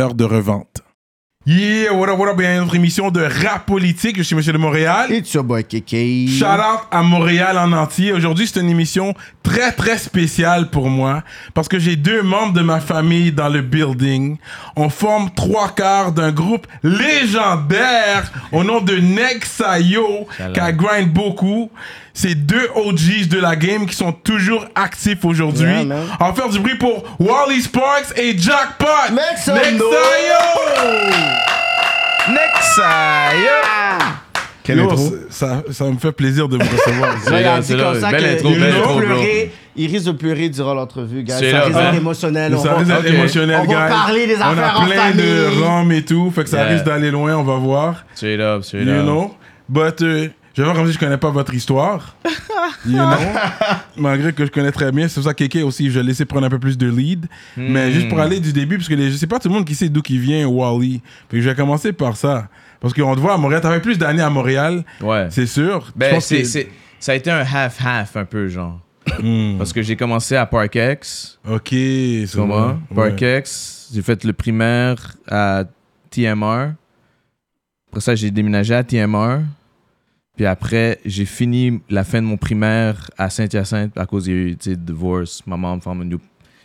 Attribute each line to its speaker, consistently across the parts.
Speaker 1: de revente. Yeah, what up, what up, bienvenue à notre émission de rap politique. Je suis Monsieur de Montréal.
Speaker 2: It's your boy Kiki.
Speaker 1: Shout out à Montréal en entier. Aujourd'hui, c'est une émission très, très spéciale pour moi parce que j'ai deux membres de ma famille dans le building. On forme trois quarts d'un groupe légendaire au nom de Nexayo qui a grind beaucoup. C'est deux OGs de la game qui sont toujours actifs aujourd'hui.
Speaker 2: Yeah, man.
Speaker 1: on va faire du bruit pour Wally Sparks et Jackpot.
Speaker 2: Make some
Speaker 1: Nexayo!
Speaker 3: Next, ça, yeah. Quelle
Speaker 1: Yo,
Speaker 3: intro.
Speaker 1: ça, ça me fait plaisir de vous recevoir. ici.
Speaker 2: Regarde,
Speaker 4: C'est
Speaker 2: c'est
Speaker 4: là,
Speaker 2: comme
Speaker 4: c'est
Speaker 2: ça
Speaker 4: là. Belle
Speaker 2: que
Speaker 4: intro,
Speaker 2: ils
Speaker 1: belle
Speaker 2: vont
Speaker 4: intro, bro.
Speaker 2: pleurer, ils risquent de pleurer durant l'entrevue, gars.
Speaker 4: C'est
Speaker 2: Ça
Speaker 4: là,
Speaker 2: risque
Speaker 4: hein.
Speaker 2: d'être émotionnel. on
Speaker 1: ça
Speaker 2: va-
Speaker 1: risque d'être
Speaker 4: ok.
Speaker 1: émotionnel,
Speaker 2: On va
Speaker 1: guys.
Speaker 2: parler des affaires
Speaker 1: On a
Speaker 2: en
Speaker 1: plein de
Speaker 2: famille.
Speaker 1: rhum et tout, fait que ça
Speaker 4: Yeah.
Speaker 1: risque d'aller loin, on va voir.
Speaker 4: Tu es là, tu es
Speaker 1: You
Speaker 4: là.
Speaker 1: know? But, euh, je vais voir comme si je connais pas votre histoire. You know? Malgré que je connais très bien. C'est pour ça que Keke aussi, je vais laisser prendre un peu plus de lead.
Speaker 4: Hmm.
Speaker 1: Mais juste pour aller du début, parce que les- je sais pas tout le monde qui sait d'où qui vient Wally. Fait que je vais commencer par ça. Parce qu'on te voit à Montréal, t'avais plus d'années à Montréal,
Speaker 4: Ouais.
Speaker 1: c'est sûr. Je
Speaker 4: Ben,
Speaker 1: pense
Speaker 4: c'est,
Speaker 1: que-
Speaker 4: c'est- ça a été un half-half un peu, genre. Parce que j'ai commencé à Parkex,
Speaker 1: Ok, c'est
Speaker 4: tu
Speaker 1: bon.
Speaker 4: comprends?
Speaker 1: Hmm. Ouais.
Speaker 4: Parkex, j'ai fait le primaire à TMR. Après ça, j'ai déménagé à TMR. Puis après, j'ai fini la fin de mon primaire à Saint-Hyacinthe à cause, il y a eu, tu sais, divorce. Ma maman me forme un new,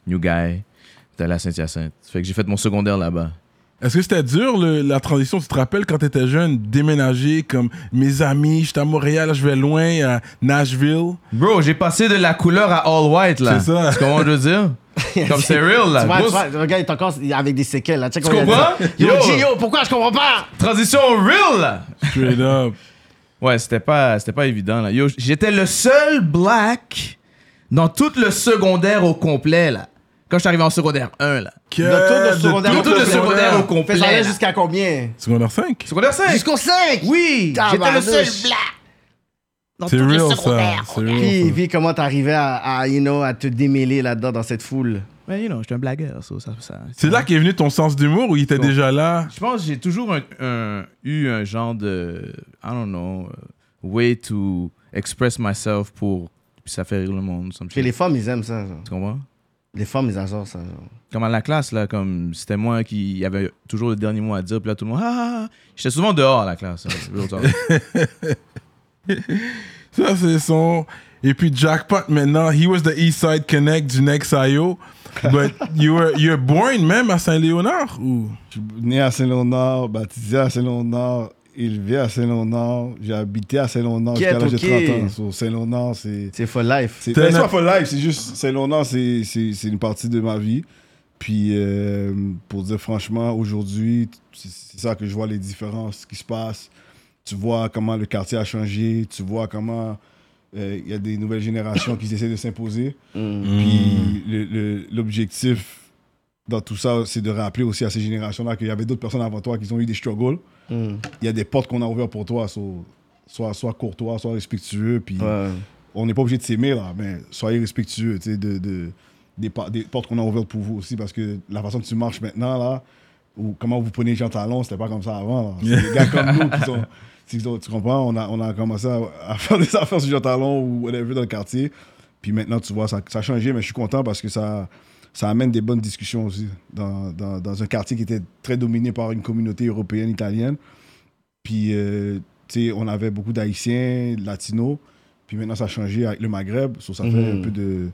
Speaker 4: new guy. J'étais allé à Saint-Hyacinthe. Fait que j'ai fait mon secondaire là-bas.
Speaker 1: Est-ce que c'était dur le- la transition Tu te rappelles quand t'étais jeune, déménager comme mes amis, j'étais à Montréal, je vais loin, à Nashville.
Speaker 4: Bro, j'ai passé de la couleur à all white, là.
Speaker 1: C'est ça.
Speaker 4: Tu comprends ce que je veux dire? Comme c'est real, là.
Speaker 2: Tu vois,
Speaker 4: Gros,
Speaker 2: tu vois, le gars est encore avec des séquelles. Là. Check
Speaker 4: Tu
Speaker 2: comment il a
Speaker 4: comprends?
Speaker 2: dit. Yo,
Speaker 4: Yo.
Speaker 2: G, yo, pourquoi je comprends pas?
Speaker 4: Transition real, là.
Speaker 1: Straight up.
Speaker 4: Ouais, c'était pas, c'était pas évident, là. Yo, j'étais le seul black dans tout le secondaire au complet, là. Quand je suis arrivé en secondaire 1, là.
Speaker 1: Que
Speaker 2: Dans tout le
Speaker 1: de
Speaker 2: secondaire
Speaker 4: Dans
Speaker 2: au
Speaker 4: tout le
Speaker 2: complet.
Speaker 4: secondaire au
Speaker 2: Fait
Speaker 4: complet.
Speaker 2: ça allait
Speaker 4: là.
Speaker 2: jusqu'à combien?
Speaker 1: Secondaire 5
Speaker 4: Secondaire 5.
Speaker 2: Jusqu'au 5!
Speaker 4: Oui.
Speaker 2: Tabarnouche.
Speaker 4: J'étais le seul black.
Speaker 1: C'est real ça. C'est
Speaker 2: Puis,
Speaker 1: real ça.
Speaker 2: puis comment t'arrivais à, à, you know, à te démêler là-dedans dans cette foule?
Speaker 4: Mais, you know, j'étais un blagueur, so ça. ça
Speaker 1: C'est là qu'est venu ton sens d'humour ou il était
Speaker 4: Bon.
Speaker 1: déjà là
Speaker 4: Je pense que j'ai toujours un- un- eu un genre de, I don't know, euh, way to express myself pour, puis ça fait rire le monde. some
Speaker 2: Puis
Speaker 4: shit.
Speaker 2: les femmes, ils aiment ça. genre.
Speaker 4: Tu comprends?
Speaker 2: Les femmes, ils adorent ça. genre.
Speaker 4: Comme à la classe, là, comme c'était moi qui avait toujours le dernier mot à dire, puis là tout le monde, ah, ah, ah. j'étais souvent dehors à la classe. hein, real talk.
Speaker 1: Ça, c'est son. Et puis Jackpot maintenant, he was the East Side Connect du Next IO. But you were, you're born même à Saint-Léonard ou
Speaker 5: Je suis né à Saint-Léonard, baptisé à Saint-Léonard, élevé à Saint-Léonard, j'ai habité à Saint-Léonard jusqu'à
Speaker 2: Get
Speaker 5: l'âge de
Speaker 2: ok.
Speaker 5: 30 ans. So, Saint-Léonard, c'est.
Speaker 2: C'est for life.
Speaker 5: C'est
Speaker 1: T'es
Speaker 5: ben, c'est
Speaker 1: un-
Speaker 5: pas for life, c'est juste. Saint-Léonard, c'est c'est- c'est une partie de ma vie. Puis, euh, pour dire franchement, aujourd'hui, c'est c'est ça que je vois les différences, ce qui se passe. Tu vois comment le quartier a changé, tu vois comment euh, il y a des nouvelles générations qui essaient de s'imposer. Puis le- le- l'objectif dans tout ça, c'est de rappeler aussi à ces générations-là qu'il y avait d'autres personnes avant toi qui ont eu des struggles. Il y a des portes qu'on a ouvertes pour toi. so- Sois, sois courtois, sois respectueux. Puis
Speaker 2: Ouais.
Speaker 5: on n'est pas obligé de s'aimer, là, mais soyez respectueux tu sais, de, de- des, pa- des portes qu'on a ouvertes pour vous aussi. Parce que la façon que tu marches maintenant, là, ou comment vous prenez Jean Talon, c'était pas comme ça avant. là. C'est des gars comme nous qui sont. qui sont- tu comprends? On a, on a commencé à, à faire des affaires sur Jean Talon ou whatever dans le quartier. Puis maintenant, tu vois, ça, ça a changé, mais je suis content parce que ça, ça amène des bonnes discussions aussi dans, dans- dans un quartier qui était très dominé par une communauté européenne, italienne. Puis, euh, tu sais, on avait beaucoup d'Haïtiens, de latinos. Puis maintenant, ça a changé avec le Maghreb. So, ça fait
Speaker 2: Mhm.
Speaker 5: un peu de.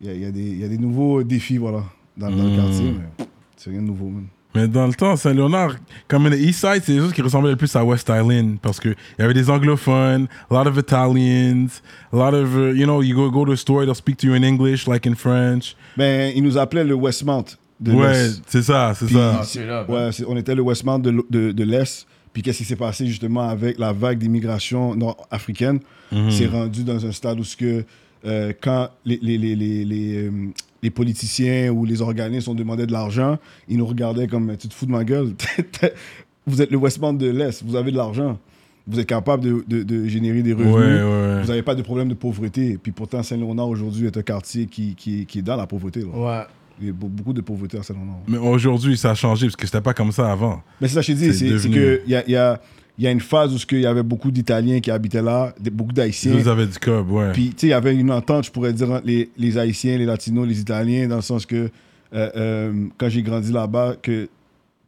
Speaker 5: Il y a, il y a des- il y a des nouveaux défis, voilà, dans, dans le quartier. mais C'est rien de nouveau, man.
Speaker 1: Mais dans le temps, Saint-Léonard, comme le East Side, c'est les choses qui ressemblaient le plus à West Island parce qu'il y avait des anglophones, a lot of Italians, a lot of, uh, you know, you go, go to a store, they'll speak to you in English, like in French.
Speaker 5: Ben, ils nous appelaient le Westmount de
Speaker 1: ouais,
Speaker 5: l'Est.
Speaker 1: c'est ça, c'est
Speaker 5: Puis-
Speaker 1: ça.
Speaker 4: c'est là, ben.
Speaker 5: ouais, c'est- on était le Westmount de, l- de, de l'Est. Puis qu'est-ce qui s'est passé justement avec la vague d'immigration nord-africaine C'est rendu dans un stade où ce que euh, quand les, les, les, les, les, euh, les politiciens ou les organismes ont demandé de l'argent, ils nous regardaient comme tu te fous de ma gueule. vous êtes le West Bank de l'Est, vous avez de l'argent. Vous êtes capable de, de- de générer des revenus.
Speaker 1: Ouais, ouais, ouais.
Speaker 5: Vous n'avez pas de problème de pauvreté. Puis pourtant, Saint-Léonard aujourd'hui est un quartier qui, qui, qui est dans la pauvreté. là.
Speaker 2: Ouais.
Speaker 5: Il y a be- beaucoup de pauvreté à Saint-Léonard.
Speaker 1: Mais aujourd'hui, ça a changé parce que c'était pas comme ça avant.
Speaker 5: Mais c'est ça que je te dis,
Speaker 1: C'est
Speaker 5: c'est c'est
Speaker 1: devenu-
Speaker 5: que il y a, y a- y a une phase où ce que il y avait beaucoup d'Italiens qui habitaient là, des- beaucoup d'Haïtiens.
Speaker 1: Ils avaient du cob, ouais.
Speaker 5: Puis, tu sais, il y avait une entente, je pourrais dire, entre les, les Haïtiens, les Latinos, les Italiens, dans le sens que euh, euh, quand j'ai grandi là-bas, que, tu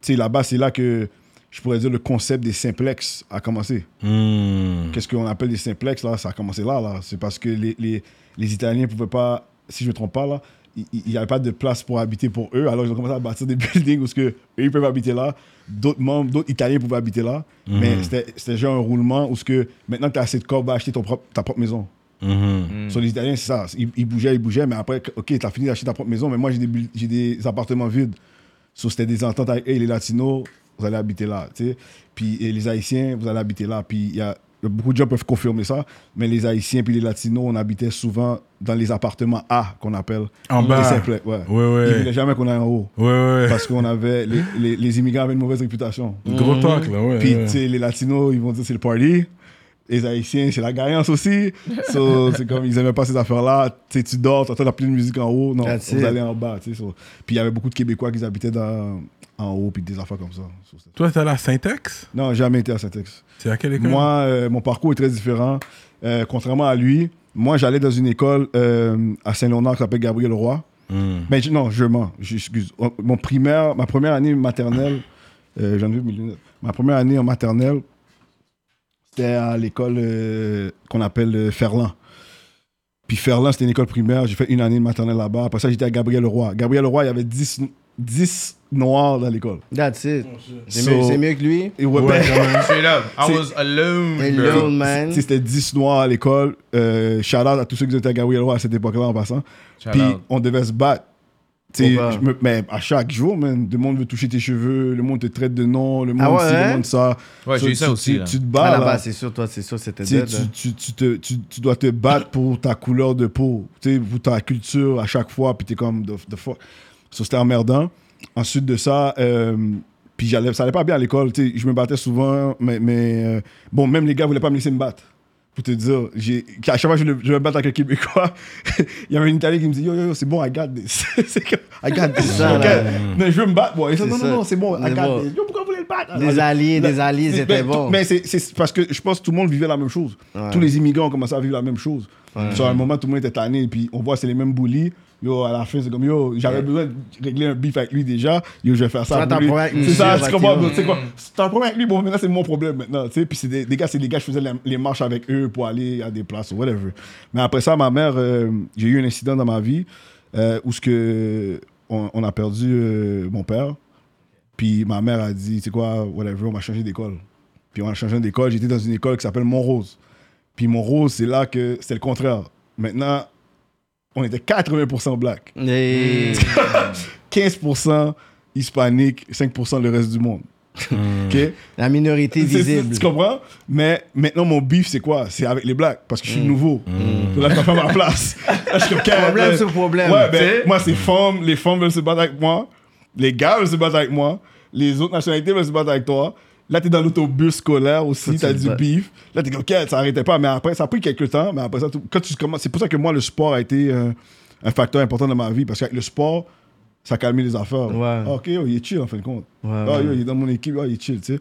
Speaker 5: sais, là-bas, c'est là que, je pourrais dire, le concept des simplex a commencé.
Speaker 1: Hmm.
Speaker 5: Qu'est-ce qu'on appelle les simplex, là, ça a commencé là, là. C'est parce que les, les, les Italiens pouvaient pas, si je me trompe pas, là, il- il n'y avait pas de place pour habiter pour eux. Alors, ils ont commencé à bâtir des buildings où ce que eux, ils peuvent habiter là. D'autres membres, d'autres Italiens pouvaient habiter là. Mais c'était c'était genre un roulement où ce que, maintenant que tu as assez de corps, va acheter ton propre, ta propre maison.
Speaker 1: Mhm.
Speaker 5: Sur les Italiens, c'est ça. Ils, ils bougeaient, ils bougeaient, mais après, OK, t'as fini d'acheter ta propre maison, mais moi, j'ai des, buil- j'ai des appartements vides. So, c'était des ententes avec hey, les Latinos, vous allez habiter là, tu sais. Puis et les Haïtiens, vous allez habiter là. Puis il y a, il y a beaucoup de gens peuvent confirmer ça, mais les Haïtiens puis les Latinos, on habitait souvent dans les appartements A, qu'on appelle.
Speaker 1: En
Speaker 5: Les
Speaker 1: bas.
Speaker 5: simples, ouais.
Speaker 1: Ouais, ouais.
Speaker 5: Ils voulaient jamais qu'on aille en haut.
Speaker 1: Ouais, ouais.
Speaker 5: Parce qu'on avait, les, les, les immigrants avaient une mauvaise réputation.
Speaker 1: Gros talk, là, ouais.
Speaker 5: Puis,
Speaker 1: ouais.
Speaker 5: tu sais, les Latinos, ils vont dire c'est le party. Les Haïtiens, c'est la gaillance aussi. So, c'est comme, ils aimaient pas ces affaires-là. Tu sais, tu dors, t'entends la pluie de musique en haut. Non,
Speaker 2: That's
Speaker 5: vous
Speaker 2: it.
Speaker 5: allez en bas. tu sais, so. Puis, il y avait beaucoup de Québécois qui habitaient dans- en haut, puis des affaires comme ça. So, c'était-
Speaker 1: Toi, t'es allé à Syntex
Speaker 5: non, jamais été à Saint-Ex.
Speaker 1: C'est à quelle école
Speaker 5: Moi, euh, mon parcours est très différent. Euh, contrairement à lui, moi, j'allais dans une école euh, à Saint-Léonard qui s'appelle Gabriel Roy.
Speaker 1: Hmm.
Speaker 5: Mais je- non, je mens, j'excuse. Oh, Mon primaire, ma première année maternelle, euh, j'en ai vu mes lunettes. Ma première année en maternelle, c'était à l'école euh, qu'on appelle euh, Ferland. Puis Ferland, c'était une école primaire. J'ai fait une année de maternelle là-bas. Après ça, j'étais à Gabriel Roy. Gabriel Roy, il y avait 10, 10 noirs dans l'école.
Speaker 2: That's it. C'est
Speaker 5: So-
Speaker 2: mieux, c'est mieux que lui.
Speaker 5: Et ouais, ben,
Speaker 4: Straight up. I
Speaker 5: C'est-
Speaker 4: was alone.
Speaker 2: Hello, man.
Speaker 5: tu sais, c'était 10 noirs à l'école. Euh, shout out à tous ceux qui étaient à Gabriel Roy à cette époque-là en passant. Puis on devait se battre. Tu sais,
Speaker 2: Pourquoi?
Speaker 5: je me- mais à chaque jour, man, le monde veut toucher tes cheveux, le monde te traite de nom, le monde
Speaker 2: Ah ouais,
Speaker 5: ci,
Speaker 2: hein?
Speaker 5: le monde ça.
Speaker 4: Ouais,
Speaker 5: So,
Speaker 4: j'ai eu
Speaker 5: tu-
Speaker 4: ça aussi,
Speaker 5: Tu,
Speaker 4: là.
Speaker 5: tu te
Speaker 2: Ah,
Speaker 5: bats,
Speaker 2: là-bas,
Speaker 5: là.
Speaker 2: c'est sûr, toi, c'est sûr, c'était
Speaker 5: hein. Tu sais,
Speaker 2: dead. hein.
Speaker 5: tu,
Speaker 2: là.
Speaker 5: tu, tu, te- tu- tu dois te battre pour ta couleur de peau, tu sais, pour ta culture à chaque fois, puis t'es comme the, the fuck. So, c'était emmerdant. Ensuite de ça, euh, puis j'allais, ça allait pas bien à l'école, tu sais, je me battais souvent, mais, mais euh, bon, même les gars voulaient pas me laisser me battre. Pour te dire, j'ai, à chaque fois que je, le- je me battre avec un Québécois, il y avait un Italien qui me dit Yo, yo, yo, c'est bon, I got this. c'est comme, I got this.
Speaker 2: C'est ça,
Speaker 5: Ok.
Speaker 2: là.
Speaker 5: Mais je veux me battre, moi. Et ça,
Speaker 2: C'est
Speaker 5: non,
Speaker 2: ça.
Speaker 5: non, non, c'est bon, I
Speaker 2: C'est
Speaker 5: got
Speaker 2: bon.
Speaker 5: this. Yo, pourquoi vous voulez le battre
Speaker 2: Des
Speaker 5: Ah,
Speaker 2: alliés, des alliés,
Speaker 5: mais-
Speaker 2: c'était
Speaker 5: mais-
Speaker 2: bon.
Speaker 5: Mais c'est- c'est parce que je pense que tout le monde vivait la même chose. Tous les immigrants ont commencé à vivre la même chose. Sur un moment, tout le monde était tanné. Puis on voit, c'est les mêmes bullies. Yo, à la fin, c'est comme yo, j'avais besoin de régler un beef avec lui déjà. Yo, je vais faire ça.
Speaker 2: Toi,
Speaker 5: pour
Speaker 2: t'as un
Speaker 5: lui.
Speaker 2: problème avec
Speaker 5: C'est ça,
Speaker 2: monsieur,
Speaker 5: c'est comment
Speaker 2: Mathieu.
Speaker 5: tu euh, sais quoi C'est un problème avec lui. Bon, maintenant, c'est mon problème maintenant. tu sais. Puis c'est des, des gars, c'est les gars, je faisais la- les marches avec eux pour aller à des places ou whatever. Mais après ça, ma mère, euh, j'ai eu un incident dans ma vie euh, où ce que on, on a perdu euh, mon père. Puis ma mère a dit, tu sais quoi, whatever, on va changer d'école. Puis on a changé d'école, j'étais dans une école qui s'appelle Montrose. Puis Montrose, c'est là que c'est le contraire. Maintenant, on était 80% black,
Speaker 2: Et-
Speaker 5: Hmm. 15% hispanique, 5% le reste du monde. OK?
Speaker 2: La minorité
Speaker 5: C'est- c'est-
Speaker 2: visible.
Speaker 5: Tu comprends? Mais maintenant, mon beef, c'est quoi? C'est avec les blacks, parce que je suis nouveau. Donc Là, je dois faire ma place. Là, je suis comme,
Speaker 2: Problème
Speaker 5: euh,
Speaker 2: sur problème,
Speaker 5: Ouais, ben,
Speaker 2: tu sais.
Speaker 5: moi, c'est femmes, les femmes veulent se battre avec moi, les gars veulent se battre avec moi, les autres nationalités veulent se battre avec toi. Là, t'es dans l'autobus scolaire aussi,
Speaker 2: tu
Speaker 5: t'as
Speaker 2: te
Speaker 5: du
Speaker 2: bats.
Speaker 5: beef. Là, t'es comme, ok, ça arrêtait pas. Mais après, ça a pris quelques temps, mais après ça, tout- quand tu commences, c'est pour ça que moi, le sport a été euh, un facteur important dans ma vie, parce qu'avec le sport, ça a calmé les affaires.
Speaker 2: Ouais.
Speaker 5: Ah, ok, yo, il est chill en fin de compte.
Speaker 2: Ouais,
Speaker 5: Ah,
Speaker 2: ouais.
Speaker 5: yo, il est dans mon équipe, ah, il est chill, tu sais.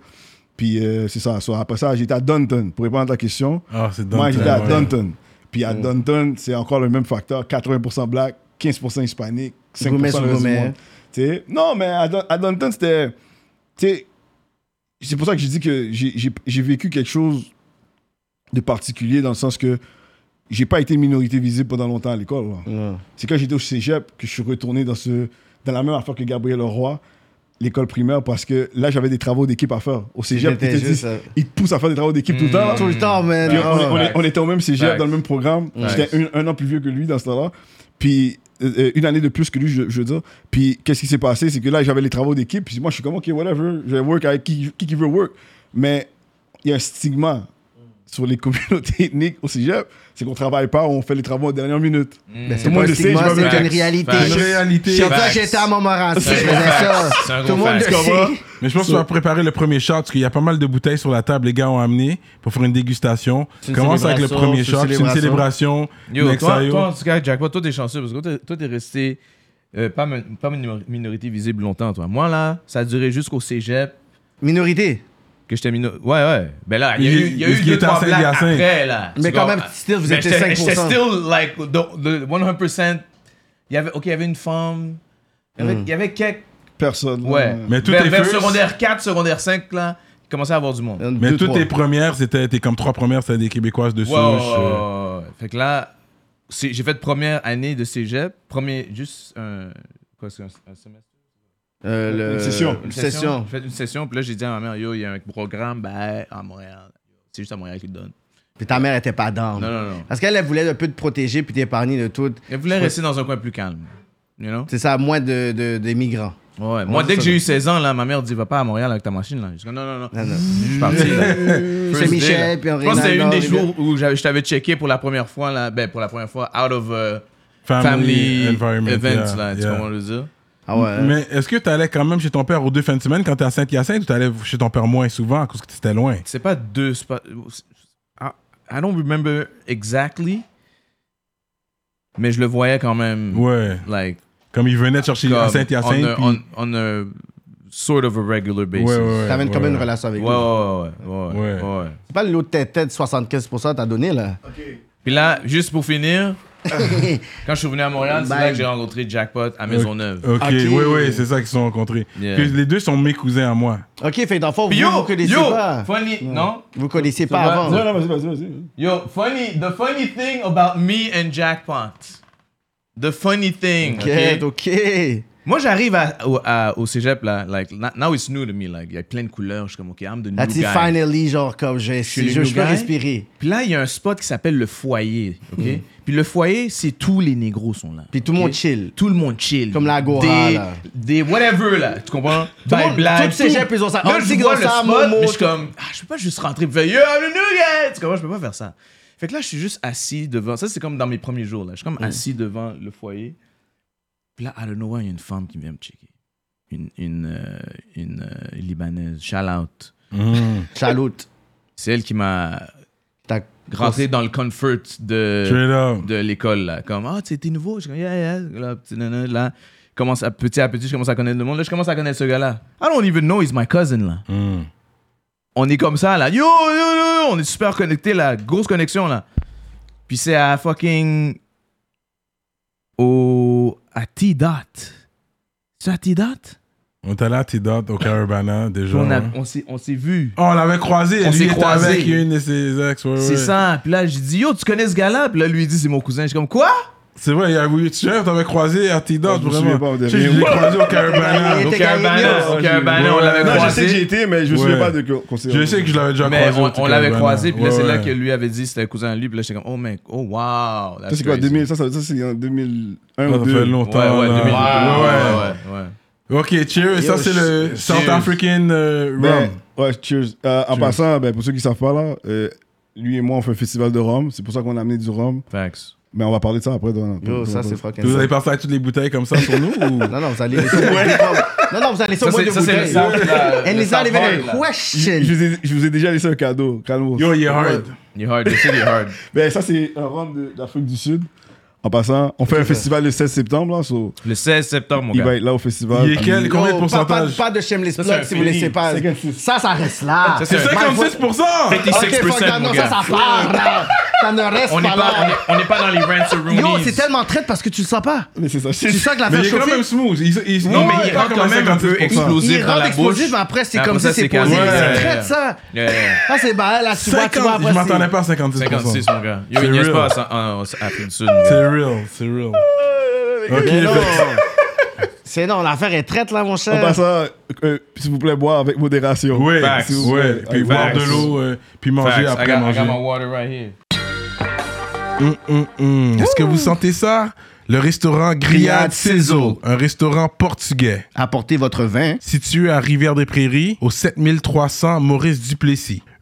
Speaker 5: Puis euh, c'est ça. So, après ça, j'étais à Dunton. Pour répondre à ta question,
Speaker 1: Ah, c'est
Speaker 5: moi j'étais à
Speaker 1: ouais.
Speaker 5: Dunton. Puis à Dunton, c'est encore le même facteur 80% black, 15% hispanique, 5%
Speaker 2: Gourmet sur
Speaker 5: le reste du
Speaker 2: gourmet.
Speaker 5: monde. Tu sais, Non, mais à, Dun- à Dunton, c'était. tu sais, C'est pour ça que je dis que j'ai- j'ai j'ai vécu quelque chose de particulier dans le sens que j'ai pas été minorité visible pendant longtemps à l'école. là.
Speaker 2: Ouais.
Speaker 5: C'est quand j'étais au cégep que je suis retourné dans, ce, dans la même affaire que Gabriel Leroy, l'école primaire, parce que là, j'avais des travaux d'équipe à faire. Au cégep, ils
Speaker 2: J'étais
Speaker 5: te, disent-
Speaker 2: juste, euh,
Speaker 5: ils te poussent à faire des travaux d'équipe tout le temps. là.
Speaker 2: Tout le temps, man.
Speaker 5: Hmm. Puis on,
Speaker 2: Oh.
Speaker 5: est- on est- on était au même cégep,
Speaker 4: Facts.
Speaker 5: dans le même programme.
Speaker 4: Facts.
Speaker 5: J'étais un, un an plus vieux que lui dans ce temps-là. Puis euh, euh, une année de plus que lui, je, je veux dire. Puis qu'est-ce qui s'est passé? C'est que là, j'avais les travaux d'équipe. Puis moi, je suis comme, OK, whatever, je vais work avec qui qui, qui veut work. Mais il y a un stigma sur les communautés ethniques au cégep, c'est qu'on travaille pas, on fait les travaux en dernière minute.
Speaker 4: Mm.
Speaker 2: Ben,
Speaker 5: Tout
Speaker 2: c'est
Speaker 5: le monde
Speaker 2: pas un
Speaker 5: le sait,
Speaker 2: stigma,
Speaker 5: je m'en
Speaker 2: c'est une
Speaker 4: Facts.
Speaker 2: réalité.
Speaker 4: Facts.
Speaker 5: Une réalité.
Speaker 2: C'est pour ça
Speaker 4: Facts.
Speaker 2: que j'étais à Montmorency, je faisais ça.
Speaker 4: Facts. C'est
Speaker 2: Tout
Speaker 4: un
Speaker 2: le
Speaker 4: gros
Speaker 2: monde le
Speaker 4: fact.
Speaker 2: sait.
Speaker 1: Mais je pense qu'on va préparer le premier shot parce qu'il y a pas mal de bouteilles sur la table, les gars ont amené pour faire une dégustation.
Speaker 2: une
Speaker 1: Commence avec le
Speaker 2: célébration,
Speaker 1: premier
Speaker 2: c'est
Speaker 1: shot, c'est une célébration.
Speaker 4: Yo,
Speaker 1: Next
Speaker 4: toi,
Speaker 1: IO.
Speaker 4: toi, en tout cas, Jackpot, toi, t'es chanceux parce que toi, t'es- toi, t'es resté euh, pas, mi- pas minor- minorité visible longtemps, toi. Moi, là, ça a duré jusqu'au cégep
Speaker 2: Minorité.
Speaker 4: que j'étais minor... Ouais, ouais. Ben là, il y a
Speaker 1: Il-
Speaker 4: eu, il y a
Speaker 1: il-
Speaker 4: eu
Speaker 1: il
Speaker 4: deux,
Speaker 1: était
Speaker 4: trois
Speaker 1: à Saint-
Speaker 4: blagues
Speaker 1: Hyacinthe.
Speaker 4: après, là.
Speaker 2: Mais
Speaker 4: Tu
Speaker 2: quand
Speaker 4: comprends?
Speaker 2: même, still, vous
Speaker 4: Mais
Speaker 2: étiez
Speaker 4: j'étais- J'étais
Speaker 2: 5%.
Speaker 4: still, like, the, the 100%... Il y avait, OK, il y avait une femme. Il y avait, il y avait quelques...
Speaker 2: Mm.
Speaker 5: Personne.
Speaker 4: Ouais.
Speaker 1: Mais tout
Speaker 4: vers,
Speaker 1: est
Speaker 4: vers
Speaker 1: first.
Speaker 4: secondaire 4, secondaire 5, là, il commençait à avoir du monde.
Speaker 2: Un,
Speaker 1: Mais
Speaker 2: deux,
Speaker 1: toutes
Speaker 2: trois.
Speaker 1: tes premières, c'était t'es comme trois premières, c'était des Québécoises de souche.
Speaker 4: Ouais, ouais, ouais,
Speaker 1: euh,
Speaker 4: ouais, ouais. Fait que là, c'est- j'ai fait première année de cégep, premier, juste un. Quoi, c'est un, un semestre
Speaker 2: Euh, le-
Speaker 5: Une session.
Speaker 2: Une session.
Speaker 4: J'ai fait une session, puis là, j'ai dit à ma mère, yo, il y a un programme, ben, à Montréal. C'est juste à Montréal qu'ils le donnent.
Speaker 2: Puis ta mère était pas d'âme.
Speaker 4: Non, non, non.
Speaker 2: Parce qu'elle elle voulait un peu te protéger puis t'épargner de tout.
Speaker 4: Elle voulait rester dans un coin plus calme. You know?
Speaker 2: C'est ça, moins de, de, des migrants.
Speaker 4: Ouais, moi,
Speaker 2: Ouais,
Speaker 4: dès que
Speaker 2: c'est
Speaker 4: j'ai eu 16 ans, là, ma mère dit, va pas à Montréal avec ta machine, là. Je dis, non, non, non.
Speaker 2: Non, non.
Speaker 4: Je suis parti, là. First day,
Speaker 2: Michel,
Speaker 4: là.
Speaker 2: puis on
Speaker 4: Je pense que c'est
Speaker 2: Rinaldo,
Speaker 4: une des
Speaker 2: Rinaldo.
Speaker 4: jours où j'avais- je t'avais checké pour la première fois, là, ben, pour la première fois, out of euh,
Speaker 1: Family,
Speaker 4: family,
Speaker 1: environment.
Speaker 4: events,
Speaker 1: yeah,
Speaker 4: là, tu
Speaker 1: yeah.
Speaker 4: comprends le dire?
Speaker 2: Ah ouais. hein?
Speaker 1: Mais est-ce que tu allais quand même chez ton père aux deux fins de semaine quand t'es à Saint-Hyacinthe ou t'allais chez ton père moins souvent parce que t'étais loin?
Speaker 4: c'est pas deux, c'est pas. I, I don't remember exactly, mais je le voyais quand même.
Speaker 1: Ouais.
Speaker 4: Like,
Speaker 1: Comme il venait te chercher
Speaker 4: comme
Speaker 1: à Saint-Hyacinthe.
Speaker 4: on, a-
Speaker 1: puis-
Speaker 4: on, on a sort of a regular basis.
Speaker 1: Ouais, ouais, ouais,
Speaker 2: T'avais
Speaker 1: ouais,
Speaker 2: quand même une
Speaker 1: ouais.
Speaker 2: relation avec
Speaker 4: Ouais,
Speaker 2: lui.
Speaker 4: ouais, ouais, ouais,
Speaker 1: Ouais.
Speaker 4: ouais, ouais.
Speaker 2: C'est pas l'autre tête de 75% t'as donné, là.
Speaker 4: Puis là, juste pour finir, quand je suis venu à Montréal, c'est
Speaker 2: Bye.
Speaker 4: là que j'ai rencontré Jackpot à Maisonneuve.
Speaker 1: Ok,
Speaker 2: Ok.
Speaker 1: oui, oui, c'est ça qu'ils se sont rencontrés.
Speaker 4: Yeah.
Speaker 1: Puis les deux sont mes cousins à moi.
Speaker 2: OK, fait que dans le fond, vous,
Speaker 4: Puis
Speaker 2: vous
Speaker 4: yo,
Speaker 2: connaissiez
Speaker 4: yo,
Speaker 2: pas.
Speaker 4: funny, non?
Speaker 2: Vous connaissiez
Speaker 4: Ça
Speaker 2: pas
Speaker 4: va?
Speaker 2: avant.
Speaker 5: Non, non, vas-y, vas-y, vas-y.
Speaker 1: Euh,
Speaker 4: Yo, funny, the funny thing about me and Jackpot. The funny thing,
Speaker 2: OK,
Speaker 4: ok?
Speaker 2: OK.
Speaker 4: Moi, j'arrive à- au, à- au cégep, là, like, na- now it's new to me, like, il y a plein de couleurs, je suis comme, OK, I'm the new
Speaker 2: Là, tu
Speaker 4: guy.
Speaker 2: finally, genre, comme j'ai
Speaker 4: suis
Speaker 2: si
Speaker 4: le
Speaker 2: je je peux
Speaker 4: new guy.
Speaker 2: respirer.
Speaker 4: Puis là, il y a un spot qui s'appelle le foyer, OK?
Speaker 2: Mm.
Speaker 4: Puis le foyer, c'est tous les négros sont là.
Speaker 2: Puis tout le
Speaker 4: ok?
Speaker 2: monde chill.
Speaker 4: Tout le monde chill.
Speaker 2: Comme l'Agora,
Speaker 4: Des,
Speaker 2: là.
Speaker 4: des whatever, là, tu comprends?
Speaker 2: le
Speaker 4: Bye,
Speaker 2: monde-
Speaker 4: blague,
Speaker 2: tout le cégep, ils ont ça.
Speaker 4: Là,
Speaker 2: On
Speaker 4: je
Speaker 2: dit qu'ils
Speaker 4: vois
Speaker 2: ont
Speaker 4: le
Speaker 2: ça,
Speaker 4: spot,
Speaker 2: Momo,
Speaker 4: mais je suis
Speaker 2: tout.
Speaker 4: comme, ah, je peux pas juste rentrer et faire « Yo, I'm the new guy! » Tu comprends? Je peux pas faire ça. Fait que là, je suis juste assis devant... Ça, c'est comme dans mes premiers jours, là. Je suis comme assis devant le foyer. Puis là, I don't know why, il y a une femme qui vient me checker. Une, une, euh, une euh, Libanaise. Shout out.
Speaker 2: Chaloute.
Speaker 4: C'est elle qui m'a
Speaker 2: T'as
Speaker 4: rentré dans le comfort de,
Speaker 1: Straight up.
Speaker 4: de l'école. là. Comme, ah, tu sais, t'es nouveau. Je suis comme, yeah, yeah. Là, petit, nana, là, commence à, petit à petit, je commence à connaître le monde. Là, je commence à connaître ce gars-là. I don't even know he's my cousin, là.
Speaker 1: Mm.
Speaker 4: On est comme ça, là. Yo, yo, yo, yo, on est super connectés, là. Grosse connexion, là. Puis c'est à fucking... Au... À T-Dot. C'est à T-Dot?
Speaker 1: On était là à Tidot, au Caravana, déjà.
Speaker 4: on a-
Speaker 1: hein.
Speaker 4: on s'est- on s'est vus.
Speaker 1: Oh, on l'avait croisé.
Speaker 4: On
Speaker 1: Lui
Speaker 4: s'est
Speaker 1: était
Speaker 4: croisé.
Speaker 1: avec une de ses ex. ouais,
Speaker 4: C'est
Speaker 1: ouais.
Speaker 4: ça. Puis là, j'ai dit, yo, tu connais ce gars-là? Puis là, lui, il dit, c'est mon cousin. Je suis comme, quoi?
Speaker 1: C'est vrai, il y a eu tu t'avais croisé à Tidot,
Speaker 5: Oh, je me souviens
Speaker 1: vraiment.
Speaker 5: pas de
Speaker 1: Tu sais, je
Speaker 5: rien.
Speaker 1: l'ai croisé au Caravana.
Speaker 2: Il était
Speaker 4: Caravana,
Speaker 2: gagné,
Speaker 4: au Caravana, on
Speaker 1: Ouais.
Speaker 4: l'avait
Speaker 5: Non, je sais que j'y
Speaker 4: croisé.
Speaker 5: étais, mais je me
Speaker 1: Ouais.
Speaker 5: souviens pas de qu'on s'est
Speaker 1: Je sais que je l'avais déjà
Speaker 4: Mais
Speaker 1: croisé.
Speaker 4: on,
Speaker 1: au
Speaker 4: on l'avait
Speaker 1: Caravana.
Speaker 4: croisé, puis là,
Speaker 1: Ouais,
Speaker 4: c'est là
Speaker 1: ouais.
Speaker 4: que lui avait dit c'était un cousin à lui, puis là, j'étais comme, oh mec, oh wow.
Speaker 5: Ça, c'est quoi, 2000,
Speaker 4: 2000?
Speaker 5: ça, ça, ça, c'est en 2001
Speaker 1: Ça
Speaker 5: ou
Speaker 1: fait
Speaker 5: 2002.
Speaker 4: Ouais, ouais, 2000.
Speaker 1: longtemps. là. Ouais, ouais.
Speaker 4: Ouais, ouais, ouais.
Speaker 1: Ok, cheers. Ça, c'est le
Speaker 4: cheers.
Speaker 1: South African euh,
Speaker 5: Ben,
Speaker 1: rum.
Speaker 5: ouais, cheers. Euh, En
Speaker 1: Cheers.
Speaker 5: passant, ben, pour ceux qui savent pas, là, euh, lui et moi, on fait un festival de rhum. C'est pour ça qu'on a amené du rhum.
Speaker 4: Facts.
Speaker 5: Mais on va parler de ça après. dans-
Speaker 2: Yo,
Speaker 5: dans-
Speaker 2: ça,
Speaker 5: dans-
Speaker 2: c'est fucking
Speaker 1: Vous
Speaker 2: ça.
Speaker 1: avez passé à toutes les bouteilles comme ça sur nous ou...
Speaker 2: Non, non, vous allez laisser au moins deux fois- Non, non, vous allez laisser au
Speaker 4: Ça,
Speaker 2: moins deux
Speaker 4: c'est ça, c'est le
Speaker 2: bouteilles.
Speaker 4: sound, là,
Speaker 2: And
Speaker 4: le
Speaker 2: it's not
Speaker 4: sound
Speaker 2: even
Speaker 4: hard,
Speaker 2: a
Speaker 4: là.
Speaker 2: question.
Speaker 5: Je vous, ai, je vous ai déjà laissé un cadeau, calme
Speaker 1: Yo, il est hard.
Speaker 4: You're hard, the city hard.
Speaker 5: Ben, ça, c'est un rhum de- d'Afrique du Sud. En passant, on fait un festival le 16 septembre, là, so,
Speaker 4: Le 16 septembre, mon
Speaker 5: il va
Speaker 4: gars.
Speaker 5: être là au festival.
Speaker 1: Il est quel?
Speaker 2: Yo,
Speaker 1: Combien de
Speaker 2: pas-
Speaker 1: pourcentage?
Speaker 2: Pas, pas de shameless
Speaker 4: Ça, c'est
Speaker 2: plug
Speaker 4: un
Speaker 2: si vous laissez
Speaker 4: feeling.
Speaker 2: pas. Ça, ça reste là.
Speaker 4: Ça, c'est
Speaker 1: C'est
Speaker 4: un-
Speaker 2: Mike, faut-
Speaker 1: 56%!
Speaker 2: Ok, fuck that,
Speaker 4: 56%, mon
Speaker 2: non, ça,
Speaker 4: gars.
Speaker 2: ça part, là. Ça ne reste
Speaker 4: On n'est
Speaker 2: pas
Speaker 4: pas, on
Speaker 2: là.
Speaker 4: est- on n'est pas dans les Ransaroonies.
Speaker 2: Yo, c'est tellement traite parce que tu le sens pas.
Speaker 5: Mais c'est ça,
Speaker 2: Tu sens que la
Speaker 1: Mais
Speaker 2: fait
Speaker 1: il est quand
Speaker 2: chauffer.
Speaker 1: même smooth. Il, il-
Speaker 4: Non,
Speaker 1: ouais,
Speaker 4: mais il rentre quand même un peu
Speaker 1: 56%.
Speaker 4: explosif
Speaker 2: Il
Speaker 4: dans
Speaker 2: rentre
Speaker 4: la bouche.
Speaker 2: explosif, mais après, c'est
Speaker 4: Mais
Speaker 2: comme si
Speaker 4: après ça,
Speaker 2: c'est
Speaker 4: c'est
Speaker 2: posé.
Speaker 4: calme.
Speaker 2: C'est
Speaker 4: Ouais.
Speaker 2: traite, ça.
Speaker 4: Yeah, yeah.
Speaker 2: Ah, c'est bah là, tu vois, tu vois,
Speaker 1: 50,
Speaker 2: après.
Speaker 1: je
Speaker 2: c'est-
Speaker 1: m'attendais pas à 56%.
Speaker 4: 56, mon gars. Yo,
Speaker 1: C'est
Speaker 4: il n'y a
Speaker 1: real.
Speaker 4: pas à ça- en en Afrique du Sud. mon gars.
Speaker 1: C'est real, c'est real. Ok,
Speaker 2: Mais non.
Speaker 1: fait-
Speaker 2: C'est non, l'affaire est traite, là, mon
Speaker 5: En
Speaker 2: cher.
Speaker 5: passant, euh, s'il vous plaît, boire avec modération.
Speaker 1: ouais,
Speaker 4: Facts.
Speaker 1: ouais,
Speaker 5: Ouais,
Speaker 1: Puis
Speaker 5: facts.
Speaker 1: boire de l'eau, euh, puis manger
Speaker 4: Facts. I
Speaker 1: après
Speaker 4: got- I
Speaker 1: manger.
Speaker 4: got my water right here.
Speaker 1: Hum, hum, hum. Est-ce que vous sentez ça? Le restaurant Grillade
Speaker 2: Grillade
Speaker 1: Céso,
Speaker 2: Céso.
Speaker 1: un restaurant portugais
Speaker 2: Apportez votre vin.
Speaker 1: situé à Rivière-des-Prairies, au 7300 Maurice Duplessis.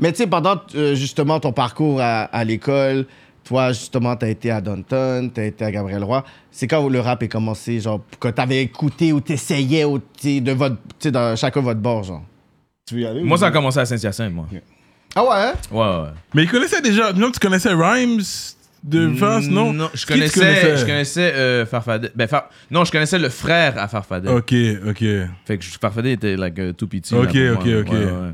Speaker 2: Mais tu sais, pendant euh, justement ton parcours à, à l'école, toi, justement, t'as été à Downton, t'as été à Gabriel Roy. C'est quand le rap est commencé, genre, que t'avais écouté ou t'essayais ou t'sais, de votre, t'sais, dans chacun votre bord, genre.
Speaker 5: Tu veux y aller
Speaker 4: Moi,
Speaker 5: ou-
Speaker 4: ça a commencé à Saint-Hyacinthe, moi.
Speaker 2: Ah ouais, hein?
Speaker 4: Ouais, ouais.
Speaker 1: Mais ils connaissaient déjà. Non, tu connaissais Rhymes de France, non?
Speaker 4: Non, je
Speaker 1: Qui tu
Speaker 4: connaissais, je connaissais euh, Farfadet. Ben, Far- Non, je connaissais le frère à Farfadet.
Speaker 1: Ok, ok.
Speaker 4: Fait que je- Farfadet était like, euh, tout petit.
Speaker 1: Ok,
Speaker 4: là, pour
Speaker 1: ok,
Speaker 4: moi.
Speaker 1: ok.
Speaker 4: Ouais, ouais.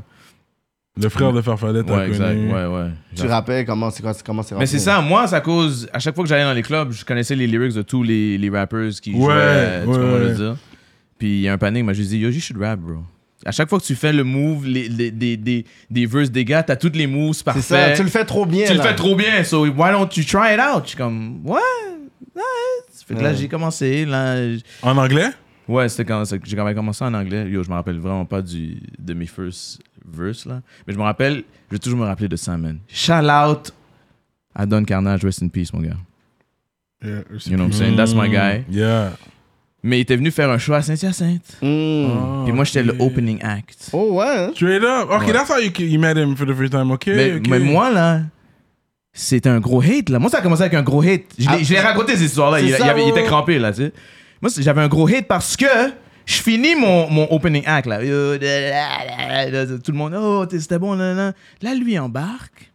Speaker 1: Le frère de Farfadet, t'as
Speaker 4: Ouais, exact.
Speaker 1: connu.
Speaker 4: Ouais, ouais.
Speaker 2: Tu rappelles comment c'est comment c'est
Speaker 4: Mais c'est
Speaker 2: rentré.
Speaker 4: ça, moi, c'est à cause. À chaque fois que j'allais dans les clubs, je connaissais les lyrics de tous les, les rappers qui jouaient.
Speaker 1: Ouais,
Speaker 4: tu comprends
Speaker 1: ouais,
Speaker 4: le
Speaker 1: ouais.
Speaker 4: dire? Puis il y a un panique, il m'a juste dit Yo, you should rap, bro. À chaque fois que tu fais le move, les, les- des, des, des verses des gars, t'as toutes les moves
Speaker 2: C'est
Speaker 4: parfaits.
Speaker 2: ça, tu le fais trop bien.
Speaker 4: Tu le
Speaker 2: là.
Speaker 4: fais trop bien, so why don't you try it out? Je suis comme, ouais, ouais. Fait que là, j'ai commencé. Là, j-
Speaker 1: En anglais?
Speaker 4: ouais, c'était quand c'est- j'ai quand même commencé en anglais. Yo, je me rappelle vraiment pas du, de mes first verse, là. Mais je me rappelle, je vais toujours me rappeler de ça, man. Shout out à Don Carnage, rest in peace, mon gars.
Speaker 5: Yeah, je sais
Speaker 4: You know what I'm
Speaker 5: plus.
Speaker 4: saying? That's
Speaker 1: Mm.
Speaker 4: my guy.
Speaker 1: Yeah.
Speaker 4: Mais il était venu faire un show à Saint-Hyacinthe.
Speaker 2: Mm.
Speaker 1: Oh,
Speaker 4: Puis moi, j'étais le opening act.
Speaker 2: Oh ouais, hein?
Speaker 1: Straight up. Ok, that's how you, you met him for the first time. Ok,
Speaker 4: mais,
Speaker 1: ok.
Speaker 4: mais moi, là. C'était un gros hate, là. Moi, ça a commencé avec un gros hate. Je l'ai-
Speaker 2: Ah.
Speaker 4: je l'ai raconté, ces histoires-là.
Speaker 2: C'est
Speaker 4: Il, il
Speaker 2: ça,
Speaker 4: avait- il
Speaker 2: ouais,
Speaker 4: était
Speaker 2: ouais.
Speaker 4: crampé, là, tu sais. Moi, c'est- j'avais un gros hate parce que je finis mon, mon opening act, là. Yo, da, da, da, da, Tout le monde, oh, t'es- c'était bon, là, là. Là, lui, il embarque.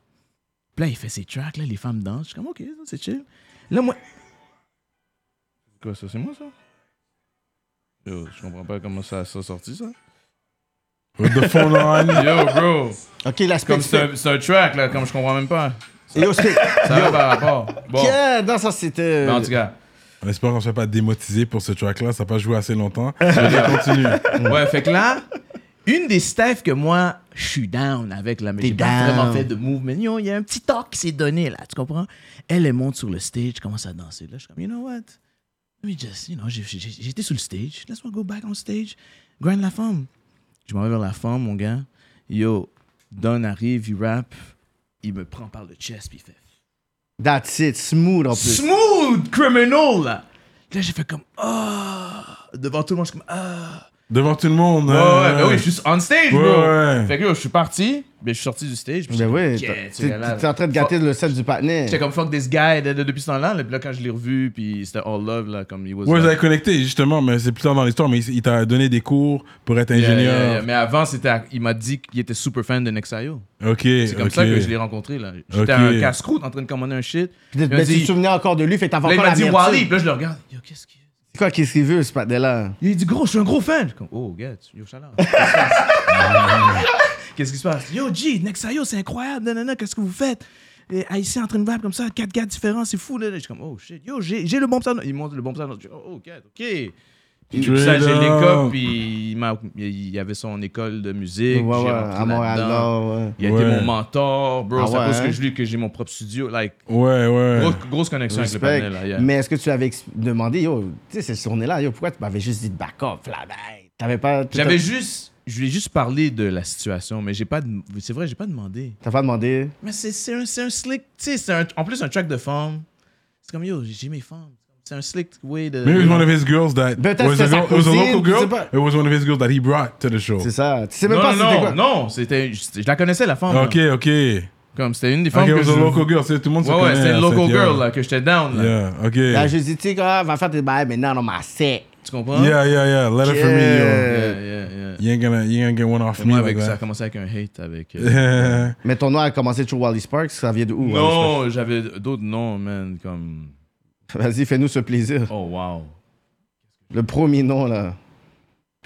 Speaker 4: Puis là, il fait ses tracks, là, les femmes dansent. Je suis comme, OK, ça, c'est chill. Là, moi... Quoi, ça, c'est moi, ça? Yo, je comprends pas comment ça ça a sorti, ça.
Speaker 1: With the phone on.
Speaker 4: Yo, bro!
Speaker 2: Ok, l'aspect.
Speaker 4: Comme c'est un, c'est un track, là, comme je comprends même pas.
Speaker 2: Yo, c'est-
Speaker 4: Ça va par rapport. Bon.
Speaker 2: Yeah, non, ça c'était.
Speaker 4: Mais en tout cas,
Speaker 1: On espère qu'on ne se fait pas démotiser pour ce track-là. Ça n'a pas joué assez longtemps. Je continue.
Speaker 4: ouais, fait que là, une des staffs que moi, je suis down avec la mais
Speaker 2: T'es
Speaker 4: j'ai pas
Speaker 2: down.
Speaker 4: vraiment fait de mouvement. Il y a un petit talk qui s'est donné là, tu comprends? Elle, elle monte sur le stage, commence à danser. Là, je suis comme, you know what? Let me just, you know, j'ai- j'ai- j'ai- j'étais sur le stage. Let's go back on stage. Grind la femme. Je m'en vais vers la femme, mon gars. Yo, Don arrive, il rap. Il me prend par le chest, puis il fait
Speaker 2: That's it, smooth en plus.
Speaker 4: smooth criminal là. Là j'ai fait comme ah devant tout le monde je suis comme ah.
Speaker 1: Devant tout le monde.
Speaker 4: Ouais
Speaker 1: euh,
Speaker 4: ouais ben oui je suis juste on stage
Speaker 1: Ouais,
Speaker 4: bro.
Speaker 1: ouais.
Speaker 4: Fait que yo, je suis parti mais je suis sorti du stage. puis
Speaker 2: Ben oui,
Speaker 4: j'étais comme,
Speaker 2: t'es
Speaker 4: Yeah, tu gars, là.
Speaker 2: t'es en train de gâter le sel du patinet.
Speaker 4: J'étais comme fuck this guy de- de- depuis ce temps-là. Puis là quand je l'ai revu puis c'était all love là comme il was.
Speaker 1: Ouais, vous avez
Speaker 4: like-
Speaker 1: connecté, justement, mais c'est plus tard dans l'histoire. Mais il, il t'a donné des cours pour être
Speaker 4: Yeah,
Speaker 1: ingénieur.
Speaker 4: yeah, yeah. Mais avant c'était à- il m'a dit qu'il était super fan de Nexayo.
Speaker 1: Ok.
Speaker 4: C'est comme
Speaker 1: ok.
Speaker 4: ça que je l'ai rencontré là. J'étais
Speaker 1: Ok.
Speaker 4: à un casse-croûte en train de commander un shit.
Speaker 2: Puis
Speaker 4: Il m'a
Speaker 2: mais tu te
Speaker 4: dit-
Speaker 2: souvenais encore de lui, fait que t'as
Speaker 4: Là, il
Speaker 2: encore
Speaker 4: m'a
Speaker 2: la
Speaker 4: dit
Speaker 2: merde.
Speaker 4: Wally. Puis là je le regarde. Yo qu'est-ce qu'il
Speaker 2: C'est quoi, qu'est-ce qu'il veut, ce patinet-là?
Speaker 4: Il dit gros, je suis un gros fan. Je suis comme, oh, gars, tu- yo, shout out. Qu'est-ce qui se passe? Qu'est-ce qui se passe? Yo, G, Nexayo, c'est incroyable. Nanana, qu'est-ce que vous faites? Et Haïtien en train de rap comme ça, quatre gars différents, c'est fou. Là. Je suis comme, oh shit, yo, j'ai j'ai le bon pseudo. Il montre le bon pseudo. Je dis, oh, ok, ok. Puis, puis ça, j'ai
Speaker 1: Straight up.
Speaker 4: l'école, puis il, m'a- il avait son école de musique.
Speaker 2: Ouais, ouais,
Speaker 4: j'ai rentré
Speaker 2: à Montréal,
Speaker 4: là-dedans.
Speaker 2: là, ouais.
Speaker 4: Il a
Speaker 1: Ouais.
Speaker 4: été mon mentor, bro.
Speaker 2: Ah
Speaker 4: c'est à
Speaker 2: ouais,
Speaker 4: cause
Speaker 2: hein?
Speaker 4: que je lui que j'ai mon propre studio. Like,
Speaker 1: Ouais, ouais.
Speaker 4: grosse, grosse connexion avec
Speaker 2: Respect.
Speaker 4: le panel. Là, yeah.
Speaker 2: Mais est-ce que tu avais ex- demandé, yo, tu sais, cette journée-là, yo, pourquoi tu m'avais juste dit de back off, là, ben, t'avais pas. tu
Speaker 4: J'avais
Speaker 2: t'as-
Speaker 4: juste, je lui ai juste parlé de la situation, mais j'ai pas, dem- c'est vrai, j'ai pas demandé.
Speaker 2: T'as pas demandé.
Speaker 4: Mais c'est, c'est, un, c'est un slick, tu sais, c'est un- en plus un track de femme. C'est comme yo, j'ai mes femmes. C'est un slick way de.
Speaker 1: Maybe it was one of his girls that
Speaker 2: Peut-être
Speaker 1: was
Speaker 2: que sa
Speaker 1: a, girl- it was a
Speaker 2: cousine,
Speaker 1: local
Speaker 2: je sais
Speaker 1: girl.
Speaker 2: pas.
Speaker 1: It was one of his girls that he brought to the show.
Speaker 2: C'est ça. Tu sais même
Speaker 4: non,
Speaker 2: pas
Speaker 4: non,
Speaker 2: si c'était quoi.
Speaker 4: non, non, c'était, je, je la connaissais la femme.
Speaker 1: Ok,
Speaker 4: là.
Speaker 1: ok. Ok,
Speaker 4: Comme c'était une des femmes
Speaker 1: it
Speaker 4: que
Speaker 1: was
Speaker 4: je.
Speaker 1: a local girl. C'est tout le monde se
Speaker 4: ouais,
Speaker 1: connaît.
Speaker 4: ouais, c'était
Speaker 1: à
Speaker 4: une local
Speaker 1: Saint-Pierre.
Speaker 4: girl là que j'étais down là.
Speaker 1: Yeah, ok.
Speaker 2: Là, je dis, tu sais, quoi, va faire tes bails maintenant, on m'a sec.
Speaker 4: Tu comprends?
Speaker 1: Yeah, yeah, yeah. Let it for me, yo.
Speaker 2: Yeah.
Speaker 4: yeah, yeah. yeah.
Speaker 1: You ain't gonna, you ain't gonna get one off
Speaker 4: Et
Speaker 1: me
Speaker 4: Moi,
Speaker 1: like
Speaker 4: avec, ça a
Speaker 1: that.
Speaker 4: commencé avec un hate avec. euh,
Speaker 1: Yeah.
Speaker 2: Mais ton nom a commencé sur Wally Sparks, ça vient de où? Wally Sparks?
Speaker 4: non, j'avais d'autres noms, man, comme.
Speaker 2: Vas-y, fais-nous ce plaisir.
Speaker 4: Oh, wow.
Speaker 2: Le premier nom, là,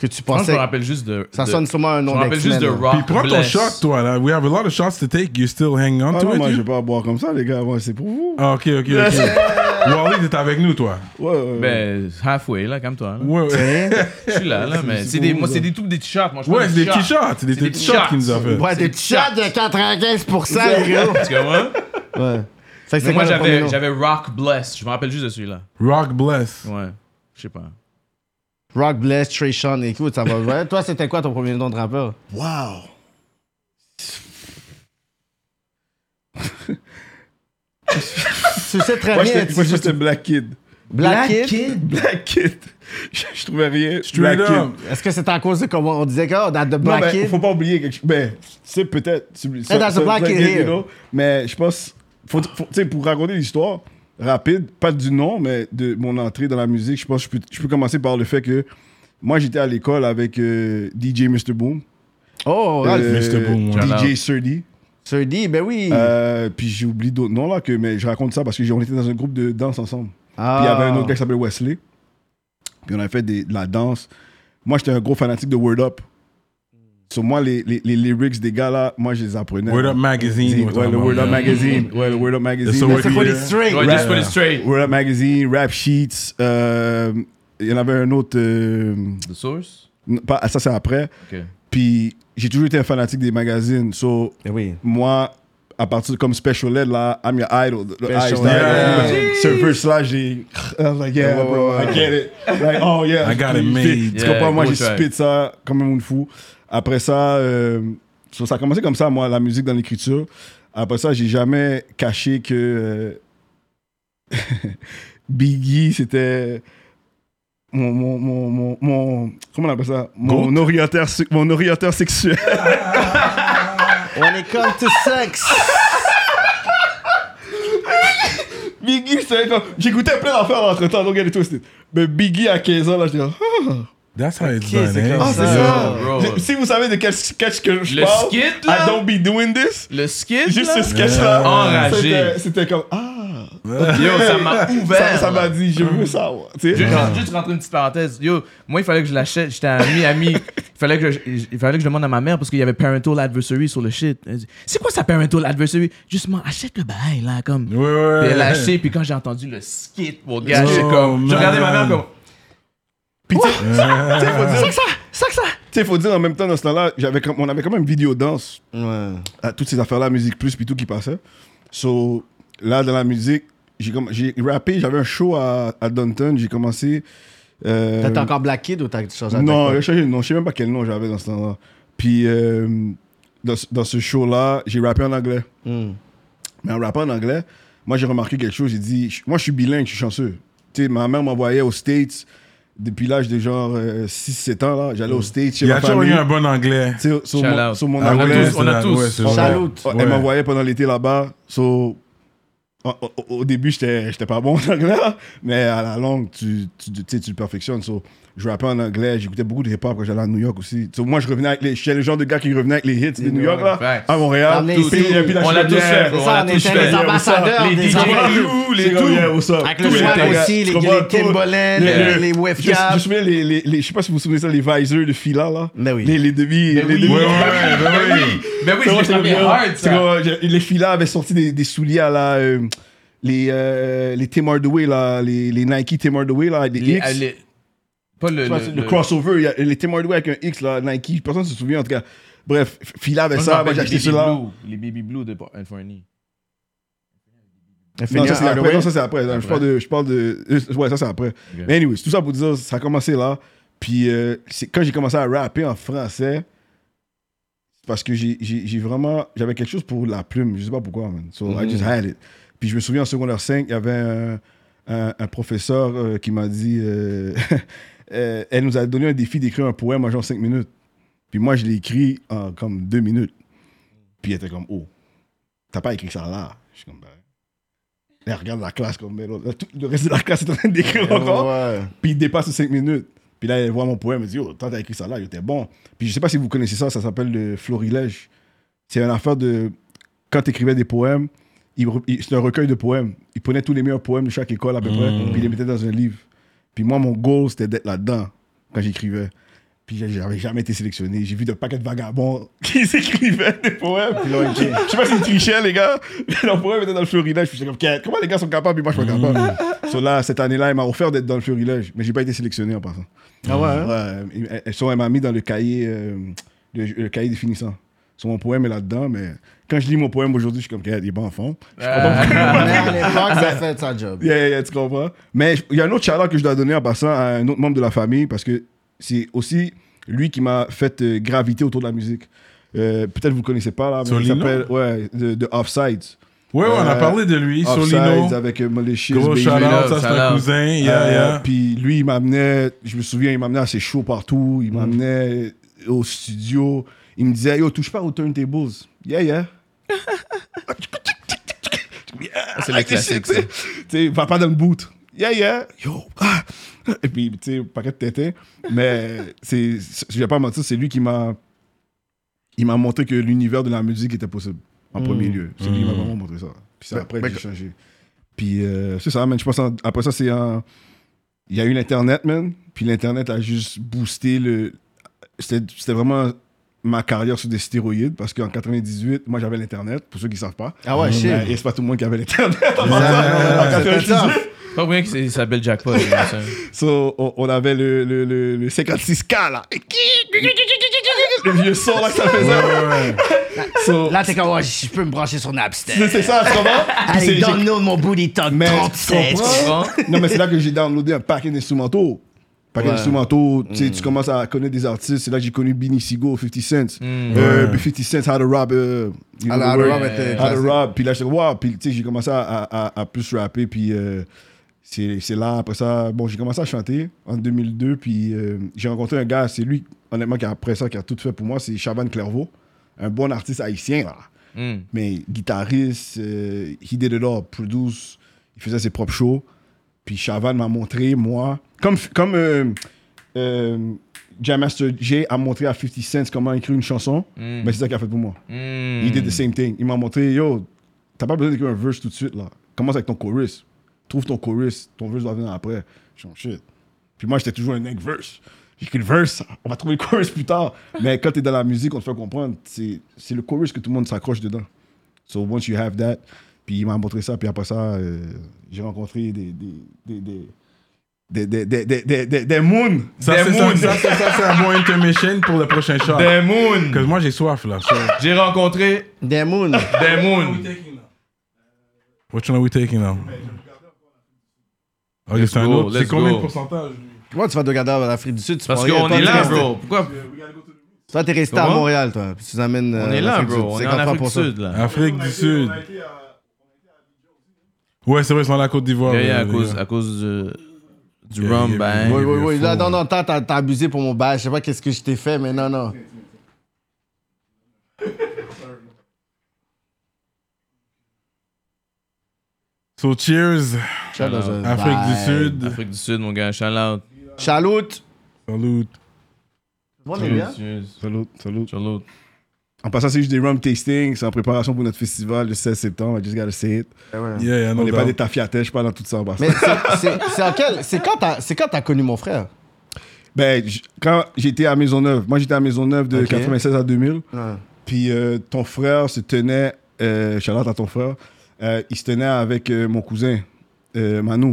Speaker 2: que tu
Speaker 4: Moi, je
Speaker 2: pensais.
Speaker 4: me rappelle juste de.
Speaker 2: Ça
Speaker 4: de-
Speaker 2: sonne sûrement un
Speaker 4: Je
Speaker 2: nom
Speaker 4: me rappelle juste de
Speaker 2: d'X-Men, là.
Speaker 4: Rock.
Speaker 1: Puis prends ton
Speaker 4: Bless.
Speaker 1: shot, toi, là. We have a lot of shots to take. You still hang on
Speaker 5: Ah
Speaker 1: to
Speaker 5: non,
Speaker 1: it,
Speaker 5: moi, je
Speaker 1: you?
Speaker 5: vais pas boire comme ça, les gars. Moi, c'est pour vous.
Speaker 1: Ah, ok, ok, ok. Wally, t'es avec nous, toi.
Speaker 5: Ouais, ouais, ouais.
Speaker 4: Ben, halfway, là, comme toi. là.
Speaker 1: Ouais, ouais.
Speaker 4: Je suis là, là, mais c'est des, moi, c'est des tout des t-shirts. Moi, je
Speaker 1: Ouais,
Speaker 4: porte
Speaker 1: c'est des t-shirts. C'est des
Speaker 4: C'est des
Speaker 1: t-shirts qui nous ont fait.
Speaker 2: Ouais, des shots de 95%, gros.
Speaker 4: Tu comprends?
Speaker 2: Ouais. Fait que c'est
Speaker 4: Moi,
Speaker 2: quoi le premier
Speaker 4: j'avais,
Speaker 2: nom?
Speaker 4: j'avais Rock Bless. Je me rappelle juste de celui-là.
Speaker 1: Rock Bless.
Speaker 4: Ouais. Je sais pas.
Speaker 2: Rock Bless, Trey Sean, écoute, ça va. Ouais, toi, c'était quoi ton premier nom de rappeur?
Speaker 5: Wow.
Speaker 2: Tu sais très
Speaker 5: Moi,
Speaker 2: bien.
Speaker 5: j'étais
Speaker 2: tu-
Speaker 5: moi, j'étais Black Kid.
Speaker 2: Black Kid?
Speaker 5: Black Kid. Je, je trouvais rien.
Speaker 1: Straight
Speaker 5: Black
Speaker 1: up.
Speaker 5: Kid.
Speaker 2: Est-ce que c'est à cause de comment on disait que oh, that's the
Speaker 5: Non,
Speaker 2: Black
Speaker 5: mais
Speaker 2: Kid?
Speaker 5: faut pas oublier quelque chose. Ben, tu sais, peut-être. tu- ça-
Speaker 2: that's
Speaker 5: ça-
Speaker 2: a Black
Speaker 5: Black
Speaker 2: Kid
Speaker 5: Kid, you
Speaker 2: here.
Speaker 5: know, Mais je pense. Faut, faut- tu sais, pour raconter l'histoire rapide, pas du nom, mais de mon entrée dans la musique, je pense que je peux, je peux commencer par le fait que moi, j'étais à l'école avec euh, DJ Mr. Boom.
Speaker 2: Oh, Ralph.
Speaker 5: euh,
Speaker 1: Mr. Boom, ouais.
Speaker 5: DJ Surdy.
Speaker 2: Sir D, ben oui.
Speaker 5: Euh, puis j'ai oublié d'autres noms là, que, mais je raconte ça parce que j'ai- on était dans un groupe de danse ensemble.
Speaker 2: Ah.
Speaker 5: Puis il y avait un autre gars qui s'appelait Wesley. Puis on avait fait des- de la danse. Moi, j'étais un gros fanatique de Word Up. Sur moi, les, les, les lyrics des gars là, moi, je les apprenais.
Speaker 1: Word Up Magazine.
Speaker 5: Magazine. Ouais, le Word Up Magazine. Ouais, le Word Up Magazine.
Speaker 1: so
Speaker 2: C'est quoi les
Speaker 1: Yeah.
Speaker 5: euh,
Speaker 2: straight?
Speaker 4: Ouais, just put it straight.
Speaker 5: Word Up Magazine, Rap Sheets. euh, Il y en avait un autre. euh,
Speaker 4: The Source?
Speaker 5: n- pas- ça, c'est après.
Speaker 4: Ok.
Speaker 5: Puis j'ai toujours été un fanatique des magazines. So,
Speaker 2: Ben oui.
Speaker 5: moi, à partir de comme Special Ed, là, I'm your idol. The- the
Speaker 2: Special
Speaker 5: eyes,
Speaker 2: Ed.
Speaker 5: like, Ce verse-là, j'ai. I was like, yeah,
Speaker 2: Ouais, ouais,
Speaker 5: bro,
Speaker 2: ouais.
Speaker 5: I get it. Like, oh yeah.
Speaker 1: I got it
Speaker 5: J'ai-
Speaker 1: made.
Speaker 5: Tu
Speaker 4: Yeah,
Speaker 5: comprends? Moi,
Speaker 4: cool
Speaker 5: j'ai
Speaker 4: track.
Speaker 5: spit ça comme un fou. Après ça, euh, so, ça a commencé comme ça, moi, la musique dans l'écriture. Après ça, j'ai jamais caché que euh, Biggie, c'était. Mon, mon, mon, mon, mon- comment on appelle ça? Mon orientateur, se- mon orientateur sexuel.
Speaker 2: When it comes to sex.
Speaker 5: Biggie, c'est comme. J'écoutais plein d'affaires entre temps, donc elle est twisted. Mais Biggie à 15 ans, là, je dis. Ah,
Speaker 1: That's how it's
Speaker 2: Ok,
Speaker 1: done,
Speaker 2: c'est
Speaker 1: eh?
Speaker 2: comme
Speaker 5: ah, c'est
Speaker 2: Ça,
Speaker 5: ça!
Speaker 4: Oh, bro.
Speaker 5: J'ai- Si vous savez de quel sketch que je
Speaker 4: Le
Speaker 5: parle.
Speaker 4: skit,
Speaker 5: I
Speaker 4: là?
Speaker 5: don't be doing this.
Speaker 4: Le skit?
Speaker 5: Juste
Speaker 4: là?
Speaker 5: ce sketch-là.
Speaker 4: Enragé.
Speaker 5: c'était- C'était comme. Ah!
Speaker 4: Yo, ça m'a
Speaker 5: Ça
Speaker 4: ouvert.
Speaker 5: ça
Speaker 4: là.
Speaker 5: m'a dit, je veux ça. ouais. Tu sais?
Speaker 4: Juste, juste rentrer une petite parenthèse. Yo, moi, il fallait que je l'achète. J'étais à Miami. Il fallait, que je, il fallait que je demande à ma mère parce qu'il y avait Parental Adversary sur le shit. Elle dit, C'est quoi ça, Parental Adversary? Justement, achète le bail, là, comme.
Speaker 1: Ouais, ouais.
Speaker 4: Puis elle l'a acheté, puis quand j'ai entendu le skit, mon gars, j'ai
Speaker 1: Oh,
Speaker 4: comme. J'ai regardé ma
Speaker 1: man.
Speaker 4: mère comme.
Speaker 5: Puis tu sais, tu sais, faut dire. ça, ça! Tu sais, faut dire en même temps, dans ce temps-là, j'avais comme- on avait quand même vidéo danse.
Speaker 2: Ouais.
Speaker 5: à toutes ces affaires-là, Musique Plus, puis tout qui passait. So, là, dans la musique, j'ai comme- j'ai rappé, j'avais un show à, à Downton, j'ai commencé. euh,
Speaker 2: T'as encore Black Kid ou t'as changé
Speaker 5: non, j'ai changé de nom, je sais même pas quel nom j'avais dans ce temps-là. Puis, euh, dans, ce- dans ce show-là, j'ai rappé en anglais.
Speaker 4: Hmm.
Speaker 5: Mais en rappant en anglais, moi, j'ai remarqué quelque chose. J'ai dit, je- moi, je suis bilingue, je suis chanceux. Tu sais, ma mère m'envoyait aux States depuis l'âge de genre 6-7 ans, là. J'allais aux States chez
Speaker 1: Il y
Speaker 5: ma
Speaker 1: a toujours
Speaker 5: famille.
Speaker 1: eu un bon anglais.
Speaker 5: Tu sais, sur,
Speaker 4: Hmm. Shout
Speaker 5: mon,
Speaker 4: out.
Speaker 5: sur mon
Speaker 4: Ah, on a
Speaker 5: anglais.
Speaker 4: tous- on a tous.
Speaker 1: Salut.
Speaker 2: Salute.
Speaker 1: Ouais.
Speaker 5: Ouais, Elle m'envoyait pendant l'été là-bas. So, au, au- au début, j'étais j'étais pas bon en anglais, là, mais à la longue, tu, tu, tu sais, tu le perfectionnes. So, je rappais en anglais, j'écoutais beaucoup de hip-hop quand j'allais à New York aussi. So, moi, je revenais avec les. J'étais le genre de gars qui revenait avec les hits de New York, là,
Speaker 4: Facts.
Speaker 5: à Montréal.
Speaker 2: Ramener
Speaker 5: Puis-
Speaker 2: ici.
Speaker 5: puis là,
Speaker 4: On
Speaker 5: je
Speaker 4: l'a
Speaker 5: revenais-
Speaker 4: tous fait, bro. On
Speaker 2: Ça,
Speaker 4: l'a
Speaker 2: on
Speaker 4: tous
Speaker 2: était les
Speaker 4: fait.
Speaker 2: ambassadeurs
Speaker 4: Les
Speaker 2: des
Speaker 4: DJ.
Speaker 2: anglais.
Speaker 5: C'est comme, yeah, what's up?
Speaker 2: Avec le
Speaker 5: Tous les
Speaker 2: swag
Speaker 5: gars,
Speaker 2: aussi, les,
Speaker 5: tu comprends,
Speaker 2: les
Speaker 5: tous-
Speaker 2: Timbaland,
Speaker 5: les-
Speaker 2: les,
Speaker 5: les-
Speaker 2: les
Speaker 5: Je
Speaker 2: Wef
Speaker 5: me- je me
Speaker 2: Gap.
Speaker 5: souviens, les, les, les- je sais pas si vous vous souvenez ça, les visors de Fila, là.
Speaker 2: Mais oui.
Speaker 5: Les, les demi. les
Speaker 4: Ben oui.
Speaker 5: demi-
Speaker 1: Ouais, ouais, ouais, ouais, ouais.
Speaker 4: Ben oui,
Speaker 5: C'est vrai,
Speaker 4: je l'ai
Speaker 5: c'est
Speaker 4: frappé
Speaker 5: bien.
Speaker 4: hard,
Speaker 5: C'est
Speaker 4: ça.
Speaker 5: vrai, j'ai- les filles là avaient sorti des, des souliers à la. euh, les, euh, les Tim Hardaway, là, les, les Nike Tim Hardaway, là, des
Speaker 4: Les- euh,
Speaker 5: X.
Speaker 4: les- Pas le.
Speaker 5: Je pense que c'est le, crossover, il y a les Tim Hardaway avec un X, là, Nike, personne ne se souvient en tout cas. Bref, Fila avait
Speaker 4: Moi, je me
Speaker 5: ça, moi
Speaker 4: rappelle
Speaker 5: j'ai
Speaker 4: les
Speaker 5: acheté
Speaker 4: Baby
Speaker 5: cela.
Speaker 4: Blue, Les Baby Blue de Anthony.
Speaker 5: Non, ça c'est
Speaker 2: Ah,
Speaker 5: après. Non, ça c'est après.
Speaker 4: Après.
Speaker 5: Je parle de. Je parle de euh, ouais, ça c'est après. Mais anyways, tout ça pour dire, ça a commencé là. Puis euh, c'est quand j'ai commencé à rapper en français, c'est parce que j'ai- j'ai j'ai vraiment. J'avais quelque chose pour la plume. Je sais pas pourquoi, man. So I just had it. Puis je me souviens en secondaire 5, il y avait un, un- un professeur euh, qui m'a dit. euh, euh, elle nous a donné un défi d'écrire un poème en genre 5 minutes. Puis moi, je l'ai écrit en comme 2 minutes. Puis elle était comme, oh, t'as pas écrit ça là. Je suis comme, ben. Elle regarde la classe comme, mais l'autre- tout le reste de la classe est en train d'écrire
Speaker 2: Ben
Speaker 5: encore.
Speaker 2: Ah, Ouais. hein?
Speaker 5: Puis il dépasse les 5 minutes. Puis là, elle voit mon poème, elle dit, oh, toi, t'as écrit ça là, il était bon. Puis je sais pas si vous connaissez ça, ça s'appelle le florilège. C'est une affaire de. Quand t'écrivais des poèmes, il re- il- c'était un recueil de poèmes. Il prenait tous les meilleurs poèmes de chaque école à peu près, puis il les mettait dans un livre. Puis moi, mon goal, c'était d'être là-dedans quand j'écrivais. Puis j'ai- j'avais jamais été sélectionné. J'ai vu de paquets de vagabonds qui s'écrivaient des poèmes. Je sais pas s'ils trichaient, les gars. mais Leur poème était dans le florilège. Puis j'étais comme, Qu'est- comment les gars sont capables, puis moi, je suis pas capable. So là, cette année-là, elle m'a offert d'être dans le florilège, mais j'ai pas été sélectionné en passant.
Speaker 2: Ah ouais? hein?
Speaker 5: Ouais, elle, elle- so, elle m'a mis dans le cahier, euh, le, le cahier des finissants. So, mon poème est là-dedans, mais quand je lis mon poème aujourd'hui, je suis comme, il est bon en fond.
Speaker 2: Mais à l'époque,
Speaker 5: Ben,
Speaker 2: ça fait sa job.
Speaker 5: Yeah, yeah, yeah, tu comprends? Mais il y a un autre shout que je dois donner en passant à un autre membre de la famille parce que c'est aussi lui qui m'a fait euh, graviter autour de la musique. Euh, Peut-être vous le connaissez pas là, mais il
Speaker 1: Solino?
Speaker 5: s'appelle ouais, de, de Offsides.
Speaker 1: Ouais, ouais, on a
Speaker 5: Euh,
Speaker 1: parlé de lui, Solino.
Speaker 5: Offsides avec euh, Malicious
Speaker 1: Gros
Speaker 5: Baby.
Speaker 1: shout-out,
Speaker 4: là,
Speaker 1: ça c'est un
Speaker 4: shout-out.
Speaker 1: cousin.
Speaker 5: Euh,
Speaker 1: Yeah, yeah.
Speaker 5: Puis lui, il m'amenait, je me souviens, il m'amenait à ses shows partout, il m'amenait au studio. Il me disait, yo, touche pas aux turntables. Yeah, yeah.
Speaker 4: C'est le classique, ça.
Speaker 5: Ah, Tu sais, va pas dans le boot. Yeah, yeah. Yo. ah. Et puis, tu sais, paquet de tétés. Mais c'est, c'est- je vais pas mentir, c'est lui qui m'a. Il m'a montré que l'univers de la musique était possible,
Speaker 1: Hmm.
Speaker 5: en premier lieu. C'est lui qui m'a vraiment montré ça. Puis c'est après que j'ai changé. Puis euh, c'est ça, man. Je pense en- après ça, c'est un. Il y a eu l'Internet, man. Puis l'Internet a juste boosté le. C'était c'était vraiment ma carrière sur des stéroïdes parce qu'en 98, moi j'avais l'Internet, pour ceux qui savent pas.
Speaker 2: Ah ouais, shit.
Speaker 5: Euh, Et c'est pas tout le monde qui avait l'Internet. en
Speaker 2: ouais, ouais,
Speaker 5: 98.
Speaker 2: c'était ça.
Speaker 4: Pas bien que c'est- ça s'appelle Jackpot. mais ça-
Speaker 5: So, on, on avait le, le, le, le 56K là. Le vieux son là que ça faisait. So,
Speaker 2: Là, t'es comme, ouais, je peux me brancher sur Napster.
Speaker 5: c'est- c'est ça, tu comprends? Puis c'est-
Speaker 2: Allez,
Speaker 5: j'ai-
Speaker 2: donne-nous mon booty talk
Speaker 5: Mais tu
Speaker 2: 37.
Speaker 5: comprends?
Speaker 4: tu
Speaker 5: Non, mais c'est là que j'ai downloadé un paquet d'instrumentaux. Paquet
Speaker 2: Ouais.
Speaker 5: d'instrumentaux, tu sais, tu commences à connaître des artistes. C'est là que j'ai connu Benny Sigo, 50 Cent. Euh, puis 50 Cent, How to Rob. Euh, you know
Speaker 2: Alors,
Speaker 5: the
Speaker 2: alors,
Speaker 5: word.
Speaker 2: ouais, t'es-
Speaker 5: How to Rob. Puis là, j'étais comme, wow. Puis, tu sais, j'ai commencé à, à, à- à plus rapper. Puis euh, c'est c'est là, après ça, bon, j'ai commencé à chanter en 2002. Puis euh, j'ai rencontré un gars, c'est lui, honnêtement, qui a, après ça, qui a tout fait pour moi, c'est Chaban Clairvaux. Un bon artiste haïtien, là.
Speaker 4: Mm.
Speaker 5: Mais guitariste, euh, he did it all, produce, il faisait ses propres shows. Puis Chavan m'a montré, moi, comme, comme euh, euh, Jam Master J a montré à 50 Cent comment écrire une chanson,
Speaker 4: Mm.
Speaker 5: ben, c'est ça qu'il a fait pour moi.
Speaker 4: Mm.
Speaker 5: Il did the same thing. Il m'a montré, yo, t'as pas besoin d'écrire un verse tout de suite, là. Commence avec ton chorus. Trouve ton chorus. Ton verse doit venir après. Je suis en shit. Puis moi, j'étais toujours un nec verse. J'écris le verse, on va trouver le chorus plus tard. Mais quand t'es dans la musique, on te fait comprendre, c'est c'est le chorus que tout le monde s'accroche dedans. So once you have that, puis il m'a montré ça, puis après ça, euh, j'ai rencontré des... des, des, des des, des, des, des, des, des, des moons.
Speaker 1: Ça,
Speaker 5: des
Speaker 1: c'est
Speaker 5: moons.
Speaker 1: ça, ça, c'est ça, c'est un bon intermission pour le prochain shot.
Speaker 5: Des
Speaker 1: Parce
Speaker 5: moons.
Speaker 1: que moi, j'ai soif, là. So,
Speaker 4: J'ai rencontré
Speaker 2: Des moons.
Speaker 4: des moons.
Speaker 1: which one are we taking now? Ok, c'est un
Speaker 4: go,
Speaker 1: autre. C'est
Speaker 4: let's
Speaker 1: combien de
Speaker 4: go.
Speaker 1: pourcentage? lui?
Speaker 2: Comment tu vas te regarder en Afrique du Sud? Tu
Speaker 4: Parce
Speaker 2: prends rien,
Speaker 4: qu'on
Speaker 2: toi,
Speaker 4: est
Speaker 2: tu
Speaker 4: là,
Speaker 2: restes-
Speaker 4: bro. Pourquoi
Speaker 2: Toi, t'es resté à
Speaker 4: Comment?
Speaker 2: Montréal, toi. Puis tu nous amènes. euh,
Speaker 4: on est
Speaker 1: Euh,
Speaker 4: là, bro? On est en Afrique du Sud, là.
Speaker 1: Afrique du Sud.
Speaker 5: hein.
Speaker 1: Ah, Ouais, c'est vrai, ils sont à la Côte d'Ivoire.
Speaker 4: Yeah, yeah, à
Speaker 1: les
Speaker 4: cause,
Speaker 1: gars.
Speaker 4: à cause euh, du
Speaker 1: Yeah,
Speaker 4: rum
Speaker 1: yeah,
Speaker 4: bang.
Speaker 2: Oui, oui, oui.
Speaker 1: Ils
Speaker 2: Là,
Speaker 1: le font.
Speaker 2: non, non, attends, t'as t'as abusé pour mon badge. Je sais pas qu'est-ce que je t'ai fait, mais non, non.
Speaker 1: So, cheers.
Speaker 2: Shout-out.
Speaker 1: Afrique du
Speaker 2: Bye.
Speaker 1: Sud.
Speaker 4: Afrique du Sud, mon gars, shout out.
Speaker 2: Chaloute.
Speaker 1: Salut.
Speaker 2: On est bien.
Speaker 5: Salut, salut.
Speaker 4: Salut.
Speaker 5: En passant, c'est juste des rum tasting, c'est en préparation pour notre festival le 16 septembre. I just gotta say it.
Speaker 1: Yeah, yeah,
Speaker 5: On
Speaker 1: no
Speaker 5: n'est pas des
Speaker 1: doubt.
Speaker 5: tafiatets, je suis pas dans tout ça en bas.
Speaker 2: Mais c'est- c'est c'est à quel. C'est quand t'as- c'est quand t'as connu mon frère?
Speaker 5: Ben, j- quand j'étais à Maisonneuve, moi j'étais à Maisonneuve de
Speaker 2: Ok.
Speaker 5: 96 à 2000,
Speaker 2: Ouais.
Speaker 5: puis euh, ton frère se tenait, euh, shout out à ton frère, euh, il se tenait avec euh, mon cousin, euh, Manu,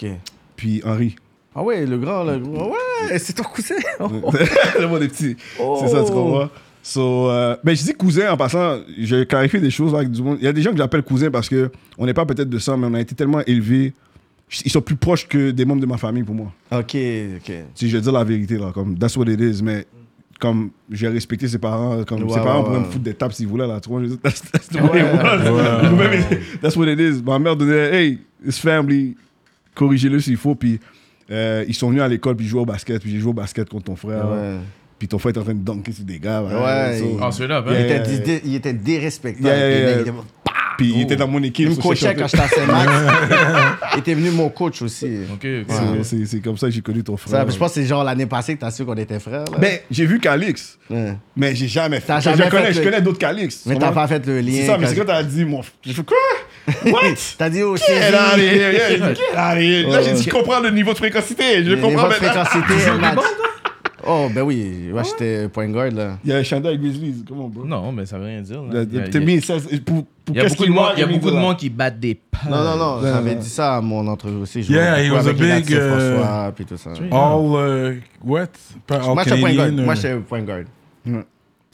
Speaker 2: Ok.
Speaker 5: puis Henri.
Speaker 2: Ah ouais, le grand, le gros. Ouais, c'est ton cousin.
Speaker 5: le monde est petit. C'est ça, tu
Speaker 2: Oh.
Speaker 5: comprends? So, euh, ben, je dis cousin en passant, je clarifie des choses là, avec du monde. Il y a des gens que j'appelle cousin parce que on n'est pas peut-être de ça, mais on a été tellement élevés. Ils sont plus proches que des membres de ma famille pour moi.
Speaker 2: Ok, ok.
Speaker 5: Si je vais dire la vérité, là, comme, that's what it is, mais comme, j'ai respecté ses parents, comme,
Speaker 2: Ouais,
Speaker 5: ses parents
Speaker 2: ouais,
Speaker 5: pourraient
Speaker 2: ouais.
Speaker 5: me foutre des tapes s'ils voulaient, là, tu vois, je dis, that's, that's the
Speaker 2: Ouais.
Speaker 5: way it was.
Speaker 1: Ouais.
Speaker 5: Ou même, that's what it is. Ma mère disait, hey, it's family, corrigez-le s'il faut, puis euh, ils sont venus à l'école, puis ils jouaient au basket, puis j'ai joué au basket contre ton frère,
Speaker 2: Ouais.
Speaker 5: puis ton frère était en train de dunker sur des gars,
Speaker 2: Ouais,
Speaker 5: so-
Speaker 2: il-
Speaker 4: Oh, straight up, hein?
Speaker 5: Yeah,
Speaker 2: Il était,
Speaker 5: yeah,
Speaker 2: dé- il était dérespectable.
Speaker 5: Euh, Yeah, yeah, yeah.
Speaker 2: Il, était-
Speaker 5: puis il était dans mon équipe.
Speaker 2: il me
Speaker 5: so
Speaker 2: coachait
Speaker 5: c'est-
Speaker 2: quand j'étais à Saint-Max. il était venu mon coach aussi.
Speaker 4: Ok,
Speaker 5: c'est-
Speaker 4: ok.
Speaker 5: c'est- C'est comme ça que j'ai connu ton frère.
Speaker 2: Ça, je pense que c'est genre l'année passée que t'as su qu'on était frères. là.
Speaker 5: Ben, j'ai vu Calix,
Speaker 2: Ouais.
Speaker 5: mais j'ai jamais fait.
Speaker 2: T'as
Speaker 5: Je-
Speaker 2: jamais
Speaker 5: je connais,
Speaker 2: fait
Speaker 5: je
Speaker 2: le-
Speaker 5: connais d'autres Calix.
Speaker 2: Mais t'as pas fait le lien.
Speaker 5: C'est ça, mais
Speaker 2: quand-
Speaker 5: c'est quand t'as dit, mon. f- J'ai fait quoi? What?
Speaker 2: T'as dit aussi.
Speaker 5: Get out of here, yeah, get out of here. Là,
Speaker 2: Ouais,
Speaker 5: j'ai dit, je comprends le niveau de fréquencité. Je
Speaker 2: Le
Speaker 5: comprends
Speaker 2: niveau de
Speaker 5: maintenant.
Speaker 2: fréquencité, match. Oh, ben oui,
Speaker 5: Ah
Speaker 2: ouais, j'étais point guard, là.
Speaker 5: Il y a un chandail Grizzlies, comment, bro?
Speaker 4: Non, mais ça veut rien dire. là.
Speaker 5: Le-
Speaker 4: Il y a-
Speaker 5: le- T'as
Speaker 4: il y a-
Speaker 5: mis ça c'est- pour, pour
Speaker 4: Il y a
Speaker 5: qu'est-ce
Speaker 4: beaucoup de
Speaker 5: qu'il
Speaker 4: monde-
Speaker 5: mange,
Speaker 4: il y a
Speaker 5: j'ai mis
Speaker 4: beaucoup de
Speaker 5: ça.
Speaker 4: monde qui battent des pas.
Speaker 2: Non, non, non,
Speaker 5: Ouais,
Speaker 2: j'avais
Speaker 5: ouais.
Speaker 2: dit ça à mon entrevue aussi. Je
Speaker 1: Yeah,
Speaker 2: jouais
Speaker 1: he
Speaker 2: beaucoup
Speaker 1: was a
Speaker 2: avec les
Speaker 1: big,
Speaker 2: Nats de
Speaker 1: euh,
Speaker 2: François, puis tout ça.
Speaker 1: All, euh, what? Pas all
Speaker 2: Moi, j'étais point guard.
Speaker 1: Canadian, euh,
Speaker 2: Moi, j'étais point guard.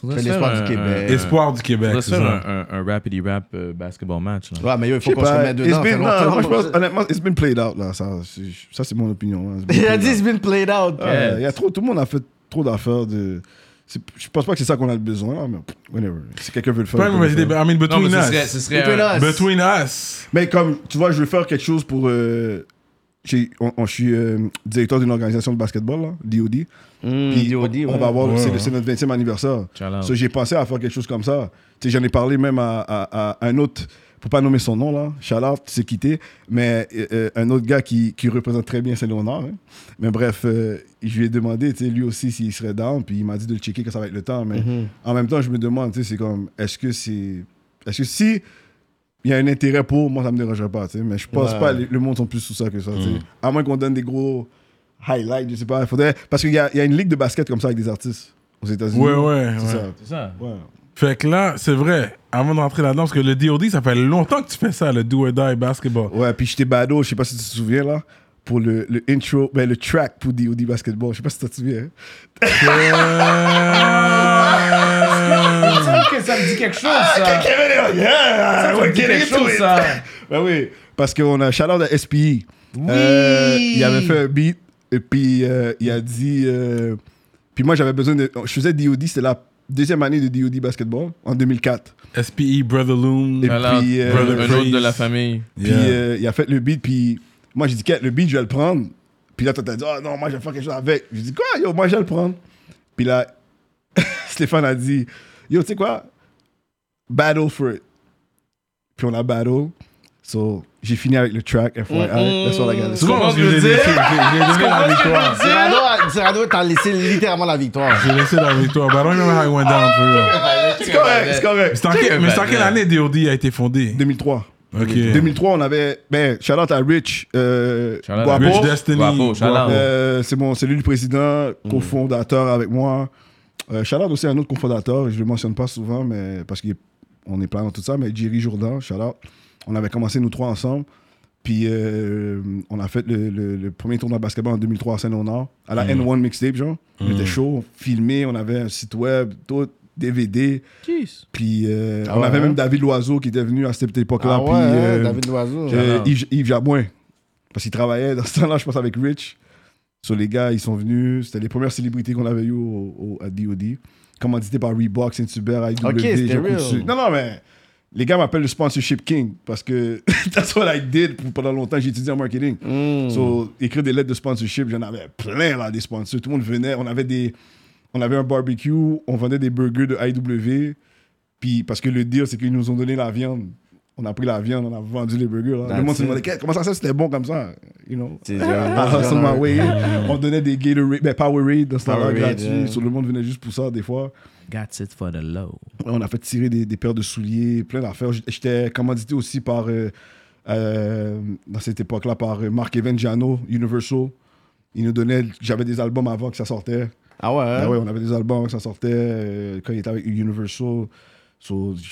Speaker 4: Faudrait
Speaker 2: Fais
Speaker 4: se
Speaker 2: l'espoir
Speaker 4: faire
Speaker 2: du
Speaker 4: un-
Speaker 2: Québec.
Speaker 4: un-
Speaker 1: Espoir du Québec,
Speaker 4: faudrait se
Speaker 1: c'est
Speaker 4: faire
Speaker 1: ça.
Speaker 4: un, un, un rapidy rap euh, basketball match. là.
Speaker 2: Ouais, mais yo, il
Speaker 5: Je
Speaker 2: faut
Speaker 5: sais
Speaker 2: qu'on se
Speaker 5: pas.
Speaker 2: remette
Speaker 5: Bah, It's
Speaker 2: dedans. ça fait
Speaker 5: been,
Speaker 2: longtemps.
Speaker 5: non, moi, je pense, honnêtement, it's been played out, là. Ça, c'est- ça, c'est mon opinion. là. It's been
Speaker 2: Il a
Speaker 5: played
Speaker 2: dit,
Speaker 5: out.
Speaker 2: it's been played out.
Speaker 5: Ouais, il y a trop, tout le monde a fait trop d'affaires de. c'est- Je pense pas que c'est ça qu'on a besoin, là, mais whatever. Si quelqu'un veut le faire.
Speaker 1: Pas
Speaker 5: il
Speaker 1: une
Speaker 5: peut
Speaker 1: mauvaise
Speaker 5: le
Speaker 1: idée,
Speaker 5: faire.
Speaker 1: but I mean,
Speaker 4: Non, mais
Speaker 1: between
Speaker 4: ce serait, ce
Speaker 1: us.
Speaker 4: serait
Speaker 2: Between
Speaker 4: un-
Speaker 2: us.
Speaker 1: Between us.
Speaker 5: Mais comme, tu vois, je veux faire quelque chose pour. euh, j'ai- on, on- je suis euh, directeur d'une organisation de basketball, là, DOD.
Speaker 2: Mmh,
Speaker 5: Puis
Speaker 2: DOD,
Speaker 5: on, on
Speaker 2: ouais.
Speaker 5: va avoir.
Speaker 1: Ouais,
Speaker 5: c'est,
Speaker 1: ouais.
Speaker 5: c'est notre 20e anniversaire.
Speaker 4: Shout out.
Speaker 5: So, j'ai pensé à faire quelque chose comme ça. Tu sais, j'en ai parlé même à, à- à un autre, pour pas nommer son nom là, Chalard, s'est quitté, mais euh, euh, un autre gars qui, qui représente très bien Saint-Léonard. hein. Mais bref, euh, je lui ai demandé, tu sais, lui aussi s'il serait down, puis il m'a dit de le checker quand ça va être le temps. Mais en même temps, je me demande, tu sais, c'est comme, est-ce que c'est. Est-ce que si il y a un intérêt pour, moi ça me dérangerait pas, tu sais, mais je pense
Speaker 2: Ouais.
Speaker 5: pas, le le monde sont plus sous ça que ça, tu sais. À moins qu'on donne des gros highlights, je sais pas, il faudrait. Parce qu'il y a, il y a une ligue de basket comme ça avec des artistes aux États-Unis.
Speaker 1: Ouais, ouais,
Speaker 5: C'est
Speaker 1: ouais.
Speaker 5: ça.
Speaker 4: Mm. C'est ça.
Speaker 5: Ouais.
Speaker 1: Fait que là, c'est vrai, avant d'entrer là-dedans, parce que le DOD, ça fait longtemps que tu fais ça, le Do or Die Basketball.
Speaker 5: Ouais, puis j'étais bado, je sais pas si tu te souviens là, pour le, le intro, ben, le track pour DOD Basketball, je sais pas si tu te souviens. hein.
Speaker 4: que ça me dit quelque chose, ça.
Speaker 5: Yeah,
Speaker 4: me dit quelque chose, ça.
Speaker 5: Ben oui, parce qu'on a Chalard de SPI. Euh, il avait fait un beat, et puis euh, il a dit. euh, puis moi j'avais besoin de. Je faisais DOD, c'était la deuxième année de DOD Basketball, en 2004.
Speaker 1: SPE, E, Brother Loom.
Speaker 5: Et
Speaker 4: Shout out.
Speaker 5: puis, euh,
Speaker 4: Brother- un autre
Speaker 1: Freeze.
Speaker 4: de la famille.
Speaker 5: Puis euh, il a fait le beat, puis moi j'ai dit, Quête, le beat, je vais le prendre. Puis là, toi, t'as dit, ah non, moi je vais faire quelque chose avec. J'ai dit, quoi, yo, moi je vais le prendre. Puis là, Stéphane a dit, yo, tu sais quoi, battle for it. Puis on a battle. So, j'ai fini avec le track, FYI. That's all I got.
Speaker 1: C'est bon, parce que je l'ai laissé. Je l'ai donné la victoire.
Speaker 2: Cyrano, Cyrano t'as ah, laissé littéralement la victoire.
Speaker 1: J'ai laissé la victoire. But I don't remember how it went down, for real.
Speaker 5: C'est correct,
Speaker 1: Mais
Speaker 5: c'est correct.
Speaker 1: c'est en
Speaker 4: Check
Speaker 1: quelle-
Speaker 4: it
Speaker 1: Mais c'est en
Speaker 4: back,
Speaker 1: quelle
Speaker 4: man.
Speaker 1: année DOD a été fondé
Speaker 5: 2003.
Speaker 1: Ok.
Speaker 5: 2003, on avait, ben, shout out à Rich, euh,
Speaker 4: Shout out à
Speaker 5: Boisbeau.
Speaker 1: Rich
Speaker 4: Guapo,
Speaker 1: Destiny.
Speaker 4: shout out.
Speaker 5: Euh, c'est mon, c'est lui le président,
Speaker 2: Mm.
Speaker 5: cofondateur avec moi. Euh, Shout-out aussi à un autre cofondateur, je le mentionne pas souvent, mais parce qu'on est plein dans tout ça, mais Jerry Jourdan, shout-out. On avait commencé nous trois ensemble, puis euh, on a fait le, le- le premier tournoi de basketball en 2003 à Saint-Léonard, à
Speaker 2: Mm.
Speaker 5: la N1 Mixtape, genre. On était chaud, on filmait, on avait un site web, tout, DVD,
Speaker 4: Jeez.
Speaker 5: puis euh,
Speaker 2: Ah
Speaker 5: on
Speaker 2: ouais,
Speaker 5: avait
Speaker 2: hein?
Speaker 5: même David Loiseau qui était venu à cette époque-là,
Speaker 2: Ah ouais,
Speaker 5: puis euh,
Speaker 2: David Loiseau.
Speaker 5: euh,
Speaker 4: Shout-out.
Speaker 5: Yves, Yves Jabouin. Parce qu'il travaillait dans ce temps-là, je pense, avec Rich. So, les gars, ils sont venus. C'était les premières célébrités qu'on avait eues au, au- à DOD. Commandité par Reebok, Saint-Hubert, IW,
Speaker 2: Ok, c'était
Speaker 5: Jean Coutu.
Speaker 2: real.
Speaker 5: Non, non, mais les gars m'appellent le sponsorship king parce que that's what I did pour- pendant longtemps. J'ai étudié en marketing.
Speaker 2: Hmm.
Speaker 5: So, écrire des lettres de sponsorship, j'en avais plein, là, des sponsors. Tout le monde venait. On avait des... On avait un barbecue, on vendait des burgers de IW. Puis, parce que le deal, c'est qu'ils nous ont donné la viande. On a pris la viande, on a vendu les burgers. là. Le
Speaker 2: That's
Speaker 5: monde se
Speaker 2: it.
Speaker 5: demandait, Qu'est- comment ça, ça c'était bon comme ça? You know?
Speaker 2: C'est-
Speaker 5: Ah,
Speaker 2: c'est-
Speaker 5: sur ma way. On donnait des Gatorade, ben Powerade dans ce temps-là,
Speaker 2: Powerade,
Speaker 5: gratuit.
Speaker 2: yeah.
Speaker 5: Sur le monde venait juste pour ça, des fois.
Speaker 4: Got it for the low.
Speaker 5: On a fait tirer des, des paires de souliers, plein d'affaires. J- J'étais commandité aussi par, euh, euh, dans cette époque-là, par euh, Marc Evangiano, Universal. Il nous donnait, j'avais des albums avant que ça sortait.
Speaker 2: Ah ouais, hein?
Speaker 5: Ben ouais, on avait des albums quand ça sortait, euh, quand il était avec Universal. So, je,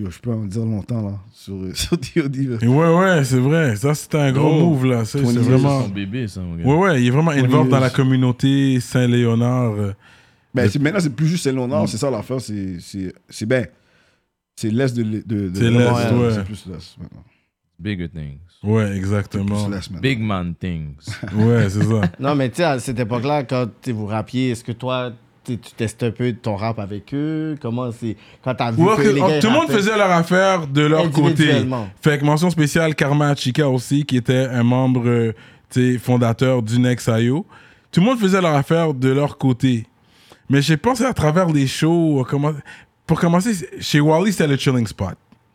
Speaker 5: je- je peux en dire longtemps, là, sur, euh, sur DOD.
Speaker 1: Et Ouais, ouais, c'est vrai. Ça, c'était un gros
Speaker 4: Oh.
Speaker 1: move, là. Ça, C'est
Speaker 5: 20 years.
Speaker 4: Son
Speaker 1: vraiment.
Speaker 4: bébé, ça, mon gars.
Speaker 1: Ouais, ouais, il est vraiment involved dans
Speaker 5: years.
Speaker 1: la communauté Saint-Léonard. euh,
Speaker 5: Ben, c'est- maintenant, c'est plus juste Saint-Léonard, c'est ça l'affaire, c'est- c'est c'est ben, c'est l'Est de, l'E- de, de
Speaker 1: C'est l'Est,
Speaker 5: Montréal,
Speaker 1: ouais.
Speaker 5: C'est plus l'Est maintenant.
Speaker 4: Bigger things.
Speaker 1: Ouais,
Speaker 5: C'est
Speaker 1: exactement.
Speaker 5: plus l'Est maintenant.
Speaker 4: Big man things.
Speaker 1: Ouais, c'est ça.
Speaker 2: Non, mais tu sais, à cette époque-là, quand tu sais, vous rappiez, est-ce que toi, tu sais, tu testes un peu ton rap avec eux? Comment c'est. Quand t'as vu
Speaker 1: Ouais,
Speaker 2: que
Speaker 1: que-
Speaker 2: les gars, ils
Speaker 1: tout le monde
Speaker 2: rappaient-
Speaker 1: faisait leur affaire de leur côté.
Speaker 2: Individuellement.
Speaker 1: Fait que mention spéciale Karma Chica aussi, qui était un membre euh, tu sais, fondateur du Nexio. Tout le monde faisait leur affaire de leur côté. Mais j'ai pensé à travers les shows. euh, comment- Pour commencer, c'est- chez Wally, c'était le chilling spot.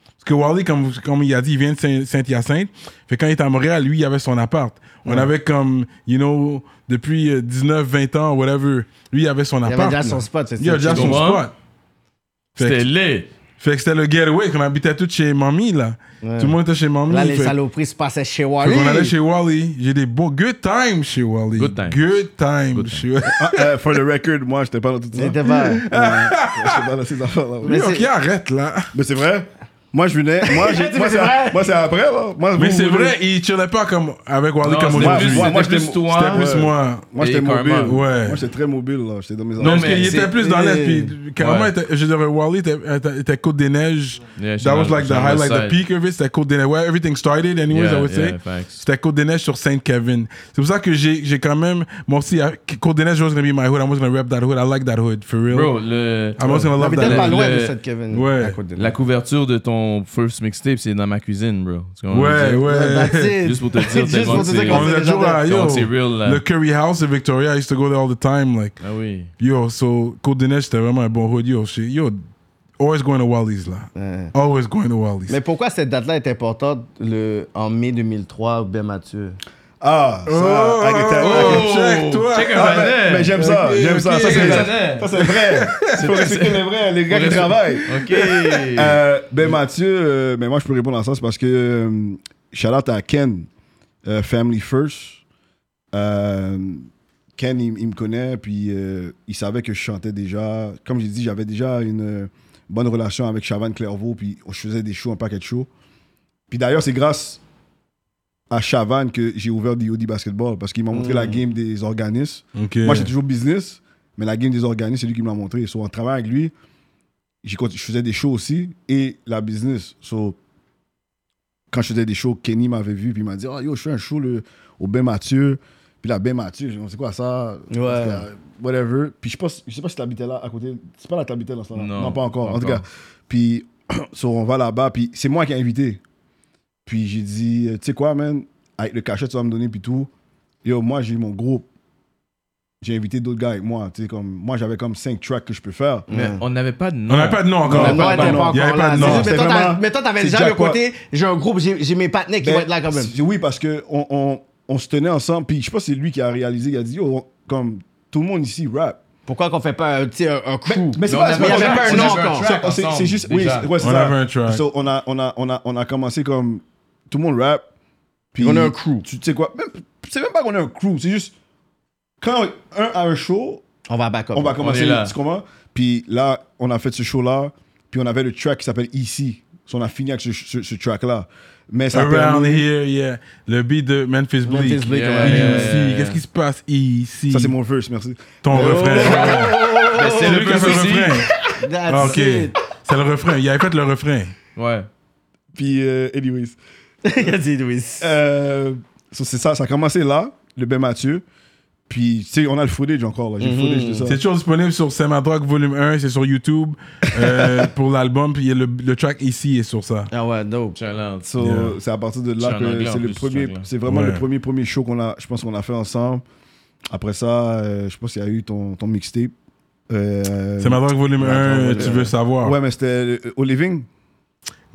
Speaker 1: Parce que Wally, comme, comme il a dit, il vient de Saint- Saint-Hyacinthe. Fait que quand il était à Montréal, lui, il avait son appart. On avait comme, you know, depuis euh, 19, 20 ans, whatever. Lui, il avait son
Speaker 2: Il y
Speaker 1: appart.
Speaker 2: avait déjà
Speaker 1: là.
Speaker 2: son spot, c'est
Speaker 1: Il y a déjà
Speaker 4: Tu
Speaker 1: son
Speaker 4: comprends?
Speaker 1: spot. Fait que-
Speaker 4: C'était laid.
Speaker 1: Fait que c'était le getaway, qu'on habitait tous chez mamie, là. Tout le monde était chez mamie.
Speaker 2: Là, les
Speaker 1: fait-
Speaker 2: saloperies se passaient chez
Speaker 1: fait
Speaker 2: Wally.
Speaker 1: qu'on allait chez Wally. J'ai des beaux good times chez Wally.
Speaker 4: Good times.
Speaker 1: Good times. chez-
Speaker 5: Ah, euh, for the record, moi, j'étais pas dans tout ça.
Speaker 2: C'était pas-
Speaker 5: J'étais pas dans ces affaires-là.
Speaker 2: Mais
Speaker 5: Mais,
Speaker 1: Yo,
Speaker 2: c'est-
Speaker 1: ok, arrête là.
Speaker 5: c'est vrai. Moi, je venais. Moi, j'ai-
Speaker 2: C'est
Speaker 5: moi, c'est
Speaker 2: vrai.
Speaker 5: moi, c'est après, là. Moi,
Speaker 1: Mais
Speaker 5: vous-
Speaker 1: c'est
Speaker 5: vous-
Speaker 1: vrai, il chillait pas comme avec Wally
Speaker 4: Non,
Speaker 1: comme
Speaker 4: c'était
Speaker 5: Moi,
Speaker 4: plus-
Speaker 1: aujourd'hui.
Speaker 5: moi, moi,
Speaker 4: c'était
Speaker 5: j'étais
Speaker 4: plus toi.
Speaker 5: c'était
Speaker 1: Plus
Speaker 5: ouais.
Speaker 1: moi.
Speaker 5: Moi, j'étais
Speaker 4: Et
Speaker 5: mobile.
Speaker 4: Karma.
Speaker 1: Ouais.
Speaker 5: Moi, j'étais très mobile, là. J'étais dans mes
Speaker 1: Non,
Speaker 5: affaires.
Speaker 1: parce
Speaker 4: mais
Speaker 1: qu'il
Speaker 4: c'est-
Speaker 1: était plus dans l'Est, puis carrément,
Speaker 4: Ouais.
Speaker 1: il était- je dirais, Wally était, était- était Côte des Neiges.
Speaker 4: Yeah,
Speaker 1: That was
Speaker 4: j'en-
Speaker 1: like the
Speaker 4: j'en
Speaker 1: high,
Speaker 4: vois
Speaker 1: like the
Speaker 4: ça.
Speaker 1: peak of it, c'était Côte des Neiges. Where everything started, anyways,
Speaker 4: Yeah,
Speaker 1: I would
Speaker 4: yeah,
Speaker 1: say.
Speaker 4: facts.
Speaker 1: C'était Côte des Neiges sur Sainte-Kevin. C'est pour ça que j'ai j'ai quand même, moi aussi, à- Côte des Neiges was gonna be my hood, I was gonna rep that hood, I like that hood, for real.
Speaker 4: Bro, le,
Speaker 1: I was gonna love
Speaker 2: T'habitais pas
Speaker 4: Le-
Speaker 1: that hood.
Speaker 2: loin de
Speaker 4: le-
Speaker 2: cette Kevin.
Speaker 1: Ouais.
Speaker 2: à côté de
Speaker 4: la
Speaker 2: là.
Speaker 4: couverture de ton first mixtape, c'est dans ma cuisine, bro. Tu comprends ce que je
Speaker 1: Ouais,
Speaker 4: veux dire?
Speaker 1: ouais.
Speaker 2: That's it.
Speaker 4: Juste pour te dire
Speaker 2: Bah, Juste
Speaker 4: tellement
Speaker 2: pour te
Speaker 4: que
Speaker 2: dire
Speaker 4: c'est-
Speaker 2: qu'on
Speaker 1: On
Speaker 2: faisait
Speaker 1: est
Speaker 2: des
Speaker 1: toujours
Speaker 2: affaires.
Speaker 1: là, yo.
Speaker 4: Comment c'est real, là?
Speaker 1: Le Curry House at Victoria, I used to go there all the time, like.
Speaker 4: Ah oui.
Speaker 1: Yo, so Côte des Neiges, c'était vraiment un bon hood. Yo, shit, yo, always going to Wally's là.
Speaker 2: Ouais.
Speaker 1: Always going to Wally's.
Speaker 2: Mais pourquoi cette date-là est importante le, en mai 2003, Ben Mathieu
Speaker 5: Ah, ça. I can tell- I can-
Speaker 1: oh, check, toi.
Speaker 4: Check un
Speaker 5: Ah, mais-
Speaker 4: bonnet.
Speaker 1: ben,
Speaker 5: mais j'aime ça, j'aime ça.
Speaker 4: ok.
Speaker 5: Ça, c'est
Speaker 4: Check un
Speaker 5: vrai.
Speaker 4: bonnet.
Speaker 5: Ça, c'est vrai. Faut respecter les vrais, les gars qui travaillent.
Speaker 4: OK.
Speaker 5: Euh, ben Mathieu, euh, mais moi je peux répondre à ça, c'est parce que euh, shout out à Ken, euh, Family First. Euh, Ken, il, il me connaît, puis euh, il savait que je chantais déjà. Comme j'ai dit, j'avais déjà une euh, bonne relation avec Chavan Clairvaux, puis je faisais des shows, un paquet de shows. Puis d'ailleurs, c'est grâce à Chavan que j'ai ouvert DOD Basketball, parce qu'il m'a montré la game des organismes.
Speaker 1: Ok.
Speaker 5: Moi, j'étais toujours business, mais la game des organismes, c'est lui qui me l'a montré. So, en travaillant avec lui, j'ai conti- je faisais des shows aussi et la business. So, quand je faisais des shows, Kenny m'avait vu puis il m'a dit Oh, yo, je fais un show le- au Ben Mathieu. Puis là, Ben Mathieu, je dis, c'est quoi ça
Speaker 2: Ouais.
Speaker 5: En tout cas, Whatever. Puis je, pense, je sais pas si t'habitais là à côté. C'est pas là que t'habitais dans ce temps-là.
Speaker 4: Non,
Speaker 5: Non, pas encore.
Speaker 4: pas
Speaker 5: en tout
Speaker 4: encore.
Speaker 5: cas. Puis so, on va là-bas. Puis c'est moi qui ai invité. Puis j'ai dit Tu sais quoi, man Avec le cachet, que tu vas me donner, puis tout. Yo, moi, j'ai mon groupe j'ai invité d'autres gars avec moi. Tu sais, comme, moi, j'avais comme cinq tracks que je peux faire.
Speaker 2: Mm.
Speaker 4: Mais on n'avait pas de nom.
Speaker 1: hmm. On n'avait pas de nom encore.
Speaker 2: Le nom
Speaker 5: pas de
Speaker 2: était
Speaker 5: nom.
Speaker 2: pas
Speaker 1: Il y
Speaker 2: encore
Speaker 1: avait pas
Speaker 2: là.
Speaker 1: de
Speaker 2: C'est
Speaker 1: nom.
Speaker 2: juste- mais toi,
Speaker 5: C'est
Speaker 2: t'as-
Speaker 5: vraiment-
Speaker 2: Mais toi, t'avais
Speaker 5: c'est
Speaker 2: déjà le
Speaker 5: jackpot.
Speaker 2: côté j'ai un groupe, j'ai j'ai mes partenaires qui
Speaker 5: Ben,
Speaker 2: vont être là quand même.
Speaker 5: c'est- Oui, parce que on, on, on se tenait ensemble. Puis je sais pas, c'est lui qui a réalisé, il a dit, yo, on- comme tout le monde ici rap.
Speaker 2: Pourquoi qu'on fait pas un, tu sais, un, un crew
Speaker 1: Ben,
Speaker 5: Mais
Speaker 4: Mais
Speaker 5: c'est
Speaker 4: on
Speaker 5: pas,
Speaker 4: avait-
Speaker 5: c'est pas-
Speaker 2: il y avait pas un
Speaker 5: c'est
Speaker 2: nom
Speaker 5: juste-
Speaker 2: encore.
Speaker 5: c'est- c'est- C'est juste, oui,
Speaker 4: Déjà.
Speaker 5: c'est ouais, c'est
Speaker 1: On
Speaker 5: ça.
Speaker 1: avait un track.
Speaker 5: So, on, a, on, a, on, a, on a commencé comme tout le monde rap. Puis
Speaker 2: On a un crew.
Speaker 5: Tu tu sais quoi, même- c'est même pas qu'on a un crew, c'est juste quand un a un show,
Speaker 2: On va back up.
Speaker 5: on va
Speaker 4: est
Speaker 5: commencer
Speaker 4: là.
Speaker 5: tu comprends? Puis là, on a fait ce show-là, puis on avait le track qui s'appelle Ici. So, on a fini avec ce, ce- ce track-là. Mais ça a
Speaker 1: Around
Speaker 5: permis-
Speaker 1: here, yeah. Le beat de Memphis Bleak.
Speaker 2: Memphis Bleak,
Speaker 4: Yeah,
Speaker 2: ouais.
Speaker 1: Ici,
Speaker 4: yeah, yeah, yeah.
Speaker 1: qu'est-ce qui se passe ici?
Speaker 5: Ça, c'est mon verse, merci.
Speaker 1: Ton refrain.
Speaker 4: Ben, C'est
Speaker 1: C'est lui qui a fait
Speaker 4: aussi.
Speaker 1: le refrain.
Speaker 2: That's
Speaker 1: Ah, ok.
Speaker 2: it.
Speaker 1: C'est le refrain. Il avait fait le refrain.
Speaker 4: Ouais.
Speaker 5: Puis, euh, anyways.
Speaker 2: Il a dit oui.
Speaker 5: Euh, so, c'est ça, ça a commencé là, le Ben Mathieu. Puis, tu sais, on a le footage encore, là. J'ai le footage de ça.
Speaker 1: C'est toujours disponible sur C'est ma drogue volume 1. C'est sur YouTube euh, pour l'album. Puis il y a le, le track ici est sur ça.
Speaker 2: Ah ouais, dope.
Speaker 4: Challenge.
Speaker 5: So,
Speaker 1: Yeah.
Speaker 5: c'est à partir de
Speaker 4: C'est
Speaker 5: là
Speaker 4: en
Speaker 5: que
Speaker 4: anglais, en
Speaker 5: c'est le
Speaker 4: plus,
Speaker 5: premier,
Speaker 4: ce track-là.
Speaker 5: c'est vraiment
Speaker 1: Ouais.
Speaker 5: le premier, premier show qu'on a, je pense qu'on a fait ensemble. Après ça, euh, je pense qu'il y a eu ton, ton mixtape. Euh,
Speaker 1: C'est ma drogue volume
Speaker 5: Ouais,
Speaker 1: 1.
Speaker 5: ouais,
Speaker 1: Tu
Speaker 5: ouais.
Speaker 1: veux savoir.
Speaker 5: Ouais, mais c'était euh, au Living.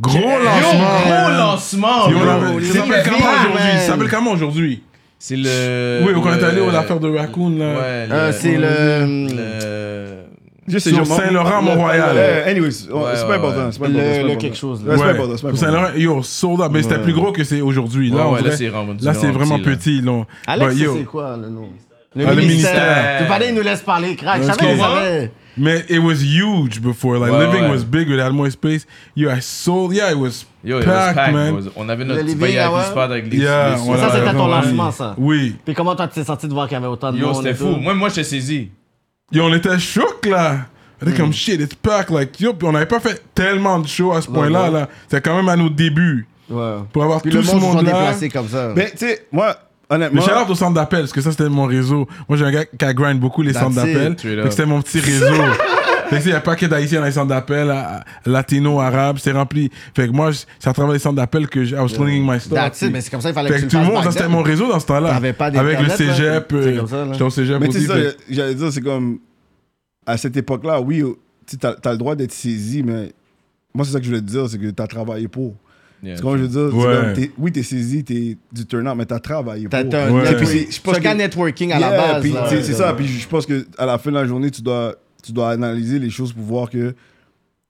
Speaker 1: Gros
Speaker 4: Yo,
Speaker 1: lancement.
Speaker 4: gros
Speaker 1: man.
Speaker 4: lancement,
Speaker 1: Yo,
Speaker 4: bro.
Speaker 1: là,
Speaker 2: les
Speaker 1: Il s'appelle
Speaker 2: Olympiques,
Speaker 1: comment aujourd'hui? Il
Speaker 2: man.
Speaker 1: s'appelle comment aujourd'hui?
Speaker 4: C'est le.
Speaker 1: Oui, quand on est
Speaker 4: le-
Speaker 1: allé à l'affaire de Raccoon, là.
Speaker 4: Euh, Ouais,
Speaker 2: Euh,
Speaker 4: Ah, le-
Speaker 2: c'est le.
Speaker 4: le-
Speaker 5: Juste
Speaker 1: Sur Saint-Laurent, Mont-Royal.
Speaker 5: Euh, anyways, on-
Speaker 4: Ouais,
Speaker 5: c'est
Speaker 4: ouais,
Speaker 5: pas
Speaker 4: ouais.
Speaker 5: important. c'est pas important,
Speaker 2: Le-
Speaker 5: c'est pas
Speaker 2: le
Speaker 5: important.
Speaker 2: quelque chose, là.
Speaker 5: Ouais, c'est pas
Speaker 1: Ouais.
Speaker 5: important, c'est pas
Speaker 1: Pour
Speaker 5: important.
Speaker 1: Saint-Laurent, yo, sold out. Mais c'était plus gros que c'est aujourd'hui.
Speaker 4: Ouais,
Speaker 1: Là, on
Speaker 4: ouais, là,
Speaker 1: dirait-
Speaker 4: c'est vraiment
Speaker 1: là, c'est vraiment
Speaker 4: là.
Speaker 1: petit. là.
Speaker 2: Alex,
Speaker 1: But,
Speaker 2: ça,
Speaker 1: yo.
Speaker 2: c'est quoi le nom
Speaker 1: Ah, le ministère.
Speaker 2: Tu parlais, il nous laisse parler, crack. Je
Speaker 1: Let's
Speaker 2: savais,
Speaker 1: go.
Speaker 2: je savais.
Speaker 1: Man, it was huge before. Like
Speaker 4: Ouais,
Speaker 1: living
Speaker 4: ouais.
Speaker 1: was big without more space. Yo, I sold. Yeah, it was
Speaker 4: Yo, it was
Speaker 1: packed,
Speaker 4: packed,
Speaker 1: man.
Speaker 4: bro. On avait notre
Speaker 2: Le
Speaker 4: petit
Speaker 2: living, ah ouais.
Speaker 4: VIP spot avec les.
Speaker 1: Yeah,
Speaker 4: les-
Speaker 1: on
Speaker 2: Ça,
Speaker 1: avait
Speaker 2: c'était ton
Speaker 1: vraiment-
Speaker 2: lancement, ça.
Speaker 1: Oui.
Speaker 2: Puis comment toi, tu t'es senti de voir qu'il y avait autant de
Speaker 4: Yo,
Speaker 2: monde
Speaker 4: c'était
Speaker 2: et
Speaker 4: fou.
Speaker 2: tout?
Speaker 4: Moi, moi, j'étais saisi.
Speaker 1: Yo, on était choc là. On était comme shit, it's packed. Like yo, puis on n'avait pas fait tellement de shows à ce point-là.
Speaker 2: non.
Speaker 1: Là, c'était quand même à nos débuts
Speaker 2: Ouais.
Speaker 1: pour avoir
Speaker 2: Puis
Speaker 1: tout
Speaker 2: le
Speaker 1: ce
Speaker 2: monde se sont
Speaker 1: monde là.
Speaker 2: déplacés comme ça.
Speaker 5: Mais Ben, tu sais, moi,
Speaker 1: Mais
Speaker 5: honnêtement.
Speaker 1: shout out au centre d'appel, parce que ça c'était mon réseau. Moi j'ai un gars qui a grind beaucoup les
Speaker 2: That's
Speaker 1: centres
Speaker 2: it,
Speaker 1: d'appel.
Speaker 4: tu es là.
Speaker 1: Fait que C'était mon petit réseau. fait que tu sais, il y a pas que d'Haïtiens dans les centres d'appel, à- à- latino, arabe, c'est rempli. Fait que moi, je- c'est à travers les centres d'appel que j- I was slinging my stuff.
Speaker 2: That's it, mais c'est comme ça qu'il fallait que
Speaker 1: Fait
Speaker 2: tu le
Speaker 1: que tout le
Speaker 2: fasses
Speaker 1: monde,
Speaker 2: back
Speaker 1: ça c'était
Speaker 2: then.
Speaker 1: mon réseau dans ce temps-là.
Speaker 2: T'avais pas
Speaker 1: Avec le
Speaker 2: d'Internet, là.
Speaker 1: cégep.
Speaker 2: C'est
Speaker 1: euh,
Speaker 2: comme ça, là.
Speaker 1: J'étais au cégep
Speaker 5: Mais tu
Speaker 1: aussi.
Speaker 5: sais, ça,
Speaker 1: fait-
Speaker 5: j'allais dire, c'est comme. À cette époque-là, oui, tu as, le droit d'être saisi, mais moi, c'est ça que je voulais te dire, c'est que tu as travaillé pour.
Speaker 4: Yeah.
Speaker 5: C'est comme je veux dire, c'est
Speaker 1: Ouais.
Speaker 5: comme, t'es- oui, tu es saisi, tu es du turn-up, mais tu as travaillé
Speaker 2: T'as
Speaker 5: pour.
Speaker 2: t'as un
Speaker 1: Ouais.
Speaker 5: Et puis,
Speaker 2: network-
Speaker 5: c'est- je pense
Speaker 2: c'est un gars
Speaker 5: que-
Speaker 2: networking à la
Speaker 5: Yeah,
Speaker 2: base.
Speaker 5: puis,
Speaker 2: là.
Speaker 5: tu sais, c'est ça. Puis je pense que à la fin de la journée, tu dois, tu dois analyser les choses pour voir que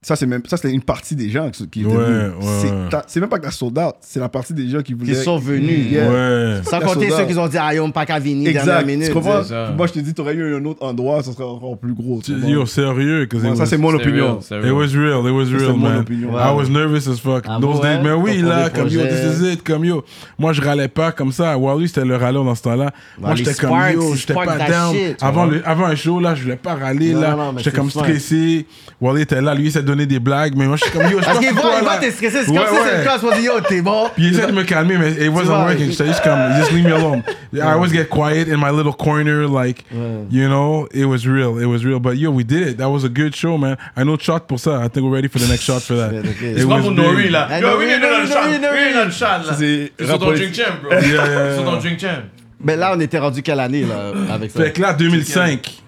Speaker 5: Ça, c'est même ça, c'est une partie des gens qui, qui étaient
Speaker 1: Ouais,
Speaker 5: venus.
Speaker 1: ouais,
Speaker 5: C'est-
Speaker 1: ouais.
Speaker 5: t'as- C'est même pas que t'as sold out, c'est la partie des gens qui voulaient.
Speaker 2: Qui sont venus.
Speaker 5: Yeah.
Speaker 1: Ouais.
Speaker 2: Sans
Speaker 5: La
Speaker 2: compter
Speaker 5: soda.
Speaker 2: ceux qui ont dit, ah, yo, pas qu'à venir,
Speaker 5: Exact.
Speaker 2: dernière minute.
Speaker 5: tu comprends?
Speaker 6: c'est ça.
Speaker 5: Moi, je te dis, t'aurais eu un autre endroit, ça serait encore plus gros. tu comprends?
Speaker 1: Yo, sérieux, 'cause it
Speaker 5: Ouais, ça,
Speaker 1: was-
Speaker 5: c'est mon
Speaker 6: C'était
Speaker 5: opinion.
Speaker 6: real, c'était
Speaker 1: It
Speaker 6: real.
Speaker 1: was real, it was
Speaker 5: c'est
Speaker 1: real,
Speaker 5: mon
Speaker 1: man.
Speaker 5: opinion.
Speaker 1: I was nervous as fuck.
Speaker 2: Ah,
Speaker 1: Those
Speaker 2: ouais?
Speaker 1: days, mais oui,
Speaker 2: Ton
Speaker 1: là,
Speaker 2: premier
Speaker 1: comme yo,
Speaker 2: projet.
Speaker 1: this is it, comme yo. Moi, je râlais pas comme ça. Wally, c'était le râleur dans ce temps-là. Moi,
Speaker 2: les
Speaker 1: j'étais comme
Speaker 2: sparks,
Speaker 1: yo,
Speaker 2: ils
Speaker 1: j'étais
Speaker 2: sparkent
Speaker 1: pas
Speaker 2: ta
Speaker 1: down.
Speaker 2: shit, tu
Speaker 1: avant,
Speaker 2: vois.
Speaker 1: le- avant un show, là, je voulais pas râler,
Speaker 2: Non,
Speaker 1: là.
Speaker 2: non, mais
Speaker 1: J'étais
Speaker 2: c'est
Speaker 1: comme
Speaker 2: fun.
Speaker 1: stressé. Wally était là, lui, il s'est donné des blagues, mais moi, j'étais comme yo, je
Speaker 2: Parce
Speaker 1: pense
Speaker 2: qu'ils
Speaker 1: que
Speaker 2: voient,
Speaker 1: toi,
Speaker 2: ils voient
Speaker 1: là.
Speaker 2: t'es stressé. C'est comme
Speaker 1: Ouais,
Speaker 2: ça, c'est
Speaker 1: ouais.
Speaker 2: le cas. Ils se disent, yo, t'es bon.
Speaker 1: Puis il essayait de me calmer, mais it wasn't
Speaker 2: vois,
Speaker 1: working.
Speaker 2: il-
Speaker 1: J'étais juste comme, just leave me alone. I always get quiet in my little corner, like, you know, it was real, it was real. But yo, we did it. That was a good show, man. I know shot pour ça. I think we're ready for the next shot for that.
Speaker 2: okay.
Speaker 1: It
Speaker 4: C'est pas
Speaker 1: was
Speaker 4: pour
Speaker 1: big.
Speaker 4: Nori, là.
Speaker 2: Hey,
Speaker 4: Yo,
Speaker 2: Nori,
Speaker 4: we need
Speaker 2: Nori,
Speaker 4: another shot.
Speaker 2: Nori,
Speaker 4: We need
Speaker 2: Nori.
Speaker 4: another shot, là.
Speaker 5: C'est
Speaker 4: Ils sont dans
Speaker 5: rapport-
Speaker 4: Drink Champ, bro.
Speaker 1: yeah,
Speaker 4: Ils sont
Speaker 1: yeah.
Speaker 4: dans Drink Champ.
Speaker 2: Mais là, on était rendu quelle année, là, avec ça?
Speaker 1: Fait que là, 2005.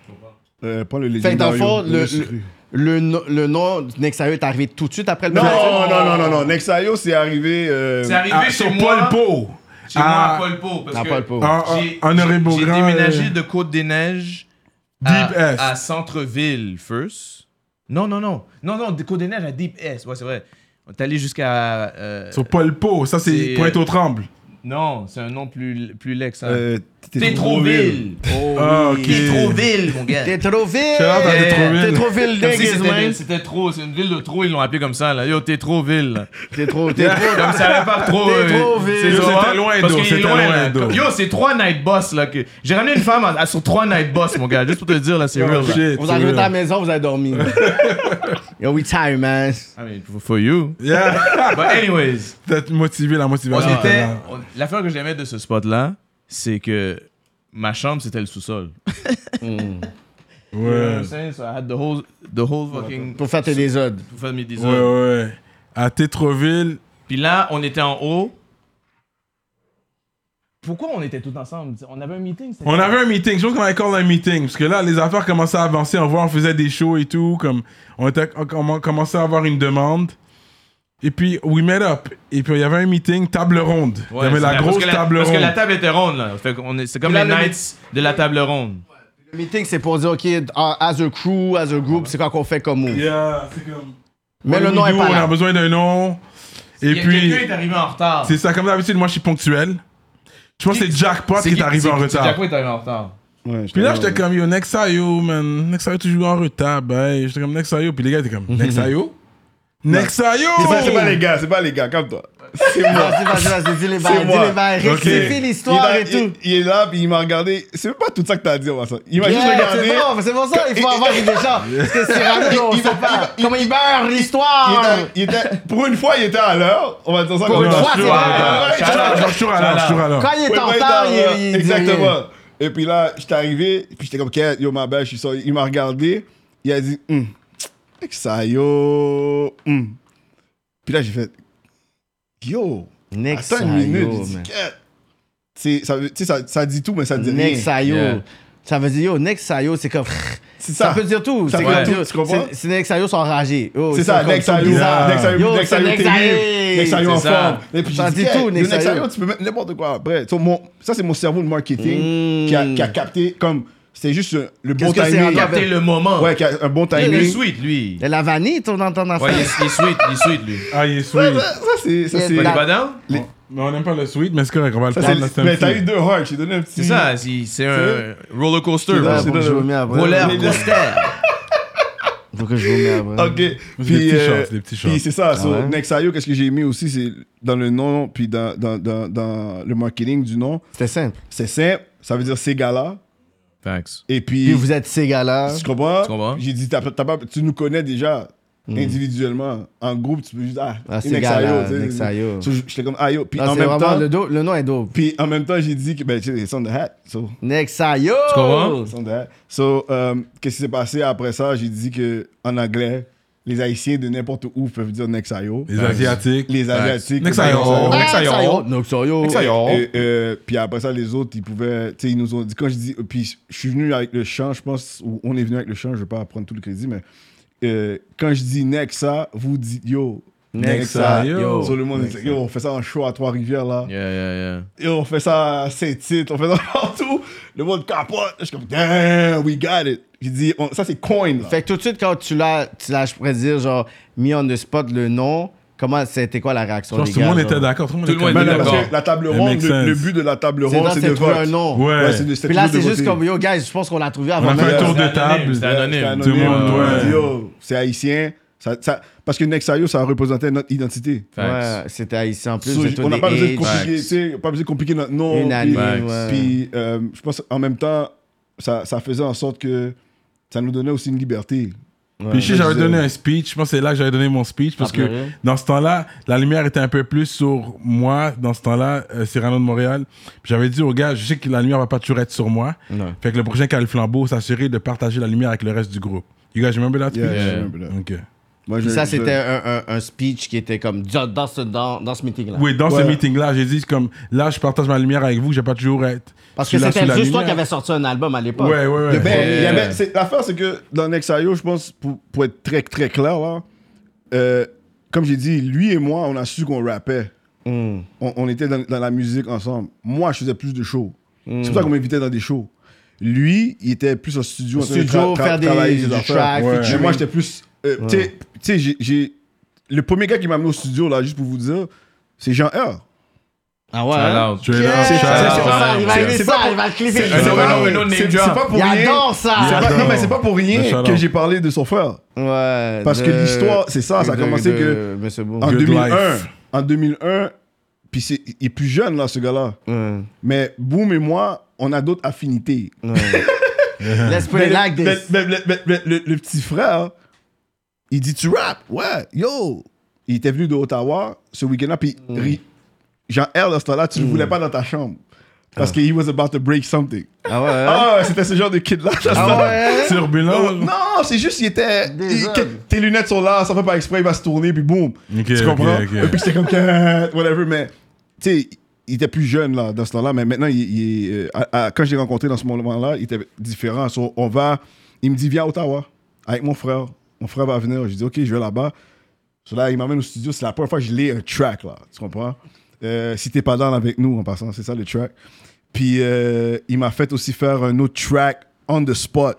Speaker 5: Euh, pas le
Speaker 2: Fait que dans le fond,
Speaker 5: légendario,
Speaker 2: le,
Speaker 5: le sucré.
Speaker 2: le, le nom- le nom de Nexayo est arrivé tout de suite après le
Speaker 5: Non,
Speaker 2: Black Sabbath?
Speaker 5: non, non, non, non. Nexayo, c'est arrivé. euh,
Speaker 4: C'est arrivé
Speaker 1: Ah,
Speaker 4: chez
Speaker 1: sur
Speaker 4: moi.
Speaker 1: Paul Po.
Speaker 4: Chez moi
Speaker 1: Ah.
Speaker 4: à Paul Pau, parce
Speaker 2: À
Speaker 4: que
Speaker 2: Paul Pau.
Speaker 1: Ah, ah,
Speaker 4: j'ai-
Speaker 1: Honoré
Speaker 4: j'ai- J'ai
Speaker 1: Beaugrand,
Speaker 4: déménagé
Speaker 1: euh,
Speaker 4: de Côte-des-Neiges à,
Speaker 1: Deep S.
Speaker 4: à Centre-Ville, first. Non, non, non. Non, non, de Côte-des-Neiges à Deep S. Ouais, c'est vrai. On est allé jusqu'à... euh,
Speaker 1: Sur Paul Po, ça c'est
Speaker 4: C'est- euh,
Speaker 1: Pointe aux Trembles.
Speaker 4: Non, c'est un nom plus, plus lex. ça.
Speaker 5: euh,
Speaker 4: Tétroville.
Speaker 1: Ah, ok.
Speaker 4: Tétroville, mon gars.
Speaker 2: Oh. T'es trop vite!
Speaker 1: Shout out à Tétroville.
Speaker 2: T'es trop vite,
Speaker 4: Comme si
Speaker 2: dingue, man.
Speaker 4: C'était c'était trop, c'est une ville de trop, ils l'ont appelé comme ça, là. Yo, Tétroville. là.
Speaker 2: T'es trop, t'es trop.
Speaker 4: Comme ça avait pas trop. euh,
Speaker 2: T'es trop vite.
Speaker 4: c'est
Speaker 1: Yo,
Speaker 4: ça,
Speaker 1: c'était
Speaker 4: hein,
Speaker 1: loin,
Speaker 4: parce
Speaker 1: d'eau,
Speaker 4: qu'il est
Speaker 1: c'était loin,
Speaker 4: là.
Speaker 1: d'eau.
Speaker 4: Yo, c'est trois night boss là que j'ai ramené une femme à- à- sur trois night boss, mon gars. Juste pour te dire là, c'est real. là.
Speaker 1: Oh, Shit,
Speaker 2: Vous arrivez à
Speaker 1: c'est
Speaker 2: la maison, vous avez dormi. Yo, we tired, man.
Speaker 4: I mean, for- for you.
Speaker 1: real. Yeah.
Speaker 4: But anyways.
Speaker 1: Peut-être motivé, la
Speaker 4: On
Speaker 1: motivation était
Speaker 4: était.
Speaker 1: là.
Speaker 4: on- L'affaire que j'aimais de ce spot-là, c'est que ma chambre, c'était le sous-sol. You know what
Speaker 1: Ouais.
Speaker 4: I'm saying? So I had the whole, the whole fucking.
Speaker 2: Pour faire tes désodes.
Speaker 4: pour faire mes
Speaker 1: Ouais,
Speaker 4: designs.
Speaker 1: ouais. À Tétroville,
Speaker 4: Puis là, on était en haut. Pourquoi on était tous ensemble? On avait un meeting. c'était-
Speaker 1: On avait un meeting, je pense qu'on avait call un meeting, parce que là, les affaires commençaient à avancer, on voit, on faisait des shows et tout, comme, on, était, on comm- commençait à avoir une demande. Et puis, we met up. Et puis, il y avait un meeting, table ronde.
Speaker 4: Ouais,
Speaker 1: il y avait
Speaker 4: c'est
Speaker 1: la
Speaker 4: vrai,
Speaker 1: grosse
Speaker 4: parce que
Speaker 1: table
Speaker 4: Parce
Speaker 1: ronde.
Speaker 4: que la table était ronde, là. Fait qu'on est- C'est comme
Speaker 2: Puis là,
Speaker 4: les
Speaker 2: le
Speaker 4: nights de la table ronde.
Speaker 2: Le meeting, c'est pour dire, OK, ah, as a crew, as a group, c'est quoi qu'on fait comme move.
Speaker 1: Yeah, c'est comme-
Speaker 2: Mais le
Speaker 1: What do
Speaker 2: nom
Speaker 1: we
Speaker 2: est
Speaker 1: do?
Speaker 2: pas
Speaker 1: On a
Speaker 2: là.
Speaker 1: besoin d'un nom. Et
Speaker 4: Y a-
Speaker 1: puis,
Speaker 4: Quelqu'un est arrivé en retard.
Speaker 1: c'est ça, comme d'habitude, moi, je suis ponctuel. Je pense que c'est Jackpot qui est arrivé en retard.
Speaker 4: Jack est arrivé en retard.
Speaker 5: Ouais, je
Speaker 1: Puis là,
Speaker 5: t'avais-
Speaker 1: j'étais comme, yo, Nexayo, man. Nexayo toujours en retard, ben. J'étais comme, Nexayo. Puis les gars étaient comme, Nexayo? Nexayo!
Speaker 5: Mhm. C'est pas, c'est pas les gars, c'est pas les gars, calme-toi. C'est moi.
Speaker 2: Vas-y, vas-y, vas-y, dis les
Speaker 5: C'est
Speaker 2: bails, dis
Speaker 5: moi.
Speaker 2: les bails.
Speaker 1: Ok.
Speaker 2: Rectifie
Speaker 5: Il est,
Speaker 2: l'histoire
Speaker 5: là,
Speaker 2: et tout.
Speaker 5: il, il est là, puis il m'a regardé. C'est même pas tout ça que t'as dit, on va ça. Il m'a juste
Speaker 2: Yeah,
Speaker 5: regardé.
Speaker 2: c'est bon, c'est pour ça, il faut
Speaker 5: Il-
Speaker 2: avoir une méchante. Parce que Cyrano, on
Speaker 5: il-
Speaker 2: sait pas. Comment il beurre
Speaker 5: Il
Speaker 2: l'histoire.
Speaker 5: était- il était- pour une fois, il était à l'heure. On va dire ça
Speaker 2: Pour
Speaker 5: comme
Speaker 2: une
Speaker 5: ça.
Speaker 2: fois,
Speaker 5: Ouais,
Speaker 2: c'est vrai.
Speaker 5: ouais,
Speaker 1: Shout out, genre, Je suis toujours à l'heure, je suis toujours à l'heure.
Speaker 2: Quand il
Speaker 5: Ouais,
Speaker 2: est en
Speaker 5: ouais,
Speaker 2: retard,
Speaker 5: t'as-
Speaker 2: il- il dit rien.
Speaker 5: Exactement. Et puis là, j'étais arrivé, puis j'étais comme, OK, yo, ma belle, je suis sorti. Il m'a regardé, il a dit, hum, mec, ça, yo, hum. Puis là, j'ai fait, yo,
Speaker 2: Next
Speaker 5: attends une minute,
Speaker 2: Sayo,
Speaker 5: il dit,
Speaker 2: man.
Speaker 5: Qu'est- C'est- ça, veut- tu sais, ça, ça dit tout, mais ça dit
Speaker 2: Next
Speaker 5: rien.
Speaker 2: Sayo.
Speaker 4: Yeah.
Speaker 2: Ça veut dire, yo, Next Sayo, c'est comme.
Speaker 5: C'est
Speaker 2: Ça
Speaker 5: ça.
Speaker 2: peut dire tout.
Speaker 5: Ça
Speaker 2: C'est
Speaker 5: peut
Speaker 2: comme-
Speaker 5: dire tout, tu comprends?
Speaker 2: c'est- C'est Next Sayo sont enragés. Yo,
Speaker 5: C'est
Speaker 2: ils
Speaker 5: ça,
Speaker 2: sont comme Ah.
Speaker 5: Next
Speaker 2: tout
Speaker 5: Sayo,
Speaker 2: bizarre.
Speaker 5: Next Sayo,
Speaker 2: Yo,
Speaker 5: Next
Speaker 2: c'est
Speaker 5: Sayo
Speaker 2: Nex
Speaker 5: terrible,
Speaker 2: Sayo.
Speaker 5: Next Sayo en
Speaker 4: C'est ça.
Speaker 5: forme. Et puis
Speaker 2: Ça
Speaker 5: je dis,
Speaker 2: dit
Speaker 5: hey,
Speaker 2: tout,
Speaker 5: le
Speaker 2: Next
Speaker 5: Next
Speaker 2: Sayo.
Speaker 5: Sayo, tu peux mettre n'importe quoi après. Tu sais, mon- ça, c'est mon cerveau de marketing
Speaker 2: Mm.
Speaker 5: qui, a, qui a capté comme. C'était juste euh, le bon
Speaker 2: Qu'est-ce que c'est,
Speaker 5: timing.
Speaker 2: Adam?
Speaker 4: Capter le moment.
Speaker 5: Ouais, qui a un bon
Speaker 4: il est
Speaker 5: timing.
Speaker 4: sweet, lui.
Speaker 2: Et la vanille, ton entend dans
Speaker 4: Ouais, il est, il est sweet, il est sweet, lui.
Speaker 1: Ah, il est
Speaker 5: Ça,
Speaker 1: sweet.
Speaker 5: ça, ça, c'est. Ça,
Speaker 2: Yeah,
Speaker 5: c'est.
Speaker 4: Il est
Speaker 2: La-
Speaker 4: pas down?
Speaker 1: Mais on n'aime pas le sweet, mais c'est correct, on va le
Speaker 5: ça,
Speaker 1: prendre. là,
Speaker 5: c'est- Mais
Speaker 1: c'est un
Speaker 5: t'as eu
Speaker 1: petit.
Speaker 5: deux hearts, j'ai donné un petit.
Speaker 4: C'est ça, c'est c'est un
Speaker 5: C'est-
Speaker 4: roller coaster.
Speaker 5: C'est
Speaker 4: bro.
Speaker 5: là,
Speaker 2: Faut que je vous mets après.
Speaker 4: Roller
Speaker 5: Mais-
Speaker 4: coaster.
Speaker 2: Faut que je vous mets après.
Speaker 5: Ok.
Speaker 1: petits
Speaker 5: Puis, euh,
Speaker 1: shots, les petits shots.
Speaker 5: puis c'est ça. sur
Speaker 2: Ah ouais?
Speaker 5: Nexayo, qu'est-ce que j'ai mis aussi, c'est dans le nom, puis dans, dans, dans, dans le marketing du nom,
Speaker 2: C'était simple.
Speaker 5: c'est simple. Ça veut dire ces gars-là.
Speaker 4: Thanks.
Speaker 5: Et puis.
Speaker 2: Puis vous êtes ces gars-là.
Speaker 5: Tu comprends?
Speaker 4: Tu comprends?
Speaker 5: J'ai dit, t'as pas- t'as pas- tu nous connais déjà individuellement. En groupe, tu peux juste dire,
Speaker 2: Ah,
Speaker 5: ah,
Speaker 2: c'est
Speaker 5: une
Speaker 2: gars-là,
Speaker 5: Nexayo.
Speaker 2: une Nexayo.
Speaker 5: So, J'étais comme, ah yo. Puis
Speaker 2: Non,
Speaker 5: en
Speaker 2: c'est
Speaker 5: même
Speaker 2: vraiment
Speaker 5: temps,
Speaker 2: le, do- le nom est dope.
Speaker 5: puis en même temps, j'ai dit que, ben, tu sais, it's on the hat. So,
Speaker 2: Next Sayo.
Speaker 4: Tu comprends?
Speaker 5: it's on the hat. So, euh, qu'est-ce qui s'est passé après ça? J'ai dit que, en anglais, les Haïtiens de n'importe où peuvent dire
Speaker 4: Ah,
Speaker 5: Nexayo.
Speaker 1: Les Asiatiques.
Speaker 5: Les Asiatiques.
Speaker 1: Nexayo.
Speaker 5: Nexayo.
Speaker 2: Next Sayo. Next Sayo.
Speaker 5: Et, euh, puis après ça, les autres, ils pouvaient. Tu sais, ils nous ont dit. Quand je dis. Puis je suis venu avec le chant, je pense. Ou on est venu avec le chant, je vais pas prendre tout le crédit, mais euh, quand je dis Nexa, vous dites yo.
Speaker 1: Nexa, yo.
Speaker 5: Sur le monde, ils disent, yo, on fait ça en show à Trois-Rivières, là.
Speaker 4: Yeah, yeah, yeah.
Speaker 5: Yo, on fait ça à Saint-Tite, on fait ça partout. Le monde capote. Je suis comme, damn, we got it. J'ai dit, on- ça c'est coin, là.
Speaker 2: Fait que tout de suite, quand tu l'as, tu l'as, je pourrais dire, genre, mis on the spot le nom, comment c'était quoi la réaction
Speaker 1: Je pense
Speaker 2: des
Speaker 1: que tout le
Speaker 2: gars?
Speaker 1: monde
Speaker 2: genre?
Speaker 1: était d'accord. Tout le monde
Speaker 7: Tout le
Speaker 1: était
Speaker 7: monde
Speaker 5: Ben,
Speaker 7: était
Speaker 5: là,
Speaker 1: d'accord.
Speaker 5: parce
Speaker 7: d'accord.
Speaker 5: que la table
Speaker 1: It
Speaker 5: ronde,
Speaker 1: makes
Speaker 5: le, le
Speaker 1: sense.
Speaker 5: but de la table
Speaker 2: C'est
Speaker 5: ronde,
Speaker 2: là,
Speaker 5: c'est
Speaker 2: c'est
Speaker 5: de
Speaker 2: trouver
Speaker 5: vote.
Speaker 2: un nom.
Speaker 1: Ouais.
Speaker 5: Ouais, c'est de c'est
Speaker 2: Puis là,
Speaker 5: toujours
Speaker 2: c'est
Speaker 5: de
Speaker 2: juste
Speaker 5: voter.
Speaker 2: comme, yo, guys, je pense qu'on l'a trouvé
Speaker 1: On
Speaker 2: avant
Speaker 1: a fait
Speaker 2: même.
Speaker 1: un tour de
Speaker 7: C'était anonyme,
Speaker 1: table.
Speaker 7: c'était anonyme.
Speaker 5: C'est
Speaker 1: Tout le monde,
Speaker 5: euh,
Speaker 1: ouais.
Speaker 5: yo, c'est haïtien. Ça, ça- parce que Nexayo, ça représentait notre identité.
Speaker 2: Ouais, c'était haïtien en plus.
Speaker 5: So,
Speaker 2: vous êtes
Speaker 5: on n'a
Speaker 2: des
Speaker 5: pas besoin de
Speaker 2: H.
Speaker 5: compliquer, tu sais, pas besoin de compliquer notre nom.
Speaker 2: Une
Speaker 5: puis-
Speaker 2: année, ouais.
Speaker 5: Puis, euh, je pense en même temps, ça, ça faisait en sorte que ça nous donnait aussi une liberté.
Speaker 1: Puis ici, j'avais donné un speech. Je pense que c'est là que j'avais donné mon speech parce
Speaker 2: Ah,
Speaker 1: que
Speaker 2: purée.
Speaker 1: dans ce temps-là, la lumière était un peu plus sur moi. Dans ce temps-là, euh, Cyrano de Montréal. Puis J'avais dit aux gars, je sais que la lumière va pas toujours être sur moi.
Speaker 2: Non.
Speaker 1: Fait que le prochain qui a le flambeau, s'assurer de partager la lumière avec le reste du groupe. You guys remember that
Speaker 5: Yeah,
Speaker 1: speech?
Speaker 5: je remember that.
Speaker 1: Ok.
Speaker 5: Moi, je-
Speaker 2: Puis ça,
Speaker 5: je-
Speaker 2: c'était un, un- un speech qui était comme dans dans ce, dans, dans ce meeting-là.
Speaker 1: Oui, dans
Speaker 5: Ouais.
Speaker 1: ce meeting-là, j'ai dit comme là, je partage ma lumière avec vous, j'ai pas toujours être.
Speaker 2: Parce que
Speaker 1: celui-là
Speaker 2: c'était
Speaker 1: sous la
Speaker 2: juste toi qui
Speaker 1: lumière.
Speaker 2: avais sorti un album à l'époque.
Speaker 1: Ouais, ouais, ouais.
Speaker 5: Ben, il y
Speaker 2: Ouais.
Speaker 5: avait- c'est- L'affaire, c'est que dans Nexayo, je pense, pour, pour être très, très clair, là, euh, comme j'ai dit, lui et moi, on a su qu'on rappait.
Speaker 2: Hmm.
Speaker 5: on, on était dans, dans la musique ensemble. Moi, je faisais plus de shows. C'est pour ça qu'on m'invitait dans des shows. Lui, il était plus en studio.
Speaker 2: Au
Speaker 5: en train de
Speaker 2: studio,
Speaker 5: tra- tra-
Speaker 2: faire des-
Speaker 5: travailler ses
Speaker 2: du
Speaker 5: affaires.
Speaker 2: track,
Speaker 5: Mais
Speaker 2: featuring.
Speaker 5: moi, j'étais plus... euh, tu sais- Tu sais, j'ai- j'ai... Le premier gars qui m'a amené au studio, là, juste pour vous dire, c'est Jean R.
Speaker 2: Ah ouais? hein?
Speaker 4: Shout out.
Speaker 1: Straight up,
Speaker 5: C'est-
Speaker 1: shout
Speaker 2: Ah,
Speaker 5: c'est-
Speaker 1: out.
Speaker 2: c'est
Speaker 4: ouais.
Speaker 2: ça, il va
Speaker 5: C'est-
Speaker 2: aimer
Speaker 5: c'est
Speaker 2: ça,
Speaker 5: pas-
Speaker 2: il va le clipper.
Speaker 4: un
Speaker 5: pas-
Speaker 4: nom, un autre name
Speaker 5: c'est-
Speaker 4: drop.
Speaker 5: c'est pas pour
Speaker 2: Il
Speaker 5: rien...
Speaker 2: adore ça!
Speaker 5: c'est pas-
Speaker 1: J'adore.
Speaker 5: non, mais c'est pas pour
Speaker 1: Le
Speaker 5: rien
Speaker 1: shout-out.
Speaker 5: que j'ai parlé de son frère.
Speaker 2: Ouais,
Speaker 5: Parce que
Speaker 2: de-
Speaker 5: l'histoire, c'est ça, ça a
Speaker 2: de-
Speaker 5: commencé
Speaker 2: de-
Speaker 5: que- Ah.
Speaker 2: Monsieur Boo.
Speaker 5: En
Speaker 1: Good
Speaker 5: 2001.
Speaker 1: life.
Speaker 5: En 2001. Puis c'est- il est plus jeune, là, ce gars-là.
Speaker 2: Ouais,
Speaker 5: Mais Boom et moi, on a d'autres affinités.
Speaker 2: ouais. Let's
Speaker 5: Ben,
Speaker 2: put it like
Speaker 5: Mais-
Speaker 2: this.
Speaker 5: mais- mais- mais- mais le, le petit frère, il dit Tu rap Ouais, yo Il était venu de Ottawa ce week-end-là, puis
Speaker 2: Mm.
Speaker 5: ri- Jean-R, dans ce temps-là, tu ne le voulais pas dans ta chambre. Parce que he was about to break something.
Speaker 2: Ah ouais? hein?
Speaker 5: Ah, c'était ce genre de kid-là. à ce
Speaker 2: Ah
Speaker 5: temps-là.
Speaker 2: ouais? hein?
Speaker 1: Turbulent.
Speaker 5: Oh, Non, non, c'est juste, il était. il-
Speaker 2: Des hommes.
Speaker 5: que- tes lunettes sont là, ça fait pas exprès, il va se tourner, puis boum.
Speaker 1: Ok,
Speaker 5: tu comprends
Speaker 1: ok, ok.
Speaker 5: Et puis j'étais comme, Cat, whatever, mais. Tu sais, il était plus jeune là, dans ce temps-là, mais maintenant, il, il est, euh, à- à- quand je l'ai rencontré dans ce moment-là, il était différent. So, on va. Il me dit, viens à Ottawa, avec mon frère. Mon frère va venir. Je dis, ok, je vais là-bas. So, là, il m'amène au studio. C'est la première fois que je lis un track, là. Tu comprends? Euh, si t'es pas dans avec nous, en passant, c'est ça le track. Puis euh, il m'a fait aussi faire un autre track on the spot.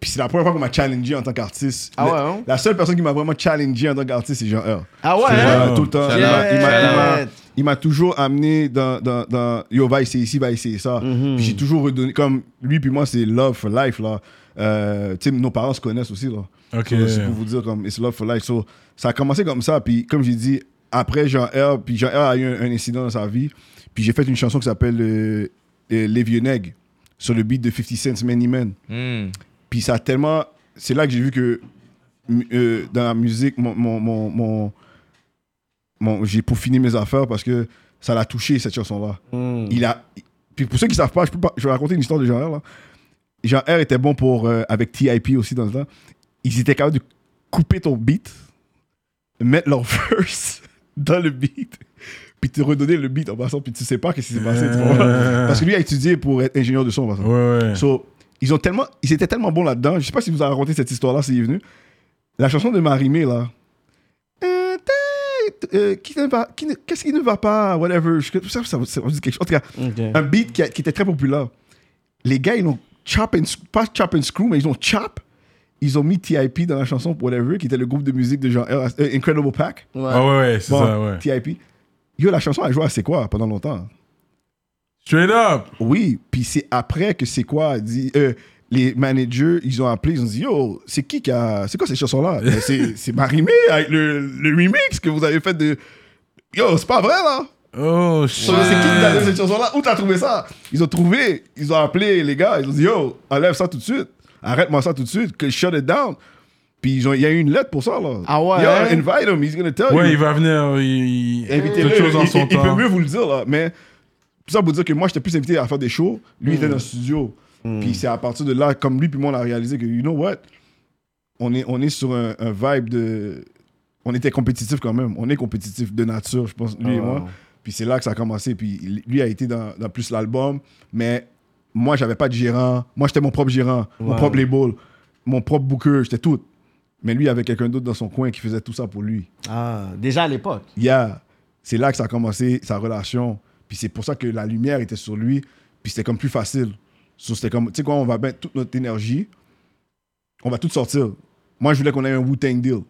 Speaker 5: Puis c'est la première fois qu'on m'a challengé en tant qu'artiste.
Speaker 2: Ah
Speaker 5: Le-
Speaker 2: ouais, hein?
Speaker 5: La seule personne qui m'a vraiment challengé en tant qu'artiste, c'est Jean-R.
Speaker 2: Ah ouais? hein?
Speaker 5: tout le temps.
Speaker 4: Shout
Speaker 5: Il m'a-
Speaker 2: out,
Speaker 5: il m'a-
Speaker 2: shout
Speaker 5: il m'a-
Speaker 2: out.
Speaker 5: Il m'a toujours amené dans, dans, dans Yo, va essayer ici, va essayer ça.
Speaker 2: Mm-hmm.
Speaker 5: Puis j'ai toujours redonné, comme lui puis moi, c'est Love for Life, là. Euh, tu sais, nos parents se connaissent aussi, là.
Speaker 1: Ok.
Speaker 5: So, c'est pour vous dire, comme, it's Love for Life. So, ça a commencé comme ça, puis comme j'ai dit, après Jean-R, puis Jean-R a eu un, un incident dans sa vie, puis j'ai fait une chanson qui s'appelle euh, euh, Les Vieux Nègres, sur le beat de 50 Cent's Many Men.
Speaker 4: Mm.
Speaker 5: Puis ça a tellement. C'est là que j'ai vu que mu- euh, dans la musique, mon, mon, mon, mon- mon- j'ai peaufiné mes affaires parce que ça l'a touché, cette chanson-là. Il a. Puis pour ceux qui savent pas, je, peux pas, je vais raconter une histoire de Jean-R. là. Jean-R était bon pour. euh, avec TIP aussi dans ce temps. Ils étaient capables de couper ton beat, mettre leur verse dans le beat, puis te redonner le beat en passant, puis tu sais pas qu'est-ce qui s'est passé. tu vois. Parce que lui a étudié pour être ingénieur de son en passant.
Speaker 1: Ouais, ouais.
Speaker 5: So, ils ont tellement, ils étaient tellement bons là-dedans. Je sais pas si vous avez raconté cette histoire-là, s'il est venu. La chanson de Marimé là. Euh, t'es- euh, qui ne va- qui ne- Qu'est-ce qui ne va pas, whatever. Je, ça, ça, ça me dit quelque chose. En tout cas,
Speaker 2: Ok.
Speaker 5: un beat qui, a- qui était très populaire. Les gars, ils l'ont chop and sc- pas chop and screw, mais ils ont chop. Ils ont mis TIP dans la chanson pour whatever, qui était le groupe de musique de genre euh, Incredible Pack.
Speaker 1: Ah ouais, ouais, c'est
Speaker 5: Bon,
Speaker 1: ça, ouais.
Speaker 5: TIP. Yo, la chanson a joué à C'est quoi pendant longtemps.
Speaker 1: Straight up.
Speaker 5: Oui, puis c'est après que c'est quoi a dit euh, les managers, ils ont appelé, ils ont dit yo, c'est qui qui a c'est quoi ces chansons là C'est c'est Marimé avec le, le remix que vous avez fait de yo, c'est pas vrai là.
Speaker 1: Oh,
Speaker 5: C'est
Speaker 1: shit.
Speaker 5: qui qui a donné cette chanson là Où t'as trouvé ça Ils ont trouvé, ils ont appelé les gars, ils ont dit yo, enlève ça tout de suite, arrête-moi ça tout de suite, que shut it down. Puis ils ont- il y a eu une lettre pour ça là.
Speaker 2: Ah ouais,
Speaker 5: Yo,
Speaker 2: hein?
Speaker 5: invite him, he's gonna tell you
Speaker 1: Ouais, il va venir. euh, Il... il-
Speaker 5: Oh, invitez-le.
Speaker 1: Toute chose en
Speaker 5: Il-
Speaker 1: son
Speaker 5: il, il
Speaker 1: temps.
Speaker 5: peut mieux vous le dire, là. Mais tout ça pour dire que moi, j'étais plus invité à faire des shows. Lui, il était dans le studio.
Speaker 1: Hmm.
Speaker 5: Puis c'est à partir de là, comme lui, puis moi, on a réalisé que, you know what? On est, on est sur un, un vibe de. On était compétitif quand même. On est compétitif de nature, je pense,
Speaker 1: Ah,
Speaker 5: lui et moi. Puis c'est là que ça a commencé. Puis il- lui a été dans, dans plus l'album. Mais moi, j'avais pas de gérant. Moi, j'étais mon propre gérant, mon propre label, mon propre booker, j'étais tout. Mais lui, il avait quelqu'un d'autre dans son coin qui faisait tout ça pour lui.
Speaker 2: Ah, déjà à l'époque.
Speaker 5: Yeah. C'est là que ça a commencé sa relation. Puis c'est pour ça que la lumière était sur lui. Puis c'était comme plus facile. So, c'était comme, tu sais quoi, on va mettre toute notre énergie, on va tout sortir. Moi, je voulais qu'on ait un Wu-Tang deal.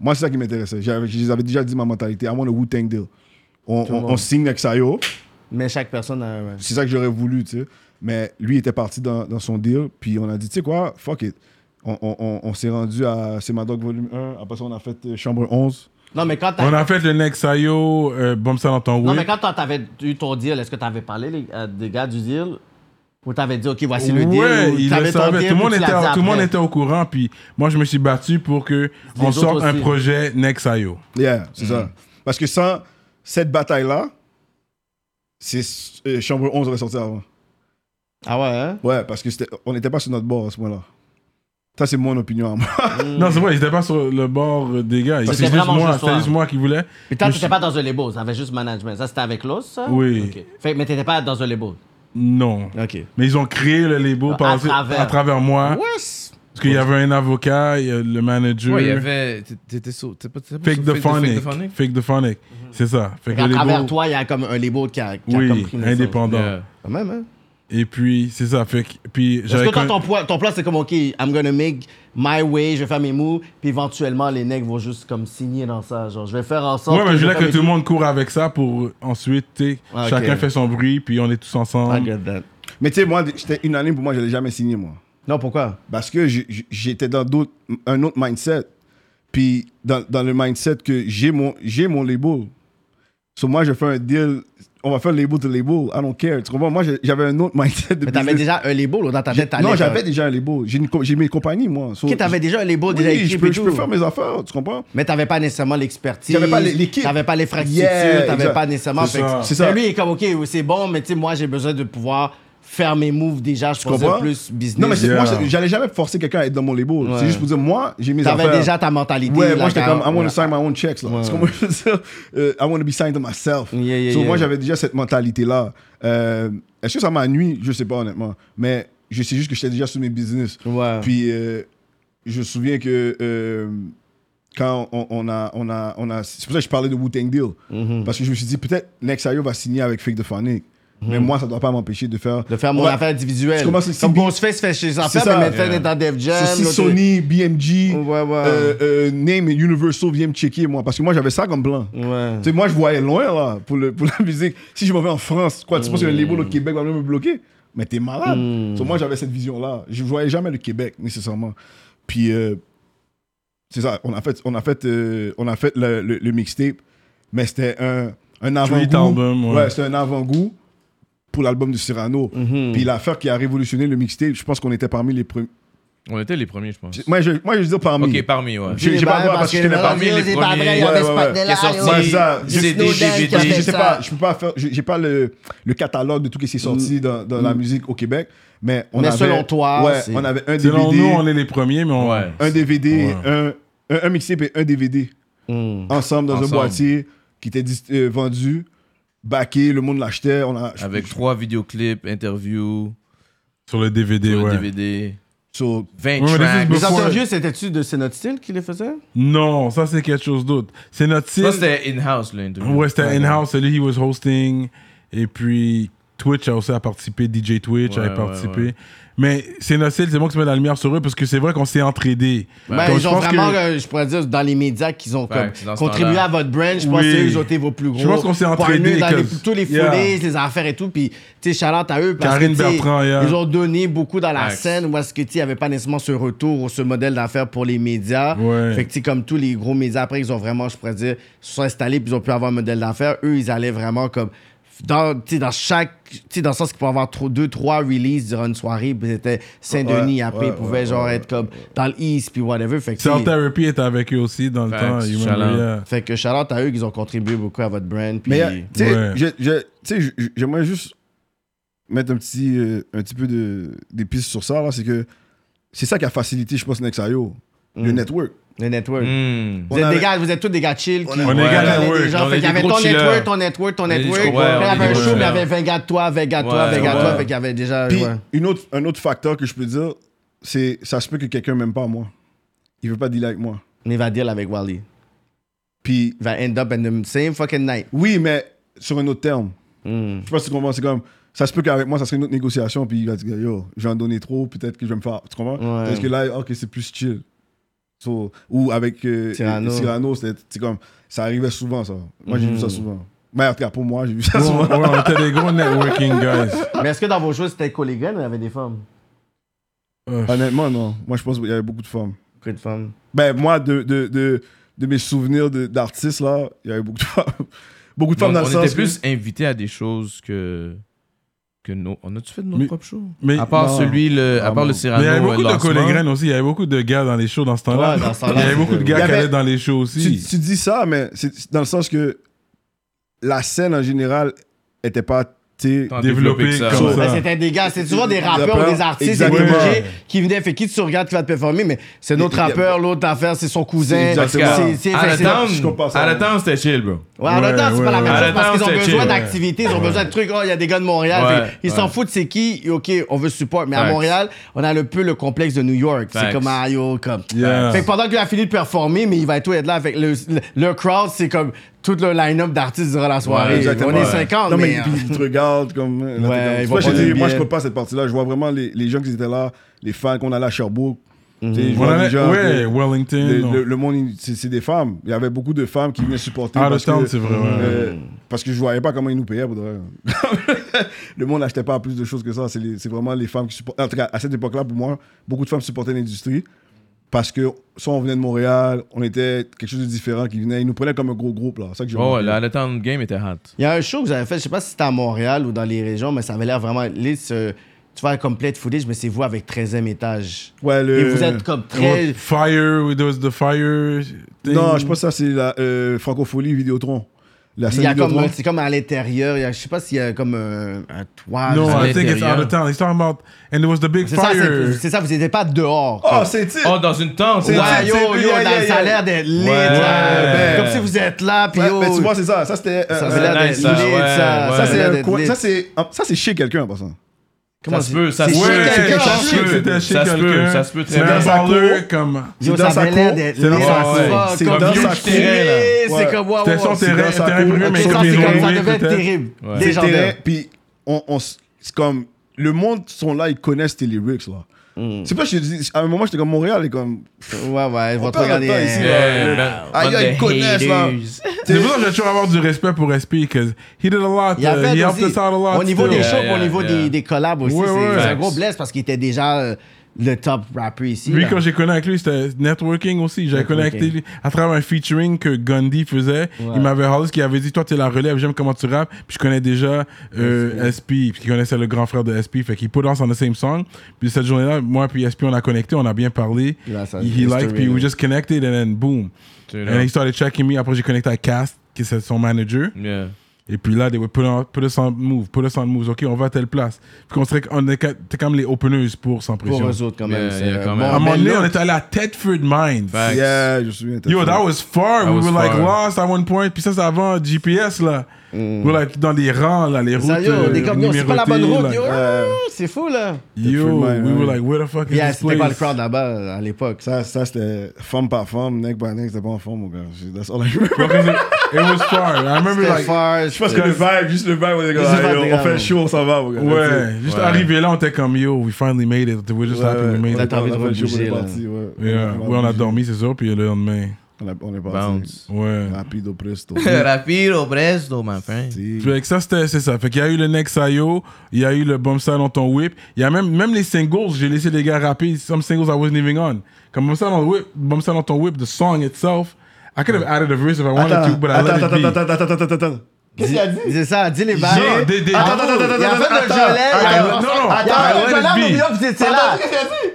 Speaker 5: Moi, c'est ça qui m'intéressait. J'avais, je les avais déjà dit ma mentalité. I want a Wu-Tang deal. On, on, on signe avec Sayo.
Speaker 2: Mais chaque personne a un.
Speaker 5: C'est ça que j'aurais voulu, tu sais. Mais lui, il était parti dans, dans son deal. Puis on a dit, tu sais quoi, fuck it. On, on- on- on s'est rendu à C'est ma dog volume 1. Après ça, on a fait euh, Chambre 11.
Speaker 2: Non, mais quand
Speaker 1: On
Speaker 2: t'as.
Speaker 1: a fait le Next IO, euh, Bombe ça dans ton
Speaker 2: Non,
Speaker 1: whip.
Speaker 2: mais quand t'as- t'avais eu ton deal, est-ce que t'avais parlé les- euh, des gars du deal Ou t'avais dit, OK, voici le deal
Speaker 1: Ouais,
Speaker 2: ou
Speaker 1: il
Speaker 2: t'avais
Speaker 1: le
Speaker 2: ton
Speaker 1: savait.
Speaker 2: deal,
Speaker 1: Tout le
Speaker 2: ou
Speaker 1: monde
Speaker 2: tu
Speaker 1: était,
Speaker 2: l'as dit
Speaker 1: tout le monde
Speaker 2: après?
Speaker 1: était au courant. Puis moi, je me suis battu pour que on
Speaker 2: autres
Speaker 1: sorte un
Speaker 2: aussi. Hmm.
Speaker 1: projet Next IO.
Speaker 5: Yeah, c'est
Speaker 2: Mm.
Speaker 5: ça. Parce que sans cette bataille-là, c'est euh, Chambre 11 aurait sorti avant.
Speaker 2: Ah ouais, hein
Speaker 5: Ouais, parce que c'était- on n'était pas sur notre bord à ce moment-là. Ça, c'est mon opinion à moi.
Speaker 1: Non, c'est vrai, ils étaient pas sur le bord euh, des gars.
Speaker 2: C'était
Speaker 1: C'est juste
Speaker 2: vraiment
Speaker 1: moi,
Speaker 2: juste
Speaker 1: c'était
Speaker 2: toi.
Speaker 1: juste moi qui voulais.
Speaker 2: Puis toi,
Speaker 1: Je
Speaker 2: t'étais
Speaker 1: suis-
Speaker 2: pas dans un label, ça avait juste management. Ça, c'était avec l'os, ça
Speaker 1: Oui.
Speaker 2: OK. Fait, mais t'étais pas dans un label.
Speaker 1: Non.
Speaker 2: OK.
Speaker 1: Mais ils ont créé le label
Speaker 2: À
Speaker 1: par-
Speaker 2: travers.
Speaker 1: à travers moi. Parce qu'il y avait un avocat, il y a le manager.
Speaker 4: Ouais, il y avait. t'é- T'étais sur. t'étais pas- t'étais pas
Speaker 1: Fake
Speaker 4: sur
Speaker 1: the
Speaker 4: Fake
Speaker 1: Phonic.
Speaker 4: the Phonic?
Speaker 1: Fake the Phonic. C'est ça. Fait que
Speaker 2: à
Speaker 1: le
Speaker 2: Mhm. travers
Speaker 1: label.
Speaker 2: toi, il y a comme un label qui a, qui a
Speaker 1: Oui,
Speaker 2: compris. le sens.
Speaker 1: indépendant.
Speaker 4: Yeah.
Speaker 2: Quand même, hein
Speaker 1: Et puis, c'est ça. Fait que, puis,
Speaker 2: Parce
Speaker 1: j'avais
Speaker 2: que toi,
Speaker 1: con-
Speaker 2: ton, point- ton plan, c'est comme, OK, I'm gonna make my way, je vais faire mes moves, puis éventuellement, les nègres vont juste comme signer dans ça. Genre, je vais faire en sorte.
Speaker 1: Ouais, mais je voulais
Speaker 2: vais
Speaker 1: que tout
Speaker 2: faire
Speaker 1: le monde court avec ça pour ensuite, tu sais,
Speaker 2: Ah, ok. Ah,
Speaker 1: chacun fait son bruit, puis on est tous
Speaker 2: mes- I
Speaker 1: ensemble.
Speaker 2: get that.
Speaker 5: Mais tu sais, moi, j'étais unanime pour moi, je l'ai jamais signé, moi.
Speaker 2: Non, pourquoi
Speaker 5: Parce que j- j- j'étais dans d'autres, un autre mindset. Puis dans, dans le mindset que j'ai mon, j'ai mon label. So moi, je fais un deal, on va faire label to label, I don't care. Tu comprends? Moi, j'ai- j'avais un autre mindset de
Speaker 2: Mais t'avais
Speaker 5: business.
Speaker 2: déjà un label ou dans ta
Speaker 5: J'ai-
Speaker 2: tête t'allais
Speaker 5: Non,
Speaker 2: faire-
Speaker 5: j'avais déjà un label. J'ai, une co- j'ai mes compagnies, moi. So-
Speaker 2: Ok, t'avais déjà un label, déjà
Speaker 5: Oui,
Speaker 2: écrit
Speaker 5: je
Speaker 2: et
Speaker 5: peux, je
Speaker 2: tout.
Speaker 5: peux faire mes affaires, tu comprends?
Speaker 2: Mais t'avais pas nécessairement l'expertise.
Speaker 5: J'avais pas les- l'équipe.
Speaker 2: T'avais pas les fractures.
Speaker 5: Yeah,
Speaker 2: t'avais
Speaker 5: exact.
Speaker 2: pas nécessairement.
Speaker 1: C'est
Speaker 2: fait que-
Speaker 1: ça.
Speaker 5: C'est ça.
Speaker 2: Mais lui, il est comme, OK, oui, c'est bon, mais tu sais, moi, j'ai besoin de pouvoir faire mes moves déjà. Je
Speaker 5: Tu
Speaker 2: pensais
Speaker 5: comprends?
Speaker 2: plus business.
Speaker 5: Non, mais c'est- moi,
Speaker 1: Yeah.
Speaker 5: c'est- j'allais jamais forcer quelqu'un à être dans mon label. C'est juste pour dire, moi, j'ai mes affaires.
Speaker 2: T'avais déjà ta mentalité.
Speaker 5: Ouais,
Speaker 2: là,
Speaker 5: moi j'étais
Speaker 2: quand-
Speaker 5: comme, I want
Speaker 2: Ouais.
Speaker 5: to sign my own checks. Là. Tu comprends ce que je veux dire? Euh, I want to be signed to myself.
Speaker 2: Yeah, yeah,
Speaker 5: so,
Speaker 2: yeah.
Speaker 5: Moi j'avais déjà cette mentalité-là. Euh, Est-ce que ça m'ennuie Je sais pas honnêtement. Mais je sais juste que j'étais déjà sur mes business.
Speaker 2: Ouais.
Speaker 5: Puis euh, je me souviens que euh, quand on, on a, on a, on a. C'est pour ça que je parlais de Wu-Tang Deal.
Speaker 2: Mm-hmm.
Speaker 5: Parce que je me suis dit, peut-être Nexayo va signer avec Fake the Phonic. Mais moi, ça doit pas m'empêcher de faire.
Speaker 2: Mm-hmm. De faire mon
Speaker 5: Ouais.
Speaker 2: affaire individuelle.
Speaker 5: Tu comprends, c'est-
Speaker 2: Comme
Speaker 5: c'est-
Speaker 2: Ghostface fait ses affaires,
Speaker 5: ça.
Speaker 2: mais Medfed est dans Def Jam.
Speaker 5: Si
Speaker 2: l'autre-
Speaker 5: Sony, BMG,
Speaker 2: Ouais, ouais.
Speaker 5: euh, euh, Name et Universal viennent me checker, moi. Parce que moi, j'avais ça comme plan.
Speaker 2: Ouais.
Speaker 5: Tu sais, moi, je voyais loin, là, pour, le, pour la musique. Si je m'en vais en France, quoi, tu penses que le label au Québec va venir me bloquer? Mais t'es malade. So, moi, j'avais cette vision-là. Je voyais jamais le Québec, nécessairement. Puis, euh, c'est ça, on a fait, on a fait, euh, on a fait le, le- le mixtape, mais c'était un, un avant-goût.
Speaker 1: album, ouais.
Speaker 5: c'était un avant-goût pour l'album de Cyrano. Puis l'affaire qui a révolutionné le mixtape, je pense qu'on était parmi les premiers.
Speaker 4: On était les premiers, je pense.
Speaker 5: Moi, je, moi, je veux dire parmi.
Speaker 4: Ok, parmi, ouais.
Speaker 5: J'ai j'ai pas le droit parce que je connais pas.
Speaker 4: parmi les
Speaker 2: C'est pas
Speaker 4: premiers.
Speaker 2: vrai, il y avait
Speaker 5: Ouais,
Speaker 2: ce
Speaker 5: ouais, ouais.
Speaker 2: partenaire-là.
Speaker 4: Qui est sorti.
Speaker 5: Ouais, c'est ça.
Speaker 4: C'est
Speaker 5: Je-
Speaker 4: des
Speaker 5: je- je-
Speaker 4: DVD.
Speaker 5: Je sais pas, je peux pas faire, j'ai j'ai pas le, le catalogue de tout ce qui est sorti dans, dans la musique au Québec, mais on
Speaker 2: Mais
Speaker 5: avait.
Speaker 2: selon toi,
Speaker 5: ouais,
Speaker 2: c'est-
Speaker 5: on avait un
Speaker 1: Selon
Speaker 5: DVD,
Speaker 1: nous, on est les premiers, mais on.
Speaker 4: Ouais.
Speaker 5: un DVD,
Speaker 1: Ouais.
Speaker 5: un, un, un mixtape et un DVD
Speaker 2: Mm.
Speaker 5: ensemble dans
Speaker 4: Ensemble.
Speaker 5: un boîtier qui était dis- euh, vendu, backé, le monde l'achetait, on a.
Speaker 4: Avec trois vidéoclips, interviews,
Speaker 1: Sur le DVD,
Speaker 4: sur le
Speaker 1: ouais.
Speaker 4: DVD,
Speaker 5: So,
Speaker 1: Ouais,
Speaker 4: 20
Speaker 1: mais this is
Speaker 4: tracks.
Speaker 2: Les
Speaker 1: before-
Speaker 2: interviews, c'était-tu de C'est notre style qui les faisait?
Speaker 1: Non, ça c'est quelque chose d'autre. C'est notre style.
Speaker 4: Ça, c'était in-house, l'interview.
Speaker 1: Ouais, c'était in-house, c'est lui qui was hosting. Et puis Twitch a aussi a participé, DJ Twitch
Speaker 4: Ouais,
Speaker 1: a
Speaker 4: ouais,
Speaker 1: participé. Mais c'est notre style, c'est moi qui se mets la lumière sur eux parce que c'est vrai qu'on s'est entraidés.
Speaker 2: Ben,
Speaker 1: Donc,
Speaker 2: ils
Speaker 1: je
Speaker 2: ont
Speaker 1: pense que-
Speaker 2: vraiment, euh, je pourrais dire, dans les médias qu'ils ont
Speaker 4: Ouais,
Speaker 2: comme,
Speaker 4: c'est dans ce
Speaker 2: contribué
Speaker 4: temps-là.
Speaker 2: à votre brand. Je pense
Speaker 1: Oui.
Speaker 2: que c'est eux qui ont été vos plus gros.
Speaker 1: Je pense qu'on s'est
Speaker 2: partners
Speaker 1: entraînés,
Speaker 2: dans les-
Speaker 1: cause-
Speaker 2: tous les
Speaker 1: Yeah.
Speaker 2: foodies, les affaires et tout. Puis, tu sais, Charlotte à eux. Parce
Speaker 1: Karine
Speaker 2: que, tu sais,
Speaker 1: Bertrand, yeah.
Speaker 2: Ils ont donné beaucoup dans la
Speaker 4: Facts.
Speaker 2: scène où est-ce que, tu sais, il n'y avait pas nécessairement ce retour ou ce modèle d'affaires pour les médias.
Speaker 1: Ouais.
Speaker 2: Fait que, tu sais, comme tous les gros médias, après, ils ont vraiment, je pourrais dire, se sont installés puis ils ont pu avoir un modèle d'affaires. Eux, ils allaient vraiment comme. Dans, tu sais, dans chaque. tu sais, dans le sens qu'ils pouvaient avoir trop, deux, trois releases durant une soirée, puis c'était Saint-Denis,
Speaker 5: Ouais,
Speaker 2: après,
Speaker 5: ouais,
Speaker 2: ils pouvaient
Speaker 5: ouais,
Speaker 2: genre
Speaker 5: ouais,
Speaker 2: être comme dans l'East, puis whatever. Fait que, tu
Speaker 1: Cell
Speaker 2: sais,
Speaker 1: Therapy était avec eux aussi dans le
Speaker 4: Facts,
Speaker 1: temps. you remember,
Speaker 4: shout out.
Speaker 1: yeah.
Speaker 2: fait que Charlotte à eux, ils ont contribué beaucoup à votre brand. Puis...
Speaker 5: Mais euh, tu sais,
Speaker 1: Ouais.
Speaker 5: je- je- tu sais, je- je- j'aimerais juste mettre un petit, euh, un petit peu de, des pistes sur ça. là. C'est que c'est ça qui a facilité, je pense, Nexayo, le network.
Speaker 2: Le network.
Speaker 4: Hmm.
Speaker 2: Mm. Vous, êtes
Speaker 5: mm. On
Speaker 2: des
Speaker 5: avait-
Speaker 2: gars, vous êtes tous des gars chill. Qui...
Speaker 1: On est
Speaker 2: connaissent
Speaker 1: gars network,
Speaker 2: des gens.
Speaker 4: on
Speaker 2: Fait qu'il
Speaker 4: est
Speaker 2: y
Speaker 4: des
Speaker 2: avait
Speaker 4: gros
Speaker 2: ton
Speaker 4: chillers.
Speaker 2: network, ton network, ton
Speaker 4: est des
Speaker 2: network.
Speaker 4: gros- ouais,
Speaker 2: Après, il y
Speaker 4: on est
Speaker 2: avait un
Speaker 4: des gros
Speaker 2: show, mais il y
Speaker 4: chillers.
Speaker 2: avait 20 gars de toi, 20 gars de toi,
Speaker 4: Ouais,
Speaker 2: 20 gars de toi.
Speaker 4: ouais.
Speaker 2: Fait qu'il y avait déjà.
Speaker 5: Puis,
Speaker 2: ouais.
Speaker 5: une autre, un autre facteur que je peux dire, c'est ça se peut que quelqu'un m'aime pas, moi. Il veut pas dealer avec moi.
Speaker 2: Mais il va deal avec Wally.
Speaker 5: Puis,
Speaker 2: Il va end up in the same fucking night.
Speaker 5: oui, mais sur un autre terme.
Speaker 2: Mm.
Speaker 5: Je sais pas si tu comprends. C'est comme, Ça se peut qu'avec moi, ça serait une autre négociation, puis il va dire, yo, je vais en donner trop, peut-être que je vais me faire. Tu comprends?
Speaker 2: Ouais.
Speaker 5: Parce que là, ok, c'est plus chill. So, ou avec euh,
Speaker 2: Cyrano. Hmm.
Speaker 5: Cyrano, c'était c'est comme. Ça arrivait souvent, ça. Moi, j'ai vu ça souvent. Mais en tout cas, pour moi, j'ai vu ça
Speaker 1: Ouais,
Speaker 5: souvent.
Speaker 1: ouais, on était des gros networking guys.
Speaker 2: Mais est-ce que dans vos shows, c'était que les gars ou il y avait des femmes
Speaker 5: Honnêtement, non. Moi, je pense qu'il y avait beaucoup de femmes.
Speaker 2: Que de femmes.
Speaker 5: Ben, moi, de, de, de, de mes souvenirs de- d'artistes, là, il y avait beaucoup de femmes. Beaucoup de femmes
Speaker 4: on,
Speaker 5: dans le
Speaker 4: on
Speaker 5: sens.
Speaker 4: était
Speaker 5: que-
Speaker 4: plus invités à des choses que. que nos... On a-tu fait de nos
Speaker 1: Mais-
Speaker 4: propres shows
Speaker 1: Mais
Speaker 4: À part
Speaker 5: non.
Speaker 4: celui, le, à
Speaker 5: Ah,
Speaker 4: part le
Speaker 5: non.
Speaker 4: Cyrano.
Speaker 1: Mais il y avait beaucoup de
Speaker 4: euh, lancement.
Speaker 1: collègues aussi. Il y avait beaucoup de gars dans les shows dans ce temps-là.
Speaker 2: Ouais, dans ce temps-là,
Speaker 1: il y avait
Speaker 2: c'était-
Speaker 1: beaucoup de
Speaker 2: ouais.
Speaker 1: gars
Speaker 5: Il y
Speaker 1: qui
Speaker 5: avait-
Speaker 1: allaient dans les shows
Speaker 5: tu,
Speaker 1: aussi.
Speaker 5: tu dis ça, mais c'est c'est dans le sens que la scène en général était pas. t'sais,
Speaker 4: Tant
Speaker 1: Développé
Speaker 4: développé que ça.
Speaker 1: comme
Speaker 5: Ouais.
Speaker 1: ça.
Speaker 2: Ben, c'était des gars, c'est souvent des rappeurs ou
Speaker 5: Rappeurs,
Speaker 2: des artistes,
Speaker 5: exactement.
Speaker 2: des DJ qui venaient, fait qui tu regardes qui va te performer, mais c'est notre
Speaker 5: Il- il-
Speaker 2: rappeur, l'autre affaire, c'est son cousin.
Speaker 5: C'est
Speaker 4: Parce qu'à
Speaker 2: C'est- c'est-
Speaker 4: à
Speaker 2: fait
Speaker 4: la
Speaker 2: que c'est-
Speaker 4: town,
Speaker 5: je comprends ça.
Speaker 4: à la town, c'était chill, bro.
Speaker 2: Ouais, en même temps, c'est
Speaker 1: Ouais,
Speaker 2: pas la même
Speaker 4: ouais, ouais.
Speaker 2: chose parce qu'ils
Speaker 4: Ouais.
Speaker 2: ont besoin
Speaker 4: Ouais.
Speaker 2: d'activités, ils ont besoin de trucs. Oh, il y a des gars de Montréal.
Speaker 4: Ouais,
Speaker 2: Fait, ils
Speaker 4: ouais.
Speaker 2: s'en foutent, c'est qui? OK, on veut support. Mais à
Speaker 4: Facts.
Speaker 2: Montréal, on a le peu le complexe de New York. C'est
Speaker 4: Facts.
Speaker 2: comme, ah, yo, comme.
Speaker 1: Yeah.
Speaker 2: Fait que pendant qu'il a fini de performer, mais il va être tout être là. Fait que le, le, le crowd, c'est comme tout le line-up d'artistes durant la soirée.
Speaker 5: exactement,
Speaker 2: on est
Speaker 5: ouais.
Speaker 2: 50,
Speaker 5: Non, mais,
Speaker 2: mais. euh,
Speaker 5: puis ils te regardent comme. là, t'es
Speaker 2: Ouais,
Speaker 5: comme-
Speaker 2: ils
Speaker 5: C'est
Speaker 2: vont
Speaker 5: pas- je
Speaker 2: prendre
Speaker 5: dis,
Speaker 2: le
Speaker 5: moi, je
Speaker 2: billet.
Speaker 5: peux pas cette partie-là. Je vois vraiment les, les gens qui étaient là, les fans qu'on allait à Sherbrooke. T'sais, je
Speaker 1: On
Speaker 5: vois les
Speaker 1: avait-
Speaker 5: gens,
Speaker 1: ouais,
Speaker 5: le-
Speaker 1: Wellington.
Speaker 5: le,
Speaker 1: on-
Speaker 5: le- le monde, il- c'est c'est des femmes. Il y avait beaucoup de femmes qui venaient supporter.
Speaker 1: Ah, le
Speaker 5: parce
Speaker 1: temps,
Speaker 5: que-
Speaker 1: c'est vrai. ouais.
Speaker 5: Euh, parce que je voyais pas comment ils nous payaient. Pour de vrai. le monde n'achetait pas plus de choses que ça. C'est les- c'est vraiment les femmes qui supportent. En tout cas, à cette époque-là, pour moi, beaucoup de femmes supportaient l'industrie. Parce que soit on venait de Montréal, on était quelque chose de différent qui venait. Ils nous prenaient comme un gros groupe. là. C'est ça que j'ai
Speaker 4: Oh,
Speaker 5: remarqué.
Speaker 4: la, la town game était hot.
Speaker 2: Il y a un show que j'avais fait, je sais pas si c'était à Montréal ou dans les régions, mais ça avait l'air vraiment. les- ce- tu vois, comme plein de footage, mais c'est vous avec 13e étage.
Speaker 5: Ouais, le-
Speaker 2: Et vous êtes comme très.
Speaker 1: Ouais, Fire, there was the fire. thing.
Speaker 5: Non, je pense que ça, c'est la euh, francophonie Vidéotron. La
Speaker 2: Il
Speaker 5: scène
Speaker 2: y a comme,
Speaker 5: Vidéotron.
Speaker 2: c'est comme à l'intérieur, il y a- je sais pas s'il y a comme un, un toit. je
Speaker 1: No,
Speaker 2: sais pas.
Speaker 1: I think it's
Speaker 4: l'intérieur.
Speaker 1: out of town. He's talking about, and there was the big
Speaker 2: c'est ça,
Speaker 1: fire.
Speaker 2: c'est, c'est ça, vous n'étiez pas dehors.
Speaker 5: Oh,
Speaker 2: comme-
Speaker 5: c'est titre!
Speaker 4: Oh, dans une town,
Speaker 5: c'est-
Speaker 4: ouais.
Speaker 2: ouais, yo,
Speaker 5: c'est-
Speaker 2: yo,
Speaker 5: yeah,
Speaker 2: dans-
Speaker 5: yeah,
Speaker 2: ça a
Speaker 5: yeah.
Speaker 2: l'air d'être lit,
Speaker 4: Ouais.
Speaker 2: là.
Speaker 5: Ouais.
Speaker 2: Comme si vous êtes là, puis
Speaker 5: Ouais,
Speaker 2: yo.
Speaker 5: mais tu vois, c'est ça. Ça, c'était. euh,
Speaker 2: ça
Speaker 5: euh,
Speaker 2: avait l'air d'être
Speaker 4: nice, ça,
Speaker 2: lit, ça.
Speaker 4: ouais, ouais.
Speaker 2: ça
Speaker 5: ça, c'est
Speaker 2: avait l'air
Speaker 5: un
Speaker 2: d'être
Speaker 5: coin-
Speaker 2: lit.
Speaker 5: ça, c'est ah, ça, c'est chez quelqu'un en passant.
Speaker 2: Comment
Speaker 4: Ça se peut, ça
Speaker 2: c'est
Speaker 4: se
Speaker 2: chez
Speaker 4: peut.
Speaker 2: quelqu'un,
Speaker 4: Ça
Speaker 2: en
Speaker 4: se
Speaker 2: plus.
Speaker 4: peut,
Speaker 1: C'était chez
Speaker 4: Ça se peut,
Speaker 1: quelqu'un.
Speaker 4: ça se peut
Speaker 1: C'est
Speaker 4: très
Speaker 1: un
Speaker 4: bien.
Speaker 5: sa
Speaker 1: parleur
Speaker 5: cour.
Speaker 1: comme.
Speaker 2: Yo, ça
Speaker 5: C'est dans sa
Speaker 2: avait l'air
Speaker 5: cour,
Speaker 2: d'être
Speaker 1: c'est dans
Speaker 2: lit,
Speaker 1: sa
Speaker 2: ça
Speaker 1: cour,
Speaker 2: se voit,
Speaker 5: c'est
Speaker 2: comme
Speaker 5: dans
Speaker 2: yo, je
Speaker 5: sa cour.
Speaker 2: t'ai rit,
Speaker 5: Ouais.
Speaker 2: C'est comme wow,
Speaker 1: C'était
Speaker 2: wow,
Speaker 1: son
Speaker 2: c'est
Speaker 1: terrain,
Speaker 5: dans sa
Speaker 1: terrain
Speaker 5: cour.
Speaker 1: privé,
Speaker 5: Ok,
Speaker 1: mais
Speaker 2: ça,
Speaker 5: C'était
Speaker 2: c'est comme ça
Speaker 1: privé,
Speaker 2: devait être
Speaker 1: peut-être.
Speaker 2: terrible.
Speaker 5: C'est
Speaker 2: Légendaire.
Speaker 5: terrain, puis on, on s- c'est comme le monde sont là, ils connaissent tes lyrics là. C'est pas je te dis à un moment j'étais comme Montréal et comme
Speaker 2: Ouais, ouais, ils vont
Speaker 5: On
Speaker 2: te
Speaker 5: perd notre
Speaker 2: regarder.
Speaker 5: temps ici,
Speaker 2: euh,
Speaker 4: Yeah,
Speaker 5: Ouais.
Speaker 4: man.
Speaker 5: Ah, yeah, ils
Speaker 4: One
Speaker 5: connaissent, là.
Speaker 4: Ben, haters.
Speaker 1: C'est pour ça que je vais toujours avoir du respect pour SP, parce he did a lot.
Speaker 2: Il y
Speaker 1: uh,
Speaker 2: avait
Speaker 1: he
Speaker 2: aussi,
Speaker 1: helped us out a lot. euh,
Speaker 2: au niveau
Speaker 1: still.
Speaker 2: des
Speaker 4: Yeah,
Speaker 2: shows,
Speaker 4: yeah,
Speaker 2: au niveau
Speaker 4: yeah.
Speaker 2: des, des collabs aussi,
Speaker 1: Ouais,
Speaker 2: c'est
Speaker 1: ouais.
Speaker 2: c'est un
Speaker 4: Facts.
Speaker 2: gros bless parce qu'il était déjà euh, le top rapper ici.
Speaker 1: Lui,
Speaker 2: là.
Speaker 1: quand j'ai connu avec lui, c'était networking aussi. J'avais
Speaker 2: Networking.
Speaker 1: connecté lui à travers un featuring que Gandhi faisait. Il m'avait hollé qui avait dit Toi, t'es la relève, j'aime comment tu rappes. Puis je connais déjà euh, SP, puis il connaissait le grand frère de SP. Fait qu'il put us on the same song. Puis cette journée-là, moi, puis SP, on a connecté, on a bien parlé.
Speaker 2: Là, ça-
Speaker 1: He liked,
Speaker 2: history,
Speaker 1: puis
Speaker 2: là.
Speaker 1: we just connected, and then boom.
Speaker 4: Tu
Speaker 1: And
Speaker 4: l'as.
Speaker 1: he started checking me. Après, j'ai connecté à Cast, qui c'est son manager.
Speaker 4: Yeah.
Speaker 1: Et puis là, they would put, on- put us on move, put us on moves. OK, on va à telle place. Puis on serait on est ca- t'es comme les openers pour sans
Speaker 2: pour
Speaker 1: pression.
Speaker 2: eux autres, quand même.
Speaker 4: Yeah,
Speaker 2: c'est,
Speaker 4: yeah,
Speaker 2: euh,
Speaker 4: quand
Speaker 2: bon,
Speaker 4: même.
Speaker 1: à un moment
Speaker 2: mais
Speaker 1: donné,
Speaker 2: là-
Speaker 1: on était allé à Tedford Mines.
Speaker 5: Bah,
Speaker 4: Facts.
Speaker 5: yeah, je me souviens. t'as
Speaker 1: Yo,
Speaker 5: fait-
Speaker 1: that was far.
Speaker 4: That
Speaker 1: we
Speaker 4: was
Speaker 1: were like
Speaker 4: far.
Speaker 1: lost at one point. Puis ça, c'est avant GPS, là. We were like dans des rangs, là, les routes.
Speaker 2: Mm. Ça, yo, des
Speaker 1: euh,
Speaker 2: comme, yo, c'est pas la bonne
Speaker 1: numérotées,
Speaker 2: route,
Speaker 1: là.
Speaker 2: yo.
Speaker 5: Ouais.
Speaker 2: C'est fou, là.
Speaker 1: Yo,
Speaker 5: Thetford Mines,
Speaker 1: we were
Speaker 5: ouais.
Speaker 1: like, where the fuck is
Speaker 2: Yeah,
Speaker 1: this
Speaker 2: c'était
Speaker 1: place?
Speaker 2: pas le crowd là-bas à l'époque.
Speaker 5: Ça, ça c'était femme par femme, neck by neck, c'était pas en forme, mon gars. C'est- That's all I remember.
Speaker 1: Fuck is it? It was far. I remember
Speaker 2: C'était
Speaker 1: like...
Speaker 2: far,
Speaker 5: Je pense que le vibe, juste le vibe, on est comme,
Speaker 2: Juste
Speaker 5: ah,
Speaker 2: le
Speaker 5: yo,
Speaker 2: vibe,
Speaker 5: on fait
Speaker 2: ouais.
Speaker 5: le show, on s'en va, mon gars.
Speaker 1: Ouais, juste
Speaker 4: Ouais.
Speaker 1: arrivé là, on était comme, yo, we finally made it. We're just happy we made
Speaker 2: Ouais,
Speaker 1: it.
Speaker 2: t'as envie de
Speaker 5: on a fait le show, on
Speaker 2: rebouger,
Speaker 5: est
Speaker 2: là.
Speaker 5: parti, ouais.
Speaker 1: Yeah, ouais, on a dormi, c'est sûr, puis le lendemain.
Speaker 5: On a- on est parti.
Speaker 4: Bounce.
Speaker 1: Ouais.
Speaker 5: Rapido presto.
Speaker 4: Rapido presto, my friend.
Speaker 5: Si.
Speaker 1: Fait que ça, c'était, c'est ça. Fait qu'il y a eu le Next IO, il y a eu le Bump Style on ton whip. Il y a même, même les singles, j'ai laissé les gars rapper, some singles I wasn't even on. Comme Bump Style on, whip, Bump Style on ton whip, the song itself, I could have added a verse if I wanted
Speaker 5: Attends,
Speaker 1: to, but I
Speaker 5: attends,
Speaker 1: let it be.
Speaker 5: attends, attends, attends, attends, attends.
Speaker 2: Qu'est-ce qu'il a dit C'est ça, dis les
Speaker 1: Yeah,
Speaker 2: balles.
Speaker 1: they- they-
Speaker 5: Attends, attends, attends,
Speaker 2: Il a fait le
Speaker 5: attends,
Speaker 2: Jolin, il a-
Speaker 1: attends, non, non,
Speaker 2: il a
Speaker 1: attends,
Speaker 2: fait le
Speaker 1: let it
Speaker 2: Jolin,
Speaker 1: be.
Speaker 2: mais là, vous étiez là.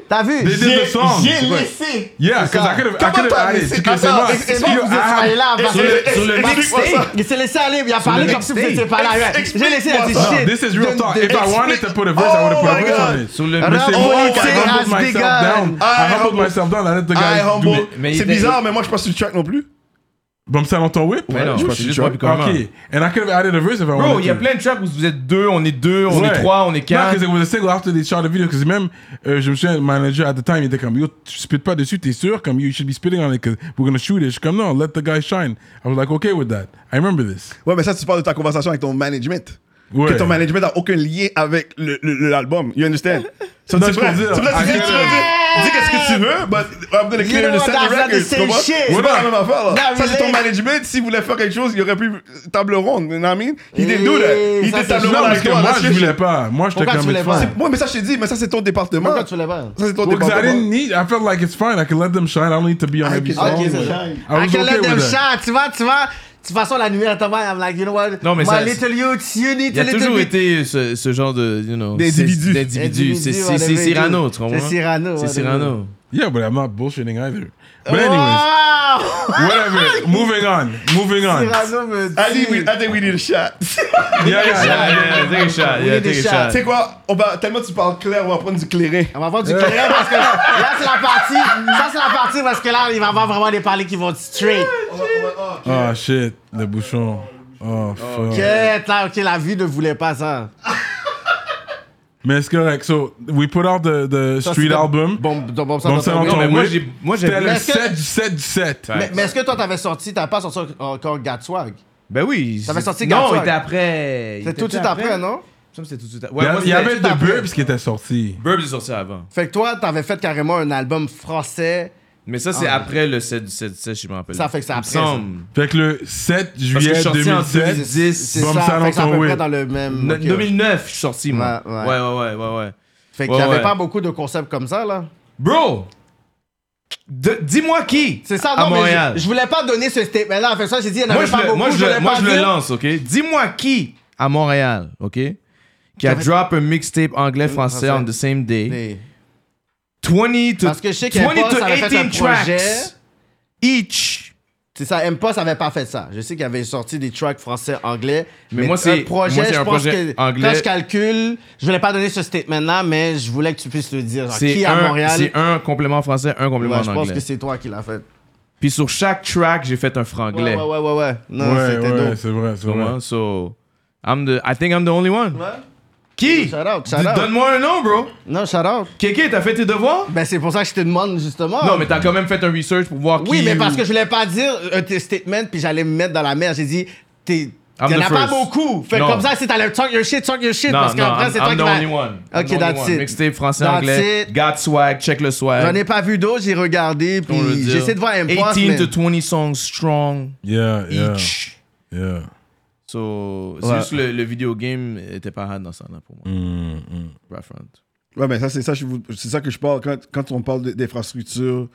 Speaker 2: T'as vu
Speaker 1: They did the song.
Speaker 2: laissé.
Speaker 1: Yeah, because I could have, I could have added. Ah, Tu sais, c'est moi.
Speaker 2: C'est bon, vous êtes allé là. parce que-
Speaker 4: Sur le
Speaker 2: Backstage. Il s'est laissé aller, il a parlé
Speaker 4: le
Speaker 2: comme si vous
Speaker 4: backstage.
Speaker 2: étiez pas là. Ouais. J'ai laissé la
Speaker 1: No,
Speaker 2: shit.
Speaker 1: ah, this is real
Speaker 2: De-
Speaker 1: talk.
Speaker 2: de-
Speaker 1: If I wanted to put a verse, I would have put a verse on it.
Speaker 4: Sur le
Speaker 1: But c'est
Speaker 2: Oh,
Speaker 1: moi
Speaker 2: my
Speaker 1: qui
Speaker 2: God.
Speaker 1: I
Speaker 2: Has
Speaker 1: humbled myself
Speaker 2: begun.
Speaker 1: down. I humbled myself down. I let the
Speaker 2: Ah,
Speaker 5: I
Speaker 1: guys do
Speaker 5: humble.
Speaker 1: it.
Speaker 4: mais il
Speaker 5: C'est
Speaker 4: était-
Speaker 5: bizarre, mais moi, je passe sur le track non plus.
Speaker 1: Bump Style on ton whip?
Speaker 4: Mais non,
Speaker 5: je
Speaker 4: c'est
Speaker 5: pense que
Speaker 4: juste
Speaker 5: tu
Speaker 4: moi
Speaker 5: as-
Speaker 4: puis comment.
Speaker 1: Okay, and I could have added a verse if I wanted to.
Speaker 4: Bro, il y a plein de tracks où vous êtes deux, on est deux, on
Speaker 1: Ouais.
Speaker 4: est trois, on est
Speaker 1: Non,
Speaker 4: quatre.
Speaker 1: because it was a single after they shot the video. Because même, euh, je me souviens, le manager at the time, il était comme, yo, tu spit pas dessus, t'es sûr? Comme, you should be spitting on it, because we're gonna shoot it. Je suis comme, non, let the guy shine. I was like, okay with that. I remember this.
Speaker 5: Ouais, mais ça, tu parles de ta conversation avec ton management.
Speaker 1: Ouais.
Speaker 5: que ton management n'a aucun lien avec le- le- le- l'album. You understand? So,
Speaker 1: Non,
Speaker 5: tu
Speaker 1: je
Speaker 5: prends-
Speaker 1: peux dire.
Speaker 5: tu prends-
Speaker 1: I
Speaker 5: tu dis-
Speaker 1: get it.
Speaker 5: tu veux dire- dis qu'est-ce que tu veux, but I'm gonna
Speaker 2: You
Speaker 5: clear
Speaker 2: know
Speaker 5: the
Speaker 2: what,
Speaker 5: set the
Speaker 2: that's not
Speaker 5: record.
Speaker 2: the
Speaker 5: tu
Speaker 2: same
Speaker 5: comprends?
Speaker 2: shit.
Speaker 5: C'est pas la même affaire, là.
Speaker 2: Not
Speaker 5: Ça, c'est ton
Speaker 2: really.
Speaker 5: management. S'il voulait faire quelque chose, il aurait pu table ronde. You know what I mean? Il était
Speaker 2: Eh,
Speaker 5: doux, là. Il
Speaker 2: ça,
Speaker 5: était
Speaker 2: c'est
Speaker 5: table
Speaker 2: sûr.
Speaker 5: ronde
Speaker 2: Non,
Speaker 5: avec
Speaker 1: Parce que
Speaker 5: toi.
Speaker 1: moi,
Speaker 5: That's
Speaker 1: je
Speaker 5: your shit.
Speaker 1: voulais pas. Moi, j'étais
Speaker 2: Pourquoi
Speaker 1: comme...
Speaker 2: tu voulais pas?
Speaker 5: Ouais, mais ça, je te dis, mais ça, c'est ton département.
Speaker 2: Pourquoi
Speaker 5: Ça,
Speaker 2: tu l'as pas?
Speaker 5: c'est ton
Speaker 1: Because I
Speaker 5: département.
Speaker 1: didn't need... I felt like it's fine. I can let them shine. I don't need to be on
Speaker 5: I
Speaker 1: every
Speaker 5: can- I
Speaker 1: song.
Speaker 5: can
Speaker 1: I was
Speaker 5: let
Speaker 2: I
Speaker 5: them
Speaker 2: can let
Speaker 1: okay
Speaker 2: them
Speaker 1: with that.
Speaker 2: shine. Tu vois, tu vois. De toute façon, la nuit à ta mère, I'm like, you know what?
Speaker 4: Non, mais
Speaker 2: My
Speaker 4: ça-
Speaker 2: little youth, you need
Speaker 4: Il
Speaker 2: a
Speaker 4: a
Speaker 2: little
Speaker 4: toujours
Speaker 2: bit.
Speaker 4: été ce, ce genre de, you know,
Speaker 5: D'individu.
Speaker 4: c'est- d'individu. C'est c'est- c'est
Speaker 2: whatever it
Speaker 4: Cyrano,
Speaker 2: is.
Speaker 4: tu comprends?
Speaker 2: C'est Cyrano.
Speaker 4: C'est
Speaker 2: whatever.
Speaker 4: Cyrano.
Speaker 1: Yeah, but I'm not bullshitting either. But anyways,
Speaker 2: Wow!
Speaker 1: whatever. Moving on. Moving on.
Speaker 2: Cyrano me
Speaker 5: I think we,
Speaker 2: dit.
Speaker 5: I think we need a shot. tu
Speaker 1: Yeah, yeah, yeah.
Speaker 4: Ah, Yeah, yeah, take a shot.
Speaker 2: need
Speaker 4: Yeah,
Speaker 2: a
Speaker 4: take a
Speaker 2: shot.
Speaker 4: shot.
Speaker 5: sais quoi? On va, tellement tu parles clair, on va prendre du clairin.
Speaker 2: On va avoir du clair parce que là, c'est la partie. Ça, c'est la partie parce que là, il va y avoir vraiment des parlers qui vont straight.
Speaker 1: Oh, shit. Le bouchon. Oh, fuck.
Speaker 2: Quête, là, ok, la vie ne voulait pas ça.
Speaker 1: Mais c'est correct. So, we put out the, the
Speaker 2: Ça,
Speaker 1: street
Speaker 2: c'est
Speaker 1: album.
Speaker 2: Bon, bon, bon, ça,
Speaker 1: Bon,
Speaker 2: dans
Speaker 1: ça,
Speaker 2: ton-
Speaker 1: on
Speaker 2: Mais-
Speaker 1: t'en-
Speaker 4: Non, mais moi,
Speaker 1: oui.
Speaker 4: j'ai- moi, j'ai
Speaker 1: C'était le
Speaker 2: Mais est-ce que-
Speaker 1: 7 du 7 du 7.
Speaker 4: Ouais.
Speaker 2: mais, mais est-ce que toi, t'avais sorti, t'as pas sorti encore Gatswag?
Speaker 4: Ben oui.
Speaker 2: Ça fait
Speaker 4: c'est-
Speaker 2: sortir
Speaker 4: Non,
Speaker 2: Gatsoir.
Speaker 4: il était après. il
Speaker 2: C'est
Speaker 4: était
Speaker 2: tout de suite après, non?
Speaker 4: Il me semble que c'était tout de suite après.
Speaker 1: Il y
Speaker 4: Ouais,
Speaker 1: a-
Speaker 4: moi,
Speaker 1: il y
Speaker 4: c'était-
Speaker 1: avait
Speaker 2: juste
Speaker 1: The
Speaker 2: après.
Speaker 1: Burbs qui était sorti.
Speaker 4: Burb est sorti avant.
Speaker 2: Fait que toi, t'avais fait carrément un album français.
Speaker 4: Mais ça, c'est
Speaker 2: Ah.
Speaker 4: après le 7 du 7 du 7, je me rappelle.
Speaker 2: Ça fait que c'est
Speaker 4: Il me
Speaker 2: après, ça.
Speaker 4: semble.
Speaker 1: Fait que le 7
Speaker 4: Parce que je
Speaker 1: juillet
Speaker 4: suis sorti en
Speaker 1: 2007.
Speaker 4: 2010.
Speaker 2: C'est
Speaker 1: Bon,
Speaker 2: ça,
Speaker 1: ça,
Speaker 2: fait que c'est à
Speaker 1: longtemps,
Speaker 2: peu
Speaker 1: oui.
Speaker 2: près dans le même.
Speaker 4: No-
Speaker 2: ok, ouais.
Speaker 4: 2009, je suis sorti, moi.
Speaker 2: Ouais,
Speaker 4: Ouais,
Speaker 2: ouais.
Speaker 4: ouais, ouais, ouais. ouais.
Speaker 2: Fait qu'il n'y avait
Speaker 4: ouais.
Speaker 2: pas beaucoup de concepts comme ça, là.
Speaker 4: Bro! de- Dis-moi qui
Speaker 2: C'est ça, non,
Speaker 4: à
Speaker 2: mais
Speaker 4: Montréal.
Speaker 2: je, je voulais pas donner ce statement-là. Fait que ça, j'ai dit, il n'y en
Speaker 4: Moi,
Speaker 2: avait
Speaker 4: je,
Speaker 2: pas
Speaker 4: le,
Speaker 2: beaucoup.
Speaker 4: moi, je,
Speaker 2: voulais
Speaker 4: le- moi,
Speaker 2: pas
Speaker 4: je le
Speaker 2: dire.
Speaker 4: lance, OK? Dis-moi qui à Montréal, OK? Qui a
Speaker 2: Correct.
Speaker 4: drop un mixtape anglais-français on the same day.
Speaker 2: Mais-
Speaker 4: 20 to,
Speaker 2: Parce que je sais que
Speaker 4: 20
Speaker 2: Impulse
Speaker 4: to
Speaker 2: avait fait un
Speaker 4: 18
Speaker 2: projet.
Speaker 4: tracks each.
Speaker 2: C'est ça, M-Post avait pas fait ça. Je sais qu'il avait sorti des tracks français-anglais.
Speaker 4: Mais moi, c'est-
Speaker 2: un projet,
Speaker 4: moi, c'est
Speaker 2: je
Speaker 4: un
Speaker 2: pense
Speaker 4: projet
Speaker 2: que
Speaker 4: anglais.
Speaker 2: Quand je calcule, je voulais pas donner ce statement-là, mais je voulais que tu puisses le dire. Genre, Ah, qui
Speaker 4: C'est
Speaker 2: à
Speaker 4: un,
Speaker 2: Montréal
Speaker 4: c'est un complément français, un
Speaker 2: Ouais,
Speaker 4: complément
Speaker 2: Je
Speaker 4: en
Speaker 2: pense
Speaker 4: anglais.
Speaker 2: que c'est toi qui l'as fait.
Speaker 4: Puis sur chaque track, j'ai fait un franglais.
Speaker 2: Ouais, ouais, ouais, ouais, ouais. Non,
Speaker 1: Ouais,
Speaker 2: c'était
Speaker 1: ouais,
Speaker 2: dope.
Speaker 1: c'est vrai, c'est
Speaker 4: Tu
Speaker 1: vrai.
Speaker 4: comprends? So, I'm the, I think I'm the only one. Qui?
Speaker 2: Shout out, shout
Speaker 4: Dis-
Speaker 2: out.
Speaker 4: Donne-moi un nom, bro.
Speaker 2: Non, shout out.
Speaker 4: Kéké, t'as fait tes devoirs?
Speaker 2: Ben, c'est pour ça que je te demande justement.
Speaker 4: Non, mais t'as quand même fait un research pour voir qui.
Speaker 2: Oh. Oui, mais parce
Speaker 4: ou-
Speaker 2: que je voulais pas dire un tes statements, puis j'allais me mettre dans la merde. J'ai dit, t'es.
Speaker 4: I'm
Speaker 2: Y'en
Speaker 4: the
Speaker 2: a pas
Speaker 4: first.
Speaker 2: beaucoup. Fait que
Speaker 4: Non.
Speaker 2: comme ça, si t'allais talk your shit, talk your shit,
Speaker 4: Non,
Speaker 2: parce
Speaker 4: non,
Speaker 2: qu'après,
Speaker 4: I'm-
Speaker 2: c'est toi
Speaker 4: I'm
Speaker 2: qui
Speaker 4: the
Speaker 2: vas.
Speaker 4: only one. I'm
Speaker 2: Ok,
Speaker 4: the only
Speaker 2: that's
Speaker 4: one.
Speaker 2: it.
Speaker 4: Mixtape français,
Speaker 2: That's
Speaker 4: anglais.
Speaker 2: it.
Speaker 4: Got swag, check le swag.
Speaker 2: J'en ai pas vu d'autres, j'ai regardé,
Speaker 4: On veut
Speaker 2: puis
Speaker 4: dire.
Speaker 2: j'essaie de voir un
Speaker 4: 18 to 20 songs strong
Speaker 1: Yeah, yeah,
Speaker 4: each.
Speaker 1: yeah.
Speaker 4: So, c'est
Speaker 2: Ouais.
Speaker 4: juste que le, le video game était pas hard dans ça là pour moi.
Speaker 1: Mm, mm.
Speaker 4: Brafront.
Speaker 5: Ouais, mais ça, c'est ça, je vous- c'est ça que je parle. Quand, quand on parle d- d'infrastructure,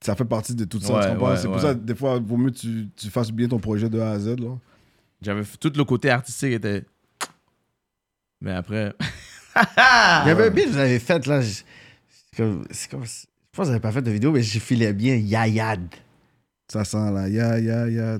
Speaker 5: ça fait partie de tout ça.
Speaker 4: Ouais,
Speaker 5: tu comprends?
Speaker 4: ouais,
Speaker 5: c'est pour
Speaker 4: ouais.
Speaker 5: ça, des fois, vaut mieux que tu, tu fasses bien ton projet de A à Z. Là.
Speaker 4: J'avais f- tout le côté artistique était. Mais après,
Speaker 2: Il y avait un beat que vous avez fait, là. je- C'est comme. c'est comme- Je pense que vous n'avez pas fait de vidéo, mais je filais bien Yayad.
Speaker 5: Ça sent là. Ya, ya, ya.
Speaker 2: Ya,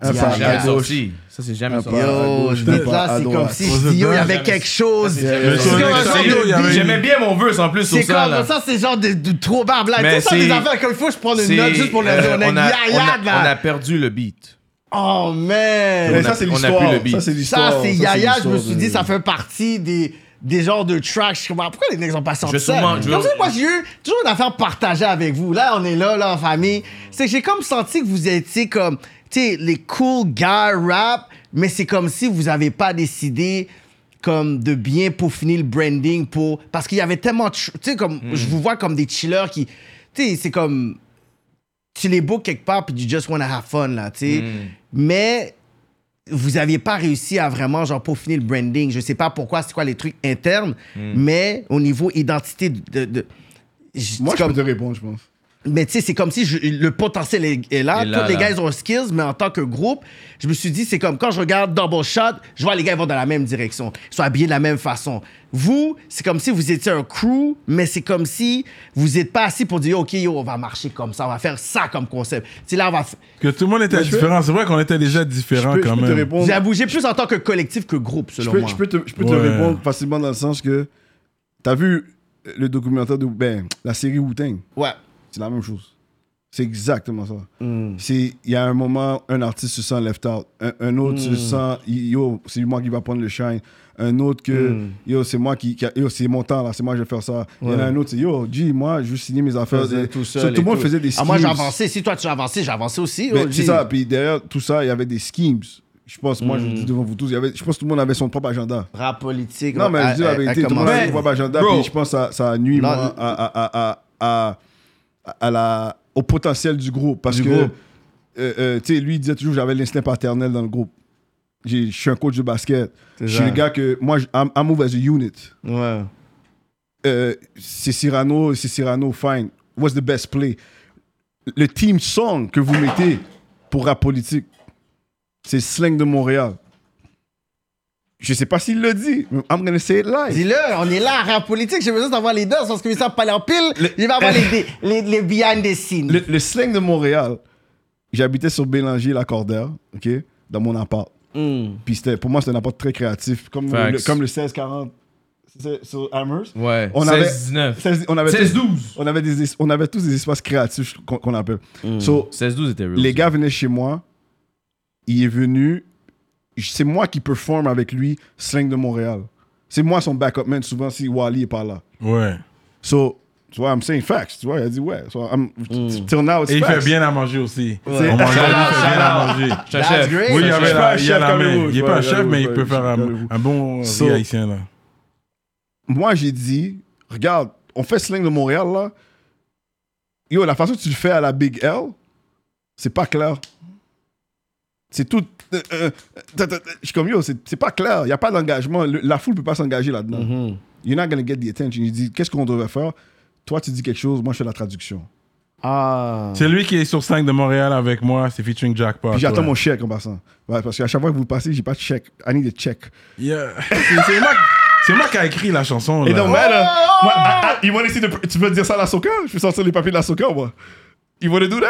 Speaker 5: Un pas
Speaker 2: ya.
Speaker 4: jamais
Speaker 5: à gauche.
Speaker 4: sorti. Ça c'est jamais
Speaker 5: Un
Speaker 4: sorti.
Speaker 5: pas à
Speaker 2: Yo,
Speaker 5: gauche,
Speaker 2: ce
Speaker 5: deux
Speaker 2: beat
Speaker 5: pas
Speaker 2: là,
Speaker 5: à
Speaker 2: c'est
Speaker 5: droit.
Speaker 2: comme si je dis, yo, il y avait quelque chose.
Speaker 5: Yeah,
Speaker 2: C'est
Speaker 1: sur
Speaker 2: comme
Speaker 1: le
Speaker 2: un
Speaker 1: Nextdoor,
Speaker 2: genre
Speaker 1: il y avait-
Speaker 2: de beat.
Speaker 4: J'aimais bien mon verse en plus sur
Speaker 2: C'est
Speaker 4: ça là.
Speaker 2: comme ça, c'est genre de, de trop barbe là.
Speaker 4: Mais
Speaker 2: Tout ça, des
Speaker 4: c'est-
Speaker 2: affaires comme il faut, je prends une
Speaker 4: C'est,
Speaker 2: note juste pour le dire.
Speaker 4: euh,
Speaker 2: On a
Speaker 4: on, a, on, a,
Speaker 2: Yayad
Speaker 4: on a
Speaker 2: là.
Speaker 4: perdu le beat.
Speaker 2: Oh man.
Speaker 5: Mais
Speaker 4: On a-
Speaker 5: ça, c'est
Speaker 4: on a plus
Speaker 5: l'histoire.
Speaker 4: le beat.
Speaker 5: Ça, c'est l'histoire.
Speaker 2: Ça, c'est Yaya, je me suis dit,
Speaker 5: de-
Speaker 2: ça fait partie des, des genres de tracks. Je suis comme, ah, pourquoi les mecs n'ont pas sorti
Speaker 4: Je
Speaker 2: ça?
Speaker 4: sûrement- je-
Speaker 2: Comme ça, moi, j'ai eu toujours une affaire partagée avec vous. Là, on est là, là, en famille. C'est que j'ai comme senti que vous étiez comme, tu sais, les cool guy rap, mais c'est comme si vous n'avez pas décidé comme de bien peaufiner le branding pour... Parce qu'il y avait tellement... de tr- Tu sais, comme, je vous vois comme des chillers qui... Tu sais, c'est comme tu les bookes quelque part puis tu just wanna have fun là, tu sais. Mais vous aviez pas réussi à vraiment genre peaufiner le branding. Je sais pas pourquoi, c'est quoi les trucs internes,
Speaker 4: Hmm.
Speaker 2: mais au niveau identité de, de- je-
Speaker 5: Moi,
Speaker 2: c'est comme-
Speaker 5: je peux te répondre, je pense.
Speaker 2: mais tu sais, c'est comme si je- le potentiel est, est là.
Speaker 4: Et là,
Speaker 2: Tous les
Speaker 4: là.
Speaker 2: gars, ils ont skills, mais en tant que groupe, je me suis dit, c'est comme quand je regarde Double Shot, je vois les gars, ils vont dans la même direction. Ils sont habillés de la même façon. Vous, c'est comme si vous étiez un crew, mais c'est comme si vous n'êtes pas assis pour dire, OK, yo, on va marcher comme ça, on va faire ça comme concept. Tu sais, là, on va. f-
Speaker 1: Que tout le monde était
Speaker 5: Mais je peux-
Speaker 1: différent. C'est vrai qu'on était déjà
Speaker 5: Je
Speaker 1: différents
Speaker 5: peux, je
Speaker 1: quand
Speaker 5: peux te
Speaker 1: même.
Speaker 5: répondre.
Speaker 2: Vous avez bougé plus en tant que collectif que groupe,
Speaker 5: Je
Speaker 2: selon
Speaker 5: peux,
Speaker 2: moi.
Speaker 5: je peux te, je peux te
Speaker 1: Ouais.
Speaker 5: répondre facilement dans le sens que t'as vu le documentaire de ben, la série Wu-Tang.
Speaker 2: Ouais.
Speaker 5: C'est la même chose. C'est exactement ça.
Speaker 2: Hmm.
Speaker 5: C'est il y a un moment un artiste se sent left out, un, un autre se
Speaker 2: Hmm.
Speaker 5: sent il- yo c'est moi qui va prendre le shine, un autre que
Speaker 2: Hmm.
Speaker 5: yo c'est moi qui, qui a- yo c'est mon temps là, c'est moi je vais faire ça. Il y en a un autre c'est yo G moi je veux signer mes affaires
Speaker 2: Faisais
Speaker 5: Et-
Speaker 2: tout
Speaker 5: So,
Speaker 2: seul
Speaker 5: tout
Speaker 2: et
Speaker 5: le monde
Speaker 2: tout.
Speaker 5: faisait des
Speaker 2: Ah, moi,
Speaker 5: schemes.
Speaker 2: j'ai avancé. Si toi, tu as avancé, j'ai avancé aussi.
Speaker 5: Mais
Speaker 2: OG.
Speaker 5: c'est ça puis derrière tout ça il y avait des schemes. Je pense, moi, je le
Speaker 2: Hmm.
Speaker 5: dis devant vous tous, il y avait, je pense que tout le monde avait son propre agenda.
Speaker 2: Rap eh, politique.
Speaker 5: Non, mais
Speaker 2: a-
Speaker 5: je dis
Speaker 2: a-
Speaker 5: la
Speaker 2: a
Speaker 5: vérité, tout le monde
Speaker 2: commencé.
Speaker 5: a son propre agenda,
Speaker 3: Bro.
Speaker 5: puis je pense que ça, ça nuit,
Speaker 2: Non,
Speaker 5: moi, à, à- à- à- à- à la, au potentiel du groupe. Parce
Speaker 2: Du
Speaker 5: que,
Speaker 2: groupe.
Speaker 5: euh, euh, tu sais, lui, il disait toujours, j'avais l'instinct paternel dans le groupe. J'ai- Je suis un coach de basket. Je
Speaker 2: C'est
Speaker 5: suis
Speaker 2: ça.
Speaker 5: le gars que, moi, je- I'm, I move as a unit.
Speaker 2: Ouais.
Speaker 5: Euh, c'est Cyrano, c'est Cyrano, fine. What's the best play? Le team song que vous mettez pour rap politique, c'est Slang de Montréal. Je sais pas s'il le dit, mais I'm gonna say it live.
Speaker 2: Dis-le, on est là, rap politique, j'ai besoin d'avoir les danses parce que ça parler en pile. Il va avoir les, dé- les, les behind the scenes.
Speaker 5: Le, le slang de Montréal, j'habitais sur Bélanger, la Cordaire, ok, dans mon appart.
Speaker 2: Hmm.
Speaker 5: Puis c'était- pour moi, c'était un appart très créatif, comme
Speaker 4: Facts.
Speaker 5: le, comme le 1640 c'est- sur Amherst.
Speaker 4: Ouais.
Speaker 5: On avait-
Speaker 4: 16-19.
Speaker 5: 16 on, avait tous-
Speaker 4: 16-12.
Speaker 5: on, avait des es- on avait tous des espaces créatifs qu'on qu'on appelle. So,
Speaker 4: 16-12 était real.
Speaker 5: Les gars venaient chez moi. Il est venu. C'est moi qui performe avec lui, Sling de Montréal. C'est moi son backup man souvent si Wally est pas là.
Speaker 1: Ouais.
Speaker 5: So, tu vois, I'm saying facts. Tu vois, il a dit ouais. So, I'm, Till now, it's
Speaker 1: Et il
Speaker 5: facts.
Speaker 1: fait bien à manger aussi. On
Speaker 5: C'est-
Speaker 1: mange bien, il fait bien à manger.
Speaker 2: That's great.
Speaker 1: Oui, il y
Speaker 5: Je
Speaker 1: avait
Speaker 5: suis pas
Speaker 1: la,
Speaker 5: un
Speaker 1: il y a
Speaker 5: chef
Speaker 1: la
Speaker 5: comme les
Speaker 1: main.
Speaker 5: autres,
Speaker 1: Il est
Speaker 5: ouais,
Speaker 1: pas un chef,
Speaker 5: regardez-vous,
Speaker 1: mais il peut
Speaker 5: ouais,
Speaker 1: faire un,
Speaker 5: regardez-vous.
Speaker 1: un bon
Speaker 5: So-
Speaker 1: riz haïtien, là.
Speaker 5: Moi, j'ai dit, regarde, on fait Sling de Montréal là. Yo, la façon que tu le fais à la Big L, c'est pas clair. C'est tout. euh, euh, euh, je suis comme yo, c'est c'est pas clair. Il n'y a pas d'engagement. Le- La foule peut pas s'engager là-dedans.
Speaker 2: Mhm.
Speaker 5: You're not gonna get the attention. Il dit, qu'est-ce qu'on devrait faire? Toi, tu dis quelque chose, moi, je fais la traduction.
Speaker 2: Ah.
Speaker 1: C'est lui qui est sur 5 de Montréal avec moi, c'est featuring Jackpot.
Speaker 5: Puis j'attends
Speaker 1: ouais.
Speaker 5: mon chèque en passant. Ouais, parce qu'à chaque fois que vous passez, j'ai pas de chèque. I need a check.
Speaker 1: Yeah. C'est- C'est moi, c'est moi qui a écrit la chanson, là.
Speaker 5: Et donc, man, euh, moi, I- I- you wanna see the- tu veux dire ça à la soca? Je vais sortir les papiers de la soca, moi. You wanna do that?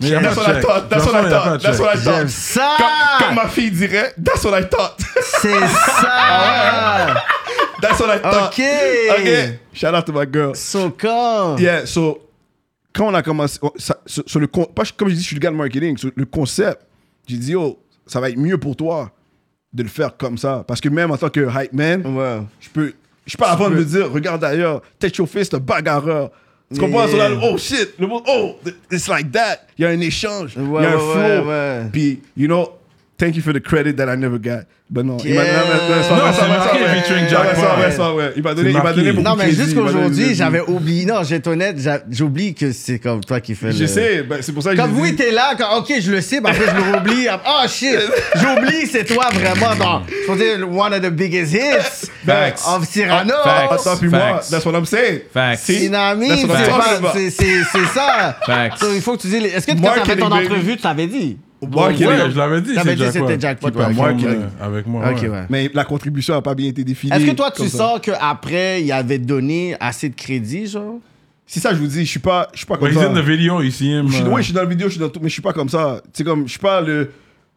Speaker 1: Mais y a pas
Speaker 5: That's
Speaker 1: de
Speaker 5: what I
Speaker 1: check.
Speaker 5: thought. That's
Speaker 1: Dans
Speaker 5: what
Speaker 1: le
Speaker 5: I
Speaker 1: fond, y a pas
Speaker 5: thought.
Speaker 1: de
Speaker 5: That's
Speaker 1: check.
Speaker 5: what I
Speaker 2: J'aime
Speaker 5: thought.
Speaker 2: ça!
Speaker 5: Comme, comme Ah ma fille dirait, that's what I thought.
Speaker 2: C'est
Speaker 5: hein?
Speaker 2: ça!
Speaker 5: that's what I thought.
Speaker 2: ok!
Speaker 5: OK. Shout out to my girl.
Speaker 2: Soca!
Speaker 5: Yeah, so, quand on a commencé, on- ça- sur, sur le con- pas- comme je dis, je suis le gars de marketing, sur le concept, j'ai dit, yo, ça va être mieux pour toi de le faire comme ça. Parce que même en tant que hype man,
Speaker 2: Ouais.
Speaker 5: je peux, je peux avant de me dire, regarde ailleurs, t'es chauffé, c'est un bagarreur. Tu comprends?
Speaker 2: Yeah.
Speaker 5: So là, oh shit, le monde, oh, th- it's like that. Il y a un échange, il
Speaker 2: Ouais,
Speaker 5: y a un
Speaker 2: ouais,
Speaker 5: flow.
Speaker 2: ouais, ouais.
Speaker 5: Puis, you know, thank you for the credit that I never got. Ben non, il m'a
Speaker 2: Yeah. Non,
Speaker 5: donné,
Speaker 1: c'est marqué featuring Jack Boy.
Speaker 5: il m'a donné,
Speaker 1: C'est
Speaker 5: il m'a
Speaker 1: marqué.
Speaker 5: donné beaucoup
Speaker 2: Non,
Speaker 5: de
Speaker 2: mais
Speaker 5: crédit, il m'a donné
Speaker 2: jusqu'aujourd'hui,
Speaker 5: des-
Speaker 2: j'avais oublié. Non, j'ai été honnête, j'a- j'oublie que c'est comme toi qui fais le.
Speaker 5: Je sais, ben, c'est pour ça que
Speaker 2: Comme
Speaker 5: j'ai
Speaker 2: oui,
Speaker 5: dit-
Speaker 2: t'es là, quand, ok, je le sais, mais après je le oublie. Ah shit, j'oublie, c'est toi vraiment dans. Je veux dire, one of the biggest hits euh,
Speaker 5: Facts. Ah,
Speaker 2: of Cyrano.
Speaker 4: Facts.
Speaker 5: Attends, puis moi,
Speaker 4: Facts.
Speaker 5: that's what I'm saying.
Speaker 4: Facts.
Speaker 5: See?
Speaker 2: You know what I mean?
Speaker 5: That's what I'm
Speaker 2: C'est
Speaker 5: talking
Speaker 2: pas-
Speaker 5: about.
Speaker 2: C'est c'est- c'est ça.
Speaker 4: Facts.
Speaker 2: So, il faut que tu dises. les- Est-ce que quand t'avais
Speaker 5: Marketing,
Speaker 2: ton
Speaker 5: baby.
Speaker 2: entrevue, tu l'avais dit?
Speaker 1: Ouais,
Speaker 5: Marketing.
Speaker 1: je l'avais dit,
Speaker 2: T'avais
Speaker 1: c'est
Speaker 2: dit
Speaker 1: Jackpot.
Speaker 2: c'était Jackpot,
Speaker 1: Qui performe,
Speaker 2: ouais, ok,
Speaker 1: euh, avec moi.
Speaker 2: Ok,
Speaker 1: ouais.
Speaker 2: ouais.
Speaker 5: Mais la contribution n'a pas bien été définie.
Speaker 2: Est-ce que toi, tu
Speaker 5: comme ça.
Speaker 2: sens qu'après, il avait donné assez de crédit, genre?
Speaker 5: C'est ça, je vous dis, je suis pas, je suis pas
Speaker 1: Ouais,
Speaker 5: comme
Speaker 1: he's
Speaker 5: ça.
Speaker 1: in the video, you see him.
Speaker 5: Je suis,
Speaker 1: euh,
Speaker 5: oui, je suis dans la vidéo, je suis dans tout, mais je suis pas comme ça. Tu sais, comme, je suis pas le.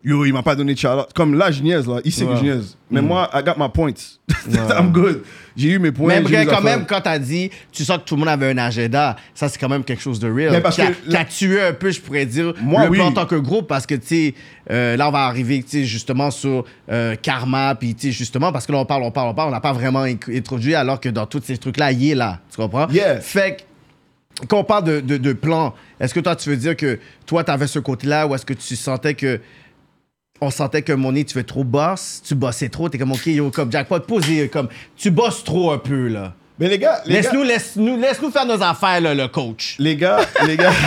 Speaker 5: Yo, il m'a pas donné de charlotte. Comme là, je niaise, là. Il sait que je niaise. Mais moi, I got my points. I'm good. J'ai eu mes points.
Speaker 2: Mais
Speaker 5: j'ai eu mes
Speaker 2: quand
Speaker 5: affaires.
Speaker 2: même, quand t'as dit, tu sens que tout le monde avait un agenda, ça c'est quand même quelque chose de real.
Speaker 5: Mais parce
Speaker 2: qui, a,
Speaker 5: que-
Speaker 2: qui a tué un peu, je pourrais dire,
Speaker 5: Moi,
Speaker 2: le
Speaker 5: oui.
Speaker 2: plan en tant que groupe, parce que, tu sais, euh, là on va arriver, tu sais, justement sur euh, Karma, puis tu sais, justement, parce que là on parle, on parle, on parle, on n'a pas vraiment inc- introduit, alors que dans tous ces trucs-là, il est là, tu comprends?
Speaker 5: Yeah.
Speaker 2: Fait que, quand on parle de, de, de plan, est-ce que toi, tu veux dire que toi, t'avais ce côté-là, ou est-ce que tu sentais que on sentait que Money, tu fais trop boss, tu bossais trop, t'es comme, OK, yo, comme jackpot, posé, comme, tu bosses trop un peu, là.
Speaker 5: Mais les gars, les gars,
Speaker 2: Laisse-nous laisse -nous, laisse -nous faire nos affaires, là, le coach.
Speaker 5: les gars, les gars.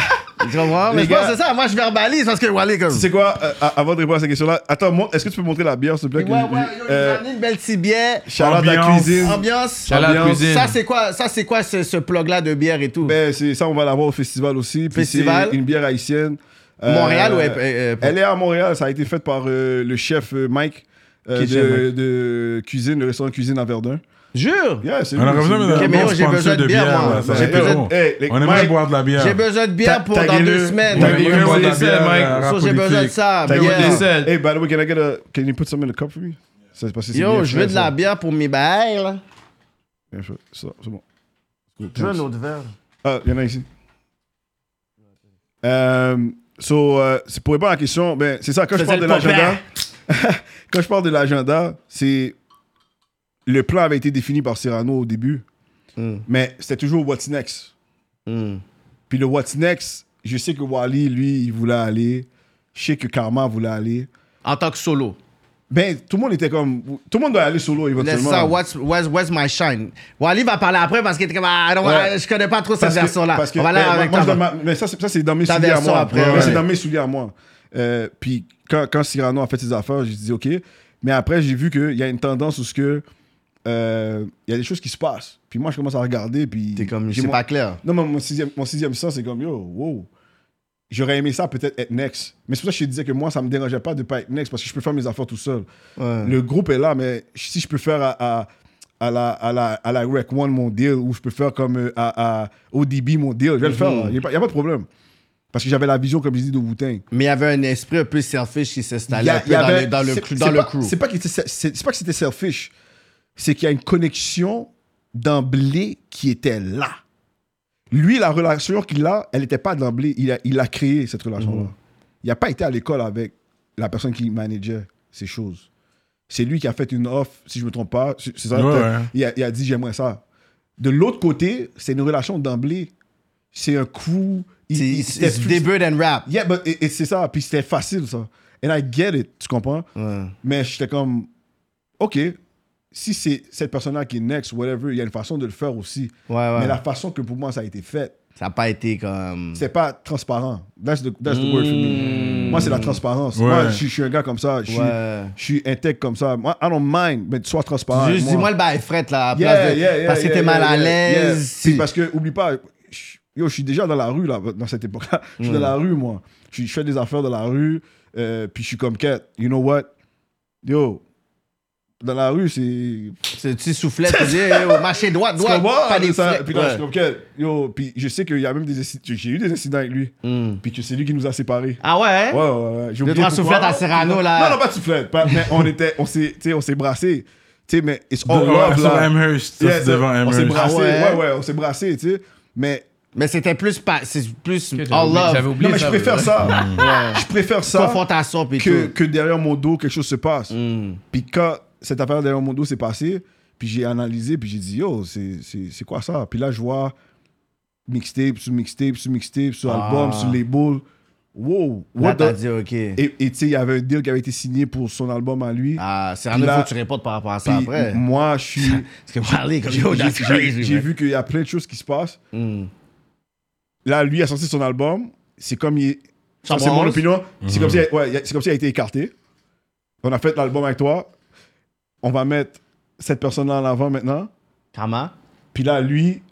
Speaker 2: Tu comprends?
Speaker 5: Les
Speaker 2: Mais je
Speaker 5: gars-
Speaker 2: pense que c'est ça. Moi, je verbalise parce que Wally, comme.
Speaker 5: Tu sais quoi, euh, a- avant de répondre à cette question-là, attends, moi, est-ce que tu peux montrer la bière, s'il te plaît?
Speaker 2: Ouais,
Speaker 5: que-
Speaker 2: ouais, yo, ils
Speaker 5: euh,
Speaker 2: ont amené une belle petite bière.
Speaker 5: Charlotte à la
Speaker 1: Ambiance.
Speaker 5: cuisine.
Speaker 2: Ambiance.
Speaker 4: Shout out
Speaker 5: ambiance.
Speaker 4: cuisine.
Speaker 2: Ça, c'est quoi, ça, c'est quoi ce, ce plug-là de bière et tout?
Speaker 5: Ben, c'est ça, on va l'avoir au festival aussi. Puis
Speaker 2: Festival.
Speaker 5: c'est une bière haïtienne.
Speaker 2: Montréal ou- euh, euh,
Speaker 5: Elle est à Montréal. Ça a été fait par euh, le chef euh, Mike euh,
Speaker 2: Qui est
Speaker 5: de,
Speaker 2: chef, Mike?
Speaker 5: de cuisine, le restaurant cuisine à Verdun.
Speaker 2: Jure!
Speaker 5: Yeah, c'est
Speaker 1: On
Speaker 5: lui,
Speaker 1: a besoin
Speaker 5: c'est
Speaker 1: d'un
Speaker 5: lui.
Speaker 2: mais
Speaker 1: bon
Speaker 2: moi, j'ai besoin
Speaker 1: sponsor
Speaker 2: de
Speaker 1: de
Speaker 2: bière,
Speaker 1: bière.
Speaker 2: moi.
Speaker 1: là, ça
Speaker 5: J'ai
Speaker 1: serait
Speaker 5: besoin-
Speaker 1: bon.
Speaker 5: Hey, les-
Speaker 1: On aimerait
Speaker 5: Mike,
Speaker 1: boire de la bière.
Speaker 2: J'ai besoin de bière pour dans
Speaker 5: Taguez-le.
Speaker 2: deux semaines.
Speaker 1: On aimerait
Speaker 5: Taguez-le.
Speaker 1: boire de la
Speaker 5: Ça,
Speaker 1: bière. à
Speaker 2: Ça,
Speaker 1: rap
Speaker 2: j'ai besoin de
Speaker 1: politique.
Speaker 2: ça.
Speaker 5: T'as
Speaker 2: bière.
Speaker 5: écouté? Hey, by the way, can I get a... Can you put some in the cup for me? Ça, c'est parce que c'est bien
Speaker 2: Yo, je
Speaker 5: frais,
Speaker 2: veux de
Speaker 5: ça.
Speaker 2: la bière pour mes bails, là.
Speaker 5: Bien frais. Ça, c'est bon.
Speaker 2: Je veux un autre verre.
Speaker 5: Ah, il y en a ici. Euh, so, euh, c'est pour répondre à la question, ben, c'est ça, quand je
Speaker 2: Faisais
Speaker 5: parle de
Speaker 2: le
Speaker 5: l'agenda, quand je parle de l'agenda, c'est le plan avait été défini par Cyrano au début,
Speaker 2: Mm.
Speaker 5: mais c'était toujours what's next.
Speaker 2: Mm.
Speaker 5: Puis le what's next, je sais que Wally, lui, il voulait aller, je sais que Karma voulait aller,
Speaker 2: en tant que solo.
Speaker 5: Ben, tout le monde était comme. Tout le monde doit aller solo
Speaker 2: Laisse
Speaker 5: éventuellement.
Speaker 2: ça, what's, where's, where's my shine? Wally va parler après parce qu'il était comme, ah, non,
Speaker 5: Ouais.
Speaker 2: je connais pas trop cette
Speaker 5: Parce que-
Speaker 2: version-là.
Speaker 5: parce que-
Speaker 2: On va aller
Speaker 5: ben,
Speaker 2: avec
Speaker 5: moi, je
Speaker 2: ta-
Speaker 5: donne ma- Mais ça, c'est ça, c'est dans mes
Speaker 2: Ta
Speaker 5: souliers à
Speaker 2: version
Speaker 5: moi.
Speaker 2: après,
Speaker 5: Ouais,
Speaker 2: ouais.
Speaker 5: C'est dans mes souliers à moi. Euh, Puis quand, quand Cyrano a fait ses affaires, j'ai dit OK. Mais après, j'ai vu qu'il y a une tendance où ce que. euh, Il y a des choses qui se passent. Puis moi, je commence à regarder. Puis.
Speaker 2: T'es comme,
Speaker 5: j'ai
Speaker 2: c'est
Speaker 5: mon-
Speaker 2: pas clair.
Speaker 5: Non, mais mon sixième, mon sixième sens, c'est comme yo, wow. J'aurais aimé ça peut-être être next. Mais c'est pour ça que je te disais que moi, ça me dérangeait pas de pas être next parce que je peux faire mes affaires tout seul.
Speaker 2: Ouais.
Speaker 5: Le groupe est là, mais si je peux faire à, à, à la, à, la, à la Rec One mon deal, ou je peux faire comme euh, à, à ODB mon deal, je vais le faire. Il n'y a, pas- y a pas de problème. Parce que j'avais la vision, comme je dis, de Wu-Tang.
Speaker 2: Mais il y avait un esprit un peu selfish qui
Speaker 5: Y
Speaker 2: s'installait
Speaker 5: a-
Speaker 2: un peu
Speaker 5: y
Speaker 2: dans,
Speaker 5: avait-
Speaker 2: le, dans, le,
Speaker 5: c'est-
Speaker 2: cru-
Speaker 5: c'est
Speaker 2: dans le
Speaker 5: pas-
Speaker 2: crew.
Speaker 5: C'est pas, qu'il était- c'est- c'est- c'est pas que c'était selfish, c'est qu'il y a une connexion d'emblée qui était là. Lui, la relation qu'il a, elle n'était pas d'emblée. Il a, il a créé cette relation-là.
Speaker 2: Mm-hmm.
Speaker 5: Il n'a pas été à l'école avec la personne qui manageait ces choses. C'est lui qui a fait une offre, si je ne me trompe pas. C'est c'est ça,
Speaker 1: Ouais,
Speaker 5: t'as-
Speaker 1: ouais.
Speaker 5: Il, a, il a dit j'aimerais ça. De l'autre côté, c'est une relation d'emblée. C'est un coup. il- il-
Speaker 2: C'est
Speaker 5: c'était
Speaker 2: c'est
Speaker 5: plus-
Speaker 2: des bird and rap.
Speaker 5: Yeah, but it- it- c'est ça. Puis c'était facile, ça. And I get it, tu comprends?
Speaker 2: Ouais.
Speaker 5: Mais j'étais comme, OK, si c'est cette personne-là qui est next, whatever, il y a une façon de le faire aussi.
Speaker 2: Ouais, ouais.
Speaker 5: Mais la façon que pour moi ça a été fait,
Speaker 2: Ça n'a pas été comme.
Speaker 5: c'est pas transparent. That's the, that's the word for me. Moi, c'est la transparence.
Speaker 1: Ouais.
Speaker 5: Moi, je, suis- je suis un gars comme ça. Je, suis-
Speaker 2: Hmm. Ouais.
Speaker 5: je suis intègre comme ça. Moi, I don't mind, mais sois transparent. avec
Speaker 2: Juste
Speaker 5: moi.
Speaker 2: dis-moi le bail fret là. à
Speaker 5: Yeah,
Speaker 2: place de-
Speaker 5: yeah, yeah,
Speaker 2: parce que
Speaker 5: yeah,
Speaker 2: t'es mal
Speaker 5: yeah,
Speaker 2: à
Speaker 5: yeah,
Speaker 2: l'aise.
Speaker 5: yeah.
Speaker 2: si-
Speaker 5: Puis parce que, oublie pas, je, yo, je suis déjà dans la rue, là, dans cette époque-là. Je suis
Speaker 2: Mm.
Speaker 5: dans la rue, moi. Je, suis- je fais des affaires dans la rue, euh, puis je suis comme quête. You know what? Yo, dans la rue, c'est.
Speaker 2: C'est- Tu soufflais, tu dis, eh, oh, marcher droit,
Speaker 5: Tu
Speaker 2: droit.
Speaker 5: comprends?
Speaker 2: Pas des
Speaker 5: Ça-
Speaker 2: frais.
Speaker 5: puis là, je
Speaker 2: Ouais.
Speaker 5: suis comme quête. Yo, puis je sais qu'il y a même des incidents. J'ai eu des incidents avec lui,
Speaker 2: Mm.
Speaker 5: puis que c'est lui qui nous a séparés.
Speaker 2: Ah ouais? hein?
Speaker 5: Ouais, ouais, ouais. J'ai
Speaker 2: Deux,
Speaker 5: oublié
Speaker 2: trois
Speaker 5: pourquoi.
Speaker 2: soufflettes à Cyrano, là.
Speaker 5: Non, non, pas de soufflettes. pas- mais on était, on s'est, tu sais, on s'est brassés. Tu sais, mais it's all
Speaker 1: Ouais,
Speaker 5: love,
Speaker 1: sur
Speaker 5: là.
Speaker 1: Amherst. Ça,
Speaker 5: Yeah,
Speaker 1: c'est
Speaker 5: ça,
Speaker 1: devant
Speaker 5: on s'est
Speaker 1: Amherst.
Speaker 5: brassé,
Speaker 2: Ah ouais.
Speaker 5: ouais. ouais, on s'est brassé, tu sais. Mais,
Speaker 2: Mais c'était plus. pa- C'est plus.
Speaker 4: Ok, j'avais
Speaker 2: All
Speaker 4: oublié- j'avais
Speaker 2: love.
Speaker 4: oublié
Speaker 5: non, mais je
Speaker 4: ça,
Speaker 5: préfère
Speaker 4: ouais.
Speaker 5: ça.
Speaker 2: Mm.
Speaker 5: Je préfère ça
Speaker 2: Confrontation, puis
Speaker 5: que,
Speaker 2: tout.
Speaker 5: que derrière mon dos, quelque chose se passe.
Speaker 2: Mm.
Speaker 5: Puis quand cette affaire derrière mon dos s'est passée, puis j'ai analysé, puis j'ai dit, yo, c'est- c'est c'est quoi ça? Puis là, je vois mixtape, sur mixtape, sur mixtape, sur album,
Speaker 2: Ah.
Speaker 5: sur label. Wow,
Speaker 2: Là,
Speaker 5: what
Speaker 2: t'as
Speaker 5: the-
Speaker 2: dit, OK.
Speaker 5: Et et tu sais, il y avait un deal qui avait été signé pour son album à lui.
Speaker 2: Ah, c'est un
Speaker 5: Puis là-
Speaker 2: faut que tu répondes par rapport à ça
Speaker 5: Puis
Speaker 2: après.
Speaker 5: moi, je suis.
Speaker 2: Parce que parler comme
Speaker 5: j'ai-
Speaker 2: yo, that's
Speaker 5: J'ai
Speaker 2: crazy.
Speaker 5: j'ai
Speaker 2: man.
Speaker 5: vu qu'il y a plein de choses qui se passent.
Speaker 2: Mm.
Speaker 5: Là, lui a sorti son album. C'est comme il. est- Ça, c'est
Speaker 2: 111.
Speaker 5: mon opinion. C'est comme si,
Speaker 2: Mhm.
Speaker 5: ouais, il a- c'est comme s'il a été écarté. On a fait l'album avec toi. On va mettre cette personne-là en avant maintenant.
Speaker 2: Comment?
Speaker 5: Puis là, lui,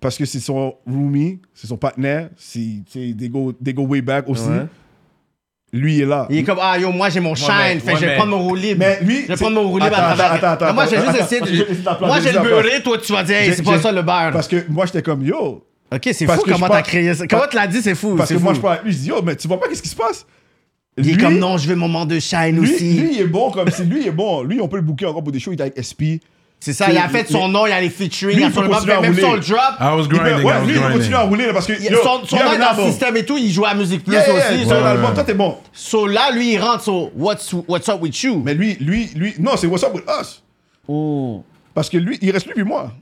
Speaker 5: parce que c'est son roomie, c'est son partenaire, c'est tu sais, they go, they go way back aussi.
Speaker 2: Ouais.
Speaker 5: Lui il est là.
Speaker 2: Il est comme, ah yo, moi j'ai mon shine,
Speaker 7: mais-
Speaker 2: fait que
Speaker 7: ouais,
Speaker 2: je vais
Speaker 7: mais-
Speaker 2: prendre mon roue libre.
Speaker 5: Mais lui,
Speaker 2: je vais
Speaker 5: c'est-
Speaker 2: prendre mon roue libre
Speaker 5: Attends,
Speaker 2: à travers.
Speaker 5: attends, attends,
Speaker 2: Non, moi j'ai
Speaker 5: attends,
Speaker 2: juste
Speaker 5: attends,
Speaker 2: essayé de.
Speaker 5: j'ai- j'ai la place,
Speaker 2: moi
Speaker 5: j'ai
Speaker 2: j'ai le
Speaker 5: la place.
Speaker 2: beurré, toi tu vas dire, hey,
Speaker 5: J'ai-
Speaker 2: c'est pas
Speaker 5: j'ai-
Speaker 2: ça le beurre.
Speaker 5: Parce que moi, j'étais comme yo.
Speaker 2: Ok, c'est
Speaker 5: parce
Speaker 2: fou
Speaker 5: que je
Speaker 2: comment
Speaker 5: pense-
Speaker 2: t'as créé ça. Comment tu l'as dit, c'est fou.
Speaker 5: Parce
Speaker 2: c'est
Speaker 5: que moi,
Speaker 2: fou.
Speaker 5: je parle avec lui, je dis yo, mais tu vois pas qu'est-ce qui se passe?
Speaker 2: Il est
Speaker 5: Lui-
Speaker 2: comme, non, je veux mon moment de shine
Speaker 5: Lui,
Speaker 2: aussi.
Speaker 5: lui, il est bon comme si lui il est bon. Lui, on peut le booker encore pour des shows. Il est avec SP.
Speaker 2: C'est ça, il a fait son nom, il a les featuring, il
Speaker 5: Lui,
Speaker 2: a
Speaker 5: il
Speaker 2: son
Speaker 5: faut
Speaker 2: album,
Speaker 5: continuer à
Speaker 2: même
Speaker 5: rouler.
Speaker 2: son drop.
Speaker 1: I was
Speaker 5: Il peut-
Speaker 1: grinding. I
Speaker 5: ouais,
Speaker 1: was
Speaker 5: lui, il continue à
Speaker 1: grinding.
Speaker 5: rouler là, parce que
Speaker 2: Il-
Speaker 5: yo,
Speaker 2: son son
Speaker 5: il a
Speaker 2: nom
Speaker 5: un
Speaker 2: est dans le
Speaker 5: album.
Speaker 2: système et tout, il joue à Musique Plus
Speaker 5: Yeah, yeah,
Speaker 2: aussi.
Speaker 5: son
Speaker 2: So-
Speaker 5: album, toi, t'es bon.
Speaker 2: So là, lui, il rentre sur What's What's Up With You.
Speaker 5: Mais lui, lui, lui, non, c'est What's Up With Us.
Speaker 2: Oh.
Speaker 5: Parce que lui, il reste lui puis moi.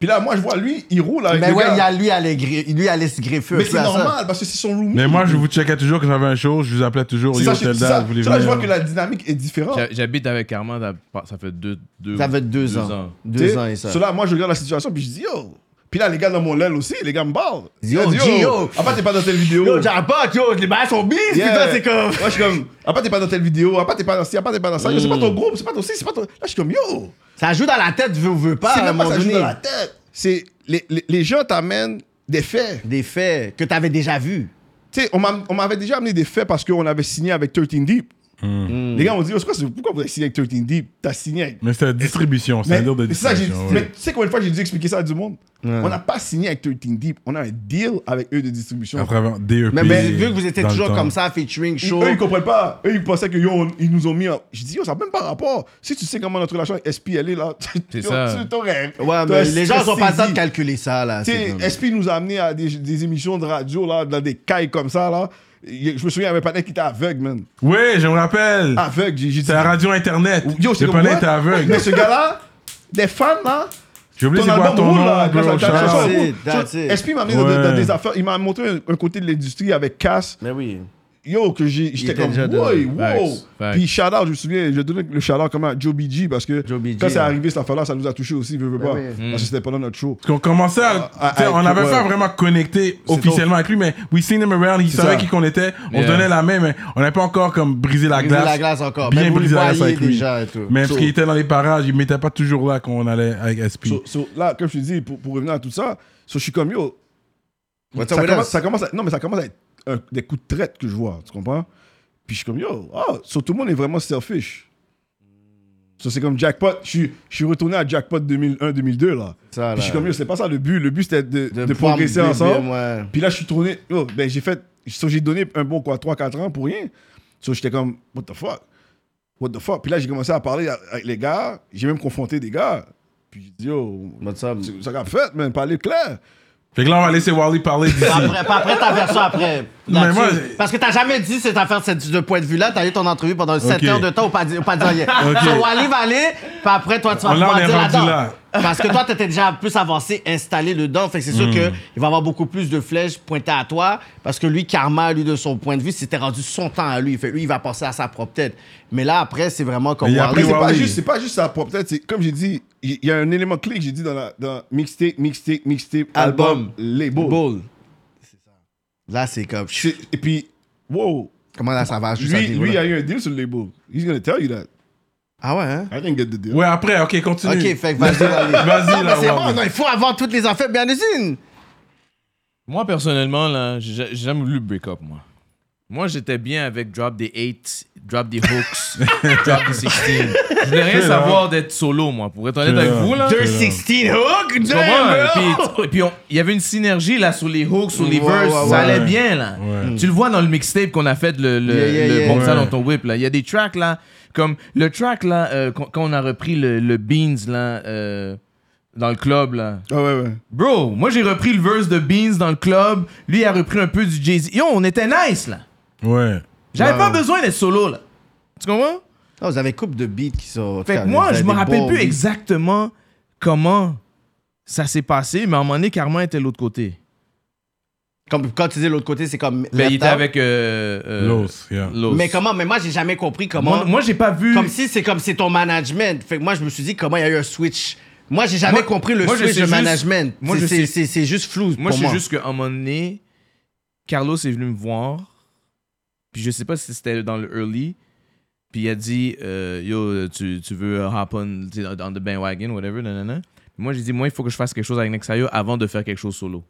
Speaker 5: Puis là, moi, je vois lui, il roule avec
Speaker 2: Mais
Speaker 5: le
Speaker 2: ouais,
Speaker 5: gars.
Speaker 2: il y a lui, il allait gri- lui, il allait se greffer.
Speaker 5: Mais
Speaker 2: un peu
Speaker 5: c'est
Speaker 2: à ça.
Speaker 5: normal, parce que c'est son roomie.
Speaker 1: Mais moi, je vous checkais toujours quand j'avais un show. Je vous appelais toujours.
Speaker 5: C'est
Speaker 1: Yo,
Speaker 5: ça, c'est
Speaker 1: tel
Speaker 5: ça.
Speaker 1: date, vous voulez
Speaker 5: C'est là que je vois
Speaker 1: venir. hein.
Speaker 5: que la dynamique est différente.
Speaker 4: J'ha- J'habite avec Armand, ça- ça fait deux, deux
Speaker 2: Ça fait deux, ans.
Speaker 5: Tu
Speaker 2: Deux
Speaker 5: sais,
Speaker 2: ans et ça.
Speaker 5: Cela, moi, je regarde la situation, puis je dis, yo. Puis là, les gars dans mon l'aile aussi, les gars me parlent.
Speaker 2: Yo,
Speaker 5: Ils disent,
Speaker 2: Gio.
Speaker 5: Ah, pas t'es pas dans telle vidéo.
Speaker 2: Yo, j'en pas, yo, les bails sont bis,
Speaker 5: Yeah.
Speaker 2: putain, c'est comme.
Speaker 5: Moi, je suis comme, ah, pas t'es pas dans telle vidéo, ah, pas t'es pas dans ci, ah, pas t'es pas dans ça. Yo, C'est pas
Speaker 2: Mm.
Speaker 5: ton groupe, c'est pas ton ci, c'est pas ton. Là, je suis comme, yo.
Speaker 2: Ça joue dans la tête, veux ou veux pas,
Speaker 5: c'est
Speaker 2: Ah, à un
Speaker 5: même pas
Speaker 2: moment
Speaker 5: ça joue dans
Speaker 2: donné.
Speaker 5: la tête. C'est, les, les, les gens t'amènent des faits.
Speaker 2: Des faits que t'avais déjà vus.
Speaker 5: Tu sais, on m'a- on m'avait déjà amené des faits parce qu'on avait signé avec 13 Deep.
Speaker 1: Hmm.
Speaker 5: Les gars m'ont dit, oh, c'est quoi, c'est- pourquoi vous avez signé avec 13 Deep T'as signé avec.
Speaker 1: Mais c'était la distribution. C'est un deal de
Speaker 5: c'est ça que j'ai dit.
Speaker 1: distribution.
Speaker 5: Mais
Speaker 1: ouais.
Speaker 5: tu sais combien de fois j'ai dû expliquer ça à du monde On n'a pas signé avec 13 Deep, on a un deal avec eux de distribution.
Speaker 1: À travers DEP.
Speaker 2: Mais ben, vu que vous étiez
Speaker 1: E dans le
Speaker 2: toujours
Speaker 1: temps.
Speaker 2: comme ça, featuring
Speaker 5: Ils-
Speaker 2: show.
Speaker 5: eux, ils comprennent pas. Eux, ils pensaient qu'ils ils nous ont mis en. Je dis, yo, ça n'a même pas rapport. Si tu sais comment notre relation avec SP, elle est là, tu-
Speaker 4: C'est
Speaker 5: yo,
Speaker 4: ça.
Speaker 5: tu t'aurais.
Speaker 2: Ouais, mais
Speaker 5: t'aurais-
Speaker 2: les gens
Speaker 5: t'aurais
Speaker 2: sont pas le temps
Speaker 5: saisi.
Speaker 2: de calculer ça, là.
Speaker 5: Tu
Speaker 2: c'est
Speaker 5: sais,
Speaker 2: comme-
Speaker 5: SP nous a amenés à des, des émissions de radio, là, dans des cailles comme ça, là. Il- Je me souviens, il y avait un panel qui était aveugle, man.
Speaker 1: Oui, je me rappelle.
Speaker 5: Aveugle, j'ai j'ai dit.
Speaker 1: C'est la radio Internet.
Speaker 5: Ah. Yo, c'est
Speaker 1: Le
Speaker 5: comme
Speaker 1: palais
Speaker 5: what?
Speaker 1: était aveugle.
Speaker 5: Mais ce gars-là, des fans, là.
Speaker 1: J'ai oublié
Speaker 5: ton
Speaker 1: c'est quoi
Speaker 5: album
Speaker 1: ton
Speaker 5: roule,
Speaker 1: nom,
Speaker 5: là,
Speaker 1: bro,
Speaker 5: grâce à ta
Speaker 1: Charles.
Speaker 5: chanson.
Speaker 2: That's it,
Speaker 5: Tu vois,
Speaker 2: that's it.
Speaker 5: SP m'a amené dans- dans
Speaker 1: Ouais.
Speaker 5: des affaires. Il m'a montré un, un côté de l'industrie avec Cass.
Speaker 2: Mais oui.
Speaker 5: yo, que j'ai- j'étais
Speaker 2: était
Speaker 5: comme,
Speaker 2: déjà dedans.
Speaker 5: ouais, wow.
Speaker 4: Facts, facts.
Speaker 5: Puis shout out, je me souviens, je donnais le shout out comme à Joe BG parce que
Speaker 2: Joe BG,
Speaker 5: quand c'est
Speaker 2: ouais.
Speaker 5: arrivé cette affaire-là, ça nous a touché aussi, veux, veux pas.
Speaker 2: Ouais,
Speaker 5: Parce que c'était pendant notre show.
Speaker 1: Qu'on commençait à.
Speaker 5: Ah,
Speaker 1: tu sais,
Speaker 5: ah,
Speaker 1: on n'avait
Speaker 5: ouais.
Speaker 1: pas vraiment connecté
Speaker 5: C'est
Speaker 1: officiellement avec lui, mais we seen him around, il
Speaker 5: C'est
Speaker 1: savait
Speaker 5: ça.
Speaker 1: qui qu'on était, on se
Speaker 4: Yeah.
Speaker 1: donnait la main, mais on n'avait pas encore comme brisé la
Speaker 2: Briser
Speaker 1: glace.
Speaker 2: la glace encore.
Speaker 1: Bien
Speaker 2: Même vous
Speaker 1: brisé
Speaker 2: le
Speaker 1: la glace
Speaker 2: voyez
Speaker 1: avec lui.
Speaker 2: déjà et tout.
Speaker 1: Mais parce
Speaker 5: So-
Speaker 1: qu'il était dans les parages, il m'était pas toujours là quand on allait avec SP.
Speaker 5: So- so, là, comme je te dis, pour, pour revenir à tout ça, so, je suis comme, yo,
Speaker 2: What's up
Speaker 5: ça
Speaker 2: with
Speaker 5: commence,
Speaker 2: us?
Speaker 5: ça commence à, non, mais ça commence à être un- des coups de traite que je vois, tu comprends? Puis je suis comme, yo, ah, so, tout le monde est vraiment selfish. So, c'est comme jackpot. Je suis- je suis retourné à jackpot 2001-2002, là.
Speaker 2: Ça,
Speaker 5: Puis je suis
Speaker 2: là.
Speaker 5: comme, yo, c'est pas ça le but. Le but, c'était de, de
Speaker 2: pouvoir
Speaker 5: progresser
Speaker 2: me
Speaker 5: ensemble.
Speaker 2: bébé, ouais.
Speaker 5: Puis là, je suis tourné. Yo, ben, j'ai fait. so, j'ai donné un bon quoi, 3-4 ans pour rien. So, j'étais comme, what the fuck? What the fuck? Puis là, j'ai commencé à parler à- avec les gars. J'ai même confronté des gars. Puis j'ai dit, yo,
Speaker 2: What's up?
Speaker 5: c'est ça qu'a fait, man, parler clair.
Speaker 1: Fait que là, on va laisser Wally parler d'ici.
Speaker 2: Après, pas après ta version après.
Speaker 1: Mais
Speaker 2: là-dessus.
Speaker 1: moi,
Speaker 2: Parce que t'as jamais dit cette affaire de cette- de point de vue-là. T'as eu ton entrevue pendant 7 heures de temps au pas dire pas dire rien. So, Wally va aller, puis après, toi, tu vas
Speaker 1: Là, on
Speaker 2: pouvoir
Speaker 1: est
Speaker 2: dire
Speaker 1: rendu
Speaker 2: là-dedans.
Speaker 1: là.
Speaker 2: Parce que toi, t'étais déjà plus avancé, installé dedans. Fait que c'est
Speaker 1: Hmm.
Speaker 2: sûr que qu'il va avoir beaucoup plus de flèches pointées à toi. Parce que lui, Karma, lui, de son point de vue, c'était rendu son temps à lui. Fait que lui, il va penser à sa propre tête. Mais là, après, c'est vraiment comme
Speaker 1: Il a
Speaker 5: Mais
Speaker 1: pris
Speaker 5: c'est
Speaker 1: Huawei.
Speaker 5: pas juste, c'est pas juste ça propre tête. C'est comme j'ai dit, il y a un élément clé que j'ai dit dans la dans mixtape, mixtape, mixtape,
Speaker 2: Album.
Speaker 5: album, label.
Speaker 2: Ball. Là, c'est comme.
Speaker 5: C'est- Et puis, wow.
Speaker 2: Comment là, ça va? Juste à
Speaker 5: Lui,
Speaker 2: dire,
Speaker 5: lui, il
Speaker 2: voilà.
Speaker 5: a eu un deal sur le label. He's gonna tell you that.
Speaker 2: Ah ouais, hein?
Speaker 5: I didn't get the deal.
Speaker 1: Ouais, après, ok, continue.
Speaker 2: Ok, fait que vas-y, Wally.
Speaker 1: Vas-y,
Speaker 2: Non, mais
Speaker 1: là,
Speaker 2: c'est bon,
Speaker 1: Wally.
Speaker 2: non, il faut avoir toutes les affaires bien usines.
Speaker 4: Moi, personnellement, là, j'ai j'ai jamais voulu le break-up, moi. Moi, j'étais bien avec drop des 8, drop des hooks, drop des 16. Je voulais rien savoir d'être solo, moi, pour être honnête avec
Speaker 1: là.
Speaker 4: vous, là.
Speaker 2: 216 hook,
Speaker 4: Ah. Tu comprends? Puis- Et puis, on- il y avait une synergie, là, sur les hooks, sur les
Speaker 2: Ouais,
Speaker 4: verses.
Speaker 2: ouais,
Speaker 4: ça
Speaker 2: ouais.
Speaker 4: allait bien, là.
Speaker 1: Ouais.
Speaker 4: Tu le vois dans le mixtape qu'on a fait, le, le,
Speaker 2: Yeah, yeah,
Speaker 4: le
Speaker 2: yeah.
Speaker 4: bon ça
Speaker 1: Ouais.
Speaker 4: dans ton whip, là. Il y a des tracks, là, comme le track, là, euh, quand, quand on a repris le, le Beans, là, euh, dans le club, là.
Speaker 5: Ah ouais, ouais.
Speaker 4: Bro, moi j'ai repris le verse de Beans dans le club. Lui il a repris un peu du Jay-Z. Yo, on était nice là.
Speaker 1: Ouais.
Speaker 4: J'avais pas besoin d'être solo là. Tu comprends?
Speaker 2: Non, Oh, vous avez couple de beats qui sont.
Speaker 4: Fait que moi, je me rappelle plus exactement comment ça s'est passé, mais à un moment donné, Carmen était de l'autre côté.
Speaker 2: Comme quand tu dis l'autre côté, c'est comme.
Speaker 4: Ben, il
Speaker 2: left
Speaker 4: était
Speaker 2: out.
Speaker 4: avec euh, euh,
Speaker 1: Los, yeah.
Speaker 4: Los.
Speaker 2: Mais comment Mais moi, j'ai jamais compris comment.
Speaker 4: Moi, moi, j'ai pas vu.
Speaker 2: Comme si c'est comme c'est ton management. Fait que moi, je me suis dit comment il y a eu un switch. Moi, j'ai jamais
Speaker 4: Moi-
Speaker 2: compris le
Speaker 4: moi, je
Speaker 2: switch
Speaker 4: sais
Speaker 2: de
Speaker 4: juste-
Speaker 2: management.
Speaker 4: moi,
Speaker 2: C'est-
Speaker 4: je
Speaker 2: c'est-
Speaker 4: sais-
Speaker 2: C'est c'est juste flou.
Speaker 4: Moi,
Speaker 2: pour
Speaker 4: je sais
Speaker 2: moi.
Speaker 4: juste qu'à un moment donné, Carlos est venu me voir. Puis je sais pas si c'était dans le early. Puis il a dit euh, Yo, tu, tu veux euh, hop on, tu sais, on the bandwagon, whatever, nanana. Puis moi, j'ai dit Moi, il faut que je fasse quelque chose avec Nexayo avant de faire quelque chose solo.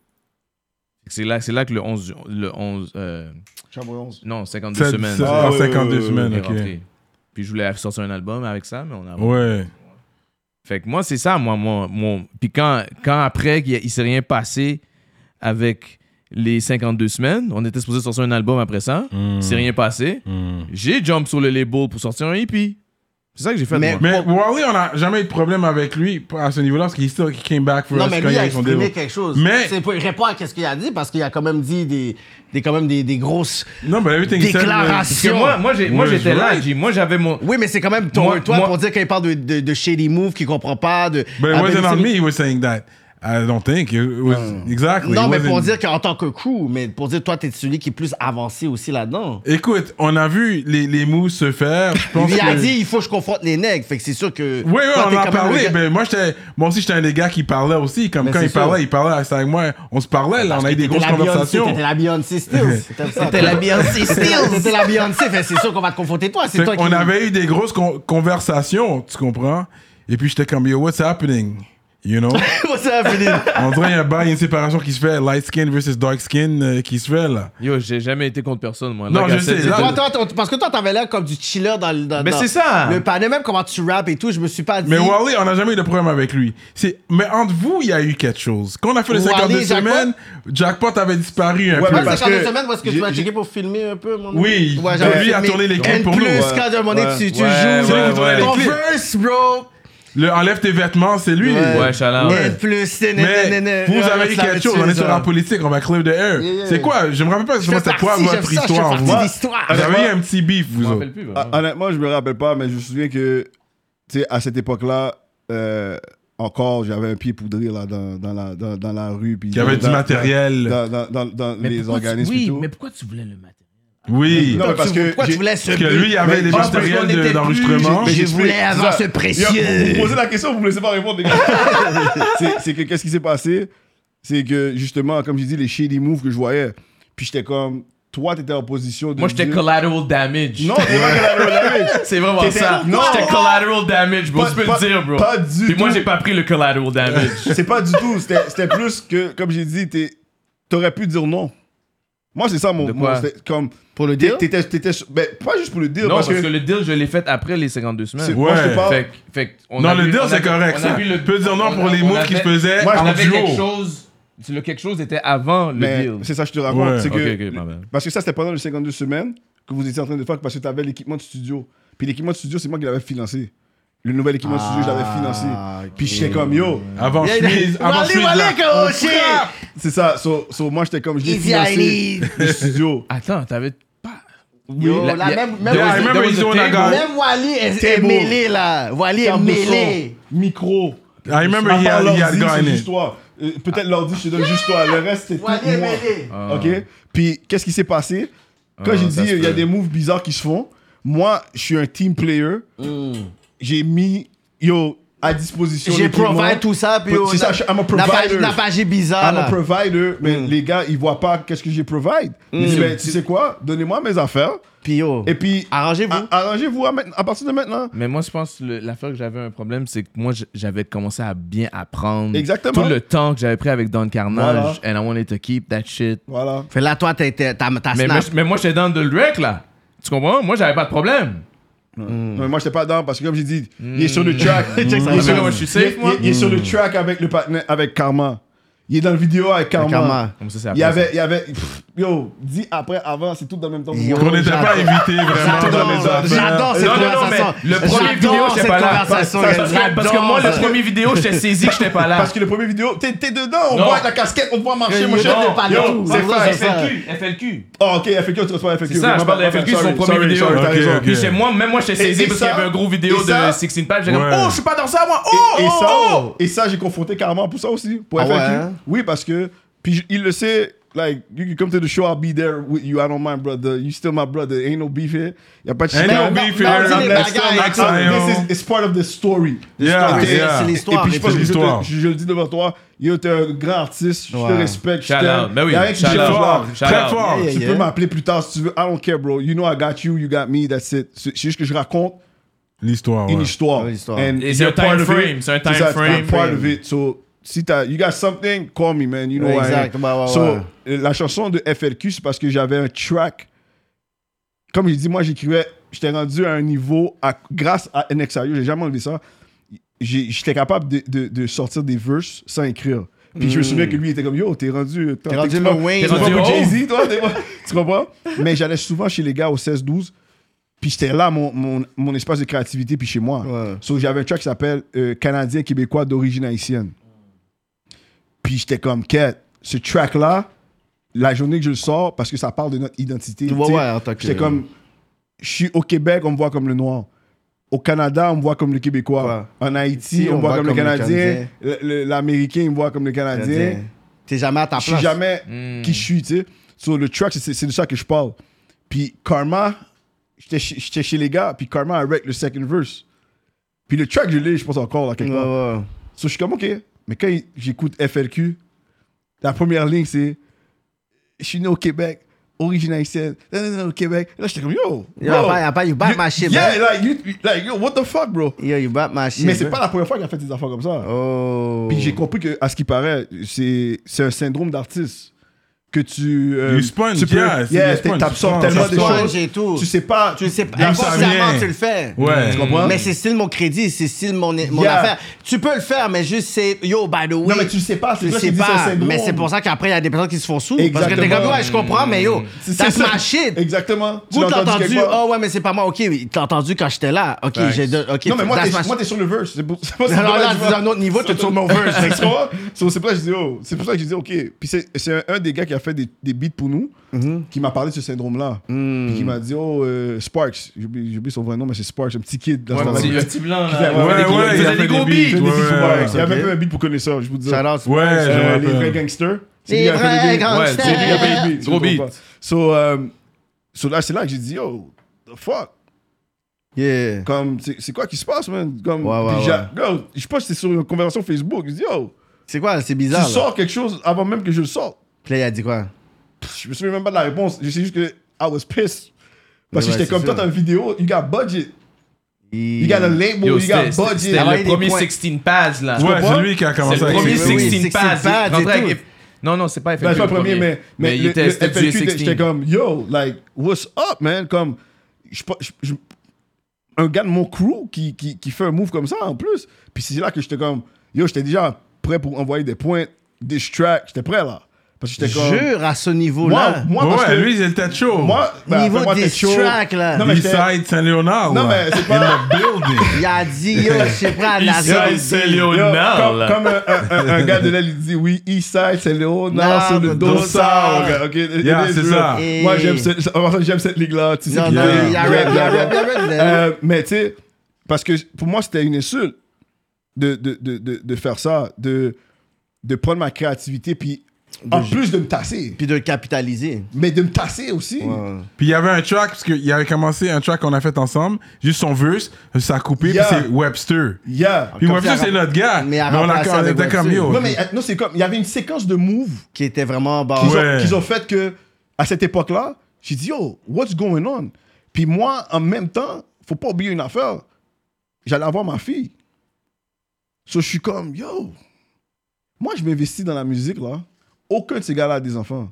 Speaker 4: C'est là, c'est là que le 11. du- Le 11 euh,
Speaker 5: Chambre 11.
Speaker 4: non, 52
Speaker 1: C'est
Speaker 4: semaines.
Speaker 5: Ah,
Speaker 1: en
Speaker 5: ouais,
Speaker 1: 52
Speaker 5: ouais,
Speaker 1: semaines,
Speaker 4: est
Speaker 1: ok.
Speaker 4: rentré. Puis je voulais sortir un album avec ça, mais on a
Speaker 1: Ouais.
Speaker 4: fait que moi, c'est ça, moi. mon, mon... Puis quand, quand après, qu'il y a- il, s'est rien passé avec les 52 semaines, on était supposé sortir un album après ça,
Speaker 5: Mm.
Speaker 4: il s'est rien passé.
Speaker 1: Mm,
Speaker 4: J'ai jump sur le label pour sortir un EP. C'est ça que j'ai fait,
Speaker 2: Mais-
Speaker 4: moi.
Speaker 1: Mais Wally, on n'a jamais eu de problème avec lui à ce niveau-là parce qu'il still he came back for
Speaker 2: Non,
Speaker 1: us
Speaker 2: mais
Speaker 1: quand
Speaker 2: lui
Speaker 1: il
Speaker 2: a
Speaker 1: eu son
Speaker 2: exprimé
Speaker 1: débat.
Speaker 2: quelque chose.
Speaker 1: Mais-
Speaker 2: C'est pour- il répond à ce qu'il a dit parce qu'il a quand même dit des, des, quand même des, des grosses.
Speaker 1: Non, mais everything he said,
Speaker 4: Parce que
Speaker 2: Déclaration.
Speaker 4: moi, moi, j'ai- moi,
Speaker 1: Ouais,
Speaker 4: j'étais
Speaker 1: je
Speaker 4: là,
Speaker 1: vois.
Speaker 4: j'ai- moi, j'avais mon...
Speaker 2: Oui, mais c'est quand même ton,
Speaker 4: Moi-
Speaker 2: toi
Speaker 4: moi-
Speaker 2: pour dire qu'il parle de, de, de shady move qu'il comprend pas. De,
Speaker 1: But it
Speaker 2: Ah,
Speaker 1: wasn't
Speaker 2: ben,
Speaker 1: on
Speaker 2: c'est- Hmm.
Speaker 1: me he was saying that. I don't think. It was, exactly.
Speaker 2: Non,
Speaker 1: It
Speaker 2: mais pour
Speaker 1: wasn't-
Speaker 2: dire qu'en tant que crew, mais pour dire toi, t'es celui qui est plus avancé aussi là-dedans.
Speaker 1: Écoute, on a vu les, les moves se faire. Je pense
Speaker 2: Il a
Speaker 1: que-
Speaker 2: dit, il faut que je confronte les nègres. Fait que c'est sûr que.
Speaker 1: Oui, oui,
Speaker 2: toi, t'es quand
Speaker 1: on en
Speaker 2: même le
Speaker 1: parlait.
Speaker 2: gars-
Speaker 1: Ben, moi, j'étais, moi aussi, j'étais un des gars qui parlait aussi. Comme
Speaker 2: Mais
Speaker 1: quand
Speaker 2: c'est
Speaker 1: il
Speaker 2: sûr.
Speaker 1: parlait, il parlait avec moi. On se parlait, là.
Speaker 2: Parce
Speaker 1: On a
Speaker 2: que
Speaker 1: eu des
Speaker 2: t'étais
Speaker 1: grosses
Speaker 2: la Beyoncé,
Speaker 1: conversations.
Speaker 2: T'étais la Beyoncé Stills. C'était ça.
Speaker 4: T'étais la Beyoncé
Speaker 2: Stills. T'étais la Beyoncé. Fait que c'est sûr qu'on va te confronter toi. C'est
Speaker 1: Fait
Speaker 2: toi qui.
Speaker 1: qu'on avait eu des grosses con- conversations, tu comprends? Et puis, j'étais comme, yo, what's happening? You know?
Speaker 2: What's happening?
Speaker 1: on dirait qu'il y a un bail, il y a une séparation qui se fait. Light skin versus dark skin euh, qui se fait, là.
Speaker 4: Yo, j'ai jamais été contre personne, moi.
Speaker 1: Non,
Speaker 4: Like I
Speaker 1: je
Speaker 4: said,
Speaker 1: sais,
Speaker 4: j'étais-
Speaker 1: là-
Speaker 2: Toi, toi, toi, parce que toi, t'avais l'air comme du chiller dans le. dans-
Speaker 4: Mais
Speaker 2: dans
Speaker 4: c'est ça.
Speaker 2: Le panel, même comment tu rappes et tout, je me suis pas dit.
Speaker 1: Ben, Mais Wally, on n'a jamais eu de problème avec lui. C'est... Mais entre vous, il y a eu quelque chose. Quand on a fait les
Speaker 2: Wally,
Speaker 1: 52
Speaker 2: Jackpot?
Speaker 1: semaines, Jackpot avait disparu un
Speaker 5: Ouais,
Speaker 1: peu.
Speaker 2: Ouais, bah,
Speaker 5: mais parce
Speaker 2: c'est quand
Speaker 5: que
Speaker 2: une semaine où est-ce que tu
Speaker 5: j'ai-
Speaker 2: vas checker
Speaker 5: j'ai-
Speaker 2: pour filmer un peu, mon
Speaker 1: Oui,
Speaker 2: ami?
Speaker 1: lui
Speaker 2: j'avais
Speaker 1: a
Speaker 2: filmé.
Speaker 1: tourné les clips
Speaker 2: N
Speaker 1: pour nous,
Speaker 2: plus,
Speaker 1: ouais.
Speaker 2: quand à un moment donné,
Speaker 5: Ouais,
Speaker 2: tu, tu
Speaker 4: ouais,
Speaker 2: joues.
Speaker 4: C'est lui qui tournait les
Speaker 2: ton
Speaker 1: clips.
Speaker 2: verse, bro!
Speaker 1: Le enlève tes vêtements, c'est
Speaker 2: E
Speaker 1: lui.
Speaker 4: Ouais, chaleur.
Speaker 2: N plus, né, né, né, né.
Speaker 1: Mais vous
Speaker 2: Ouais, tu
Speaker 1: avez eu
Speaker 2: l'avais
Speaker 1: quelque chose,
Speaker 2: tué,
Speaker 1: on est sur
Speaker 2: ça.
Speaker 1: la politique, on va clear the air.
Speaker 2: Yeah, yeah.
Speaker 1: C'est quoi Je me rappelle pas
Speaker 2: Je
Speaker 1: exactement
Speaker 2: fais
Speaker 1: c'était quoi
Speaker 2: partie, j'aime ça,
Speaker 1: votre
Speaker 2: je fais
Speaker 1: histoire.
Speaker 2: partie
Speaker 1: vous.
Speaker 2: de l'histoire.
Speaker 1: Vous avez eu un petit beef, vous
Speaker 4: Je m'en
Speaker 1: autres.
Speaker 4: rappelle plus,
Speaker 5: Ah,
Speaker 4: vraiment.
Speaker 5: Honnêtement, je me rappelle pas, mais je me souviens que, tu sais, à cette époque-là, euh, encore, j'avais un pied poudré là, dans, dans, la, dans, dans la rue. puis
Speaker 1: Il y avait
Speaker 5: dans-
Speaker 1: du matériel.
Speaker 5: Dans, dans, dans, dans
Speaker 4: Mais
Speaker 5: les
Speaker 4: pourquoi tu-
Speaker 5: organismes. et
Speaker 4: Oui,
Speaker 5: tout.
Speaker 4: mais pourquoi tu voulais le matériel?
Speaker 1: Oui.
Speaker 5: Non, mais parce que.
Speaker 2: Pourquoi
Speaker 5: j'ai-
Speaker 2: tu voulais ce
Speaker 1: que lui, il avait les
Speaker 5: Ah, parce
Speaker 1: matériels
Speaker 5: qu'on
Speaker 1: de-
Speaker 7: était
Speaker 1: d'enregistrement.
Speaker 5: plus-
Speaker 2: Je
Speaker 5: j'explique.
Speaker 2: voulais avoir
Speaker 5: Ça,
Speaker 2: ce
Speaker 5: Yo, Vous
Speaker 2: précieux.
Speaker 5: posez la question, vous me laissez pas répondre, les gars. C'est- c'est que qu'est-ce qui s'est passé? C'est que justement, comme j'ai dit, les shady moves que je voyais, puis j'étais comme, toi, t'étais en position de.
Speaker 7: Moi, j'étais
Speaker 5: dire-
Speaker 7: collateral damage.
Speaker 5: Non, t'es pas collateral damage.
Speaker 7: C'est vraiment
Speaker 5: T'étais-
Speaker 7: ça.
Speaker 5: Non.
Speaker 7: J'étais collateral damage, bro.
Speaker 5: Pas-
Speaker 7: Tu peux
Speaker 5: pas-
Speaker 7: le dire, bro.
Speaker 5: pas du
Speaker 7: Puis moi,
Speaker 5: tout.
Speaker 7: j'ai pas pris le collateral damage.
Speaker 5: C'est pas du tout. C'était c'était plus que, comme j'ai dit, t'es- t'aurais pu dire non. Moi, c'est ça mon.
Speaker 7: De quoi?
Speaker 5: mon- c'était comme,
Speaker 2: Pour le
Speaker 5: t'é-
Speaker 2: dire.
Speaker 5: t'étais. t'étais- ben, pas juste pour le dire,
Speaker 7: non,
Speaker 5: parce, que.
Speaker 7: le deal, je l'ai fait après les 52
Speaker 5: c'est-
Speaker 7: semaines.
Speaker 5: Moi, je te
Speaker 1: Ouais.
Speaker 5: parle.
Speaker 7: Fait, que- fait que on
Speaker 1: Non,
Speaker 7: a
Speaker 1: le
Speaker 7: vu-
Speaker 1: deal,
Speaker 7: on a-
Speaker 1: c'est correct,
Speaker 7: on a
Speaker 1: ça.
Speaker 7: vu le-
Speaker 1: Peut dire non
Speaker 7: on
Speaker 1: pour
Speaker 7: a-
Speaker 1: les
Speaker 7: on
Speaker 1: moves
Speaker 7: a
Speaker 1: qui se
Speaker 7: fait-
Speaker 1: faisaient
Speaker 5: Moi, je
Speaker 7: On
Speaker 1: en
Speaker 7: avait quelque
Speaker 1: duo.
Speaker 7: chose. Le quelque chose était avant le
Speaker 5: Mais
Speaker 7: deal.
Speaker 5: c'est ça que je te raconte.
Speaker 1: Ouais.
Speaker 5: c'est que,
Speaker 7: Ok, ok, ma bad.
Speaker 5: parce que ça, c'était pendant les 52 semaines que vous étiez en train de faire parce que tu avais l'équipement de studio. Puis l'équipement de studio, c'est moi qui l'avais financé. Le nouvel équipement de studio, je l'avais financé.
Speaker 2: Ah,
Speaker 5: Puis j'étais comme yo.
Speaker 1: Avant chemise, avant chemise. là.
Speaker 2: oh shit!
Speaker 5: C'est ça. So, so, moi, j'étais comme je l'ai
Speaker 2: Easy
Speaker 5: financé
Speaker 2: Island!
Speaker 5: le studio.
Speaker 7: Attends, t'avais pas.
Speaker 2: Yo,
Speaker 7: la-
Speaker 2: là,
Speaker 7: la-
Speaker 2: même, même,
Speaker 1: Yeah, I
Speaker 2: Wally-
Speaker 1: remember
Speaker 7: There was
Speaker 1: he's
Speaker 7: a
Speaker 1: doing that
Speaker 7: table.
Speaker 1: guy.
Speaker 2: même Wally est, est
Speaker 5: Table.
Speaker 2: mêlé là. Wally est
Speaker 5: Carte de
Speaker 2: mêlé.
Speaker 5: son, micro.
Speaker 1: I remember
Speaker 5: À
Speaker 1: he had,
Speaker 5: part
Speaker 1: he had
Speaker 5: l'ordi,
Speaker 1: gotten
Speaker 5: c'est
Speaker 1: it.
Speaker 5: juste toi. Euh, Peut-être l'ordi, je te donne juste toi. Le reste, c'est tout
Speaker 2: Wally est
Speaker 5: moi. Ah.
Speaker 2: mêlé.
Speaker 5: OK? Puis, qu'est-ce qui s'est passé? Quand j'ai dit,
Speaker 7: Euh, ça se
Speaker 5: il y a
Speaker 7: peut.
Speaker 5: des moves bizarres qui se font, moi, je suis un team player. J'ai mis, yo, à disposition
Speaker 2: Hmm. J'ai
Speaker 5: l'équipement.
Speaker 2: provide tout ça. Puis
Speaker 5: C'est
Speaker 2: yo,
Speaker 5: ça,
Speaker 2: na-
Speaker 5: je- I'm a
Speaker 2: na-
Speaker 5: provider. Ah,
Speaker 2: na- Hmm. pagé bizarre.
Speaker 5: I'm
Speaker 2: là.
Speaker 5: a provider, mais les gars, ils voient pas qu'est-ce que j'ai provide.
Speaker 2: Hmm.
Speaker 5: Mais je dis, ben, tu sais quoi? Donnez-moi mes affaires.
Speaker 2: Puis yo,
Speaker 5: Et puis, Ah.
Speaker 2: arrangez-vous.
Speaker 5: a- arrangez-vous à, maintenant- à partir de maintenant.
Speaker 7: Mais moi, je pense que le- l'affaire que j'avais un problème, c'est que moi, j- j'avais commencé à bien apprendre.
Speaker 5: Exactement.
Speaker 7: Tout le temps que j'avais pris avec Don Carnage, and I wanted to keep that shit.
Speaker 5: Voilà.
Speaker 2: Fait là, toi, t'as t'as- t'as-
Speaker 1: Ah,
Speaker 2: t'as
Speaker 7: Mais, moi,
Speaker 2: snap.
Speaker 7: j- mais moi, j'étais dans le wreck, là. Tu comprends? Moi, j'avais pas de problème.
Speaker 2: Hmm.
Speaker 5: Non, mais moi, j'étais pas dedans parce que, comme j'ai dit, il est sur le track. Il est sur-
Speaker 7: Tu sais comment je suis
Speaker 5: il est-
Speaker 7: safe, moi?
Speaker 5: il est- il est sur le track avec le partenaire, avec Karma. Il est dans le vidéo avec Karma.
Speaker 2: Karma.
Speaker 7: Comme ça, c'est
Speaker 5: Il y
Speaker 7: après ça.
Speaker 5: avait, il y avait, pff, yo, dit après, avant, c'est tout dans le même temps.
Speaker 2: Yo.
Speaker 1: On n'était pas invité vraiment
Speaker 5: J'adore,
Speaker 1: dans les affaires.
Speaker 2: j'adore cette
Speaker 7: Non, non, non,
Speaker 2: conversation.
Speaker 7: mais le premier
Speaker 2: J'adore
Speaker 7: vidéo, j'étais
Speaker 2: cette
Speaker 7: pas là.
Speaker 2: conversation,
Speaker 5: Ça, ça,
Speaker 7: Parce
Speaker 2: Gabriel.
Speaker 7: que, parce que moi, le
Speaker 2: J'adore.
Speaker 7: premier vidéo, j'étais saisi que j'étais pas là.
Speaker 5: Parce que le premier vidéo, t'es t'es dedans, on
Speaker 7: Non.
Speaker 5: voit ta casquette, on te voit marcher,
Speaker 2: Yo,
Speaker 5: mon
Speaker 2: yo,
Speaker 5: cher.
Speaker 2: t'es pas là du tout.
Speaker 5: c'est
Speaker 2: Yo,
Speaker 5: fait,
Speaker 2: c'est ça.
Speaker 5: fait.
Speaker 7: FLQ, FLQ.
Speaker 5: Oh, ok, FQ, tu reçois FQ.
Speaker 7: C'est ça, je parle de
Speaker 5: Sorry,
Speaker 7: FLQ, c'est mon
Speaker 5: sorry,
Speaker 7: premier vidéo.
Speaker 5: sorry, t'as
Speaker 1: Ok,
Speaker 5: raison.
Speaker 1: ok.
Speaker 7: Puis chez moi, même moi, j'étais
Speaker 5: Et-
Speaker 7: saisi
Speaker 5: et
Speaker 7: parce
Speaker 5: ça-
Speaker 7: qu'il y avait un gros vidéo
Speaker 5: et ça-
Speaker 7: de 16 pages. J'étais comme,
Speaker 1: Ouais.
Speaker 7: oh, je suis pas dans ça, moi. Oh,
Speaker 5: Et, et
Speaker 7: oh,
Speaker 5: ça,
Speaker 7: oh.
Speaker 5: et ça, j'ai confronté carrément pour ça aussi, pour
Speaker 2: Ah
Speaker 5: FLQ.
Speaker 2: ouais, hein?
Speaker 5: Oui, parce que, puis je- il le sait, like, you can come to the show, I'll be there with you, I don't mind, brother. You still my brother, ain't no beef here. Y a pas de
Speaker 1: Ain't
Speaker 5: shit.
Speaker 1: no
Speaker 5: Non,
Speaker 1: beef
Speaker 5: non,
Speaker 1: here.
Speaker 5: non,
Speaker 2: I'm left
Speaker 5: non, non,
Speaker 2: on
Speaker 5: non,
Speaker 1: action,
Speaker 5: non,
Speaker 1: yo.
Speaker 5: This is it's part of the story. The
Speaker 1: Yeah,
Speaker 5: story.
Speaker 1: c'est- c'est
Speaker 2: l'histoire.
Speaker 5: Et puis je pense
Speaker 1: C'est
Speaker 5: que je,
Speaker 1: l'histoire.
Speaker 5: te- je- je le dis devant toi, yo, t'es un grand artiste, je
Speaker 2: Ouais.
Speaker 5: te respecte, je
Speaker 7: Shout out.
Speaker 5: t'aime.
Speaker 7: Ben oui,
Speaker 5: Y a rien qui
Speaker 7: shout
Speaker 5: change
Speaker 7: out.
Speaker 5: là.
Speaker 1: Fort,
Speaker 7: Shout
Speaker 1: très
Speaker 7: out.
Speaker 1: fort.
Speaker 2: Yeah,
Speaker 5: Tu
Speaker 2: yeah.
Speaker 5: peux m'appeler plus tard si tu veux. I don't care, bro. You know I got you, you got me, that's it. C'est c'est juste que je raconte
Speaker 1: L'histoire,
Speaker 5: une
Speaker 1: ouais.
Speaker 5: histoire.
Speaker 2: Une histoire.
Speaker 5: And
Speaker 7: Et oh, c'est
Speaker 5: you're
Speaker 7: un time
Speaker 5: part of it.
Speaker 7: frame, c'est un time
Speaker 5: ça,
Speaker 7: frame.
Speaker 5: part of it. So, si t'as, you got something, call me, man. You know
Speaker 2: Ouais,
Speaker 5: I am.
Speaker 2: exact. Ouais, ouais,
Speaker 5: so,
Speaker 2: Ah ouais.
Speaker 5: la chanson de FLQ, c'est parce que j'avais un track. Comme j'ai dit, moi, j'écrivais, j'étais rendu à un niveau, à- grâce à NXIO, j'ai jamais enlevé ça. J'ai- j'étais capable de, de- de sortir des verses sans écrire. Puis je me souviens que lui, il était comme, yo, t'es rendu...
Speaker 2: T'es rendu le Wayne.
Speaker 5: T'es rendu
Speaker 7: T'es rendu
Speaker 5: Jay-Z, toi. t'es pas- tu comprends? Mais j'allais souvent chez les gars au 16-12. Puis j'étais là, mon, mon, mon espace de créativité, puis chez moi.
Speaker 2: Ouais.
Speaker 5: So, j'avais un track qui s'appelle euh, Canadien québécois d'origine haïtienne. Puis j'étais comme, quête, ce track-là, la journée que je le sors, parce que ça parle de notre identité.
Speaker 2: Ouais,
Speaker 5: tu sais.
Speaker 2: ouais, en tant que-
Speaker 5: J'étais comme, je suis au Québec, on me voit comme le noir. Au Canada, on me voit comme le Québécois. En Haïti,
Speaker 2: Ici,
Speaker 5: on, me voit comme, le Canadien. Le- le- L'Américain, il me voit comme le Canadien.
Speaker 2: T'es jamais à ta place. Hmm.
Speaker 5: Je suis jamais qui je suis, tu sais. Sur le track, c'est- c'est c'est de ça que je parle. Puis Karma, j'étais chez j'étais chez les gars, puis Karma a wreck le second verse. Puis le track, je l'ai, je pense encore, là, quelque
Speaker 2: Ouais,
Speaker 5: part.
Speaker 2: ouais.
Speaker 5: So, je suis comme, OK. Mais quand il- j'écoute FLQ, la première ligne, c'est Je suis né au Québec, origine haïtienne, nan, nan, nan, au Québec. Et là, j'étais comme, Yo,
Speaker 2: Yo, I
Speaker 5: bro,
Speaker 2: buy- I buy- you buy my shit,
Speaker 5: yeah,
Speaker 2: man.
Speaker 5: like, you- like, yo, what the fuck, bro?
Speaker 2: Yo, you bought my shit.
Speaker 5: Mais c'est
Speaker 2: bro.
Speaker 5: pas la première fois qu'il a fait des affaires comme ça.
Speaker 2: Oh.
Speaker 5: Puis j'ai compris que, à ce qui paraît, c'est c'est un syndrome d'artiste. Que tu. euh,
Speaker 1: You sponge,
Speaker 5: tu
Speaker 1: yeah, c'est
Speaker 5: yeah,
Speaker 1: du sponge,
Speaker 5: t'es- t'absorbes
Speaker 1: tu
Speaker 5: tellement
Speaker 1: sponges,
Speaker 5: de
Speaker 1: tu sponges.
Speaker 5: choses.
Speaker 2: et tout.
Speaker 5: Tu sais pas.
Speaker 2: Tu le sais
Speaker 5: Là,
Speaker 2: pas.
Speaker 5: ça
Speaker 2: Inconsciemment,
Speaker 1: vient.
Speaker 2: tu le fais.
Speaker 1: Ouais.
Speaker 5: Tu comprends?
Speaker 2: Mais c'est style mon crédit, c'est style mon, mon
Speaker 5: Yeah.
Speaker 2: affaire. Tu peux le faire, mais juste c'est yo, by the way.
Speaker 5: Non, mais tu le sais pas, c'est
Speaker 2: Tu
Speaker 5: ça que
Speaker 2: sais
Speaker 5: je dis, c'est un
Speaker 2: pas.
Speaker 5: syndrome.
Speaker 2: Mais c'est pour ça qu'après, il y a des personnes qui se font sourds. Parce que t'es
Speaker 5: Exactement. Mm.
Speaker 2: comme, ouais, je comprends, mais yo,
Speaker 5: C'est- c'est
Speaker 2: that's
Speaker 5: ça.
Speaker 2: my shit.
Speaker 5: Exactement.
Speaker 2: Ou t'as entendu,
Speaker 5: quelque part.
Speaker 2: oh ouais, mais c'est pas moi, ok, oui, t'as entendu quand j'étais là. Ok, j'ai de- ok,
Speaker 5: non, mais moi,
Speaker 2: that's
Speaker 5: t'es
Speaker 2: my
Speaker 5: moi,
Speaker 2: shit.
Speaker 5: t'es sur le verse. C'est pour- c'est pour ça que
Speaker 2: Alors là,
Speaker 5: je
Speaker 2: tu es
Speaker 5: vois-
Speaker 2: à un autre niveau, tu es sur mon verse.
Speaker 5: Tu comprends? So, C'est pour ça que je dis, oh, c'est pour ça que je dis, ok. Puis c'est c'est un, un des gars qui a fait des, des beats pour nous,
Speaker 2: Mm-hmm.
Speaker 5: qui m'a parlé de ce syndrome-là. Puis
Speaker 2: Mm.
Speaker 5: qui m'a dit, oh, euh, Sparks. J'ai oublié j'ai oublié son vrai nom, mais c'est Sparks, un petit kid. dans ce
Speaker 7: Ouais,
Speaker 5: temps-là.
Speaker 7: petit- le petit blanc, là.
Speaker 5: Ouais,
Speaker 7: Il faisait des
Speaker 1: ouais,
Speaker 7: gros-
Speaker 1: il a
Speaker 7: faisait
Speaker 1: fait
Speaker 7: des gros
Speaker 1: des beats.
Speaker 7: beats.
Speaker 5: Il y
Speaker 1: Ouais, ouais.
Speaker 5: a même un beat pour connaisseur, je vous dis.
Speaker 2: Shout out.
Speaker 1: Ouais, je me
Speaker 5: Euh, les
Speaker 1: rappelle.
Speaker 5: vrais gangsters.
Speaker 2: C'est
Speaker 5: lui qui a fait
Speaker 2: vrai,
Speaker 5: des beats.
Speaker 2: grand
Speaker 7: Ouais,
Speaker 5: C'est lui qui a fait des
Speaker 7: Gros
Speaker 5: beats, tu comprends
Speaker 7: beat.
Speaker 5: pas. So, euh, So là, c'est là que j'ai dit, yo, the fuck.
Speaker 2: Yeah.
Speaker 5: Comme, c'est c'est quoi qui se passe, man? Comme,
Speaker 2: Ouais, ouais,
Speaker 5: puis j'a- Yo, je pense que c'était sur une conversation Facebook. Je dis, yo,
Speaker 2: C'est quoi? C'est
Speaker 5: tu
Speaker 2: bizarre. là.
Speaker 5: sors quelque chose avant même que je le sorte.
Speaker 2: Puis là, il a dit quoi?
Speaker 5: Pff, Je me souviens même pas de la réponse. Je sais juste que I was pissed. Parce que
Speaker 2: Ouais,
Speaker 5: j'étais
Speaker 2: c'est
Speaker 5: comme, toi,
Speaker 2: sûr.
Speaker 5: t'as une vidéo, you got budget.
Speaker 2: Il...
Speaker 5: You got a label,
Speaker 7: Yo,
Speaker 5: you got
Speaker 7: c'était c'était-
Speaker 5: budget.
Speaker 7: c'était
Speaker 2: Envoyer
Speaker 7: le
Speaker 2: des
Speaker 7: premier
Speaker 2: points.
Speaker 7: 16 pads, là.
Speaker 1: Ouais,
Speaker 5: comprends?
Speaker 1: c'est lui qui a commencé
Speaker 7: C'est le
Speaker 1: avec
Speaker 7: premier
Speaker 2: Oui, oui,
Speaker 7: 16
Speaker 2: 16
Speaker 7: pads.
Speaker 2: pads et
Speaker 7: Il rentrait avec-
Speaker 2: tout.
Speaker 7: Non, non, c'est pas
Speaker 5: Non,
Speaker 7: effectué.
Speaker 5: Ben, c'est pas le premier, mais, mais,
Speaker 7: il
Speaker 5: le,
Speaker 7: était
Speaker 5: le
Speaker 7: FFQ
Speaker 5: FLQ, j'étais
Speaker 7: 16.
Speaker 5: comme, yo, like, what's up, man? Comme, je, pas- je- je- un gars de mon crew qui, qui, qui fait un move comme ça, en plus. Puis c'est là que j'étais comme, yo, j'étais déjà prêt pour envoyer des points, des tracks, j'étais prêt, là. Parce que j'étais comme...
Speaker 2: Jure à ce
Speaker 5: Moi,
Speaker 2: niveau-là.
Speaker 5: moi
Speaker 1: ouais,
Speaker 5: parce que...
Speaker 1: lui, il était chaud.
Speaker 5: moi, ben,
Speaker 2: Niveau
Speaker 5: fais-moi
Speaker 2: des
Speaker 5: quelque chose.
Speaker 2: tracks, là.
Speaker 5: Non, mais j'étais-
Speaker 1: Eastside Saint-Léonard. ouais.
Speaker 5: Non, mais c'est pas...
Speaker 1: In the building.
Speaker 2: Il a dit, yo, je sais pas, la
Speaker 7: Eastside,
Speaker 2: zone.
Speaker 7: c'est
Speaker 5: Yo,
Speaker 7: Léonard,
Speaker 5: comme,
Speaker 7: là.
Speaker 5: comme un, un- un- un gars de l'aile, il dit oui, Eastside, c'est
Speaker 2: Non,
Speaker 5: Léonard sur
Speaker 2: le
Speaker 5: le dos
Speaker 2: dossard.
Speaker 5: sale. Ok, it
Speaker 1: Yeah,
Speaker 5: is
Speaker 1: c'est
Speaker 5: real.
Speaker 1: ça.
Speaker 2: Et-
Speaker 5: Moi, j'aime cette, en passant, j'aime cette ligue-là. Tu sais
Speaker 2: Non,
Speaker 5: qu'il y
Speaker 2: non,
Speaker 5: a-
Speaker 2: il y a rap, il y a rap, il y a rap, là.
Speaker 5: Euh, Mais tu sais, parce que pour moi, c'était une insulte de, de, de, de, de faire ça, de, de prendre ma créativité, puis en plus de me tasser.
Speaker 2: Puis de le capitaliser.
Speaker 5: Mais de me tasser aussi.
Speaker 2: Ouais.
Speaker 1: Puis il y avait un track, parce qu'il avait commencé un track qu'on a fait ensemble, juste son verse, ça a coupé,
Speaker 5: Yeah.
Speaker 1: puis c'est Webster.
Speaker 5: Yeah.
Speaker 1: Puis
Speaker 2: Comme
Speaker 1: Webster,
Speaker 2: ça,
Speaker 1: c'est notre gars.
Speaker 2: mais à
Speaker 1: on, a,
Speaker 2: remplacer
Speaker 1: on
Speaker 2: avec
Speaker 1: était comme
Speaker 2: Webster.
Speaker 1: yo.
Speaker 5: Non, mais euh, non, c'est comme, il y avait une séquence de moves
Speaker 2: Qui était vraiment bas.
Speaker 5: qu'ils
Speaker 1: Ouais.
Speaker 5: ont, qu'ils ont fait que à cette époque-là, j'ai dit yo, what's going on? Puis moi, en même temps, faut pas oublier une affaire, j'allais avoir ma fille. So je suis comme yo, moi je m'investis dans la musique là. Aucun de ces gars-là a des enfants.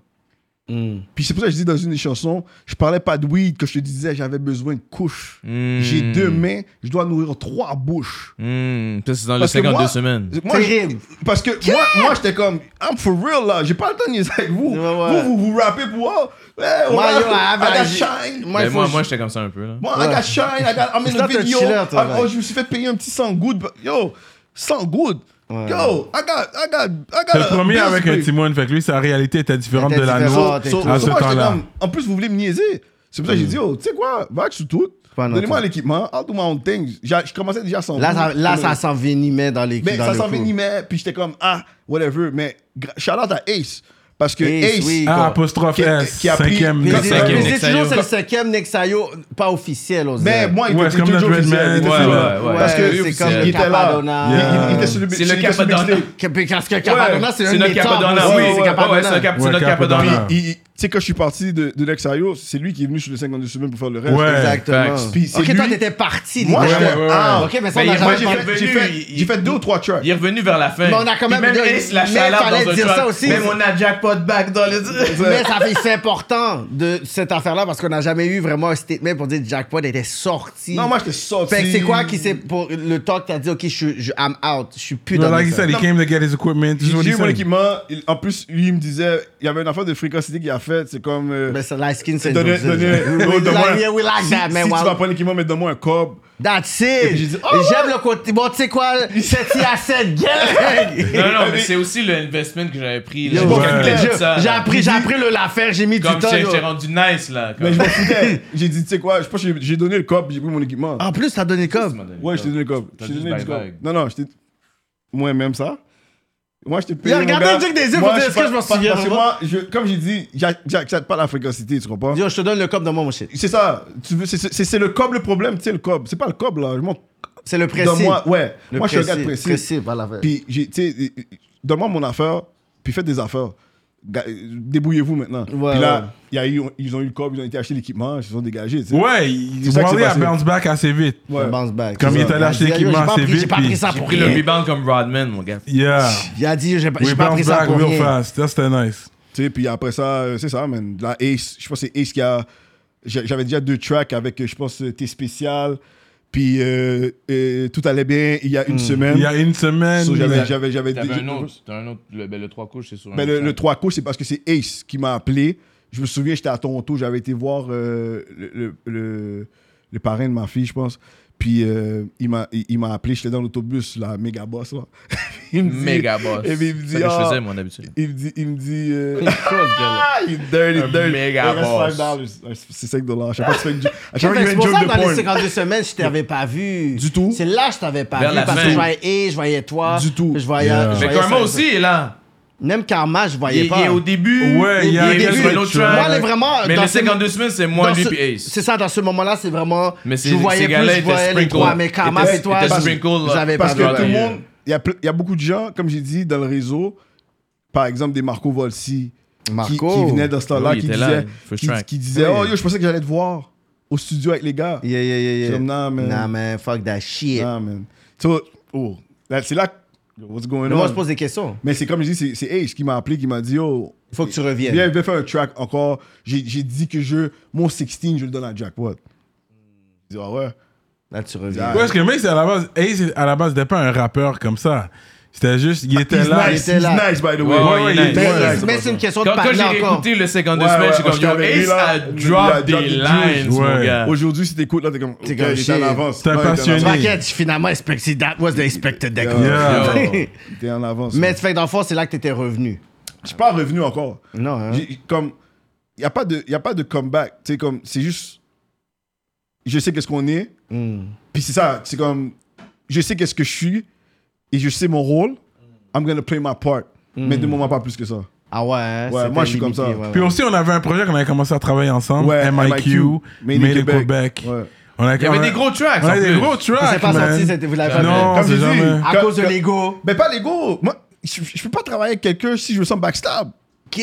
Speaker 2: Mm.
Speaker 5: Puis c'est pour ça que je dis dans une des chansons, je parlais pas de weed que je te disais j'avais besoin de couche. J'ai deux mains, je dois nourrir trois bouches.
Speaker 4: Hmm, ça, c'est dans le
Speaker 5: Parce que
Speaker 4: 52
Speaker 5: moi-
Speaker 4: semaines.
Speaker 5: Moi,
Speaker 2: Terrible.
Speaker 5: je- Parce que moi, moi j'étais comme, I'm for real là, j'ai pas le temps de niaiser avec vous.
Speaker 2: Ouais, ouais.
Speaker 5: Vous, vous, vous rappez pour oh, hey,
Speaker 2: Moi,
Speaker 5: ouais,
Speaker 2: yo, I have
Speaker 5: I
Speaker 2: a-
Speaker 5: got Ah, shine.
Speaker 2: Moi,
Speaker 4: Mais
Speaker 2: il faut
Speaker 4: Ben, moi,
Speaker 2: que
Speaker 4: moi,
Speaker 2: je-
Speaker 4: j'étais comme ça un peu, là.
Speaker 5: Moi, I got shine, I got, I'm in
Speaker 2: It's not
Speaker 5: a
Speaker 2: a
Speaker 5: video.
Speaker 2: chiller, toi,
Speaker 5: Ah,
Speaker 2: ouais.
Speaker 5: oh, je me suis fait payer un petit 100 good. Yo, 100 good.
Speaker 2: Ouais.
Speaker 5: Yo, I got, I got, I got.
Speaker 1: C'est le
Speaker 5: a-
Speaker 1: premier
Speaker 5: bills
Speaker 1: avec un
Speaker 5: paid.
Speaker 1: Timon, fait que lui, sa réalité était différente
Speaker 2: Était
Speaker 1: de la
Speaker 2: différente.
Speaker 1: nôtre.
Speaker 5: So-
Speaker 2: Ah, t'es
Speaker 5: so-
Speaker 2: tout.
Speaker 5: so
Speaker 1: À ce
Speaker 5: moi, j'étais
Speaker 1: temps-là.
Speaker 5: comme, En plus, vous voulez me niaiser. C'est pour ça que j'ai dit, oh, tu sais quoi, va sur tout.
Speaker 2: Pas notre
Speaker 5: Donnez-moi
Speaker 2: temps.
Speaker 5: l'équipement, I'll do my own thing. J'a- Je commençais déjà sans
Speaker 2: Là,
Speaker 5: good.
Speaker 2: ça, là,
Speaker 5: Mais-
Speaker 2: ça s'envenimait dans les
Speaker 5: Mm. Mais
Speaker 2: dans
Speaker 5: ça
Speaker 2: le coup.
Speaker 5: s'envenimait, puis j'étais comme, ah, whatever. Mais shout-out à Ace, parce que
Speaker 2: Ace,
Speaker 5: Ace,
Speaker 2: oui.
Speaker 1: Ah,
Speaker 2: Quoi.
Speaker 1: apostrophe
Speaker 5: Qui-
Speaker 1: S,
Speaker 5: qui a pris-
Speaker 1: cinquième.
Speaker 2: Mais
Speaker 5: Comme-
Speaker 2: c'est-
Speaker 5: cinquième
Speaker 2: mais c'est
Speaker 4: Nexayo.
Speaker 2: toujours c'est le cinquième Nexayo, pas officiel aux
Speaker 5: mais ben, moi, il
Speaker 1: Ouais,
Speaker 5: était
Speaker 1: c'est comme
Speaker 5: toujours
Speaker 1: notre
Speaker 5: officiel,
Speaker 1: Redman.
Speaker 5: il était
Speaker 1: Ouais,
Speaker 5: sur le-
Speaker 4: ouais, ouais.
Speaker 5: Parce que
Speaker 2: c'est
Speaker 4: officiel.
Speaker 2: comme le
Speaker 5: il était là.
Speaker 2: Capadonna.
Speaker 5: Il- il- Il était sur le
Speaker 4: C'est le
Speaker 5: il était sur
Speaker 4: Capadonna.
Speaker 5: mixtape.
Speaker 2: Cap- Parce que Capadonna, c'est un
Speaker 4: C'est
Speaker 2: de
Speaker 4: notre
Speaker 2: mes tops
Speaker 4: Capadonna,
Speaker 2: aussi,
Speaker 4: oui.
Speaker 5: ouais,
Speaker 4: c'est
Speaker 5: ouais,
Speaker 4: Capadonna. Ouais, c'est notre Cap-
Speaker 1: Ouais,
Speaker 4: c'est notre
Speaker 1: Capadonna.
Speaker 4: Capadonna.
Speaker 5: Puis, il- il- Tu sais, quand je suis parti de, de l'Exario, c'est lui qui est venu sur le 52 semaines pour faire le reste.
Speaker 1: Ouais.
Speaker 2: Exactement.
Speaker 4: Facts.
Speaker 5: Puis c'est
Speaker 2: Ok, toi,
Speaker 5: lui-
Speaker 2: t'étais parti.
Speaker 5: Moi,
Speaker 2: Nicolas.
Speaker 5: j'étais
Speaker 1: ouais, ouais.
Speaker 5: out.
Speaker 2: Ok, mais ça, on
Speaker 4: Mais
Speaker 2: a
Speaker 4: il-
Speaker 2: jamais
Speaker 5: Moi, j'ai
Speaker 4: il est
Speaker 2: parlé-
Speaker 5: fait- j'ai
Speaker 4: revenu,
Speaker 5: fait,
Speaker 4: il-
Speaker 5: j'ai fait deux ou trois tracks.
Speaker 4: Il est revenu vers la fin.
Speaker 2: Mais on a quand
Speaker 4: Puis
Speaker 2: même
Speaker 4: même
Speaker 2: donné-
Speaker 4: Ace, la
Speaker 2: mais
Speaker 4: chaleur
Speaker 2: fallait
Speaker 4: dans un
Speaker 2: dire
Speaker 4: truck.
Speaker 2: ça aussi.
Speaker 4: Même on a jackpot back dans le
Speaker 2: Mais ça fait c'est important de cette affaire-là parce qu'on n'a jamais eu vraiment un statement pour dire jackpot était sorti.
Speaker 5: Non, moi, j'étais sorti.
Speaker 2: Fait que c'est quoi qui c'est pour le temps que t'as dit ok je suis- je- I'm out, je suis plus
Speaker 1: No,
Speaker 2: dans
Speaker 1: like he
Speaker 2: ça.
Speaker 1: said, he came to get his equipment. This is
Speaker 5: J'ai
Speaker 1: what
Speaker 5: j'ai
Speaker 1: he
Speaker 5: eu mon
Speaker 1: said.
Speaker 5: équipement. Il- En plus, lui, il me disait, il y avait une affaire de fréquencité qu'il a faite. C'est comme. euh,
Speaker 2: Mais c'est la skin c'est
Speaker 5: Donnez- donnez-
Speaker 2: We
Speaker 5: Oh, donne-moi un-
Speaker 2: like- yeah, we like
Speaker 5: si-
Speaker 2: that man.
Speaker 5: Si tu
Speaker 2: Wow.
Speaker 5: vas prendre l'équipement, mais donne-moi un cob.
Speaker 2: That's
Speaker 5: puis
Speaker 2: it.
Speaker 5: j'ai dit, oh,
Speaker 2: Et J'aime le côté bon tu sais quoi c'est il y a cette gang.
Speaker 4: Non, non, mais c'est aussi le investment que j'avais pris. là.
Speaker 2: Yo,
Speaker 4: J'ai
Speaker 1: ouais.
Speaker 4: calculé
Speaker 1: Legit.
Speaker 4: tout ça,
Speaker 2: J'ai
Speaker 4: là.
Speaker 2: appris j'ai appris le l'affaire j'ai mis du
Speaker 4: Comme
Speaker 2: temps.
Speaker 4: j'ai
Speaker 2: yo.
Speaker 4: j'ai rendu nice, là.
Speaker 5: Mais
Speaker 4: comme-
Speaker 5: je m'en foutais. J'ai dit, tu sais quoi, je pense que j'ai- j'ai donné le cob, j'ai pris mon équipement.
Speaker 2: En plus t'as donné comme
Speaker 5: ouais, je t'ai donné le cob. Je t'ai
Speaker 4: dit
Speaker 5: donné du cob.
Speaker 4: bye-bye.
Speaker 5: Non, non, je t'ai. Moi, même ça. Moi, je t'ai payé.
Speaker 2: Il a
Speaker 5: mon
Speaker 2: regardé
Speaker 5: gars.
Speaker 2: le truc des yeux
Speaker 5: Moi,
Speaker 2: pour dire, est-ce que
Speaker 5: suis pas-
Speaker 2: je m'en
Speaker 5: parce-
Speaker 2: souviens
Speaker 5: Parce que
Speaker 2: vraiment?
Speaker 5: moi, je- comme j'ai dit, j'ac- j'accepte pas la fréquencité, tu comprends?
Speaker 2: Yo je te donne le cop de moi mon shit.
Speaker 5: C'est ça. Tu veux, c'est- c'est c'est le cob le problème, tu sais, le cob. C'est pas le cob, là. Je monte.
Speaker 2: C'est le principe.
Speaker 5: Donne-moi, ouais.
Speaker 2: Le
Speaker 5: moi, je suis un gars de
Speaker 2: principe,
Speaker 5: principe.
Speaker 2: principe, voilà.
Speaker 5: Puis, j'ai- tu sais, euh, euh, donne-moi mon affaire, puis faites des affaires. Ga- euh, Débrouillez-vous maintenant.
Speaker 2: Ouais,
Speaker 5: puis
Speaker 2: ouais.
Speaker 5: là, il y a eu, ils ont eu le cob, ils ont été acheter l'équipement, ils se sont dégagés. tu sais.
Speaker 1: Ouais, il-
Speaker 5: C'est ça que
Speaker 1: Wally
Speaker 5: c'est
Speaker 1: a
Speaker 5: passé.
Speaker 1: bounce back assez vite.
Speaker 5: Ouais.
Speaker 2: Le bounce back.
Speaker 1: Comme
Speaker 2: C'est
Speaker 1: il
Speaker 2: ça.
Speaker 1: est allé acheter
Speaker 2: dit, yo,
Speaker 1: l'équipement,
Speaker 2: j'ai pas
Speaker 1: c'est
Speaker 2: pris- J'ai
Speaker 1: vite,
Speaker 2: pas pris
Speaker 1: puis
Speaker 2: ça
Speaker 4: J'ai
Speaker 2: pour
Speaker 4: pris le
Speaker 2: rien.
Speaker 4: rebound comme Rodman, mon gars.
Speaker 1: Yeah.
Speaker 2: Il a dit, j'ai pas,
Speaker 1: We
Speaker 2: j'ai pas pris
Speaker 1: bounced
Speaker 2: ça
Speaker 1: back
Speaker 2: pour
Speaker 1: real
Speaker 2: rien.
Speaker 1: fast. Ça, c'était nice.
Speaker 5: Tu sais, puis après ça, euh, c'est ça, man. La Ace, je pense que c'est Ace qui a. j'a- J'avais déjà deux tracks avec, euh, je pense, euh, T'es spécial. Puis euh, euh, tout allait bien il y a une semaine.
Speaker 1: Hmm. Il y a une semaine.
Speaker 5: So, Hein? j'avais, j'avais, j'avais
Speaker 4: T'avais
Speaker 5: déjà-
Speaker 4: un autre, t'as un autre, le, ben, le 3 couches, c'est sur un
Speaker 5: Mais le,
Speaker 4: autre
Speaker 5: le
Speaker 4: track.
Speaker 5: 3 coups, c'est parce que c'est Ace qui m'a appelé. Je me souviens, j'étais à Toronto, j'avais été voir euh, le, le, le- le parrain de ma fille, je pense. Puis euh, il, m'a, il, il m'a appelé, j'étais dans l'autobus, la méga boss, là. il me dit,
Speaker 4: Méga boss.
Speaker 5: Et puis, il me
Speaker 4: C'est
Speaker 5: dit,
Speaker 4: ça que je
Speaker 5: ah.
Speaker 4: faisais, moi, d'habitude.
Speaker 5: Il me dit, il me dit, euh,
Speaker 4: Ah,
Speaker 5: il dirty,
Speaker 4: Un
Speaker 5: dirty.
Speaker 4: méga
Speaker 5: Il reste
Speaker 4: boss.
Speaker 5: 5 dollars. Ouais, C'est 5 dollars. À chaque fois que tu fais une, jo- à chaque
Speaker 2: Fait
Speaker 5: fois
Speaker 2: que
Speaker 5: que
Speaker 2: C'est
Speaker 5: tu fais une
Speaker 2: pour
Speaker 5: joke
Speaker 2: ça que
Speaker 5: de
Speaker 2: dans les
Speaker 5: porn.
Speaker 2: 52 semaines, je t'avais pas vu.
Speaker 5: Du tout.
Speaker 2: C'est là que je t'avais pas
Speaker 4: Vers
Speaker 2: vu
Speaker 4: la
Speaker 2: parce
Speaker 4: fin.
Speaker 2: que je voyais et je voyais toi.
Speaker 5: Du tout.
Speaker 2: Je voyais.
Speaker 1: Yeah.
Speaker 2: je
Speaker 4: Mais
Speaker 2: voyais
Speaker 4: Karma
Speaker 2: ça.
Speaker 4: aussi est là.
Speaker 2: Même Karma, je voyais
Speaker 7: Il,
Speaker 2: pas.
Speaker 7: il est au début.
Speaker 1: Ouais, il y a
Speaker 2: Au
Speaker 1: un
Speaker 2: début,
Speaker 1: quelques
Speaker 7: Renault
Speaker 1: track.
Speaker 7: Track.
Speaker 2: Moi, elle est vraiment.
Speaker 4: Mais
Speaker 2: dans
Speaker 4: le
Speaker 2: ce-
Speaker 4: 52 semaines, c'est
Speaker 2: dans
Speaker 4: moi, lui,
Speaker 2: ce-
Speaker 4: puis Ace.
Speaker 2: C'est ça, dans ce moment-là, c'est vraiment.
Speaker 4: Mais
Speaker 2: je
Speaker 4: ces- ces
Speaker 2: voyais
Speaker 4: gars-là
Speaker 2: plus, je
Speaker 4: étaient
Speaker 2: voyais les
Speaker 4: sprinkled.
Speaker 2: trois, mais Karma
Speaker 5: Étaient-
Speaker 2: et toi.
Speaker 4: étaient
Speaker 2: je-
Speaker 4: sprinkled, là.
Speaker 2: J'avais
Speaker 5: Parce
Speaker 2: pas
Speaker 5: que
Speaker 2: vu,
Speaker 5: tout le
Speaker 2: ouais.
Speaker 5: monde, il y a, ple- il y a beaucoup de gens, comme j'ai dit, dans le réseau, par exemple des Marco Volsi, qui,
Speaker 2: Marco.
Speaker 5: qui venaient dans ce temps-là,
Speaker 4: Oui, il
Speaker 5: qui,
Speaker 4: était là,
Speaker 5: disaient,
Speaker 4: first
Speaker 5: qui,
Speaker 4: track.
Speaker 5: qui disaient,
Speaker 2: Oui.
Speaker 5: Oh yo, je pensais que j'allais te voir au studio avec les gars.
Speaker 2: Yeah, yeah, yeah, yeah.
Speaker 5: J'étais comme, Nah, man.
Speaker 2: Nah, man, fuck that shit.
Speaker 5: Nah, man. So, oh, là, c'est là, yo, what's going
Speaker 2: Mais moi,
Speaker 5: on?
Speaker 2: je pose des questions.
Speaker 5: Mais c'est comme je dis, c'est- c'est Ace qui m'a appelé, qui m'a dit, oh,
Speaker 2: Il faut que tu
Speaker 5: viens,
Speaker 2: reviennes.
Speaker 5: viens faire un track encore. J'ai j'ai dit que je, mon 16, je le donne à Jackpot. Il dit, ah ouais.
Speaker 2: Là, tu reviens.
Speaker 5: Yeah.
Speaker 1: Ouais, parce que Mace, à la base, Ace, à la base, n'était pas un rappeur comme ça. C'était juste, il était
Speaker 5: Ah, He's
Speaker 1: là.
Speaker 5: nice,
Speaker 2: il était
Speaker 5: he's
Speaker 2: là.
Speaker 5: nice, by the way.
Speaker 4: Ouais, ouais, il est
Speaker 2: Mais,
Speaker 4: Ouais,
Speaker 2: mais c'est une question de
Speaker 4: Quand, quand
Speaker 2: parler
Speaker 4: j'ai
Speaker 2: encore.
Speaker 4: réécouté le 52
Speaker 5: Ouais,
Speaker 4: semaines,
Speaker 5: ouais,
Speaker 4: j'ai comme,
Speaker 5: j'étais
Speaker 4: yo,
Speaker 5: avec lui,
Speaker 4: Ace
Speaker 5: là.
Speaker 4: a
Speaker 5: Il a
Speaker 4: drop
Speaker 5: drop
Speaker 4: des
Speaker 5: des
Speaker 4: lines,
Speaker 1: juice.
Speaker 4: mon
Speaker 1: Ouais.
Speaker 4: gars.
Speaker 5: Aujourd'hui, si t'écoutes, là, t'es comme,
Speaker 2: T'es
Speaker 5: ok,
Speaker 2: comme
Speaker 5: il était en
Speaker 2: shit.
Speaker 5: avance.
Speaker 1: T'es
Speaker 5: Ouais, il était en
Speaker 1: passionné.
Speaker 5: avance.
Speaker 2: T'inquiète, finalement, expected, that was the expected that
Speaker 5: Yeah.
Speaker 2: goes.
Speaker 1: Yeah.
Speaker 5: Yeah. Il était en avance.
Speaker 2: Mais
Speaker 5: Mais
Speaker 2: fait que dans le fond, c'est là que t'étais revenu.
Speaker 5: je suis pas revenu encore.
Speaker 2: Non, hein?
Speaker 5: J'ai- Comme, il n'y a, pas de- y a pas de comeback. Tu sais, comme, c'est juste, je sais qu'est-ce qu'on est.
Speaker 2: Hmm.
Speaker 5: Puis c'est ça, c'est comme, je sais qu'est-ce que je suis et je sais mon rôle. I'm gonna play my part.
Speaker 2: Hmm.
Speaker 5: Mais de moment, pas plus que ça.
Speaker 2: Ah ouais, hein,
Speaker 5: Ouais,
Speaker 2: c'était
Speaker 5: moi, je suis comme
Speaker 2: limité,
Speaker 5: ça.
Speaker 2: ouais, ouais.
Speaker 1: Puis aussi, on avait un projet qu'on avait commencé à travailler ensemble,
Speaker 5: Ouais,
Speaker 1: MIQ,
Speaker 5: Made in
Speaker 1: Made in
Speaker 5: Québec.
Speaker 1: Québec.
Speaker 5: Ouais.
Speaker 1: On a,
Speaker 4: Il y avait des gros tracks,
Speaker 1: On
Speaker 4: en
Speaker 1: avait des
Speaker 4: plus.
Speaker 1: gros tracks.
Speaker 5: Ah,
Speaker 2: C'est pas
Speaker 1: man.
Speaker 2: sorti, c'était- vous l'avez pas
Speaker 1: Non,
Speaker 2: fait.
Speaker 5: Comme
Speaker 1: c'est
Speaker 5: j'ai dit,
Speaker 1: jamais.
Speaker 2: À
Speaker 5: Comme-
Speaker 2: cause de
Speaker 5: comme-
Speaker 2: l'ego.
Speaker 5: Mais Ben, pas l'ego. Moi, je, je peux pas travailler avec quelqu'un si je me sens backstab.
Speaker 2: Que-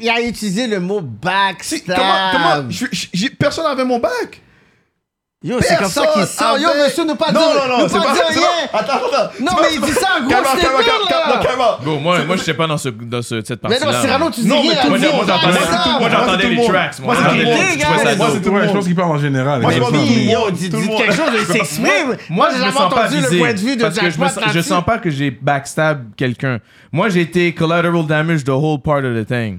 Speaker 2: Il a utilisé le mot
Speaker 5: Si-
Speaker 2: backstab.
Speaker 5: comment, comment, je- je- j'ai- personne n'avait mon bac.
Speaker 2: Yo, c'est comme ça qu'il sort. Yo,
Speaker 5: avait-
Speaker 2: monsieur, ne pas
Speaker 5: non,
Speaker 2: dire.
Speaker 5: Non, non,
Speaker 2: ne
Speaker 5: c'est
Speaker 2: pas
Speaker 5: pas
Speaker 2: dire
Speaker 5: c'est
Speaker 2: rien.
Speaker 5: pas- Attends, attends, attends.
Speaker 2: Non,
Speaker 5: C'est
Speaker 2: mais
Speaker 5: pas-
Speaker 2: il dit ça en gros,
Speaker 5: Calme-toi,
Speaker 2: c'était
Speaker 5: calme-toi,
Speaker 2: dur,
Speaker 5: calme-toi,
Speaker 2: là.
Speaker 5: calme-toi.
Speaker 4: Bon, moi, moi j'étais pas dans, ce, dans ce- cette
Speaker 2: Mais
Speaker 4: partie-là.
Speaker 2: non, Cyrano, tu dis
Speaker 5: Non, mais
Speaker 2: rien.
Speaker 5: tout
Speaker 4: Moi,
Speaker 5: le
Speaker 4: j'ai- moi,
Speaker 5: monde.
Speaker 4: j'entendais-
Speaker 2: backstab.
Speaker 4: moi,
Speaker 5: Moi, c'est
Speaker 4: j'entendais
Speaker 5: tout le
Speaker 4: les
Speaker 5: monde.
Speaker 4: tracks. Moi,
Speaker 5: Moi, c'est
Speaker 4: j'entendais
Speaker 5: tout le
Speaker 4: les-
Speaker 2: monde.
Speaker 4: je trouvais ça
Speaker 2: Dégage.
Speaker 4: dope.
Speaker 5: Moi, c'est tout le
Speaker 1: Ouais, je
Speaker 5: monde.
Speaker 1: pense qu'il parle en général.
Speaker 5: Moi, je
Speaker 1: Mais
Speaker 5: pense
Speaker 1: ça,
Speaker 5: qu'il-
Speaker 1: mais-
Speaker 2: Yo,
Speaker 5: monde,
Speaker 2: dis
Speaker 5: tout le
Speaker 2: dis
Speaker 5: monde.
Speaker 2: quelque chose, il s'exprime. Moi, j'ai
Speaker 4: je me
Speaker 2: jamais
Speaker 4: sens pas
Speaker 2: entendu le
Speaker 4: visé,
Speaker 2: point de vue de
Speaker 4: parce que je me,
Speaker 2: Jackpot
Speaker 4: sens- je
Speaker 2: là-dessus.
Speaker 4: sens pas que j'ai backstab quelqu'un. Moi, j'ai été collateral damage the whole part of the thing.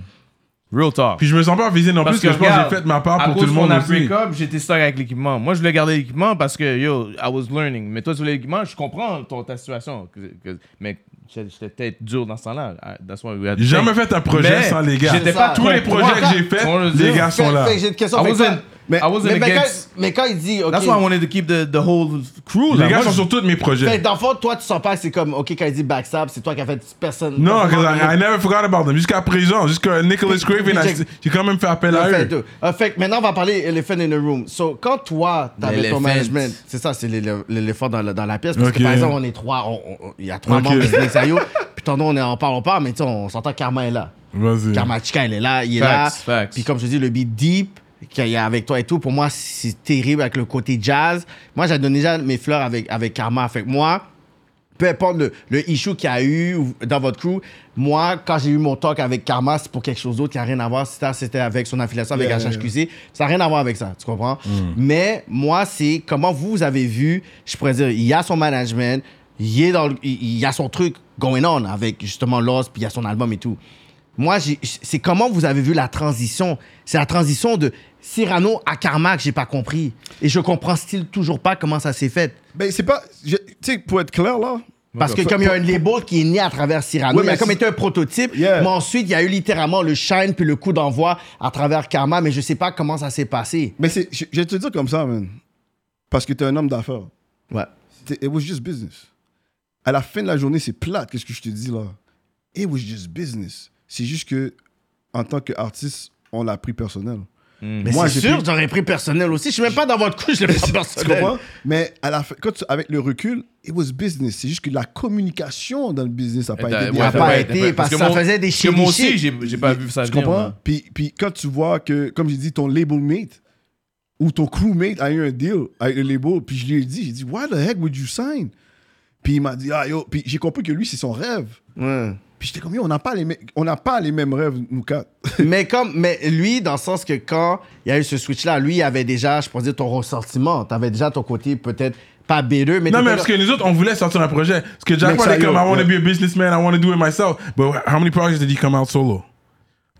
Speaker 4: Real talk.
Speaker 1: Puis je me sens pas visé non plus, parce que je pense que
Speaker 4: regarde,
Speaker 1: j'ai fait ma part
Speaker 4: à
Speaker 1: pour
Speaker 4: cause
Speaker 1: tout le
Speaker 4: qu'on
Speaker 1: monde
Speaker 4: a
Speaker 1: aussi.
Speaker 4: break-up, j'étais stuck avec l'équipement. Moi, je voulais garder l'équipement parce que, yo, I was learning. Mais toi, tu voulais l'équipement, je comprends ton, ta situation. Que- que- mais j'étais j'étais peut-être dur dans ce temps-là. Ah, that's why we had to
Speaker 1: J'ai jamais
Speaker 4: think.
Speaker 1: fait un projet
Speaker 4: Mais
Speaker 1: sans les gars.
Speaker 4: J'étais
Speaker 2: C'est
Speaker 4: pas
Speaker 2: ça.
Speaker 1: Tous les projets que j'ai
Speaker 4: On le
Speaker 1: faits,
Speaker 4: dit.
Speaker 1: les gars
Speaker 2: Fait-
Speaker 1: sont là.
Speaker 2: fait que J'ai une question.
Speaker 4: I
Speaker 2: Fait que
Speaker 4: wasn't,
Speaker 2: quand-
Speaker 4: mais, I wasn't
Speaker 2: mais- mais quand-
Speaker 4: against.
Speaker 2: Mais quand il dit, OK,
Speaker 4: That's why I wanted to keep the, the whole crew. là.
Speaker 1: Les gars
Speaker 4: Moi,
Speaker 1: sont sur tous mes
Speaker 2: Fait
Speaker 1: projets.
Speaker 2: que dans le fond, toi, tu sens pas que c'est comme, OK, quand il dit backstab, c'est toi qui as fait personne.
Speaker 1: Non,
Speaker 2: personne-
Speaker 1: 'cause I, I never forgot about them. Jusqu'à présent, jusqu'à Nicholas Craven,
Speaker 2: Check.
Speaker 1: I- j'ai quand même fait appel à
Speaker 2: En Ah, fait,
Speaker 1: eux.
Speaker 2: deux. En fait, maintenant, on va parler elephant in the room. So, quand toi, t'avais ton
Speaker 4: L'éléphant.
Speaker 2: management, c'est ça, c'est l'éle- l'éléphant dans, la- dans la pièce. Parce
Speaker 1: Ok.
Speaker 2: que par exemple, on est trois, on- on- on- il y a trois
Speaker 1: Ok.
Speaker 2: membres de Snakes IO, oh. Puis ton nom, on est- on parle, on parle, mais tu sais, on s'entend que Karma est là.
Speaker 1: Vas-y.
Speaker 2: Karma Chica, elle est là, il est là.
Speaker 4: Facts, facts.
Speaker 2: Puis comme je te dis, le beat deep qu'il y a avec toi et tout, pour moi, c'est terrible avec le côté jazz. Moi, j'ai donné déjà mes fleurs avec, avec Karma. Fait que moi, peu importe le, le issue qu'il y a eu ou- dans votre crew, moi, quand j'ai eu mon talk avec Karma, c'est pour quelque chose d'autre qui n'a rien à voir. C'était- C'était avec son affiliation avec
Speaker 5: Yeah, yeah, Mm.
Speaker 2: HHQC. Ça n'a rien à voir avec ça, tu comprends? Mais moi, c'est comment vous, vous avez vu, je pourrais dire, il y a son management, il, est dans le- il il y a son truc going on avec justement Lost, puis il y a son album et tout. Moi, j'ai- c'est comment vous avez vu la transition. C'est la transition de Cyrano à Karma que j'ai pas compris. Et je comprends still toujours pas comment ça s'est fait.
Speaker 5: Ben, c'est pas. je- Tu sais, pour être clair, là.
Speaker 2: Parce que comme il y a un label qui est né à travers Cyrano,
Speaker 5: Ouais,
Speaker 2: il y a
Speaker 5: mais
Speaker 2: comme
Speaker 5: c'est-
Speaker 2: été un prototype,
Speaker 5: Yeah.
Speaker 2: mais ensuite, il y a eu littéralement le shine puis le coup d'envoi à travers Karma, mais je sais pas comment ça s'est passé.
Speaker 5: Mais c'est, je, je vais te dire comme ça, man. Parce que t'es un homme d'affaires.
Speaker 2: Ouais.
Speaker 5: C'était- It was just business. À la fin de la journée, c'est plate, qu'est-ce que je te dis là. It was just business. C'est juste que, en tant qu'artiste, on l'a pris personnel.
Speaker 2: Mais
Speaker 5: Moi,
Speaker 2: c'est
Speaker 5: j'ai
Speaker 2: sûr,
Speaker 5: pris-
Speaker 2: j'aurais pris personnel aussi. Je suis même pas dans votre couche, je l'ai pris
Speaker 5: Tu
Speaker 2: personnel.
Speaker 5: comprends? Mais à la fin, quand tu- avec le recul, it was business. C'est juste que la communication dans le business n'a pas
Speaker 4: t'as-
Speaker 5: été
Speaker 4: ouais,
Speaker 5: bien
Speaker 2: a
Speaker 4: t'as
Speaker 5: faite.
Speaker 2: pas
Speaker 4: fait-
Speaker 2: été,
Speaker 4: t'as fait-
Speaker 2: parce que
Speaker 4: moi-
Speaker 2: ça faisait des
Speaker 4: parce que Moi aussi,
Speaker 2: chichi.
Speaker 4: j'ai j'ai pas vu ça
Speaker 5: Tu
Speaker 4: venir.
Speaker 5: comprends?
Speaker 4: là.
Speaker 5: Puis, puis quand tu vois que, comme j'ai dit, ton label mate ou ton crewmate a eu un deal avec le label, puis je lui ai dit, j'ai dit, why the heck would you sign? Puis il m'a dit, ah yo, puis j'ai compris que lui, c'est son rêve.
Speaker 2: Ouais.
Speaker 5: Puis j'étais comme, yo, on n'a pas, les mê- on n'a pas les mêmes rêves, nous quatre.
Speaker 2: mais comme mais lui dans le sens que quand il y a eu ce switch là lui il avait déjà je pourrais dire ton ressentiment t'avais déjà ton côté peut-être pas béreux mais t'étais
Speaker 1: Non, mais
Speaker 2: là-
Speaker 1: parce que nous autres, on voulait sortir un projet. Parce que Jackpot
Speaker 5: ça,
Speaker 1: est comme,
Speaker 5: yo,
Speaker 1: I want to
Speaker 5: yeah.
Speaker 1: be a businessman, I want to do it myself. But how many projects did he come out solo?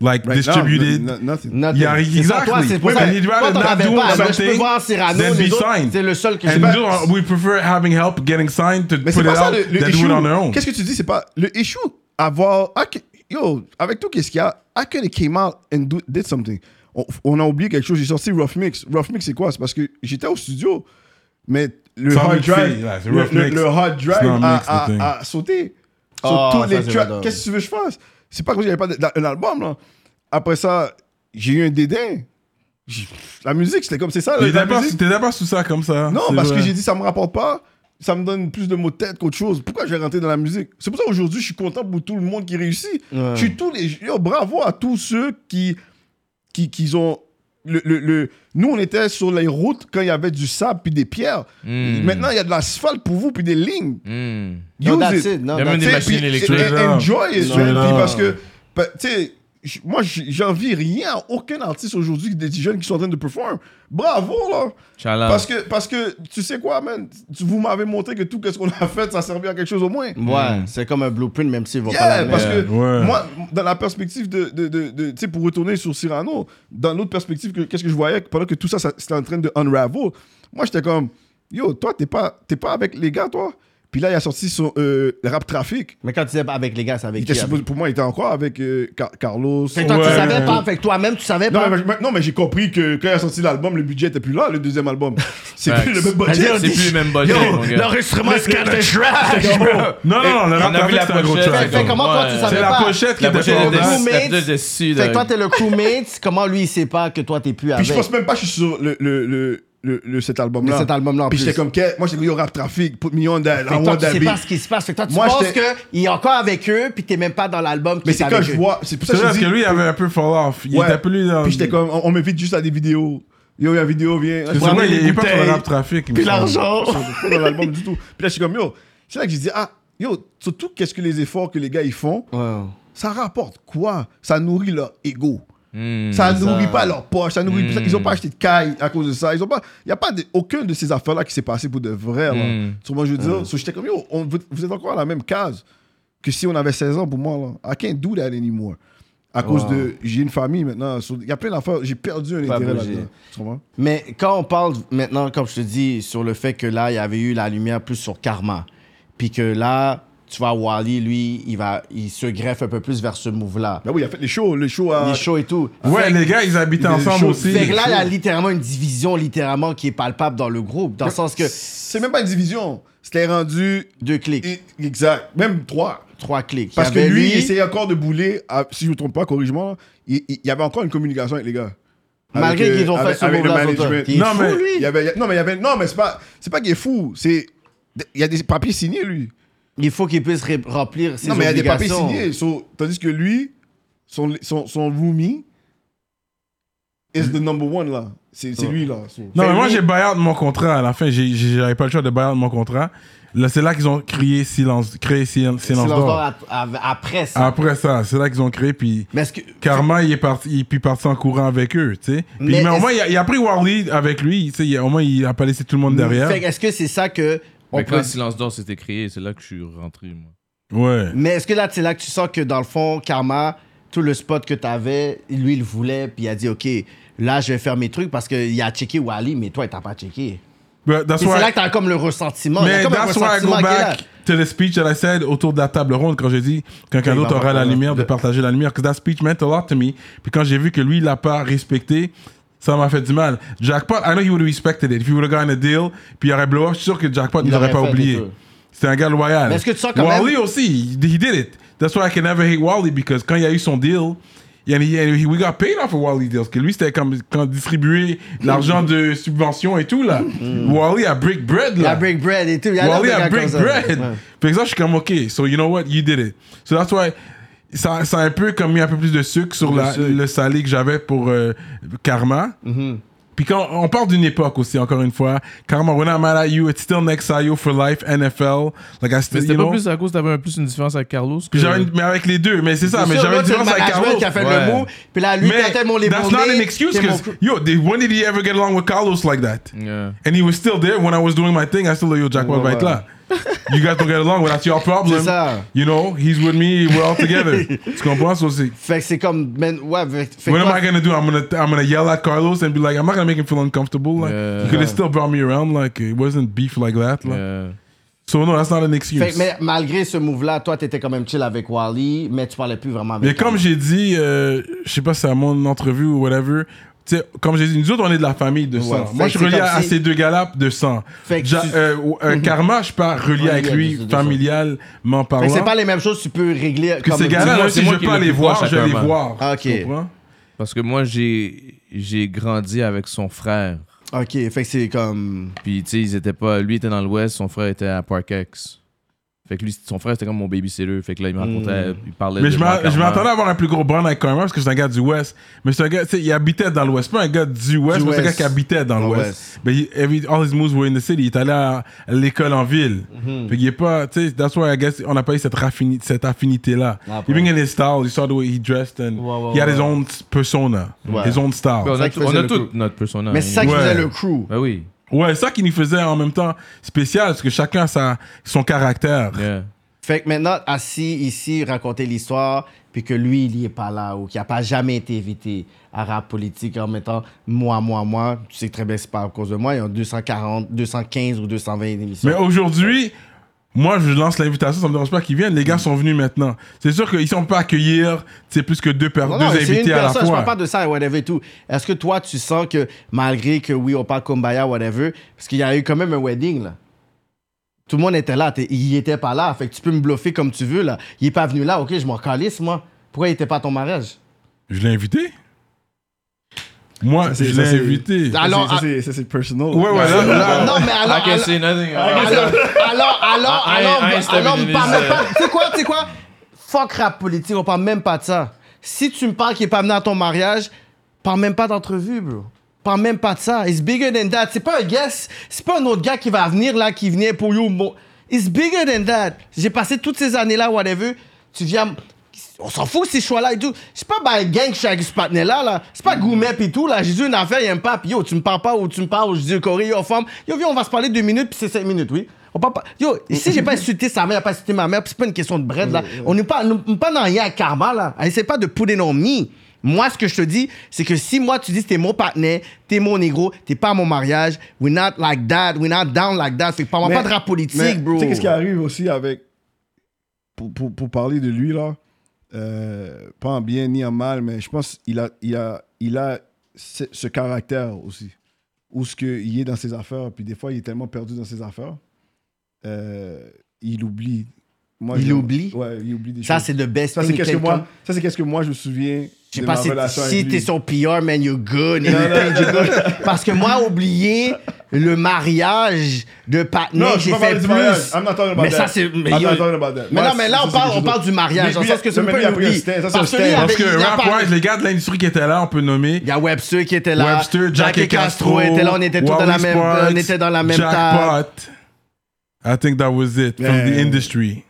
Speaker 1: Like,
Speaker 5: Right now,
Speaker 1: distributed?
Speaker 5: no- no- nothing.
Speaker 2: Nothing.
Speaker 1: Yeah,
Speaker 2: C'est ça,
Speaker 1: exactly.
Speaker 2: toi, c'est pour
Speaker 1: Oui,
Speaker 2: ça.
Speaker 1: mais you'd
Speaker 2: Toi,
Speaker 1: rather
Speaker 2: t'en
Speaker 1: not
Speaker 2: avais
Speaker 1: do
Speaker 2: pas. Moi, je
Speaker 1: something
Speaker 2: peux voir Cyrano,
Speaker 1: than
Speaker 2: les
Speaker 1: be
Speaker 2: autres,
Speaker 1: signed.
Speaker 2: c'est le seul que
Speaker 1: And
Speaker 2: j'ai
Speaker 1: nous
Speaker 2: pas-
Speaker 1: autres, we prefer having help getting signed to
Speaker 5: Mais
Speaker 1: put
Speaker 5: c'est
Speaker 1: it
Speaker 5: pas ça
Speaker 1: out
Speaker 5: le, le
Speaker 1: than do
Speaker 5: issue.
Speaker 1: it on their own.
Speaker 5: Qu'est-ce que tu dis? C'est pas le issue. Avoir. ah, que- Yo, avec tout, qu'est-ce qu'il y a? I could have came out and do- did something. On, on a oublié quelque chose. J'ai sorti Rough Mix. Rough Mix, c'est quoi? C'est parce que j'étais au studio, mais le
Speaker 1: Ça, on le
Speaker 5: hard
Speaker 1: fait,
Speaker 5: drive.
Speaker 1: là, c'est
Speaker 5: le,
Speaker 1: Rough
Speaker 5: le-
Speaker 1: Mix.
Speaker 5: le hard
Speaker 1: C'est
Speaker 5: drive
Speaker 1: un
Speaker 5: a,
Speaker 1: mix, le
Speaker 5: a-
Speaker 1: thing.
Speaker 5: a sauté. Sur
Speaker 2: Oh,
Speaker 5: tous
Speaker 2: ça,
Speaker 5: les
Speaker 2: c'est
Speaker 5: tracks.
Speaker 2: madame.
Speaker 5: Qu'est-ce que tu veux que je fasse? C'est pas comme s'il n'y avait pas d- un album, là. Après ça, j'ai eu un dédain. J'ai- La musique, c'était comme, c'est ça, là,
Speaker 1: T'es
Speaker 5: la
Speaker 1: pas,
Speaker 5: musique.
Speaker 1: t'es pas sous ça comme
Speaker 2: Ah,
Speaker 1: ça.
Speaker 5: Non,
Speaker 1: c'est
Speaker 5: parce
Speaker 1: vrai.
Speaker 5: que j'ai dit, ça me rapporte pas. Ça me donne plus de mots de tête qu'autre chose. Pourquoi je vais rentrer dans la musique C'est pour ça aujourd'hui, je suis content pour tout le monde qui réussit. Je suis tous les. yo, bravo à tous ceux qui. qui, qui ont. Le, le- le- Nous, on était sur les routes quand il y avait du sable puis des pierres. Maintenant, il y a de l'asphalte pour vous puis des lignes.
Speaker 4: Hmm.
Speaker 2: Hmm. Non,
Speaker 5: Use
Speaker 2: that's
Speaker 5: it.
Speaker 2: it. Non,
Speaker 4: Il y a même
Speaker 2: that's
Speaker 4: des
Speaker 2: it.
Speaker 4: machines
Speaker 5: Puis,
Speaker 4: électriques.
Speaker 5: et- et- Enjoy it,
Speaker 2: Non,
Speaker 5: man.
Speaker 3: non.
Speaker 5: Puis parce que, ben, tu sais, j- moi, j- j'envie rien à aucun artiste aujourd'hui des jeunes qui sont en train de performer. Bravo, là.
Speaker 4: Inch'Allah.
Speaker 5: Parce que, parce que, tu sais quoi, man, tu, vous m'avez montré que tout ce qu'on a fait, ça servait à quelque chose au moins.
Speaker 2: Ouais, c'est comme un blueprint, même s'ils vont
Speaker 5: Yeah,
Speaker 2: pas la
Speaker 5: parce que
Speaker 1: Ouais.
Speaker 5: moi, dans la perspective de, de, de, de- tu sais, pour retourner sur Cyrano, dans l'autre perspective, que- qu'est-ce que je voyais pendant que tout ça, ça c'était en train de unravel, moi j'étais comme, yo, toi t'es pas, t'es pas avec les gars, toi. Puis là, il a sorti son euh, rap trafic.
Speaker 2: Mais quand tu disais pas avec les gars, c'est
Speaker 5: Il
Speaker 2: avec
Speaker 5: était
Speaker 2: qui
Speaker 5: supposé- pour moi, il était encore avec euh, Car- Carlos. euh,
Speaker 2: Fait que toi, tu
Speaker 1: Ouais.
Speaker 2: savais pas, fait que toi-même, tu savais
Speaker 5: Non
Speaker 2: pas.
Speaker 5: mais, mais- non, mais j'ai compris que quand il a sorti l'album, le budget était plus là, le deuxième album. C'est
Speaker 4: Facts.
Speaker 5: plus le même
Speaker 4: C'est
Speaker 5: budget.
Speaker 4: plus le même budget, mon gars.
Speaker 2: L'enregistrement, c'est kind of trash.
Speaker 1: Non,
Speaker 5: Eh,
Speaker 1: non, non, le
Speaker 4: on
Speaker 1: rap
Speaker 4: a vu
Speaker 1: avec,
Speaker 4: la
Speaker 1: c'est un gros
Speaker 4: pochette,
Speaker 1: track.
Speaker 2: Fait, fait comment toi,
Speaker 4: Ouais.
Speaker 2: tu savais
Speaker 1: C'est
Speaker 2: pas?
Speaker 1: la pochette qui
Speaker 4: La
Speaker 1: était
Speaker 4: pochette
Speaker 1: pas
Speaker 4: était-
Speaker 1: mal.
Speaker 2: Roommates.
Speaker 4: était dessus.
Speaker 2: Fait que
Speaker 4: là.
Speaker 2: toi, t'es le crewmate. Comment lui, il sait pas que toi, t'es plus
Speaker 5: Puis
Speaker 2: avec?
Speaker 5: je pense même pas que je suis sur le, le, le, le- le- cet album-là.
Speaker 2: Mais cet album-là, en
Speaker 5: Puis
Speaker 2: plus.
Speaker 5: j'étais comme, que- moi j'étais comme, yo, rap trafic, put me on that, I
Speaker 2: Fait que
Speaker 5: want
Speaker 2: toi, tu
Speaker 5: that
Speaker 2: sais
Speaker 5: beat.
Speaker 2: pas ce qui se passe. Fait que toi, tu
Speaker 5: Moi,
Speaker 2: penses
Speaker 5: j'étais-
Speaker 2: qu'il est encore avec eux, puis t'es même pas dans l'album.
Speaker 5: Mais c'est quand je vois, c'est pour ça
Speaker 1: C'est vrai,
Speaker 5: que je
Speaker 1: parce que
Speaker 5: dis,
Speaker 1: lui, il avait un peu fall off. Il
Speaker 5: Ouais.
Speaker 1: était plus dans.
Speaker 5: puis j'étais comme, on, on m'invite juste à des vidéos. Yo, la vidéo vient.
Speaker 1: C'est vrai, il est pas sur le rap trafic.
Speaker 5: Puis
Speaker 1: il me semble.
Speaker 5: l'argent. C'est pas dans l'album du tout. Puis là, je suis comme, yo, c'est là que je dis, ah, yo, surtout qu'est-ce que les efforts que les gars ils font, ça rapporte quoi Ça nourrit leur ego.
Speaker 4: Hmm.
Speaker 5: Ça nourrit pas leur poche, ça nourrit. Ils n'ont pas acheté de caille à cause de ça. Ils ont pas. Il n'y a pas de- aucun de ces affaires-là qui s'est passé pour de vrai. Là.
Speaker 4: Mm.
Speaker 5: Tu vois, moi, je veux dire, so, j'étais comme yo, on- vous, vous êtes encore à la même case que si on avait 16 ans pour moi. Là. I can't do that anymore. À cause de. J'ai une famille maintenant. so, Il y a plein d'affaires. J'ai perdu un intérêt
Speaker 2: bougé.
Speaker 5: là-dedans. Tu comprends?
Speaker 2: Mais quand on parle maintenant, comme je te dis, sur le fait que là, il y avait eu la lumière plus sur Karma, puis que là, tu vois, Wally, lui, il, va, il se greffe un peu plus vers ce move-là.
Speaker 5: Ben oui, il a fait les shows. Les shows à.
Speaker 2: Il est chaud et tout.
Speaker 1: Ouais, les gars, ils habitaient
Speaker 5: Les
Speaker 1: ensemble
Speaker 5: choses-
Speaker 1: aussi.
Speaker 2: Fait que là, il y a littéralement une division littéralement qui est palpable dans le groupe, dans le sens que
Speaker 5: C'est même pas une division. C'était rendu.
Speaker 2: deux clics,
Speaker 5: i- Exact. Même trois.
Speaker 2: trois clics.
Speaker 5: Parce
Speaker 2: Il
Speaker 5: que
Speaker 2: y avait
Speaker 5: lui, il essayait encore de bouler. à- si je ne me trompe pas, corrige-moi. Il, il- il y avait encore une communication avec les gars.
Speaker 2: Malgré
Speaker 5: Avec,
Speaker 2: qu'ils ont
Speaker 5: euh,
Speaker 2: fait
Speaker 5: avec-
Speaker 2: ce
Speaker 5: avec le
Speaker 2: move-là, ils ont
Speaker 5: management.
Speaker 2: fait- Il est
Speaker 1: Non,
Speaker 2: fou,
Speaker 1: mais-
Speaker 2: lui.
Speaker 5: Il y avait, il y a- non, mais il y avait. Non, mais c'est pas, c'est pas qu'il est fou. C'est. Il y a des papiers signés, lui.
Speaker 2: il faut qu'il puisse ré- remplir ses
Speaker 5: non, mais il y a des papiers
Speaker 2: obligations.
Speaker 5: signés. so- tandis que lui, son, son, son roomie, is the number one, là. C'est c'est lui, là. so.
Speaker 1: Non,
Speaker 5: Fait
Speaker 1: mais
Speaker 2: Ben
Speaker 1: moi,
Speaker 5: lui-
Speaker 1: j'ai buy out mon contrat à la fin. J'ai- j'ai- J'avais pas le choix de buy out mon contrat. Là, c'est là qu'ils ont créé silence, créé silence, silence
Speaker 2: C'est encore
Speaker 1: d'or.
Speaker 2: à- à- après ça.
Speaker 1: Après ça, c'est là qu'ils ont créé, puis
Speaker 2: Mais est-ce que
Speaker 1: Karma, il est parti, il est puis parti en courant avec eux, tu sais. Puis,
Speaker 2: Mais
Speaker 1: mais, au
Speaker 2: est-ce-
Speaker 1: moins, il a, il a pris Warley avec lui, tu sais. il a- Au moins, il a pas laissé tout le monde derrière.
Speaker 2: Fait que est-ce que c'est ça que on
Speaker 4: Mais
Speaker 2: peut
Speaker 4: quand Silence d'or s'était créé, c'est là que je suis rentré, moi.
Speaker 1: Ouais.
Speaker 2: Mais est-ce que là c'est là que tu sens que dans le fond Karma tout le spot que t'avais, lui il voulait puis il a dit OK, là je vais faire mes trucs parce qu'il a checké Wally mais toi t'as pas checké.
Speaker 1: But Bah, that's
Speaker 2: Puis
Speaker 1: why-
Speaker 2: C'est là que t'as comme le ressentiment, il y a
Speaker 1: Mais
Speaker 2: comme un
Speaker 1: that's why I
Speaker 2: ressentiment
Speaker 1: go
Speaker 2: qui est là.
Speaker 1: back to the speech that I said autour de la table ronde quand j'ai dit quand quelqu'un
Speaker 2: il va
Speaker 1: d'autre aura
Speaker 2: pas
Speaker 1: la
Speaker 2: prendre
Speaker 1: lumière de partager la lumière. Because that speech meant a lot to me. Puis quand j'ai vu que lui, il l'a pas respecté, ça m'a fait du mal. Jackpot, I know he would have respected it. If he would have gotten a deal, puis il aurait blow up, je suis sûr que Jackpot, il l'aurait
Speaker 2: l'aurait
Speaker 1: pas
Speaker 2: fait, les
Speaker 1: oublié.
Speaker 2: deux.
Speaker 1: C'est un gars loyal.
Speaker 2: Mais est-ce que tu sens quand même-
Speaker 1: Wally aussi, he he did it. That's why I can never hate Wally, because quand il a eu son deal, and he, and he- we got paid off of Wally deals. Que lui, c'était comme quand distribuer l'argent de subvention et tout, là. Wally a break bread,
Speaker 2: Mm. Il
Speaker 1: là.
Speaker 2: a break bread et tout, il y a
Speaker 1: Well,
Speaker 2: l'air de
Speaker 1: yeah,
Speaker 2: gars
Speaker 1: break
Speaker 2: comme ça.
Speaker 1: bread.
Speaker 2: Ouais.
Speaker 1: Fait que ça, je suis comme, OK, so you know what, you did it. So that's why, ça, ça a un peu comme mis un peu plus de sucre sur la- le salé que j'avais pour euh, Karma.
Speaker 2: Mm-hmm.
Speaker 1: Puis quand on parle d'une époque aussi, encore une fois, Karma, when I'm mad at you, it's still next IO for life, NFL. Like I
Speaker 4: Mais
Speaker 1: still,
Speaker 4: c'était
Speaker 1: you
Speaker 4: pas
Speaker 1: know.
Speaker 4: plus à cause que t'avais un- plus une différence avec Carlos que...
Speaker 1: Puis j'avais une- mais avec les deux, mais c'est ça, Ah, mais
Speaker 2: sûr,
Speaker 1: j'avais une
Speaker 2: l'autre, c'est
Speaker 1: différence avec
Speaker 2: le
Speaker 1: Carlos.
Speaker 2: management qui a fait
Speaker 4: Ouais.
Speaker 2: le mot. Puis là, lui,
Speaker 1: Mais
Speaker 2: quand t'aimes, on les
Speaker 1: that's not an excuse, because, yo, they- when did he ever get along with Carlos like that?
Speaker 4: Yeah.
Speaker 1: And he was still there when I was doing my thing. I still yo Jack White right là. You guys don't get along, well, that's your problem.
Speaker 2: C'est ça.
Speaker 1: You know, he's with me, we're all together. tu comprends ça aussi?
Speaker 2: Fait que c'est comme... man, ouais, fait- fait
Speaker 1: What am
Speaker 2: quoi-
Speaker 1: I gonna do? I'm gonna I'm gonna yell at Carlos and be like, I'm not gonna make him feel uncomfortable. Like,
Speaker 4: Yeah.
Speaker 1: he could have still brought me around. Like, it wasn't beef like that. Like.
Speaker 4: Yeah.
Speaker 1: So no, that's not an excuse.
Speaker 2: Fait que, mais malgré ce move-là, toi, t'étais quand même chill avec Wally, mais tu parlais plus vraiment avec
Speaker 1: Mais comme j'ai dit, euh, je sais pas si c'est à mon entrevue ou whatever, tu sais, comme j'ai dit, nous autres, on est de la famille de sang. Moi,
Speaker 2: Fait
Speaker 1: je
Speaker 2: que
Speaker 1: suis relié
Speaker 2: c'est comme
Speaker 1: à
Speaker 2: si-
Speaker 1: ces deux gars-là de sang.
Speaker 2: Fait que
Speaker 1: Ja-
Speaker 2: tu- Mhm.
Speaker 1: euh, ou- euh, Karma, je suis pas relié
Speaker 2: Relié
Speaker 1: avec
Speaker 2: à
Speaker 1: lui,
Speaker 2: de- de sang.
Speaker 1: familialement
Speaker 2: Fait que c'est
Speaker 1: parlant.
Speaker 2: pas les mêmes choses, tu peux régler.
Speaker 1: Que
Speaker 2: comme
Speaker 1: ces gars-là,
Speaker 4: C'est moi-
Speaker 1: là,
Speaker 4: c'est
Speaker 1: si je
Speaker 4: moi
Speaker 1: veux
Speaker 4: qui
Speaker 1: pas
Speaker 4: le
Speaker 1: les
Speaker 4: vois
Speaker 1: voir, je
Speaker 4: chacun,
Speaker 1: vais les
Speaker 4: man.
Speaker 1: voir.
Speaker 2: Ah, ok.
Speaker 1: Tu comprends?
Speaker 4: Parce que moi, j'ai j'ai grandi avec son frère.
Speaker 2: Ok, fait que c'est comme.
Speaker 4: Puis, tu sais, ils étaient pas. Lui était dans l'Ouest, son frère était à Parkex. Fait que lui, son frère, c'était comme mon babysitter. Fait que là, il me racontait,
Speaker 2: Hmm.
Speaker 4: il parlait
Speaker 1: Mais
Speaker 4: de
Speaker 1: je
Speaker 4: Jean
Speaker 1: m'a- je
Speaker 4: Carman.
Speaker 1: m'attendais à avoir un plus gros brand avec Karma parce que c'est un gars du West. Mais c'est un gars, tu sais, il habitait dans l'Ouest. Pas un gars du West,
Speaker 2: Du
Speaker 1: mais c'est un gars
Speaker 2: West.
Speaker 1: qui habitait dans
Speaker 2: Dans
Speaker 1: l'Ouest.
Speaker 2: l'Ouest.
Speaker 1: Mais he- every- all his moves were in the city. Il est allé à à l'école en ville.
Speaker 2: Mm-hmm.
Speaker 1: Fait qu'il est pas, tu sais, that's why I guess on n'a pas eu cette, raffini- cette affinité-là.
Speaker 2: Ah,
Speaker 1: Even in his style, you saw the way he dressed and he had his own persona,
Speaker 2: Ouais.
Speaker 1: his own style.
Speaker 4: Ouais, on
Speaker 2: ça
Speaker 4: a,
Speaker 2: qui
Speaker 4: tout- on
Speaker 2: faisait
Speaker 4: a
Speaker 2: le
Speaker 4: tout
Speaker 2: coup.
Speaker 4: notre personnage.
Speaker 2: Mais c'est ça qui
Speaker 1: Ouais.
Speaker 2: faisait le crew.
Speaker 4: Ben oui.
Speaker 1: Ouais, ça qui nous faisait en même temps spécial parce que chacun a sa, son caractère.
Speaker 4: Yeah.
Speaker 2: Fait que maintenant, assis ici, raconter l'histoire, puis que lui, il y est pas là, ou qu'il n'a pas jamais été invité à rap politique en mettant moi, moi, moi, tu sais très bien que c'est pas à cause de moi, ils ont 240, 215 ou 220 émissions.
Speaker 1: Mais aujourd'hui, moi, je lance l'invitation, ça me dérange pas qu'ils viennent. Les gars sont venus maintenant. C'est sûr qu'ils sont pas accueillir, c'est plus que deux, per-
Speaker 2: Non,
Speaker 1: deux
Speaker 2: non, c'est une
Speaker 1: invités à la
Speaker 2: personne, je parle pas
Speaker 1: fois.
Speaker 2: de ça et whatever et tout. Est-ce que toi, tu sens que malgré que oui, on parle Kumbaya, whatever, parce qu'il y a eu quand même un wedding, là. Tout le monde était là, t'es- il était pas là, fait que tu peux me bluffer comme tu veux, là. Il est pas venu là, ok, je m'en calisse, moi. Pourquoi il était pas à ton mariage?
Speaker 1: Je l'ai invité. Moi,
Speaker 5: Ça,
Speaker 1: je
Speaker 5: c'est-
Speaker 1: l'ai
Speaker 5: ça, c'est-
Speaker 1: invité.
Speaker 5: Ça,
Speaker 2: Alors,
Speaker 5: c'est-
Speaker 2: à-
Speaker 5: ça, c'est- ça, c'est personal.
Speaker 1: ah, Ouais, ouais, là, là,
Speaker 2: non, mais alors,
Speaker 4: I can say nothing.
Speaker 7: Ah,
Speaker 4: hein.
Speaker 2: alors, alors, alors,
Speaker 4: Un-
Speaker 2: alors,
Speaker 4: un-
Speaker 2: alors,
Speaker 4: instabiliser.
Speaker 2: alors, me parle pas. Tu sais quoi, tu sais quoi? Fuck rap politique, on parle même pas de ça. Si tu me parles qu'il est pas venu à ton mariage, parle même pas d'entrevue, bro. Parle même pas de ça. It's bigger than that. C'est pas un guess. C'est pas un autre gars qui va venir là, qui venait pour you. mo- It's bigger than that. J'ai passé toutes ces années-là, whatever. Tu viens. m- On s'en fout ces choix-là et tout. C'est pas by gang que je suis avec ce partenaire-là. Là. C'est pas Goumet pis tout. là. J'ai dit une affaire, il y a un pas. Pis yo, tu me parles pas ou tu me parles ou je dis Corée, yo, femme. Yo, viens, on va se parler deux minutes puis c'est cinq minutes, oui. On parle pas. Yo,
Speaker 5: Mm,
Speaker 2: si j'ai pas insulté sa mère, pas insulté ma mère, pis c'est pas une question de bread, là. On n'est pas, nous- pas dans rien à karma, là. Essaye pas de putting on me. Moi, ce que je te dis, c'est que si moi, tu dis, t'es mon partenaire, t'es mon négro, t'es pas à mon mariage, we're not like that, we're not down like that. Fait que parle-moi
Speaker 5: Mais-
Speaker 2: pas de rap politique,
Speaker 5: Mais,
Speaker 2: bro.
Speaker 5: Tu sais, qu'est-ce qui arrive aussi avec. Pour, pour, pour parler de lui, là, euh, pas en bien ni en mal, mais je pense qu'il a, il a, il a ce, ce caractère aussi. Où ce que il est dans ses affaires, puis des fois, il est tellement perdu dans ses affaires, euh, il oublie. Moi,
Speaker 2: Il
Speaker 5: je-
Speaker 2: oublie?
Speaker 5: Ouais, il oublie des
Speaker 2: Ça,
Speaker 5: choses.
Speaker 2: c'est le best
Speaker 5: Ça, c'est
Speaker 2: thing
Speaker 5: qu'est-ce que
Speaker 2: quelqu'un-
Speaker 5: moi, ça, c'est qu'est-ce que moi, je me souviens.
Speaker 2: Je sais
Speaker 5: de
Speaker 2: pas
Speaker 5: ma
Speaker 2: si,
Speaker 5: relation
Speaker 2: si
Speaker 5: avec lui.
Speaker 2: t'es son PR, man, you're good. everything, you're good. Parce que moi, oublier le mariage de
Speaker 5: Non,
Speaker 2: partenaire,
Speaker 5: je
Speaker 2: j'ai
Speaker 5: vais parler
Speaker 2: fait
Speaker 5: du mariage.
Speaker 2: plus.
Speaker 5: I'm not talking about
Speaker 2: mais
Speaker 5: that.
Speaker 2: ça, c'est. Mais,
Speaker 5: I'm
Speaker 2: yo-
Speaker 5: not talking about that.
Speaker 2: mais
Speaker 5: Moi,
Speaker 2: non, mais
Speaker 5: c'est-
Speaker 2: là,
Speaker 5: ça,
Speaker 2: on parle,
Speaker 5: c'est quelque
Speaker 2: on
Speaker 5: chose
Speaker 2: parle du
Speaker 5: de-
Speaker 2: mariage.
Speaker 5: Lui,
Speaker 2: Dans le
Speaker 5: lui,
Speaker 2: sens que tu
Speaker 5: ça,
Speaker 2: peux
Speaker 5: mais lui,
Speaker 2: pas
Speaker 5: après,
Speaker 2: l'oublier.
Speaker 5: c'était- ça, c'est
Speaker 2: Parce
Speaker 5: un
Speaker 2: que lui,
Speaker 5: stem.
Speaker 2: avec-
Speaker 1: Parce que
Speaker 2: il a pas-
Speaker 1: rap-wise, les gars de l'industrie qui étaient là,
Speaker 2: Il
Speaker 1: entrenommés.
Speaker 2: y a Webster qui était là.
Speaker 1: Webster, Jack et Castro.
Speaker 2: était là. On était tous dans la
Speaker 1: Wallace
Speaker 2: même,
Speaker 1: Sparks,
Speaker 2: on était dans la même table.
Speaker 1: Jackpot. I think that was it from the
Speaker 5: Yeah.
Speaker 1: industry.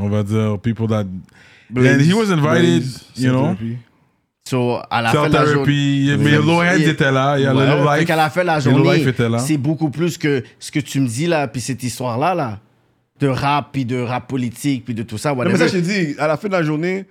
Speaker 1: On va dire, people that.
Speaker 5: Blaze,
Speaker 1: And he was invited,
Speaker 5: Blaze,
Speaker 1: you know.
Speaker 5: Therapy.
Speaker 2: So, à la fin
Speaker 1: Cell
Speaker 2: de la journée.
Speaker 1: therapy. Mais Low Heads était là. Il y a le
Speaker 2: Ouais.
Speaker 1: Low
Speaker 2: Fait
Speaker 1: Life.
Speaker 2: qu'à la fin de la
Speaker 1: le
Speaker 2: journée,
Speaker 1: Life était là.
Speaker 2: c'est beaucoup plus que ce que tu me dis là, puis cette histoire-là, là, de rap, puis de rap politique, puis de tout ça.
Speaker 5: Non,
Speaker 2: whatever.
Speaker 5: mais ça, je t'ai dit, à la fin de la journée,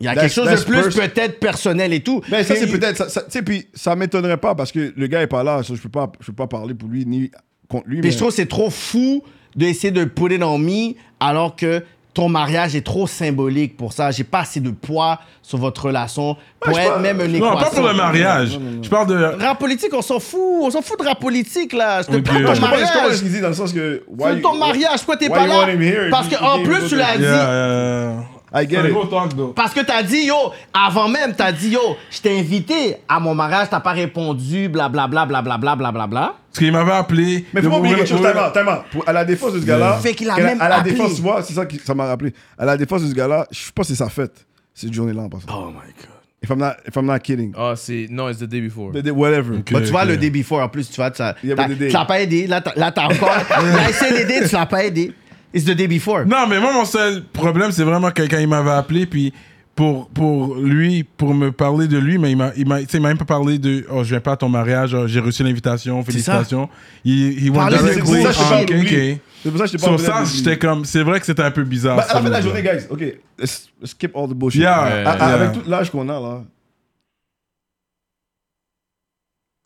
Speaker 2: Il y a
Speaker 5: that's-
Speaker 2: quelque chose de
Speaker 5: that's
Speaker 2: plus
Speaker 5: pers-
Speaker 2: peut-être personnel et tout.
Speaker 5: Ben, ça,
Speaker 2: Et-
Speaker 5: c'est peut-être. ça- ça- Tu sais, puis ça m'étonnerait pas parce que le gars est pas là. ça, je peux pas, je peux pas parler pour lui ni contre lui.
Speaker 2: Puis
Speaker 5: Mais
Speaker 2: je trouve que c'est trop fou d'essayer de put it on me alors que ton mariage est trop symbolique pour ça. J'ai pas assez de poids sur votre relation pour
Speaker 5: je
Speaker 2: être
Speaker 5: parle-
Speaker 2: même un équation.
Speaker 1: Non, pas pour le mariage. Je parle de.
Speaker 2: Rap politique, on s'en fout. On s'en fout de rap politique, là. Je te
Speaker 1: Ok.
Speaker 2: parle de
Speaker 1: Moi,
Speaker 2: ton
Speaker 5: je comprends, je comprends ce
Speaker 2: mariage.
Speaker 5: qu'il dit dans le sens que.
Speaker 2: C'est
Speaker 5: why
Speaker 2: ton
Speaker 5: you-
Speaker 2: mariage, pourquoi t'es
Speaker 5: why
Speaker 2: pas
Speaker 5: you
Speaker 2: là?
Speaker 5: want him here if
Speaker 2: Parce que
Speaker 5: he
Speaker 2: en
Speaker 5: gave
Speaker 2: plus,
Speaker 5: you
Speaker 2: tu l'as
Speaker 5: nothing?
Speaker 2: dit.
Speaker 1: Yeah, yeah.
Speaker 5: I get it.
Speaker 1: talk, though.
Speaker 2: Parce que t'as dit, yo, avant même, t'as dit, yo, je t'ai invité à mon mariage, t'as pas répondu, blablabla, blablabla, blablabla.
Speaker 1: Parce qu'il m'avait appelé.
Speaker 5: Mais
Speaker 1: de
Speaker 5: faut pas oublier
Speaker 1: ouvrir-
Speaker 5: quelque chose, time out, time out. Pour- À la défense de ce gars-là.
Speaker 2: Fait qu'il a
Speaker 5: qu'à la-
Speaker 2: même
Speaker 5: À la
Speaker 2: appelé.
Speaker 5: défense, tu vois, c'est ça qui ça m'a rappelé. À la défense de ce gars-là, je pense que c'est sa fête. Cette journée-là en passant.
Speaker 2: Oh my god.
Speaker 5: If I'm not, if I'm not kidding.
Speaker 4: Ah, c'est. Non, it's the day before.
Speaker 5: They did Whatever.
Speaker 1: Ok.
Speaker 2: Bah, tu vois, le day before, en plus, tu vois, tu l'as
Speaker 5: Il y avait
Speaker 2: t'as-
Speaker 5: des days.
Speaker 2: tu l'as pas aidé. Là, t'as là, t'as encore. T'as essayé d'aider, tu l'as pas aidé. It's the day before.
Speaker 1: Non, mais moi, mon seul problème, c'est vraiment que quand il m'avait appelé, puis pour, pour lui, pour me parler de lui, mais il m'a- il m'a tu sais, il m'a même pas parlé de Oh, je viens pas à ton mariage, oh, j'ai reçu l'invitation, félicitations. Il went
Speaker 2: Parler de-
Speaker 1: directly
Speaker 2: c'est ça, je sais pas,
Speaker 1: on
Speaker 5: on
Speaker 1: KK.
Speaker 5: oublie. C'est pour ça que je t'ai pas
Speaker 1: Sur
Speaker 5: appelé à
Speaker 1: ça,
Speaker 5: la défense.
Speaker 1: j'étais comme, c'est vrai que c'était un peu bizarre.
Speaker 5: Bah, à la fin de la
Speaker 1: ça, mais-
Speaker 5: journée, guys, ok, let's let's skip all the bullshit.
Speaker 1: Yeah,
Speaker 5: À- à-
Speaker 1: yeah.
Speaker 5: Avec tout l'âge qu'on a là,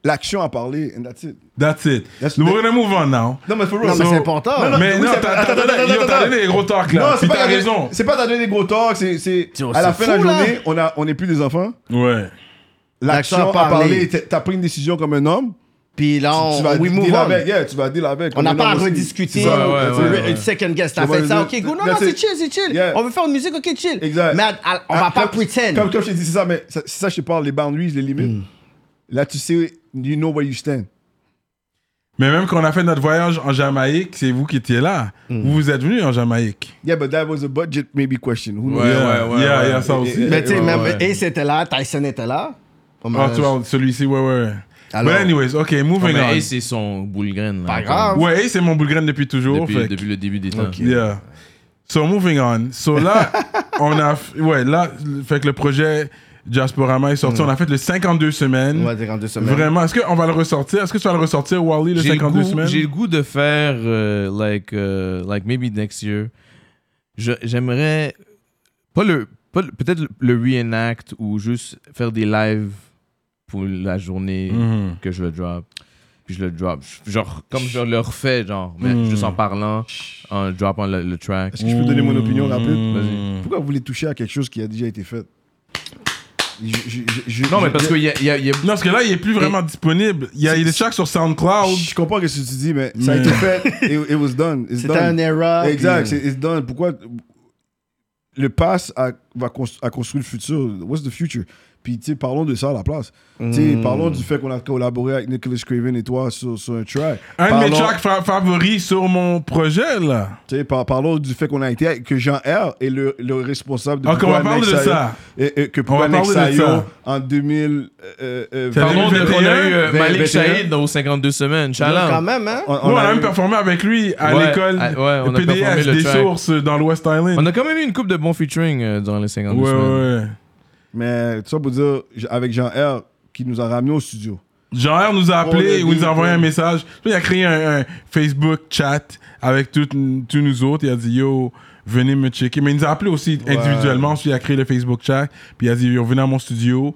Speaker 5: l'action à parler, and that's it.
Speaker 1: That's it.
Speaker 5: That's-
Speaker 1: We're gonna move on now.
Speaker 5: Non, mais for real,
Speaker 2: Non, mais
Speaker 5: so-
Speaker 2: c'est important.
Speaker 5: Non, non,
Speaker 1: Mais
Speaker 5: oui,
Speaker 1: non,
Speaker 5: c'est-
Speaker 1: t'as
Speaker 5: attends,
Speaker 1: t'as donné,
Speaker 5: attends,
Speaker 1: yo,
Speaker 5: attends,
Speaker 1: t'as
Speaker 5: attends.
Speaker 1: donné les gros talks
Speaker 5: Non,
Speaker 1: là.
Speaker 5: c'est
Speaker 1: Puis
Speaker 5: pas
Speaker 1: t'as
Speaker 5: donner-
Speaker 1: raison.
Speaker 5: C'est pas t'as donné des gros talks, c'est- c'est
Speaker 2: Yo,
Speaker 5: à la
Speaker 2: c'est
Speaker 5: fin de la
Speaker 2: fou, là.
Speaker 5: journée, on a on n'est plus des enfants,
Speaker 1: Ouais.
Speaker 5: l'action à parler. T'as t'as pris une décision comme un homme,
Speaker 2: Puis là, on,
Speaker 5: tu vas
Speaker 2: we move
Speaker 5: deal
Speaker 2: on.
Speaker 5: avec. Yeah, tu vas deal avec.
Speaker 2: On
Speaker 5: comme
Speaker 2: n'a
Speaker 5: un
Speaker 2: pas à
Speaker 5: homme aussi.
Speaker 2: rediscuter.
Speaker 5: C'est ça,
Speaker 2: on
Speaker 5: ouais,
Speaker 2: veut
Speaker 5: ouais, ouais.
Speaker 2: Une second guess. T'as
Speaker 5: Ouais,
Speaker 2: fait
Speaker 5: ouais,
Speaker 2: ça,
Speaker 5: ouais.
Speaker 2: ok, go. Non, non,
Speaker 5: That's
Speaker 2: c'est
Speaker 5: it.
Speaker 2: chill, c'est chill.
Speaker 5: Yeah.
Speaker 2: On veut faire une musique, ok, chill.
Speaker 5: Exact.
Speaker 2: Mais à- à- on
Speaker 5: Ah,
Speaker 2: va pas
Speaker 5: comme-
Speaker 2: pretend.
Speaker 5: Comme, comme je te dis, c'est ça, mais ça- c'est ça, je te parle, les boundaries, les limites. Là, tu sais, you know where you stand.
Speaker 1: Mais même quand on a fait notre voyage en Jamaïque, c'est vous qui étiez là.
Speaker 5: Hmm.
Speaker 1: Vous vous êtes venus en Jamaïque.
Speaker 5: Yeah, but that was a budget maybe question. Who knows?
Speaker 4: Ouais,
Speaker 1: yeah,
Speaker 4: ouais, ouais,
Speaker 1: yeah,
Speaker 4: ouais.
Speaker 1: yeah, ça aussi.
Speaker 2: Mais tu sais,
Speaker 4: Ouais,
Speaker 2: même
Speaker 4: ouais.
Speaker 2: Ace était là, Tyson était là. On
Speaker 1: Ah,
Speaker 2: m'a-
Speaker 1: tu vois, celui-ci, ouais, ouais.
Speaker 2: Alors-
Speaker 1: But anyways, OK,
Speaker 4: Ouais,
Speaker 1: moving
Speaker 4: mais
Speaker 1: on.
Speaker 4: Ace, c'est son boule graine.
Speaker 2: Pas grave.
Speaker 1: Ouais, Ace, c'est mon boule graine depuis toujours.
Speaker 4: Depuis,
Speaker 1: fait que-
Speaker 4: depuis le début des temps.
Speaker 1: Yeah. So moving on. So là, on a. f- Ouais, là, fait que le projet Diasporama est
Speaker 5: Hmm.
Speaker 1: sorti. On a fait le 52 semaines.
Speaker 2: On va dire en deux semaines.
Speaker 1: Vraiment. Est-ce qu'on va le ressortir Est-ce que tu vas le ressortir, Wally, le
Speaker 4: J'ai le,
Speaker 1: 52
Speaker 4: goût,
Speaker 1: semaines
Speaker 4: j'ai le goût de faire, euh, like, euh, like, maybe next year. Je- J'aimerais, pas le, pas le- peut-être le- le reenact ou juste faire des lives pour la journée
Speaker 1: Mhm.
Speaker 4: que je le drop. Puis je le drop. Genre, comme je le refais, genre, mais
Speaker 1: Mm.
Speaker 4: juste en parlant, en droppant le, le track.
Speaker 5: Est-ce que je peux donner mon opinion rapide?
Speaker 4: Vas-y.
Speaker 5: Pourquoi vous voulez toucher à quelque chose qui a déjà été fait? Je- je- je- je-
Speaker 4: Non, mais parce
Speaker 5: je-
Speaker 4: qu'il y a, il y a- il y a-
Speaker 1: Non, parce que là, il est plus vraiment disponible. Il y a des tracks sur SoundCloud.
Speaker 5: Je comprends ce que Mmh. tu dis, mais ça a
Speaker 1: Mais-
Speaker 5: été fait. It, it was done. It's
Speaker 2: C'était un
Speaker 5: done.
Speaker 2: error.
Speaker 5: Exact,
Speaker 2: puis-
Speaker 5: c'est it's done. Pourquoi le pass a, va constru- a construit le futur? What's the future? Puis, tu sais, parlons de ça à la place. Tu sais, parlons du fait qu'on a collaboré avec Nicholas Craven et toi sur, sur un track.
Speaker 1: Un de mes
Speaker 5: Parlons-
Speaker 1: tracks fa- favoris sur mon projet, là.
Speaker 5: Tu sais, par- parlons du fait qu'on a été avec- que Jean R est le, le responsable de
Speaker 1: Ok, on Ah, va
Speaker 5: pourquoi
Speaker 1: parler
Speaker 5: Next
Speaker 1: de
Speaker 5: IO-
Speaker 1: ça.
Speaker 5: et, et que pourquoi
Speaker 1: va parler de
Speaker 5: Next IO
Speaker 1: ça.
Speaker 5: en 2000 euh, euh,
Speaker 1: Ça
Speaker 4: Parlons de
Speaker 1: 2021,
Speaker 4: qu'on a eu euh, Malik
Speaker 5: 2021.
Speaker 4: Shahid aux 52 semaines. Shalom.
Speaker 2: Quand même, hein?
Speaker 5: on,
Speaker 1: Nous, on a
Speaker 5: eu-
Speaker 1: même performé avec lui à
Speaker 4: Ouais,
Speaker 1: l'école
Speaker 4: à- ouais, on a performé
Speaker 1: PDS
Speaker 4: le
Speaker 1: des
Speaker 4: track.
Speaker 1: sources dans le West Island.
Speaker 4: On a quand même eu une coupe de bons featuring euh, durant les 52
Speaker 1: Ouais,
Speaker 4: semaines.
Speaker 1: ouais, ouais.
Speaker 5: Mais tout ça pour dire, j- avec Jean R qui nous a ramenés au studio.
Speaker 1: Jean-R nous a appelé
Speaker 5: On a
Speaker 1: ou
Speaker 5: dit
Speaker 1: nous a envoyé
Speaker 5: que-
Speaker 1: un message. Il a créé un, un Facebook chat avec tout- tous nous autres. Il a dit Yo, venez me checker. Mais il nous a appelé aussi individuellement. Puis il a créé le Facebook chat. Puis il a dit Yo, venez à mon studio.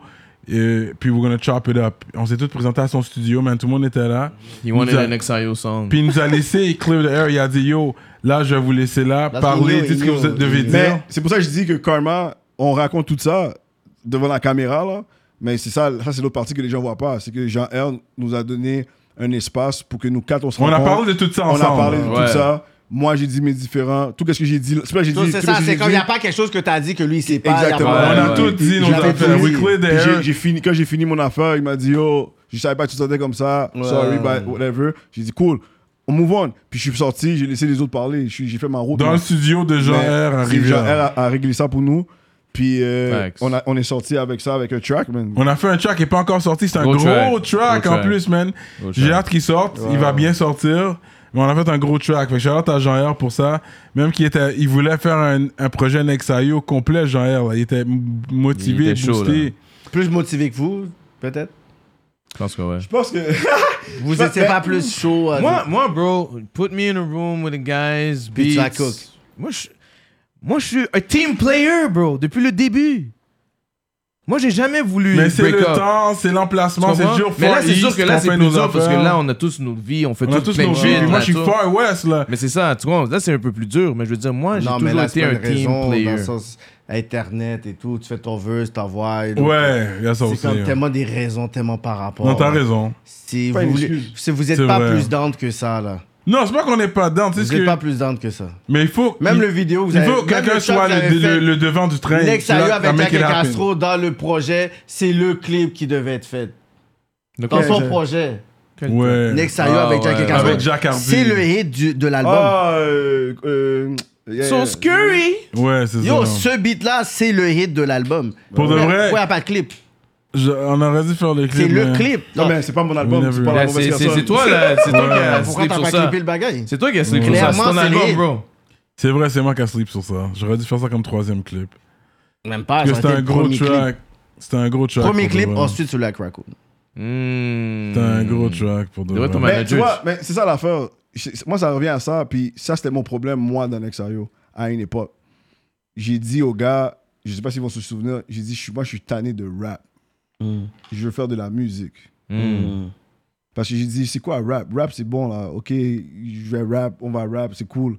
Speaker 1: euh, puis we're gonna chop it up. On s'est tous présentés à son studio, man. Tout le monde était là.
Speaker 4: He wanted
Speaker 1: Nous a-
Speaker 4: an XIO song.
Speaker 1: Puis il nous a laissé clear the air. Il a dit Yo, là, je vais vous laisser là.
Speaker 2: Parce qu'il
Speaker 1: parler,
Speaker 2: knew,
Speaker 1: dites ce
Speaker 2: il
Speaker 1: que vous
Speaker 2: knew.
Speaker 1: devez dire.
Speaker 5: Mais c'est pour ça que je dis que Karma, on raconte tout ça devant la caméra, là. Mais c'est ça, ça c'est l'autre partie que les gens voient pas. C'est que Jean R nous a donné un espace pour que nous quatre, on se
Speaker 1: On a
Speaker 5: rencontre.
Speaker 1: parlé de tout ça
Speaker 5: On
Speaker 1: ensemble.
Speaker 5: a parlé de
Speaker 4: Ouais.
Speaker 5: tout ça. Moi, j'ai dit mes différents. Tout ce que j'ai dit. C'est pas que j'ai
Speaker 2: So,
Speaker 5: dit.
Speaker 2: C'est
Speaker 5: tout
Speaker 2: ça,
Speaker 5: ce que
Speaker 2: c'est
Speaker 5: j'ai
Speaker 2: comme il
Speaker 5: dit.
Speaker 2: n'y a pas quelque chose que t'as dit que lui, il sait pas.
Speaker 5: Exactement.
Speaker 2: y a pas-
Speaker 4: Ouais,
Speaker 1: on a tout
Speaker 4: ouais.
Speaker 1: dit nos
Speaker 2: Je l'avais
Speaker 1: affaires.
Speaker 2: dit.
Speaker 1: We cleared the
Speaker 5: Puis
Speaker 1: air.
Speaker 5: j'ai- j'ai fini, quand j'ai fini mon affaire, il m'a dit Yo, je savais pas que tu sortais comme ça. Sorry, but whatever. J'ai dit Cool, on move on. Puis je suis sorti, j'ai laissé les autres parler. Je suis- J'ai fait ma route.
Speaker 1: Dans
Speaker 5: Mais
Speaker 1: le studio de Jean-R à
Speaker 5: c'est Jean R
Speaker 1: Rivière.
Speaker 5: a, a réglé ça pour nous. Puis euh,
Speaker 4: Facts.
Speaker 5: on, a- on est sorti avec ça, avec un track, man.
Speaker 1: On a fait un track qui n'est pas encore sorti. C'est un
Speaker 4: Gros
Speaker 1: gros,
Speaker 4: track.
Speaker 1: track,
Speaker 4: Gros
Speaker 1: en
Speaker 4: track.
Speaker 1: plus, man.
Speaker 4: Gros
Speaker 1: J'ai
Speaker 4: track.
Speaker 1: hâte qu'il sorte. Il va bien sortir. Mais on a fait un gros track. Fait que j'ai hâte à Jean-Hier pour ça. Même qu'il était, il voulait faire un, un projet Nexayo complet, Jean-Hier. là. Il était m- motivé,
Speaker 4: Il était chaud,
Speaker 1: boosté.
Speaker 2: Plus motivé que vous, peut-être.
Speaker 4: Je pense que ouais.
Speaker 5: Je pense que.
Speaker 2: Vous n'étiez pas plus chaud. euh, à
Speaker 4: Moi, moi, bro, put me in a room with the guys,
Speaker 2: Puis tu
Speaker 4: beats.
Speaker 2: vas cook.
Speaker 4: Moi, je, moi, je suis un team player, bro, depuis le début. Moi, j'ai jamais voulu
Speaker 1: Mais c'est
Speaker 4: break
Speaker 1: le
Speaker 4: up.
Speaker 1: temps, c'est l'emplacement,
Speaker 4: Tu
Speaker 1: c'est
Speaker 4: comprends?
Speaker 1: dur.
Speaker 4: Mais
Speaker 1: Far
Speaker 4: là, c'est
Speaker 1: East,
Speaker 4: sûr que là,
Speaker 1: qu'on
Speaker 4: c'est
Speaker 1: fait
Speaker 4: plus
Speaker 1: nos
Speaker 4: dur parce que
Speaker 1: affaires.
Speaker 4: là, on a tous nos vies, on fait
Speaker 1: on a
Speaker 4: tous,
Speaker 1: tous
Speaker 4: plein
Speaker 1: nos
Speaker 4: de
Speaker 1: vies.
Speaker 4: shit.
Speaker 1: Puis Moi, je
Speaker 4: là,
Speaker 1: suis
Speaker 4: tout.
Speaker 1: Far West, là.
Speaker 4: Mais c'est ça, tu vois, là, c'est un peu plus dur. Mais je veux dire, moi, j'ai
Speaker 2: Non,
Speaker 4: toujours
Speaker 2: mais là,
Speaker 4: été
Speaker 2: c'est pas
Speaker 4: un
Speaker 2: une
Speaker 4: team
Speaker 2: raison dans
Speaker 4: player.
Speaker 2: le sens Internet et tout, tu fais ton vœu, tu t'envoies. et donc,
Speaker 1: Ouais, il y a ça
Speaker 2: C'est
Speaker 1: aussi.
Speaker 2: comme
Speaker 1: hein.
Speaker 2: tellement des raisons, tellement par rapport.
Speaker 1: Non, t'as
Speaker 2: Ouais.
Speaker 1: raison.
Speaker 2: Si vous,
Speaker 5: Pas une
Speaker 2: voulez-
Speaker 5: excuse.
Speaker 2: si vous êtes
Speaker 1: C'est
Speaker 2: pas
Speaker 1: vrai.
Speaker 2: plus down que ça, là.
Speaker 1: Non, c'est pas qu'on n'est pas dedans. tu sais
Speaker 2: Vous
Speaker 1: ce
Speaker 2: n'êtes
Speaker 1: que-
Speaker 2: pas plus down que ça.
Speaker 1: Mais il faut.
Speaker 2: Même
Speaker 1: il-
Speaker 2: le vidéo, vous
Speaker 1: Il
Speaker 2: avez-
Speaker 1: faut que
Speaker 2: même
Speaker 1: quelqu'un
Speaker 2: le shot
Speaker 1: soit
Speaker 2: que vous
Speaker 1: le,
Speaker 2: avez
Speaker 1: le-
Speaker 2: fait.
Speaker 1: le devant du train.
Speaker 2: Next
Speaker 1: C'est là-
Speaker 2: Ayo
Speaker 1: ça
Speaker 2: avec
Speaker 1: make
Speaker 2: Jack
Speaker 1: it happen.
Speaker 2: Castro dans le projet, c'est le clip qui devait être fait. Dans son
Speaker 5: je-
Speaker 2: projet.
Speaker 1: Ouais.
Speaker 2: Next Ayo
Speaker 4: Ah,
Speaker 2: avec Jack
Speaker 4: ouais.
Speaker 2: Castro.
Speaker 1: Avec Jack Harvey.
Speaker 2: C'est le hit du- de l'album.
Speaker 5: Ah, euh, euh, yeah,
Speaker 4: Son
Speaker 5: yeah.
Speaker 4: scurry!
Speaker 1: Ouais, c'est ça.
Speaker 2: Yo, ce beat-là, c'est le hit de l'album.
Speaker 1: Pour de
Speaker 2: Ouais,
Speaker 1: vrai.
Speaker 2: Pourquoi y a pas de clip
Speaker 1: Je- on aurait dû faire le clip.
Speaker 2: C'est le
Speaker 1: mais-
Speaker 2: clip.
Speaker 5: Non, mais c'est pas mon album,
Speaker 1: never-
Speaker 5: c'est pas la
Speaker 4: Là,
Speaker 5: mauvaise
Speaker 4: C'est c'est-
Speaker 5: personne.
Speaker 4: c'est toi, là. C'est toi qui a
Speaker 2: Pourquoi
Speaker 4: slip
Speaker 2: t'as
Speaker 4: sur
Speaker 2: pas
Speaker 4: ça.
Speaker 2: clippé le bagage
Speaker 4: C'est toi qui a slip sur ça. C'est
Speaker 2: Clairement,
Speaker 4: ton
Speaker 2: c'est
Speaker 4: album,
Speaker 2: lui.
Speaker 4: bro.
Speaker 1: C'est vrai, c'est moi qui a sleep sur ça. J'aurais dû faire ça comme troisième clip.
Speaker 2: Même pas.
Speaker 1: Parce que
Speaker 2: Ah, ça
Speaker 1: c'était
Speaker 2: aurait été
Speaker 1: un
Speaker 2: le
Speaker 1: gros
Speaker 2: premier clip.
Speaker 1: track. C'était un gros track.
Speaker 2: Premier
Speaker 1: pour de
Speaker 2: clip,
Speaker 1: vrai.
Speaker 2: ensuite celui avec Raccoon.
Speaker 4: Mmh.
Speaker 1: C'était un gros track pour de
Speaker 4: Devrait
Speaker 1: vrai.
Speaker 4: ton
Speaker 5: Mais tu
Speaker 4: manager.
Speaker 5: vois, mais c'est ça l'affaire. Je- Moi, ça revient à ça. Puis ça, c'était mon problème, moi, dans Nexario, à une époque. J'ai dit aux gars, je sais pas s'ils vont se souvenir, j'ai dit, je suis- moi, je suis tanné de rap.
Speaker 1: Hmm.
Speaker 5: Je veux faire de la musique.
Speaker 2: Mm. Hmm.
Speaker 4: Mmh.
Speaker 5: Parce que j'ai dit, c'est quoi rap Rap, c'est bon, là. OK, je vais rap, on va rap, c'est cool.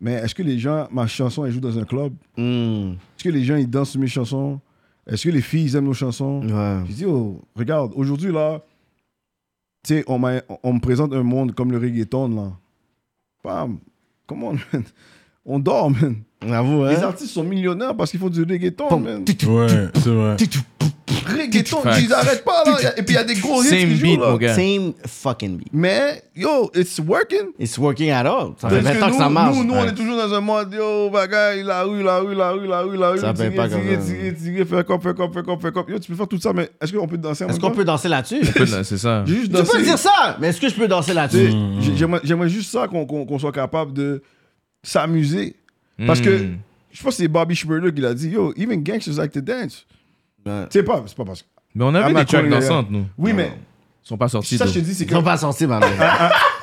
Speaker 5: Mais est-ce que les gens, ma chanson, elle joue dans un club
Speaker 2: Hmm.
Speaker 5: Est-ce que les gens, ils dansent sur mes chansons Est-ce que les filles ils aiment nos chansons
Speaker 2: Ouais.
Speaker 5: J'ai dit, oh, regarde, aujourd'hui, là, tu sais, on, m'a- on me présente un monde comme le reggaeton, là. Bam! Comment, man? On dort, man.
Speaker 2: J'avoue,
Speaker 5: Les
Speaker 2: hein?
Speaker 5: artistes sont millionnaires parce qu'ils font du reggaeton, man.
Speaker 1: Ouais, c'est vrai.
Speaker 5: Reggaeton,
Speaker 4: Facts.
Speaker 5: ils arrêtent pas, là. Y a- Et puis, il y a des gros hits
Speaker 4: Same
Speaker 5: qui jouent,
Speaker 4: beat,
Speaker 5: là.
Speaker 4: mon gars.
Speaker 2: Same fucking beat.
Speaker 5: Mais, yo, it's working.
Speaker 2: It's working at all. Ça fait
Speaker 5: Parce que
Speaker 2: 20 ans que
Speaker 5: nous,
Speaker 2: ça marche.
Speaker 5: Nous, nous, on
Speaker 2: Ouais.
Speaker 5: est toujours dans un mode, yo, bagaille, la rue, la rue, la rue, la rue, la rue.
Speaker 2: Ça paye
Speaker 5: tirer,
Speaker 2: pas comme
Speaker 5: tirer,
Speaker 2: ça.
Speaker 5: tirer, tirer, faire cop, faire cop, faire cop, faire cop. Yo, tu peux faire tout ça, mais est-ce qu'on peut danser en
Speaker 2: Est-ce
Speaker 5: même
Speaker 2: qu'on
Speaker 5: temps?
Speaker 2: peut danser là-dessus? tu
Speaker 4: C'est ça.
Speaker 5: J'ai juste danser.
Speaker 2: peux dire ça, mais est-ce que je peux danser
Speaker 5: Tu sais,
Speaker 2: là-dessus?
Speaker 1: Mm-hmm.
Speaker 5: j'ai- J'aimerais j'aimerais juste ça qu'on qu'on- qu'on soit capable de s'amuser. Parce que
Speaker 4: Mm.
Speaker 5: je pense que c'est Bobby Schmurder qui l'a dit Yo, even gangsters like to dance.
Speaker 2: Ouais.
Speaker 5: Tu sais pas, c'est pas parce que.
Speaker 4: Mais on avait
Speaker 5: I'm
Speaker 4: des
Speaker 5: not
Speaker 4: tracks
Speaker 5: calling it
Speaker 4: dansantes, nous.
Speaker 5: Oui, mais
Speaker 4: Ils sont pas sortis.
Speaker 5: ça,
Speaker 4: d'où.
Speaker 5: je te dis, c'est
Speaker 2: Ils
Speaker 5: que.
Speaker 2: sont pas sensibles, alors.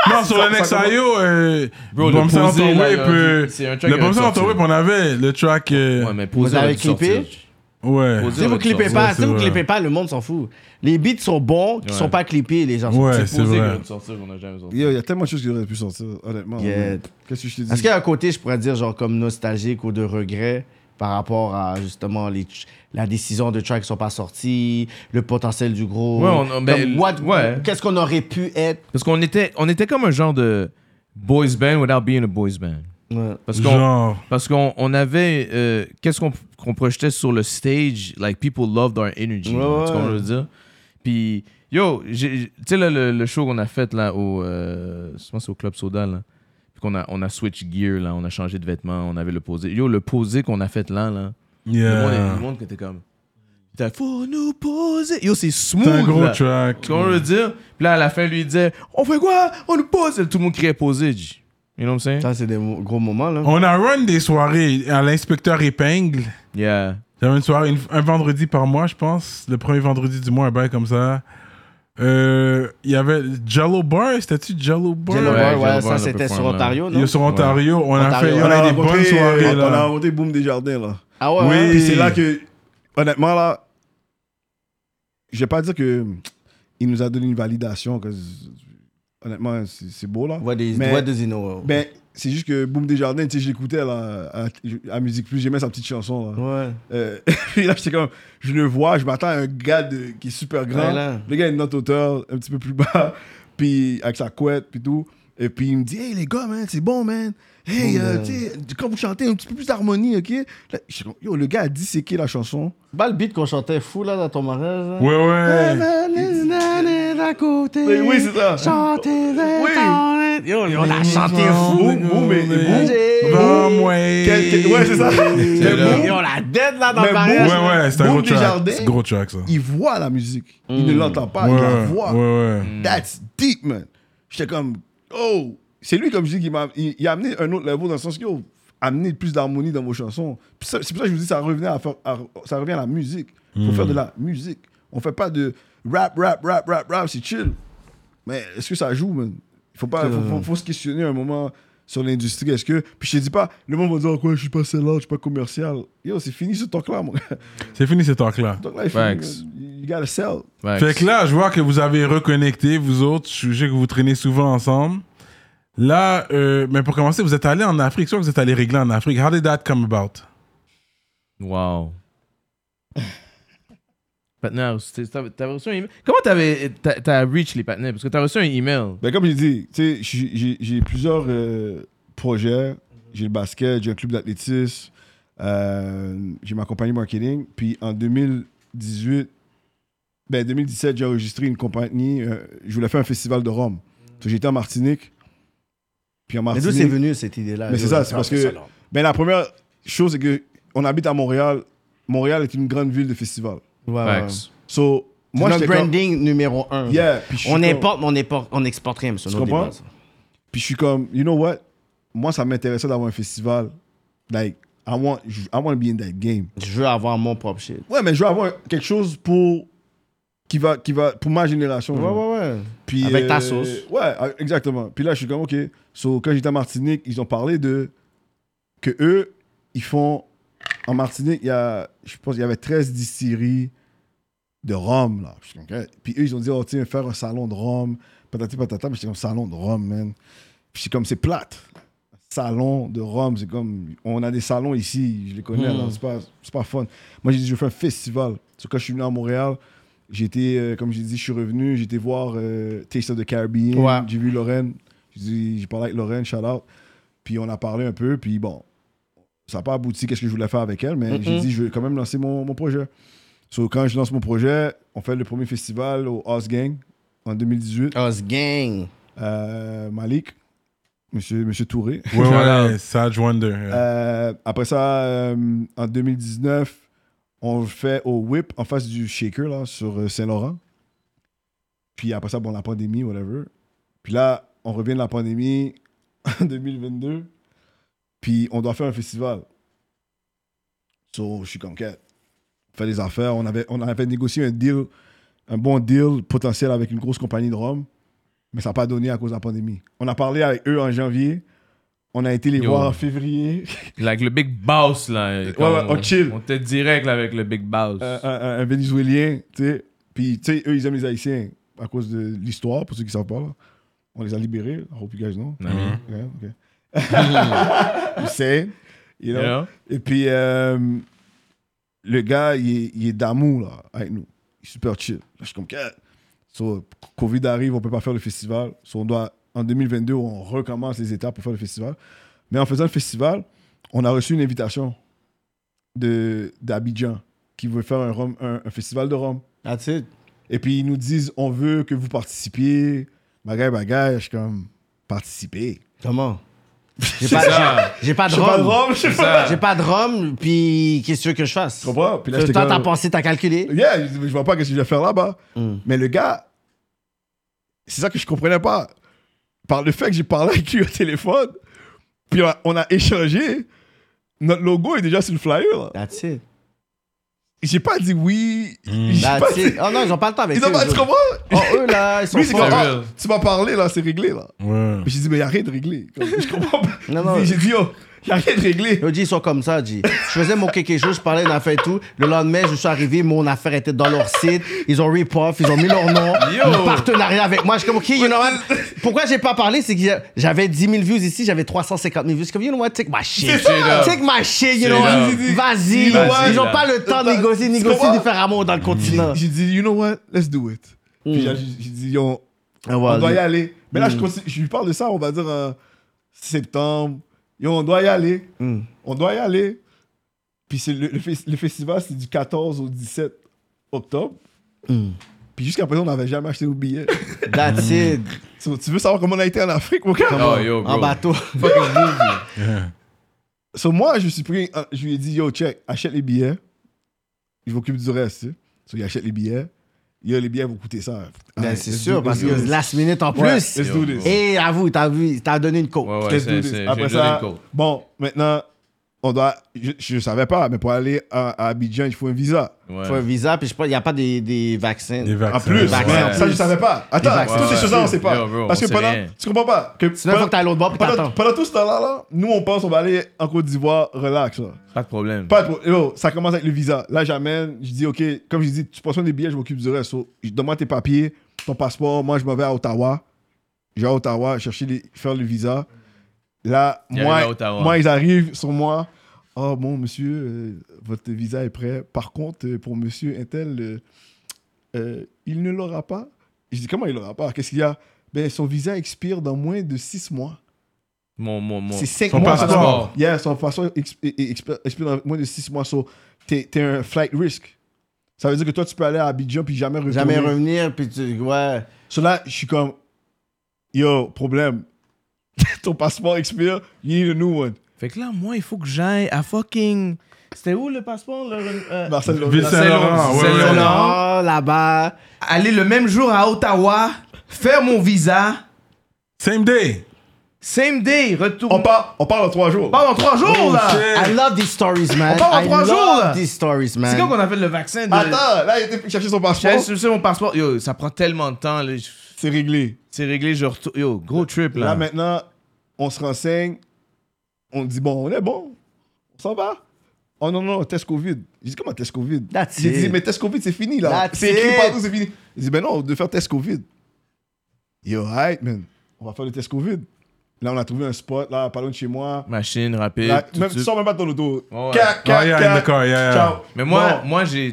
Speaker 1: Non, sur le Next
Speaker 5: commence-
Speaker 1: IO, euh,
Speaker 4: Bro, le
Speaker 1: Bomb Sound
Speaker 4: posé,
Speaker 1: on
Speaker 4: là,
Speaker 1: Whip,
Speaker 4: il y a-
Speaker 1: euh,
Speaker 4: c'est un track
Speaker 1: le
Speaker 4: qui va
Speaker 1: Bomb Sound on
Speaker 4: sortir.
Speaker 1: Whip, on avait le track. euh,
Speaker 4: Ouais, mais
Speaker 2: Vous
Speaker 4: posé,
Speaker 2: avez
Speaker 4: on va te
Speaker 2: clippé?
Speaker 4: sortir.
Speaker 1: Ouais.
Speaker 4: Posé,
Speaker 2: Si
Speaker 4: on va
Speaker 2: vous
Speaker 4: te
Speaker 2: clippez
Speaker 4: sortir.
Speaker 2: pas,
Speaker 1: c'est
Speaker 2: si vous
Speaker 1: vrai.
Speaker 2: clippez pas, le monde s'en fout. Les beats sont bons, qui
Speaker 4: Ouais.
Speaker 2: sont pas clippés, les gens.
Speaker 1: Ouais,
Speaker 4: C'est
Speaker 1: c'est
Speaker 4: posé qu'on
Speaker 1: vrai.
Speaker 4: va te sortir qu'on a jamais sorti.
Speaker 5: Yo, il y a tellement de choses qui auraient pu sortir, honnêtement.
Speaker 2: Yeah.
Speaker 5: Qu'est-ce que je te dis
Speaker 2: Est-ce qu'il y a un côté, je pourrais dire, genre comme nostalgique ou de regret par rapport à justement les ch- la décision de tracks qui sont pas sortis, le potentiel du gros.
Speaker 4: Ouais, on- on- ben,
Speaker 2: Comme what-
Speaker 4: ouais.
Speaker 2: Qu'est-ce qu'on aurait pu être?
Speaker 4: Parce qu'on était, on était comme un genre de boys band without being a boys band.
Speaker 2: Ouais.
Speaker 4: Parce qu'on
Speaker 1: Genre.
Speaker 4: parce qu'on on avait euh, qu'est-ce qu'on qu'on projetait sur le stage like people loved our energy.
Speaker 2: Ouais,
Speaker 4: là, Tu
Speaker 2: ouais.
Speaker 4: comprends ce que je veux dire? Puis yo, j'ai- tu sais là, le, le show qu'on a fait là au euh, je pense que c'est au club Soda là. Puis qu'on a on a switch gear là, on a changé de vêtements, on avait le posé. Yo, le posé qu'on a fait là là. Le monde,
Speaker 1: Yeah.
Speaker 4: le monde qui était comme T'as- faut nous poser. Yo, c'est smooth.
Speaker 1: C'est un gros
Speaker 4: là.
Speaker 1: track.
Speaker 4: Tu comprends ce que je veux dire? Puis là, à la fin, lui, il disait On fait quoi On nous pose. Et tout le monde criait posé. G. You know what I'm saying?
Speaker 2: Ça, c'est des mo- gros moments, là.
Speaker 1: On a run des soirées à l'inspecteur épingle.
Speaker 4: Yeah.
Speaker 1: J'avais une soirée, une- un vendredi par mois, je pense. Le premier vendredi du mois, un bail comme ça. Euh, Il y avait Jello Bar, c'était-tu Jello Bar?
Speaker 2: Jello Bar, ouais,
Speaker 4: Jello Bar,
Speaker 2: ça,
Speaker 4: on a
Speaker 2: c'était
Speaker 4: performé,
Speaker 2: sur
Speaker 4: là.
Speaker 2: Ontario,
Speaker 1: Il
Speaker 2: non?
Speaker 1: est sur Ontario. On a
Speaker 2: Ontario.
Speaker 1: fait
Speaker 2: On
Speaker 1: on a
Speaker 5: a
Speaker 1: des
Speaker 5: inventé-
Speaker 1: bonnes soirées.
Speaker 5: on- On a
Speaker 1: Là.
Speaker 5: inventé Boom des Jardins, là.
Speaker 2: Ah ouais,
Speaker 1: Oui.
Speaker 2: ouais.
Speaker 5: Et c'est là que, honnêtement, là, je vais pas dire que il nous a donné une validation. que honnêtement, c'est c'est beau, là.
Speaker 2: What, is,
Speaker 5: Mais-
Speaker 2: what does he know?
Speaker 5: Ben, c'est juste que Boom Desjardins, tu sais, je l'écoutais là, à, à Musique Plus, j'aimais sa petite chanson. Là.
Speaker 2: ouais.
Speaker 5: Euh, puis là, j'étais comme, je le vois, je m'attends à un gars de- qui est super grand.
Speaker 2: Ouais, là.
Speaker 5: Le gars est de notre hauteur, un petit peu plus bas, puis avec sa couette, puis tout. Et puis il me dit, hey les gars, man, c'est bon, man. Hey,
Speaker 2: Bon,
Speaker 5: euh,
Speaker 2: ben.
Speaker 5: tu sais, quand vous chantez, un petit peu plus d'harmonie, ok? Là, j'étais comme, yo, le gars a disséqué la chanson.
Speaker 2: Bah, le beat qu'on chantait fou, là, dans ton mariage. là.
Speaker 1: Ouais, ouais.
Speaker 5: Mais oui, c'est ça.
Speaker 2: Chanter
Speaker 5: Oui.
Speaker 2: Yo, on a chanté fou.
Speaker 5: Boum, boum, et- et boum.
Speaker 2: J'ai-
Speaker 1: Bon, ouais.
Speaker 5: Quel- quel- Ouais, c'est ça. Mais
Speaker 4: là.
Speaker 5: boum,
Speaker 2: Yo, la dead là dans le
Speaker 5: Mais
Speaker 1: Ouais,
Speaker 2: mariage.
Speaker 5: bon.
Speaker 1: ouais, c'est un
Speaker 5: Boom
Speaker 1: gros track.
Speaker 5: Desjardins.
Speaker 1: C'est un gros track, ça.
Speaker 5: il voit la musique. Il
Speaker 2: Mm.
Speaker 5: ne l'entend pas, il la Mm. voit.
Speaker 1: ouais, ouais.
Speaker 5: That's deep, man. J'étais comme, oh, c'est lui, comme je dis, qui m'a il, il a amené un autre level dans le sens que, yo, amener plus d'harmonie dans vos chansons. Puis ça- C'est pour ça que je vous dis, ça, revenait à faire- à- ça revient à la musique. faut faire de la musique. On fait pas de rap, rap, rap, rap, rap, c'est chill. Mais est-ce que ça joue, man? Il faut, pas, faut, faut- faut se questionner un moment sur l'industrie. Est-ce que. Puis je te dis pas, le monde va dire, oh, quoi, je suis pas celle-là, je suis pas commercial. Yo, c'est fini ce talk-là, mon gars.
Speaker 1: C'est fini ce talk-là.
Speaker 5: Ce talk-là est
Speaker 4: Facts.
Speaker 5: fini. man. You gotta sell.
Speaker 4: Facts.
Speaker 1: Fait que là, je vois que vous avez reconnecté, vous autres. Je sais que vous traînez souvent ensemble. Là, euh, mais pour commencer, vous êtes allé en Afrique. Soit vous êtes allé régler en Afrique. How did that come about?
Speaker 4: Wow. Patnais, c'était- t'avais t'avais reçu un email. Comment t'avais. T'as t'as reach les patnais? Parce que t'as reçu un email.
Speaker 5: Ben, comme j'ai dit, tu sais, j'ai- j'ai- j'ai plusieurs euh, projets. J'ai le basket, j'ai un club d'athlétisme, euh, j'ai ma compagnie marketing. Puis en 2018, ben 2017, j'ai enregistré une compagnie. euh, je voulais faire un festival de Rome. Fait que J'étais en Martinique. Puis en
Speaker 2: Mais d'où
Speaker 5: Martinique.
Speaker 2: Mm. c'est venu cette idée-là?
Speaker 5: Mais
Speaker 2: Yo,
Speaker 5: c'est ça, c'est parce que. Ben, la première chose, c'est que on habite à Montréal. Montréal est une grande ville de festival.
Speaker 2: Ouais, ouais.
Speaker 4: Facts.
Speaker 5: So, moi,
Speaker 2: Moi,
Speaker 5: j'étais comme-
Speaker 2: branding numéro un.
Speaker 5: Yeah, puis je suis
Speaker 2: On
Speaker 5: comme-
Speaker 2: importe, mais on, importe, on exporte rien, mais c'est un
Speaker 5: Tu
Speaker 2: autre
Speaker 5: comprends?
Speaker 2: débat, ça.
Speaker 5: Puis je suis comme, you know what? Moi, ça m'intéressait d'avoir un festival. Like, I want, I want to be in that game.
Speaker 2: Je veux avoir mon propre shit.
Speaker 5: Ouais, mais je veux avoir quelque chose pour qui va, qui va pour ma génération. genre.
Speaker 2: ouais.
Speaker 5: Puis,
Speaker 2: Avec ta
Speaker 5: euh,
Speaker 2: sauce.
Speaker 5: Ouais, euh, exactement. Puis là, je suis comme, OK. So, quand j'étais en Martinique, ils ont parlé de que eux, ils font. En Martinique, il y a, je pense qu'il y avait 13 distilleries de rhum, là. Je suis comme, OK. Puis eux, ils ont dit, oh, tiens, faire un salon de rhum, patati patata. Mais j'étais comme, salon de rhum, man. Puis c'est comme, c'est plate. salons de Rome. C'est comme, on a des salons ici, je les connais, alors
Speaker 2: Hmm.
Speaker 5: c'est pas, c'est pas fun. Moi, j'ai dit, je fais un festival. So, quand je suis venu à Montréal, j'étais, euh, comme j'ai dit, je suis revenu, j'étais voir euh, Taste of the Caribbean.
Speaker 2: Ouais.
Speaker 5: J'ai vu Lorraine, j'ai dit- j'ai parlé avec Lorraine, shout out. Puis on a parlé un peu, puis bon, ça n'a pas abouti, qu'est-ce que je voulais faire avec elle, mais j'ai dit, je vais quand même lancer mon, mon projet. So, quand je lance mon projet, on fait le premier festival au House Gang en 2018.
Speaker 2: Us gang.
Speaker 5: Euh, Malik, monsieur, monsieur Touré.
Speaker 1: Ouais, ouais, Sage Wonder.
Speaker 5: Euh, après ça, euh, en 2019, on le fait au Whip en face du Shaker là, sur euh, Saint-Laurent. Puis après ça, bon, la pandémie, whatever. Puis là, on revient de la pandémie en 2022. Puis on doit faire un festival. So, je suis conquête. On fait des affaires. On avait, on avait négocié un deal, un bon deal potentiel avec une grosse compagnie de Rome. Mais ça n'a pas donné à cause de la pandémie. On a parlé avec eux en janvier. On a été les
Speaker 4: Yo.
Speaker 5: voir en février.
Speaker 4: Like le Big Boss, là.
Speaker 5: Ouais,
Speaker 4: comme
Speaker 5: ouais, on chill. Euh,
Speaker 4: On était direct là, avec le Big Boss.
Speaker 5: un, un- un Vénézuélien, tu sais. Puis, tu sais, eux, ils aiment les Haïtiens à cause de l'histoire, pour ceux qui savent pas. là. On les a libérés. I hope you guys know.
Speaker 4: Mhm.
Speaker 5: Yeah, okay. You say, you know.
Speaker 4: You know?
Speaker 5: Et puis, euh, le gars, il est, il est d'amour, là, avec nous. Il est super chill. Là, je suis comme, Qu'est-ce So, Covid arrive, on peut pas faire le festival. So, on doit, en 2022, on recommence les étapes pour faire le festival. Mais en faisant le festival, on a reçu une invitation de- d'Abidjan qui veut faire un, Rome- un- un festival de Rome.
Speaker 2: That's it.
Speaker 5: Et puis ils nous disent on veut que vous participiez. Bagaille, bagaille, je suis comme participer.
Speaker 2: Comment? J'ai pas, j'ai- j'ai pas de
Speaker 5: J'ai pas de
Speaker 2: rhum.
Speaker 5: Rome, je sais pas.
Speaker 2: J'ai pas de rhum, puis qu'est-ce que tu veux que je fasse? Euh,
Speaker 5: Je comprends. Puis là,
Speaker 2: Toi,
Speaker 5: j'étais
Speaker 2: t'as
Speaker 5: comme-
Speaker 2: pensé, t'as calculé.
Speaker 5: Yeah, je je vois pas qu'est-ce que je vais faire là-bas.
Speaker 2: Mm.
Speaker 5: Mais le gars, c'est ça que je comprenais pas. Par le fait que j'ai parlé avec lui au téléphone, puis on a, on a échangé, notre logo est déjà sur le flyer. là.
Speaker 2: That's it.
Speaker 5: J'ai pas dit oui. j'ai pas
Speaker 2: That's
Speaker 5: dit-
Speaker 2: it. Oh non, ils ont pas le temps avec
Speaker 5: Ils ont
Speaker 2: eux,
Speaker 5: pas
Speaker 2: eux
Speaker 5: dit comment
Speaker 2: autres. Oh, eux, là, ils sont
Speaker 5: Lui, c'est
Speaker 2: forts.
Speaker 5: comme, ah, tu m'as parlé là, c'est réglé là.
Speaker 1: ouais.
Speaker 5: Puis j'ai dit, mais y a rien de réglé. Comme, je comprends pas.
Speaker 2: Non, non.
Speaker 5: J'ai dit, oh, y a rien de réglé.
Speaker 2: Yo, G, ils sont comme ça, G. Je faisais mon quelque chose, je parlais d'une affaire et tout. Le lendemain, je suis arrivé, mon affaire était dans leur site. Ils ont rip-off, ils ont mis leur nom, un partenariat avec moi. Je suis comme, OK, you know what? Pourquoi j'ai pas parlé? C'est que j'avais 10 000 views ici, j'avais 350 000 views. Je suis comme, you know what? Take my shit. Take my shit, you know what? Vas-y.
Speaker 5: You know what?
Speaker 2: Ils ont pas le temps de négocier,
Speaker 5: Tu
Speaker 2: négocier
Speaker 5: comprends?
Speaker 2: différemment dans le continent.
Speaker 5: J'ai dit, you know what, let's do it.
Speaker 2: Hmm.
Speaker 5: Puis j'ai j'ai dit, yo,
Speaker 2: Ah,
Speaker 5: on
Speaker 2: ouais,
Speaker 5: doit
Speaker 2: lui-
Speaker 5: y aller. Mais là, je,
Speaker 2: Hmm.
Speaker 5: continue- je lui parle de ça, on va dire euh, septembre. Yo, on doit y aller.
Speaker 2: Mm.
Speaker 5: On doit y aller. Puis c'est le, le fes- le festival, c'est du 14 au 17 octobre. Puis jusqu'à présent, on n'avait jamais acheté nos billets.
Speaker 2: Mm. That's it.
Speaker 5: So, tu veux savoir comment on a été en Afrique, mon gars?
Speaker 4: Oh, yo, bro.
Speaker 2: En bateau.
Speaker 5: So, moi, je suis pris, euh, je lui ai dit, yo, check, achète les billets. Je m'occupe du reste, tu sais. So, il achète les billets. Yo, les billets vont coûter ça.
Speaker 2: Ben,
Speaker 5: Allez,
Speaker 2: c'est
Speaker 5: let's
Speaker 2: sûr,
Speaker 5: do-
Speaker 2: parce
Speaker 5: let's do
Speaker 2: que
Speaker 5: this.
Speaker 2: last minute en
Speaker 5: Ouais,
Speaker 2: plus.
Speaker 5: let's do this.
Speaker 2: Et avoue, t'as vu, t'as donné une côte.
Speaker 4: Ouais, ouais,
Speaker 5: Let's
Speaker 4: c'est-
Speaker 5: do this.
Speaker 4: c'est-
Speaker 5: Après
Speaker 4: j'ai donné
Speaker 5: ça,
Speaker 4: le code.
Speaker 5: bon, maintenant, on doit. Je ne savais pas, mais pour aller à, à Abidjan, il faut un visa.
Speaker 4: Ouais.
Speaker 2: Faut un visa, puis je sais pas, il n'y a pas des, des vaccins.
Speaker 1: Des vaccins.
Speaker 5: En plus,
Speaker 2: vaccins,
Speaker 5: ouais,
Speaker 2: en
Speaker 5: ça, je
Speaker 2: plus.
Speaker 5: savais pas. Attends,
Speaker 2: vaccins,
Speaker 5: toutes ces
Speaker 4: ouais.
Speaker 5: choses-là, on ne sait pas.
Speaker 4: Yo, bro,
Speaker 5: Parce
Speaker 4: on
Speaker 5: que
Speaker 4: sait
Speaker 5: pendant.
Speaker 4: rien.
Speaker 5: Tu comprends pas que
Speaker 2: Sinon, il faut que t'ailles à l'autre bord, puis
Speaker 5: pendant,
Speaker 2: t'attends.
Speaker 5: pendant tout ce temps-là, nous, on pense qu'on va aller en Côte d'Ivoire, relax. là.
Speaker 4: Pas de problème.
Speaker 5: Pas de pro- yo, ça commence avec le visa. Là, j'amène, je dis, OK, comme je dis, tu prends soin des billets, je m'occupe du reste. So, je demande tes papiers, ton passeport. Moi, je m'en vais à Ottawa. Je vais à Ottawa chercher les, faire le visa. Là,
Speaker 4: Il
Speaker 5: moi,
Speaker 4: arrive à Ottawa.
Speaker 5: moi, ils arrivent sur moi. Oh, bon, monsieur, euh, votre visa est prêt. Par contre, euh, pour monsieur Intel, euh, euh, il ne l'aura pas. Je dis, comment il l'aura pas Qu'est-ce qu'il y a ben, son visa expire dans moins de six mois.
Speaker 4: Mon, mon, mon.
Speaker 5: C'est 5
Speaker 1: Son
Speaker 5: mois.
Speaker 1: passeport.
Speaker 5: ça. Yeah, son passeport exp- e- e- exp- expire dans moins de 6 mois. So, t'es t'es un flight risk. Ça veut dire que toi, tu peux aller à Abidjan puis jamais revenir.
Speaker 2: Jamais revenir, puis tu. Ouais.
Speaker 5: So là, je suis comme, yo, problème. Ton passeport expire, you need a new one.
Speaker 4: Fait que là, moi, il faut que j'aille à fucking. C'était où le passeport, là? euh,
Speaker 5: Marcel
Speaker 1: Ville
Speaker 5: Lorrain.
Speaker 1: Saint-Laurent, ouais, ouais.
Speaker 4: Saint-Laurent.
Speaker 2: Oh, là-bas.
Speaker 7: Aller le même jour à Ottawa, faire mon visa,
Speaker 1: Same day.
Speaker 7: same day, retour.
Speaker 5: On part, on part dans 3 jours.
Speaker 7: Pas en trois jours,
Speaker 1: Oh,
Speaker 7: là!
Speaker 2: I love these stories, man.
Speaker 7: On part en
Speaker 2: I
Speaker 7: trois
Speaker 2: love
Speaker 7: jours, là.
Speaker 2: these stories, man.
Speaker 7: C'est quand qu'on a fait le vaccin de...
Speaker 5: Attends, là, il était chercher son passeport.
Speaker 4: J'allais chercher mon passeport. Yo, ça prend tellement de temps, là. Je-
Speaker 5: C'est réglé.
Speaker 4: C'est réglé, je retourne. Yo, gros trip,
Speaker 5: Là,
Speaker 4: là.
Speaker 5: maintenant, on se renseigne. On dit, bon, on est bon. On s'en va. Oh non, non, test Covid. J'ai dit, comment test Covid
Speaker 2: That's
Speaker 5: J'ai dit,
Speaker 2: it.
Speaker 5: mais test Covid, c'est fini, là.
Speaker 2: That's
Speaker 5: C'est écrit
Speaker 2: it.
Speaker 5: partout, c'est fini. Il dit, ben non, on doit faire test Covid. Yo, alright, man. On va faire le test Covid. Là, on a trouvé un spot, là, pas loin de chez moi.
Speaker 4: Machine, rapide.
Speaker 5: Là,
Speaker 4: tout de
Speaker 5: même, tu
Speaker 4: suite.
Speaker 5: sors même pas de ton auto.
Speaker 4: Ouais, ouais.
Speaker 5: Cac,
Speaker 1: Ah,
Speaker 5: cac,
Speaker 1: yeah, in
Speaker 5: cac.
Speaker 1: the car, yeah, yeah.
Speaker 5: Ciao.
Speaker 4: Mais moi,
Speaker 5: Non.
Speaker 4: moi j'ai.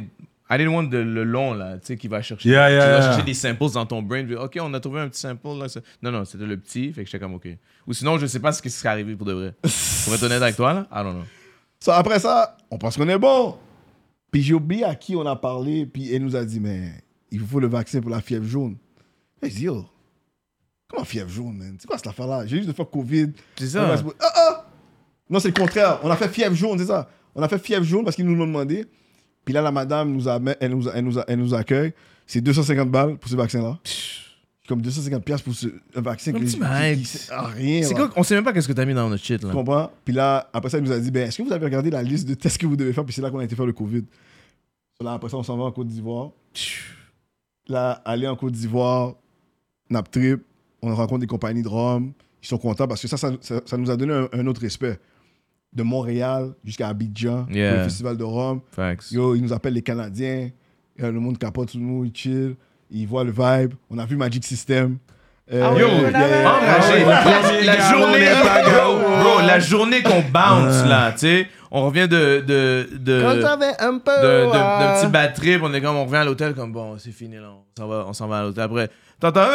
Speaker 4: I didn't want the- le long, là, tu sais, qui va chercher.
Speaker 1: Yeah, yeah,
Speaker 4: qui va
Speaker 1: yeah.
Speaker 4: chercher des samples dans ton brain. puis, OK, on a trouvé un petit sample, là. ça- Non, non, c'était le petit, fait que j'étais comme OK. Ou sinon, je sais pas ce qui serait arrivé pour de vrai. pour être honnête avec toi, là, I don't know.
Speaker 5: Ça, après ça, on pense qu'on est bon. Puis j'ai oublié à qui on a parlé, puis elle nous a dit, mais il vous faut le vaccin pour la fièvre jaune. J'ai dit, yo, comment fièvre jaune, man? C'est quoi cette affaire-là? J'ai juste de faire COVID.
Speaker 4: C'est
Speaker 5: On
Speaker 4: ça.
Speaker 5: a- Ah, ah! Non, c'est le contraire. On a fait fièvre jaune, c'est ça. On a fait fièvre jaune parce qu'ils nous l'ont demandé. Puis là, la madame, nous a- elle, nous a- elle nous a- elle nous accueille. C'est 250 balles pour ce vaccin-là. Comme 250 piastres pour ce, un vaccin
Speaker 4: Un
Speaker 5: que-
Speaker 4: petit
Speaker 5: qui-
Speaker 4: max.
Speaker 5: qui sert à rien.
Speaker 4: C'est
Speaker 5: là.
Speaker 4: quoi? On sait même pas qu'est-ce que t'as mis dans notre shit, là.
Speaker 5: Tu comprends? Puis là, après ça, il nous a dit ben, Est-ce que vous avez regardé la liste de tests que vous devez faire Puis c'est là qu'on a été faire le COVID. Là, après ça, on s'en va en Côte d'Ivoire. Là, aller en Côte d'Ivoire, Nap Trip, on rencontre des compagnies de Rome. Ils sont contents parce que ça, ça, ça- ça nous a donné un, un autre respect. De Montréal jusqu'à Abidjan, pour
Speaker 4: Yeah.
Speaker 5: le Festival de Rome.
Speaker 4: Facts.
Speaker 5: Yo, ils nous appellent les Canadiens. Euh, le monde capote sur nous, ils chill. Ils voient le vibe. On a vu Magic System. Euh,
Speaker 2: Ah oui,
Speaker 5: yo,
Speaker 2: on l'a
Speaker 5: yeah,
Speaker 2: vu.
Speaker 5: yeah.
Speaker 4: Enragé.
Speaker 1: Ah ouais,
Speaker 4: La-
Speaker 1: ouais.
Speaker 4: La
Speaker 1: Premier
Speaker 4: journée,
Speaker 1: gars, on est pas
Speaker 4: Bro, bro, la journée qu'on bounce là, tu sais, on revient de de de
Speaker 2: Quand
Speaker 4: de-
Speaker 2: j'avais un peu.
Speaker 4: de- de-
Speaker 2: euh,
Speaker 4: d'un petit bad trip, on est comme on revient à l'hôtel comme bon, c'est fini là, on s'en va, on s'en va à l'hôtel après. T'entends gros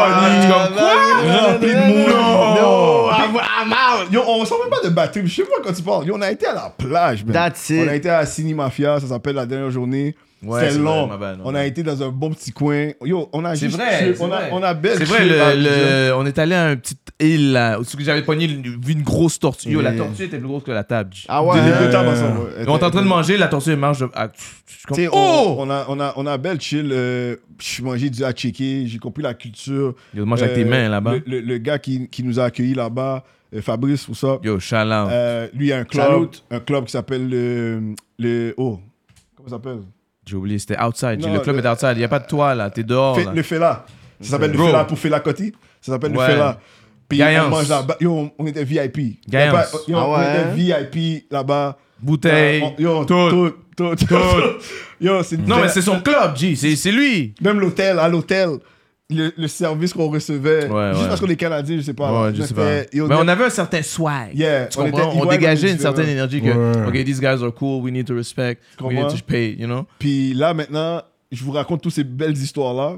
Speaker 4: ah,
Speaker 5: panier. Ah, Rempli de monde.
Speaker 2: Non,
Speaker 5: Non.
Speaker 2: I'm I'm out.
Speaker 5: ah, Yo, on s'en met pas de batterie. Je sais pas quand tu parles. Yo, on a été à la plage, man.
Speaker 2: That's it.
Speaker 5: On a été à Cine Mafia, ça s'appelle la dernière journée.
Speaker 4: Ouais,
Speaker 5: C'était
Speaker 4: c'est vrai,
Speaker 5: long.
Speaker 4: ma bad,
Speaker 5: on
Speaker 4: ouais.
Speaker 5: a été dans un bon petit coin. Yo, on a
Speaker 4: C'est
Speaker 5: juste
Speaker 4: vrai,
Speaker 5: chill.
Speaker 4: c'est
Speaker 5: On
Speaker 4: vrai.
Speaker 5: a, on a belle
Speaker 4: C'est vrai,
Speaker 5: chill à
Speaker 4: le,
Speaker 5: Abidjan.
Speaker 4: le- on est allé à un petit île là, où j'avais pogné une, vu une grosse tortue. Yo, la tortue était plus grosse que la table.
Speaker 2: Ah
Speaker 5: Des- des
Speaker 2: ouais.
Speaker 5: deux tables ensemble, ouais.
Speaker 4: On est en train de manger, la tortue elle marche. de- ah, tu- tu- tu-
Speaker 5: Tu sais, on-
Speaker 4: oh!
Speaker 5: on, a, on, a, on a belle chill. euh, j'ai mangé du hachiké, j'ai compris la culture.
Speaker 4: Yo, mange avec tes
Speaker 5: Euh,
Speaker 4: mains là-bas.
Speaker 5: Le, le- le gars qui, qui nous a accueillis là-bas, euh, Fabrice, tout ça.
Speaker 4: Yo, shout out.
Speaker 5: Euh, lui, il y a un club,
Speaker 2: Salut.
Speaker 5: un club qui s'appelle le, le. Oh, comment ça s'appelle
Speaker 4: J'ai oublié, c'était outside.
Speaker 5: Non,
Speaker 4: le club
Speaker 5: le-
Speaker 4: est outside. Il n'y a pas de toit, là. T'es dehors.
Speaker 5: Fait-
Speaker 4: Oh, là.
Speaker 5: le Fela. Ça s'appelle le
Speaker 4: Bro.
Speaker 5: Fela pour Fela Coty. Ça s'appelle
Speaker 4: Ouais.
Speaker 5: le Fela. Puis
Speaker 4: Gaillance.
Speaker 5: on mange là-bas. Yo, on- on était VIP. Y a
Speaker 4: Gaillance.
Speaker 5: pas- yo,
Speaker 2: Ah ouais.
Speaker 5: On était VIP là-bas.
Speaker 4: Bouteille.
Speaker 5: Euh, on- Yo,
Speaker 4: tout.
Speaker 5: tout, tout, tout. Yo, c'est une
Speaker 4: Non, mais
Speaker 5: belle-
Speaker 4: c'est son club, G. C'est c'est lui.
Speaker 5: Même l'hôtel, à l'hôtel, le, le service qu'on recevait.
Speaker 4: Ouais,
Speaker 5: juste
Speaker 4: ouais.
Speaker 5: parce qu'on est Canadiens, je sais pas.
Speaker 4: Ouais, je sais pas.
Speaker 5: C'était- yo,
Speaker 4: mais on
Speaker 5: net-
Speaker 4: avait un certain swag.
Speaker 5: Yeah,
Speaker 4: tu
Speaker 5: on
Speaker 4: comprends?
Speaker 5: était
Speaker 4: On,
Speaker 5: igual,
Speaker 4: dégageait
Speaker 5: mais euh,
Speaker 4: une certaine
Speaker 5: différent.
Speaker 4: énergie que,
Speaker 1: Ouais.
Speaker 4: OK, these guys are cool. We need to respect. We need
Speaker 5: comprends?
Speaker 4: to pay, you know?
Speaker 5: Puis là, maintenant, je vous raconte toutes ces belles histoires-là.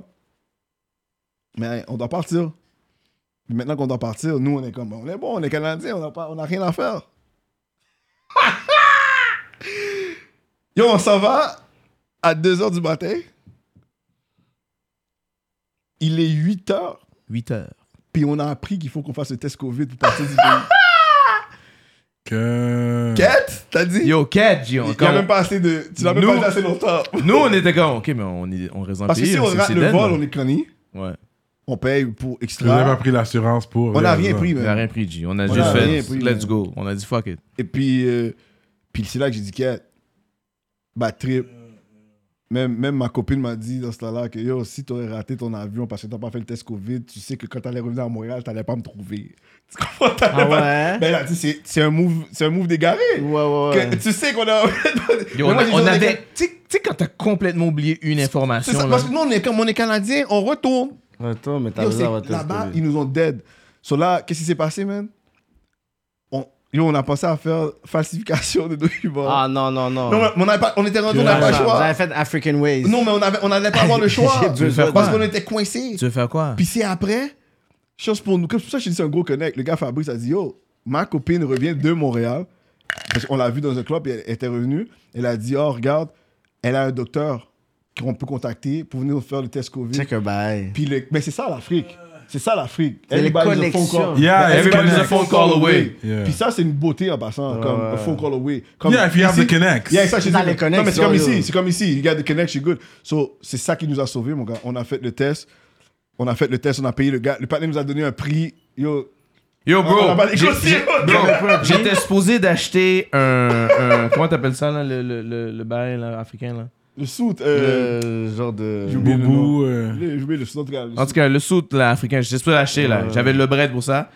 Speaker 5: Mais on doit partir. Puis maintenant qu'on doit partir, nous, on est comme, on est bon, on est Canadiens, on n'a pas- on n'a rien à faire. Yo, on s'en va à 2h du matin. Il est 8h,
Speaker 4: 8 heures.
Speaker 5: puis on a appris qu'il faut qu'on fasse le test COVID pour partir du pays.
Speaker 1: Que...
Speaker 5: Quête, t'as dit?
Speaker 4: Yo, 4, G. On,
Speaker 5: Il y a même pas assez de... Tu l'as même
Speaker 4: Nous-
Speaker 5: pas dit assez longtemps.
Speaker 4: Nous, on était comme, OK, mais on, est, on reste dans le
Speaker 5: Parce que
Speaker 4: pays.
Speaker 5: si
Speaker 4: là,
Speaker 5: on
Speaker 4: c'est-
Speaker 5: rate
Speaker 4: c'est
Speaker 5: le
Speaker 4: dead,
Speaker 5: vol,
Speaker 4: là.
Speaker 5: on est connu.
Speaker 4: Ouais.
Speaker 5: On paye pour
Speaker 1: Vous n'avez
Speaker 5: extra.
Speaker 1: pas pris l'assurance pour.
Speaker 5: On n'a
Speaker 1: euh,
Speaker 5: rien
Speaker 1: ça.
Speaker 5: pris,
Speaker 4: On a
Speaker 5: man.
Speaker 4: rien pris, G. On a
Speaker 5: On
Speaker 4: juste
Speaker 5: a
Speaker 4: fait,
Speaker 5: rien pris,
Speaker 4: let's
Speaker 5: mais-
Speaker 4: go. On a dit, fuck it.
Speaker 5: Et puis, euh, puis c'est là que j'ai dit, Kat, bah, trip. Même, même ma copine m'a dit dans ce temps-là que yo, si t'aurais raté ton avion parce que t'as pas fait le test COVID, tu sais que quand t'allais revenir à Montréal, t'allais pas me trouver. Tu comprends? T'allais
Speaker 2: Ah
Speaker 5: pas-
Speaker 2: ouais.
Speaker 5: Ben elle a dit, c'est c'est un move, c'est un move dégaré.
Speaker 2: Ouais, ouais, ouais.
Speaker 5: Que tu sais qu'on a.
Speaker 4: Yo,
Speaker 5: Mais
Speaker 4: on,
Speaker 5: moi,
Speaker 4: a-
Speaker 5: j'ai
Speaker 4: on
Speaker 5: toujours
Speaker 4: avait.
Speaker 5: des-
Speaker 4: Tu sais- tu sais, quand t'as complètement oublié une
Speaker 5: C'est
Speaker 4: information.
Speaker 5: ça,
Speaker 4: là.
Speaker 5: parce que nous, on est, comme on est Canadiens, on retourne.
Speaker 2: Attends, mais t'as
Speaker 5: Yo,
Speaker 2: besoin
Speaker 5: c'est-
Speaker 2: d'avoir testé.
Speaker 5: Là-bas, ils nous ont dead. So là, qu'est-ce qui s'est passé, man? On, yo, on a pensé à faire falsification de documents.
Speaker 2: Ah non, non, non. Ah,
Speaker 5: Non, mais on, avait pas- on était rendu, on
Speaker 2: Vous
Speaker 5: n'avait pas le choix.
Speaker 2: avez fait African Ways.
Speaker 5: Non, mais on n'allait on allait pas avoir le choix.
Speaker 2: J'ai besoin de-
Speaker 5: parce qu'on était coincés.
Speaker 4: Tu veux faire quoi?
Speaker 5: Puis c'est après, chose pour nous. C'est pour ça que je dis c'est un gros connect. Le gars Fabrice a dit Yo, ma copine revient de Montréal. Parce qu'on l'a vu dans un club, et elle était revenue. Elle a dit Oh, regarde, elle a un docteur qu'on peut contacter pour venir nous faire le test COVID.
Speaker 2: Check a bye.
Speaker 5: Puis le- Mais c'est ça l'Afrique. C'est ça l'Afrique.
Speaker 2: C'est les
Speaker 5: Everybody's a phone
Speaker 2: connexions.
Speaker 5: call.
Speaker 1: Yeah,
Speaker 4: Everybody's
Speaker 1: everybody's
Speaker 4: a phone call away.
Speaker 1: Yeah.
Speaker 5: Puis ça, c'est une beauté en passant, comme a phone call away. Comme
Speaker 1: Yeah, if you have
Speaker 5: ici-
Speaker 1: the connects.
Speaker 5: Yeah, ça, je
Speaker 2: Dans
Speaker 5: dis,
Speaker 2: les
Speaker 5: mais-
Speaker 2: connects,
Speaker 5: Non, mais c'est comme
Speaker 2: yo, yo.
Speaker 5: ici, c'est comme ici. You got the connects, you're good. So, c'est ça qui nous a sauvés, mon gars. On a fait le test. On a fait le test, on a payé le gars. Le patron nous a donné un prix. Yo,
Speaker 4: Yo, bro.
Speaker 5: on a pas
Speaker 4: j'ai-
Speaker 5: négocié,
Speaker 4: j'ai-
Speaker 5: on a
Speaker 4: bro,
Speaker 5: pas
Speaker 4: J'étais supposé d'acheter un, un- Comment t'appelles ça, là, le, le, le, le bail là, africain, là?
Speaker 5: le suit. Euh,
Speaker 2: Le genre de.
Speaker 5: j'ai oublié le nom.
Speaker 1: Boubou. euh,
Speaker 5: Le- J'ai oublié le suit, en tout cas. le
Speaker 4: En tout
Speaker 5: suit.
Speaker 4: cas, le soute là, africain, j'étais supposé l'acheter, là. J'avais le bread pour ça.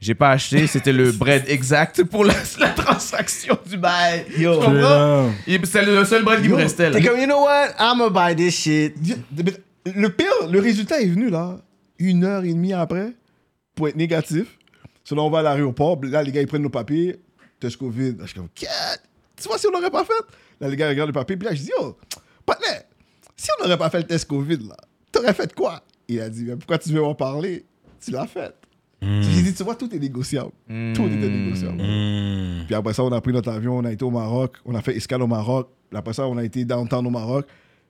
Speaker 4: J'ai pas acheté, c'était le bread exact pour la, la transaction du bail. Yo, tu
Speaker 1: Straight
Speaker 4: comprends?
Speaker 1: up.
Speaker 4: Et puis, C'était le seul bread qui me restait, là.
Speaker 2: T'es comme, you know what? I'm gonna buy this shit.
Speaker 5: Dieu, mais Le pire, le résultat est venu là. une heure et demie après pour être négatif. Selon on va à l'aéroport, là, les gars, ils prennent nos papiers, test COVID. Là, je suis comme, Qu'est- tu vois, si on n'aurait pas fait. Là, les gars regardent le papier, puis là, je dis, oh, partner, si on n'aurait pas fait le test COVID, là, t'aurais fait quoi? Il a dit, mais pourquoi tu veux m'en parler? Tu l'as fait. J'ai dit, tu vois, tout est négociable. Tout était négociable. Puis après ça, on a pris notre avion, on a été au Maroc, on a fait escale au Maroc. Puis après ça, on a été downtown au Maroc.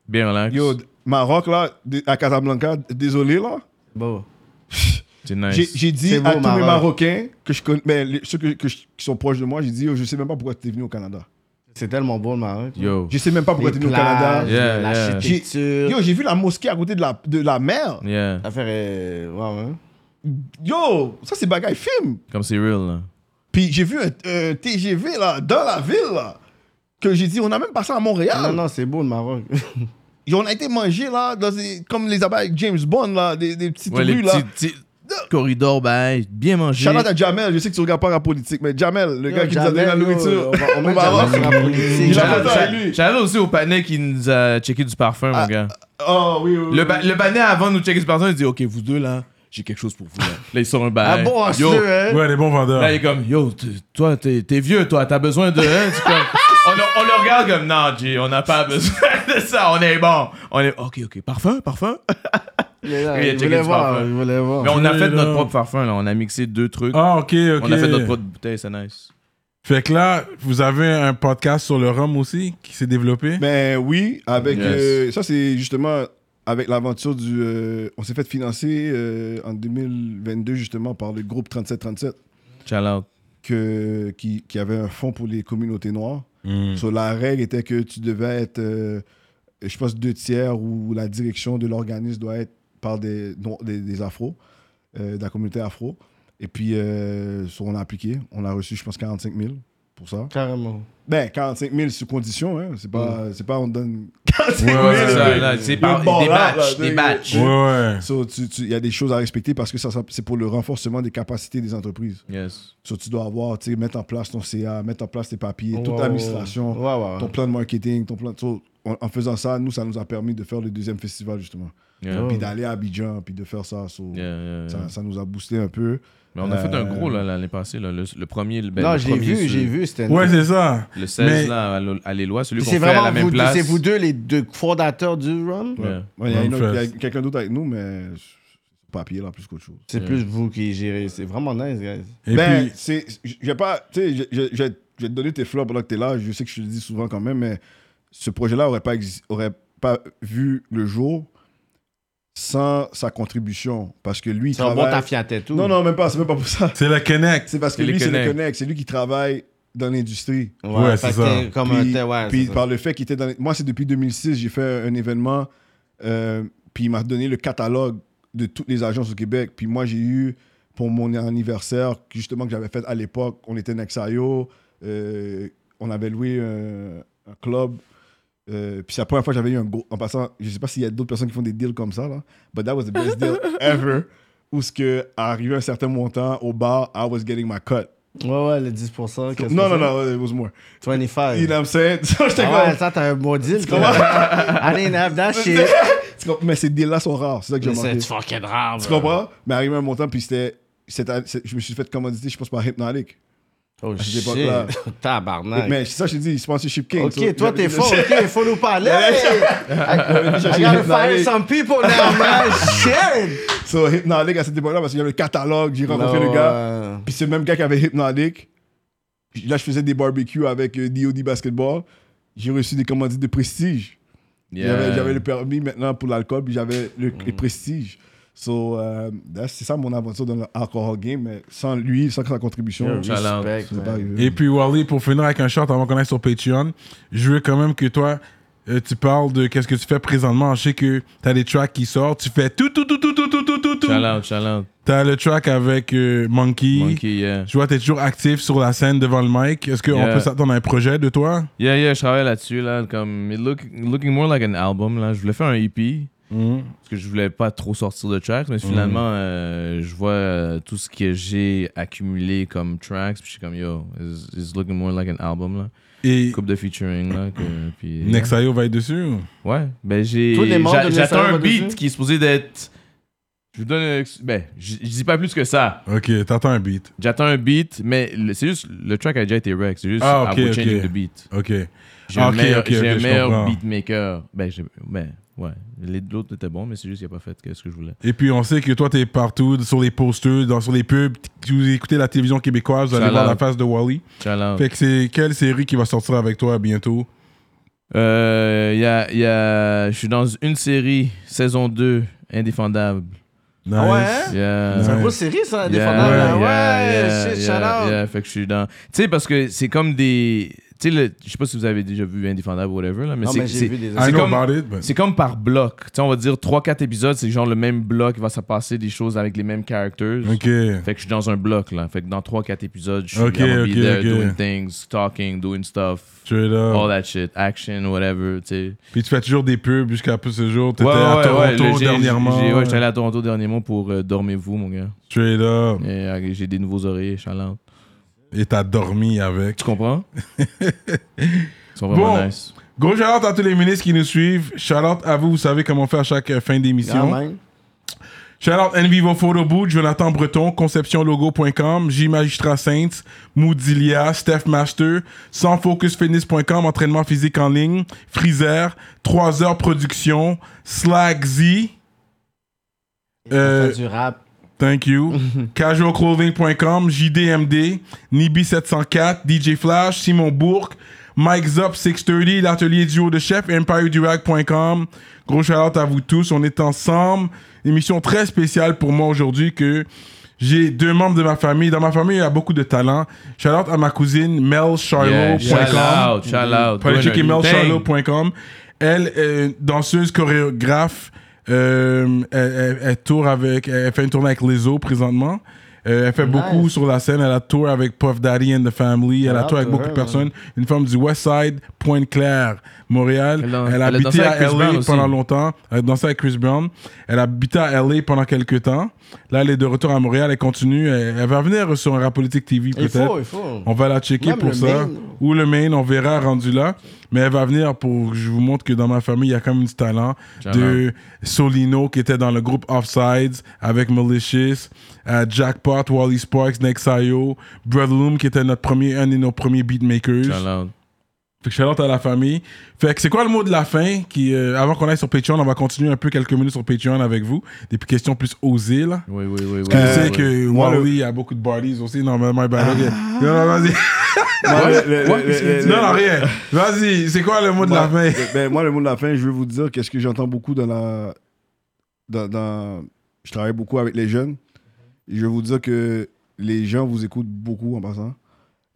Speaker 4: Bien relax.
Speaker 5: Yo, d- Maroc, là, d- à Casablanca, d- désolé, là.
Speaker 2: Bon.
Speaker 4: C'est
Speaker 5: J'ai-
Speaker 4: nice.
Speaker 5: J'ai dit
Speaker 2: C'est beau,
Speaker 5: à tous mes
Speaker 2: Maroc.
Speaker 5: Marocains que je connais, mais les- ceux que- que je- qui sont proches de moi, j'ai dit, yo, je sais même pas pourquoi tu es venu au Canada.
Speaker 2: C'est tellement beau le Maroc.
Speaker 4: Yo.
Speaker 5: Je sais même pas pourquoi tu
Speaker 2: Les
Speaker 5: es venu au
Speaker 2: plages,
Speaker 5: Canada.
Speaker 4: Yeah,
Speaker 2: l'architecture.
Speaker 5: Yo, j'ai vu la mosquée à côté de la, de la mer.
Speaker 4: Yeah.
Speaker 2: L'affaire est. Ouais, ouais.
Speaker 5: Yo, ça, c'est bagaille film.
Speaker 4: Comme c'est real, là.
Speaker 5: Puis j'ai vu un, un TGV, là, dans la ville, là, que j'ai dit, on a même passé à Montréal.
Speaker 2: Non, non, c'est beau le Maroc.
Speaker 5: Et on a été mangé, là, dans des- comme les abeilles avec James Bond, là, des, des petites
Speaker 4: Ouais,
Speaker 5: rues,
Speaker 4: les
Speaker 5: là.
Speaker 4: petits, petits corridors, ben, bien mangé.
Speaker 5: Shout out à Jamel, je sais que tu regardes pas la politique, mais Jamel, le
Speaker 2: Yo,
Speaker 5: gars qui nous a
Speaker 2: Jamel,
Speaker 5: donné la
Speaker 2: yo,
Speaker 5: nourriture.
Speaker 2: on va- on met
Speaker 5: au Maroc.
Speaker 2: Jamel sur la politique.
Speaker 5: Il a
Speaker 4: Shout
Speaker 5: fait
Speaker 4: out-
Speaker 5: ça avec lui.
Speaker 4: shout out aussi au panais qui nous a checké du parfum, mon gars.
Speaker 5: Oh oui, oui.
Speaker 4: Le, ba- le panais, avant de nous checker du parfum, il dit Ok, vous deux, là, j'ai quelque chose pour vous. Là, Là, il sort un bail.
Speaker 2: Ah bon, à
Speaker 4: Yo.
Speaker 2: ceux,
Speaker 5: Euh.
Speaker 2: hein?
Speaker 1: Ouais, les bons vendeurs.
Speaker 4: Là, il est comme Yo, t- toi, t'es t'es vieux, toi, t'as besoin de. hein? C'est comme- on, le- on le regarde comme Non, Jay, on n'a pas besoin de ça, on est bon. On est Ok, ok, parfum, parfum.
Speaker 2: Il est là,
Speaker 4: Il
Speaker 2: Il
Speaker 4: a checké
Speaker 2: voulait
Speaker 4: du
Speaker 2: voir.
Speaker 4: parfum.
Speaker 2: Il voulait
Speaker 4: hein. Mais
Speaker 2: voir.
Speaker 4: on a
Speaker 1: Ok,
Speaker 4: fait notre
Speaker 1: là.
Speaker 4: propre parfum, là, on a mixé deux trucs.
Speaker 1: Ah, ok, ok.
Speaker 4: On a fait notre propre bouteille, c'est nice.
Speaker 1: Fait que là, vous avez un podcast sur le rhum aussi qui s'est développé.
Speaker 5: Ben oui, avec
Speaker 4: Yes.
Speaker 5: euh, ça c'est justement avec l'aventure du, euh, on s'est fait financer euh, en 2022 justement par le groupe 3737
Speaker 4: Shout out.
Speaker 5: que qui, qui avait un fonds pour les communautés noires.
Speaker 4: Hmm.
Speaker 1: Mm.
Speaker 5: So, la règle était que tu devais être, euh, je pense deux tiers ou la direction de l'organisme doit être par des non- des, des afros, euh, de la communauté afro. Et puis euh, so, on a appliqué, on a reçu je pense 45 000 pour ça.
Speaker 2: Carrément.
Speaker 5: Ben 45 000 sous condition, hein. c'est pas c'est pas on donne
Speaker 4: Ouais, c'est ça, là, c'est par-
Speaker 5: bon,
Speaker 4: des
Speaker 5: là,
Speaker 4: batchs,
Speaker 5: là,
Speaker 4: des
Speaker 5: des-
Speaker 4: batchs.
Speaker 1: Ouais, ouais.
Speaker 5: So, tu- tu- Il y a des choses à respecter parce que ça, ça- c'est pour le renforcement des capacités des entreprises.
Speaker 4: Yes.
Speaker 5: So, tu dois avoir, tu sais, mettre en place ton CA, mettre en place tes papiers, toute
Speaker 2: Ouais,
Speaker 5: l'administration,
Speaker 2: Ouais, ouais.
Speaker 5: ton plan de marketing, ton plan de... so, en, en faisant ça, nous, ça nous a permis de faire le deuxième festival, justement.
Speaker 4: Yeah.
Speaker 2: Oh.
Speaker 5: Puis d'aller à Abidjan, puis de faire ça. So,
Speaker 4: Yeah, yeah, yeah.
Speaker 5: ça, ça nous a boosté un peu.
Speaker 4: Mais on a fait un
Speaker 5: Euh,
Speaker 4: gros là, l'année passée, là, le, le premier. Le, ben,
Speaker 2: Non,
Speaker 4: le
Speaker 2: je l'ai
Speaker 4: premier
Speaker 2: vu,
Speaker 4: sur-
Speaker 2: j'ai vu.
Speaker 5: Ben,
Speaker 2: C'était une-
Speaker 1: Ouais, c'est ça.
Speaker 4: Le 16
Speaker 1: Mais-
Speaker 4: là, à l'O- à l'Éloi, celui qu'on
Speaker 2: C'est
Speaker 4: fait à la
Speaker 2: vraiment
Speaker 4: même
Speaker 2: vous,
Speaker 4: place.
Speaker 2: c'est vous deux les deux fondateurs du Run?
Speaker 4: Yeah.
Speaker 5: Ouais, Il y a,
Speaker 1: Run
Speaker 5: une autre- il y a
Speaker 1: Fest.
Speaker 5: quelqu'un d'autre avec nous, mais c'est papier, là, plus qu'autre chose.
Speaker 4: Mm.
Speaker 2: C'est plus vous qui gérez. C'est vraiment nice, guys.
Speaker 1: Et
Speaker 5: ben,
Speaker 1: puis,
Speaker 5: c'est, je je vais pas, tu sais, je, je- je vais te- je vais te donner tes flops pendant que t'es là. Je sais que je te le dis souvent quand même, mais ce projet-là aurait pas, exi- aurait pas vu le jour sans sa contribution, parce que lui, il
Speaker 2: C'est un bon
Speaker 5: travaille.
Speaker 2: ta fiat et tout.
Speaker 5: non, non, même pas. C'est même pas pour ça.
Speaker 1: c'est la Connect.
Speaker 5: C'est parce que
Speaker 4: C'est les
Speaker 5: lui, c'est le
Speaker 4: connects.
Speaker 5: connect. C'est lui qui travaille dans l'industrie.
Speaker 1: Ouais,
Speaker 2: fait
Speaker 1: c'est
Speaker 2: que
Speaker 1: ça.
Speaker 2: t'es Comme un
Speaker 5: Puis,
Speaker 2: t'es- ouais,
Speaker 5: puis
Speaker 2: Ah, c'est ça.
Speaker 5: par le fait qu'il était dans. les- Moi, c'est depuis 2006, j'ai fait un événement, euh, puis il m'a donné le catalogue de toutes les agences au Québec. Puis moi, j'ai eu, pour mon anniversaire, que justement, que j'avais fait à l'époque, on était Nexayo, euh, on avait loué un, un club. euh, puis c'est la première fois que j'avais eu un gros. En passant, je sais pas s'il y a d'autres personnes qui font des deals comme ça, là. But that was the best deal ever. Où ce que, arrivé un certain montant au bar, I was getting my cut.
Speaker 2: Ouais, ouais, le 10%. qu'est-ce
Speaker 5: Non,
Speaker 2: que
Speaker 5: non,
Speaker 2: c'est?
Speaker 5: non, it was more. You
Speaker 2: 25.
Speaker 5: know what I'm saying? So, j'étais
Speaker 2: Ah
Speaker 5: comme-
Speaker 2: ouais, ça, t'as un beau deal. quoi. I didn't have that shit.
Speaker 5: Tu comprends? Mais ces deals-là sont rares, c'est ça que j'ai
Speaker 2: Mais C'est
Speaker 5: remarqué.
Speaker 2: fucking rare,
Speaker 5: Tu
Speaker 2: bro.
Speaker 5: comprends? Mais arrivé un montant, puis c'était. c'était- c'est- Je me suis fait commanditer, je pense, par Hypnotic.
Speaker 2: Oh
Speaker 5: cette
Speaker 2: shit.
Speaker 5: époque-là.
Speaker 2: Tabarnak.
Speaker 5: Mais c'est ça, que je te dis, sponsorship king. tu vois.
Speaker 2: Ok, toi t'es
Speaker 5: J'avais-
Speaker 2: fort, ok, faut nous parler. I
Speaker 5: cherché
Speaker 2: gotta
Speaker 5: Hypnotic.
Speaker 2: fire some people now, man. Shit!
Speaker 5: So, Hypnotic à cette époque-là, parce qu'il y avait le catalogue, j'ai rencontré le gars.
Speaker 2: gars.
Speaker 5: Puis c'est le même gars qui avait Hypnotic. Là, je faisais des barbecues avec euh, DOD Basketball. J'ai reçu des commandites de prestige.
Speaker 4: Yeah.
Speaker 5: J'avais- J'avais le permis maintenant pour l'alcool, puis j'avais le, les prestige. So, euh, là, c'est ça mon aventure dans l'alcohol game, mais sans lui, sans sa contribution,
Speaker 4: Yeah, shout out.
Speaker 5: ça serait pas arrivé.
Speaker 1: Et puis Wally, pour finir avec un short avant qu'on aille sur Patreon, je veux quand même que toi, euh, tu parles de qu'est-ce que tu fais présentement. Je sais que t'as des tracks qui sortent, tu fais tout, tout, tout, tout, tout, tout, tout, tout, tout.
Speaker 4: Shout out, shout out.
Speaker 1: T'as le track avec euh, Monkey.
Speaker 4: Monkey, yeah.
Speaker 1: Je vois, t'es toujours actif sur la scène devant le mic. Est-ce qu'on
Speaker 4: Yeah.
Speaker 1: peut s'attendre à un projet de toi?
Speaker 4: Yeah, yeah, je travaille là-dessus, là. Comme, it look, looking more like an album, là. Je voulais faire un EP. Parce que je voulais pas trop sortir de tracks,
Speaker 1: Mm.
Speaker 4: mais finalement, euh, je vois euh, tout ce que j'ai accumulé comme tracks, puis je suis comme, yo, it's, it's looking more like an album, là.
Speaker 1: Et
Speaker 4: Coupe de featuring, là. que- puis,
Speaker 1: Nexayo va être dessus? ou?
Speaker 4: Ouais, ben j'ai.
Speaker 2: Tous les membres
Speaker 4: j'a-
Speaker 2: de
Speaker 4: J'attends
Speaker 2: Nexayo
Speaker 4: un
Speaker 2: vont
Speaker 4: beat
Speaker 2: dessus?
Speaker 4: qui est supposé d'être. Je vous donne. un ex- Ben, je je dis pas plus que ça.
Speaker 1: Ok, t'attends un beat.
Speaker 4: J'attends un beat, mais le- c'est juste. Le track a déjà été rec. C'est juste.
Speaker 1: Ah,
Speaker 4: I
Speaker 1: ok,
Speaker 4: will change
Speaker 1: ok.
Speaker 4: the beat.
Speaker 1: Ok.
Speaker 4: J'ai
Speaker 1: Ah,
Speaker 4: un
Speaker 1: ok,
Speaker 4: meilleur,
Speaker 1: ok,
Speaker 4: j'ai
Speaker 1: ok,
Speaker 4: un
Speaker 1: je
Speaker 4: meilleur
Speaker 1: comprends.
Speaker 4: beatmaker. Ben, j'ai- ben, ouais. Les- L'autre était bon, mais c'est juste qu'il a pas fait ce que je voulais.
Speaker 1: Et puis on sait que toi t'es partout sur les posters, dans sur les pubs. t- Vous écoutez la télévision québécoise, vous allez
Speaker 4: Shout
Speaker 1: voir
Speaker 4: out.
Speaker 1: la face de Wally.
Speaker 4: Shout out.
Speaker 1: Fait que c'est quelle série qui va sortir avec toi bientôt
Speaker 4: Euh, y a, y a, je suis dans une série, saison 2, indéfendable.
Speaker 1: Nice.
Speaker 2: Ah ouais, hein?
Speaker 4: Y a-
Speaker 2: C'est
Speaker 1: Ouais.
Speaker 2: une grosse série, ça,
Speaker 4: Yeah,
Speaker 2: Défendable. là.
Speaker 4: yeah, yeah,
Speaker 2: ouais, shit,
Speaker 4: yeah,
Speaker 2: shout out.
Speaker 4: yeah. fait que je suis dans. Tu sais, parce que c'est comme des. Tu sais, le- je sais pas si vous avez déjà vu Indéfendable ou whatever, là, mais
Speaker 2: Non,
Speaker 4: c'est-
Speaker 2: mais j'ai
Speaker 4: c'est.
Speaker 2: vu des
Speaker 1: I
Speaker 4: c'est
Speaker 1: know
Speaker 4: comme-
Speaker 1: about it, but-
Speaker 4: C'est comme par bloc. Tu sais, on va dire 3-4 épisodes, c'est genre le même bloc, il va se passer des choses avec les mêmes characters.
Speaker 1: Ok.
Speaker 4: Fait que je suis dans un bloc, là. Fait que dans 3-4 épisodes, je suis
Speaker 1: Ok,
Speaker 4: I'm gonna be
Speaker 1: ok,
Speaker 4: there
Speaker 1: ok. Ah.
Speaker 4: doing things, talking, doing stuff,
Speaker 1: Straight up.
Speaker 4: all that shit, action, whatever, tu sais.
Speaker 1: Puis tu fais toujours des pubs jusqu'à peu ce jour. T'étais
Speaker 4: Ouais,
Speaker 1: à
Speaker 4: ouais,
Speaker 1: Toronto
Speaker 4: ouais, le- j'ai-
Speaker 1: dernièrement.
Speaker 4: j'ai- Ouais, j'étais allé à Toronto dernièrement pour euh, Dormez-vous, mon gars.
Speaker 1: Straight up.
Speaker 4: Et, euh, j'ai des nouveaux oreillers, chalante.
Speaker 1: Et t'as dormi avec.
Speaker 4: Tu comprends? Ils sont vraiment
Speaker 1: Bon.
Speaker 4: nice.
Speaker 1: Gros shout out à tous les ministres qui nous suivent. Shout out à vous. Vous savez comment faire chaque euh, fin
Speaker 2: Yeah,
Speaker 1: d'émission.
Speaker 2: man.
Speaker 1: Shout out Envivo Photo Boot, Jonathan Breton, conceptionlogo.com, J Magistrat Saints, Moodilia, Steph Master, sansfocusfitness.com, entraînement physique en ligne, Freezer, 3 heures production, Slack Z, euh,
Speaker 2: Fait du rap.
Speaker 1: Thank you. CasualClothing.com, JDMD, Nibi704, DJ Flash, Simon Bourque, Mike's Up 630, l'atelier duo de chef, EmpireDurag.com. Gros shout-out à vous tous. On est ensemble. Émission très spéciale pour moi aujourd'hui que j'ai deux membres de ma famille. Dans ma famille, il y a beaucoup de talent. Shout-out à ma cousine
Speaker 4: Yeah,
Speaker 1: melcharlot.com.
Speaker 4: shout out, shout out.
Speaker 1: Pour aller checker
Speaker 4: Winner.
Speaker 1: melcharlot.com. Elle, euh, danseuse, chorégraphe, euh, elle, elle- elle tourne avec, elle fait une tournée avec Lizzo présentement. Euh, elle fait beaucoup sur la scène. Elle a tour avec Puff Daddy and the Family. Elle a
Speaker 2: out
Speaker 1: tour
Speaker 2: to
Speaker 1: avec beaucoup
Speaker 2: her,
Speaker 1: de personnes. Une femme du West Side, Pointe-Claire, Montréal.
Speaker 4: Elle
Speaker 1: Elle
Speaker 4: a-
Speaker 1: a,
Speaker 4: elle a dansé
Speaker 1: habité
Speaker 4: avec
Speaker 1: à
Speaker 4: Chris
Speaker 1: LA
Speaker 4: Brown aussi.
Speaker 1: pendant longtemps. Elle a dansé avec Chris Brown. Elle a habité à LA pendant quelques temps. Là, elle est de retour à Montréal. Elle continue. Elle, elle va venir sur un rap politique TV
Speaker 4: Euh,
Speaker 2: Il
Speaker 1: peut-être.
Speaker 2: faut, il faut.
Speaker 1: On va la checker
Speaker 2: Même
Speaker 1: pour
Speaker 2: le
Speaker 1: ça.
Speaker 2: main.
Speaker 1: Ou le main, on verra rendu là. Mais elle va venir pour que je vous montre que dans ma famille, il y a quand même du talent. De Solino qui était dans le groupe Offsides avec Malicious, euh, Jackpot, Wally Sparks, Nexio, Brotherloom qui était notre premier, un de nos premiers
Speaker 4: Shout
Speaker 1: beatmakers.
Speaker 4: out.
Speaker 1: Fait que shout out à la famille. Fait que c'est quoi le mot de la fin qui, euh, Avant qu'on aille sur Patreon, on va continuer un peu quelques minutes sur Patreon avec vous. Des questions plus osées là.
Speaker 4: Oui, oui, oui. oui,
Speaker 1: Je
Speaker 4: oui,
Speaker 2: Euh,
Speaker 1: sais
Speaker 4: oui.
Speaker 1: que
Speaker 5: moi, le-
Speaker 1: Wally a beaucoup de bodies aussi. Non, mais my bad. ok.
Speaker 2: Ah.
Speaker 1: Non, non, vas-y.
Speaker 5: Non, le- le- le- le- le-
Speaker 1: Non, non, rien. Vas-y, c'est quoi le mot de la
Speaker 5: Moi,
Speaker 1: fin?
Speaker 5: euh, ben, moi, le mot de la fin, je veux vous dire qu'est-ce que j'entends beaucoup dans la. Dans, dans- Je travaille beaucoup avec les jeunes. Je veux vous dire que les gens vous écoutent beaucoup en passant.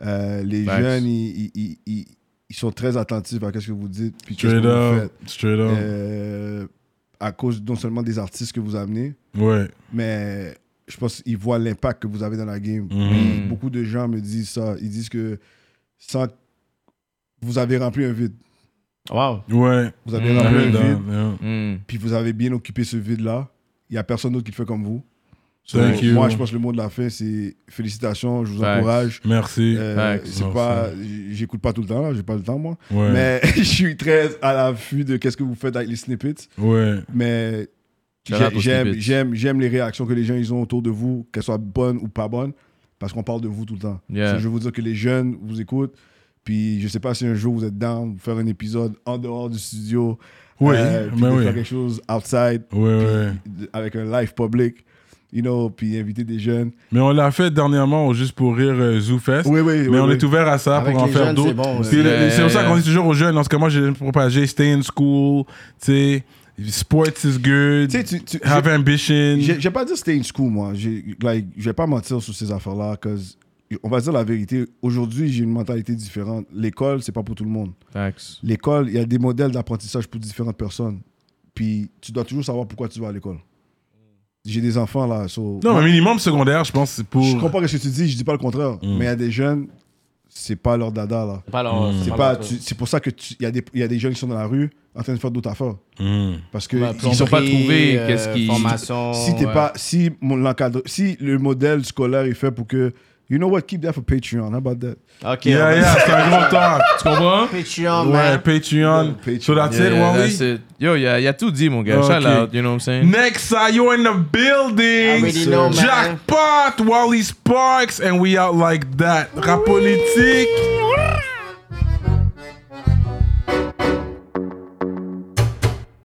Speaker 5: Euh, les
Speaker 4: Thanks.
Speaker 5: jeunes, ils, ils- ils- ils- ils sont très attentifs à ce que vous dites. Puis qu'est-ce
Speaker 1: Straight
Speaker 5: que vous
Speaker 1: up.
Speaker 5: faites.
Speaker 1: Straight up.
Speaker 5: Euh, à cause non seulement des artistes que vous amenez,
Speaker 1: Ouais.
Speaker 5: mais je pense qu'ils voient l'impact que vous avez dans la game.
Speaker 1: Mhm.
Speaker 5: Beaucoup de gens me disent ça. Ils disent que sans... vous avez rempli un vide.
Speaker 2: Wow.
Speaker 1: Ouais.
Speaker 5: Vous avez
Speaker 4: Mhm.
Speaker 5: rempli un
Speaker 1: Ouais,
Speaker 5: vide.
Speaker 1: yeah.
Speaker 4: Mm.
Speaker 5: puis vous avez bien occupé ce vide-là. Il n'y a personne d'autre qui le fait comme vous. So,
Speaker 1: Thank you.
Speaker 5: Moi, je pense que le mot de la fin, c'est félicitations, je vous
Speaker 4: Thanks.
Speaker 5: encourage.
Speaker 1: Merci.
Speaker 5: Euh,
Speaker 4: Thanks.
Speaker 5: c'est
Speaker 1: Merci.
Speaker 5: pas, j'écoute pas tout le temps, là, j'ai pas le temps, moi.
Speaker 1: Ouais.
Speaker 5: Mais je suis très à l'affût de qu'est-ce que vous faites avec les snippets.
Speaker 1: Ouais.
Speaker 5: Mais
Speaker 4: Shout out
Speaker 5: j'ai-
Speaker 4: aux
Speaker 5: j'aime,
Speaker 4: snippets.
Speaker 5: j'aime, j'aime les réactions que les gens ils ont autour de vous, qu'elles soient bonnes ou pas bonnes, parce qu'on parle de vous tout le temps.
Speaker 4: Yeah.
Speaker 5: So, je veux vous dire que les jeunes vous écoutent. Puis je sais pas si un jour vous êtes down, vous faire un épisode en dehors du studio, euh,
Speaker 1: Oui,
Speaker 5: puis
Speaker 1: mais
Speaker 5: de
Speaker 1: oui.
Speaker 5: faire quelque chose outside,
Speaker 1: Ouais,
Speaker 5: puis
Speaker 1: ouais.
Speaker 5: de- avec un live public, you know, puis inviter des jeunes.
Speaker 1: Mais on l'a fait dernièrement au Juste pour Rire euh, ZooFest.
Speaker 5: Oui, oui,
Speaker 1: Mais
Speaker 5: oui,
Speaker 1: on
Speaker 5: oui.
Speaker 1: est ouvert à ça
Speaker 2: Avec
Speaker 1: pour en
Speaker 2: les
Speaker 1: faire
Speaker 2: jeunes, c'est
Speaker 1: d'autres.
Speaker 2: bon.
Speaker 1: Puis
Speaker 2: ouais.
Speaker 1: le-
Speaker 4: Yeah,
Speaker 1: C'est
Speaker 4: yeah,
Speaker 1: pour ça qu'on
Speaker 4: yeah.
Speaker 1: dit toujours aux jeunes, en ce cas, moi, j'ai propagé stay in school, tu sais, sports is good,
Speaker 5: Tu sais, tu- tu-
Speaker 1: have
Speaker 5: j'ai-
Speaker 1: ambition.
Speaker 5: j'ai j'ai pas dit c'était une school, moi. J'ai- Like, je vais pas mentir sur ces affaires-là, cause on va dire la vérité. Aujourd'hui, j'ai une mentalité différente. L'école, c'est pas pour tout le monde.
Speaker 4: Thanks.
Speaker 5: L'école, il y a des modèles d'apprentissage pour différentes personnes. Puis tu dois toujours savoir pourquoi tu vas à l'école. J'ai des enfants là. so-
Speaker 1: Non, mais minimum secondaire, je pense, c'est pour. Mm.
Speaker 5: Je comprends ce que tu dis, je dis pas le contraire. Mais il y a des jeunes, c'est pas leur dada là.
Speaker 2: C'est pas leur-
Speaker 5: C'est pas, tu- c'est pour ça que tu- il y, a des- il y a des jeunes qui sont dans la rue en train de faire d'autres affaires.
Speaker 1: Mm.
Speaker 5: Parce que
Speaker 2: Ouais,
Speaker 5: ils
Speaker 2: plomberie,
Speaker 5: sont
Speaker 4: pas trouvé qu'est-ce
Speaker 2: euh,
Speaker 4: qui-
Speaker 2: Formation.
Speaker 5: si t'es
Speaker 2: ouais.
Speaker 5: pas si mon l'encadre- si le modèle scolaire est fait pour que You know what? Keep that for Patreon. How about that?
Speaker 2: OK.
Speaker 1: Yeah, yeah, c'est un gros talk. Tu comprends?
Speaker 2: Patreon,
Speaker 1: Ouais,
Speaker 2: Oh, man.
Speaker 1: Patreon.
Speaker 5: Patreon.
Speaker 1: So that's it,
Speaker 4: Yeah,
Speaker 1: Wally.
Speaker 4: that's it. Yo, il a, il a tout dit, mon gars.
Speaker 1: Ok.
Speaker 4: Shout out, you know what I'm saying?
Speaker 1: Next, uh, you're in the building.
Speaker 2: Already know, man.
Speaker 1: Jackpot, Wally Sparks, and we out like that. Rapolitique.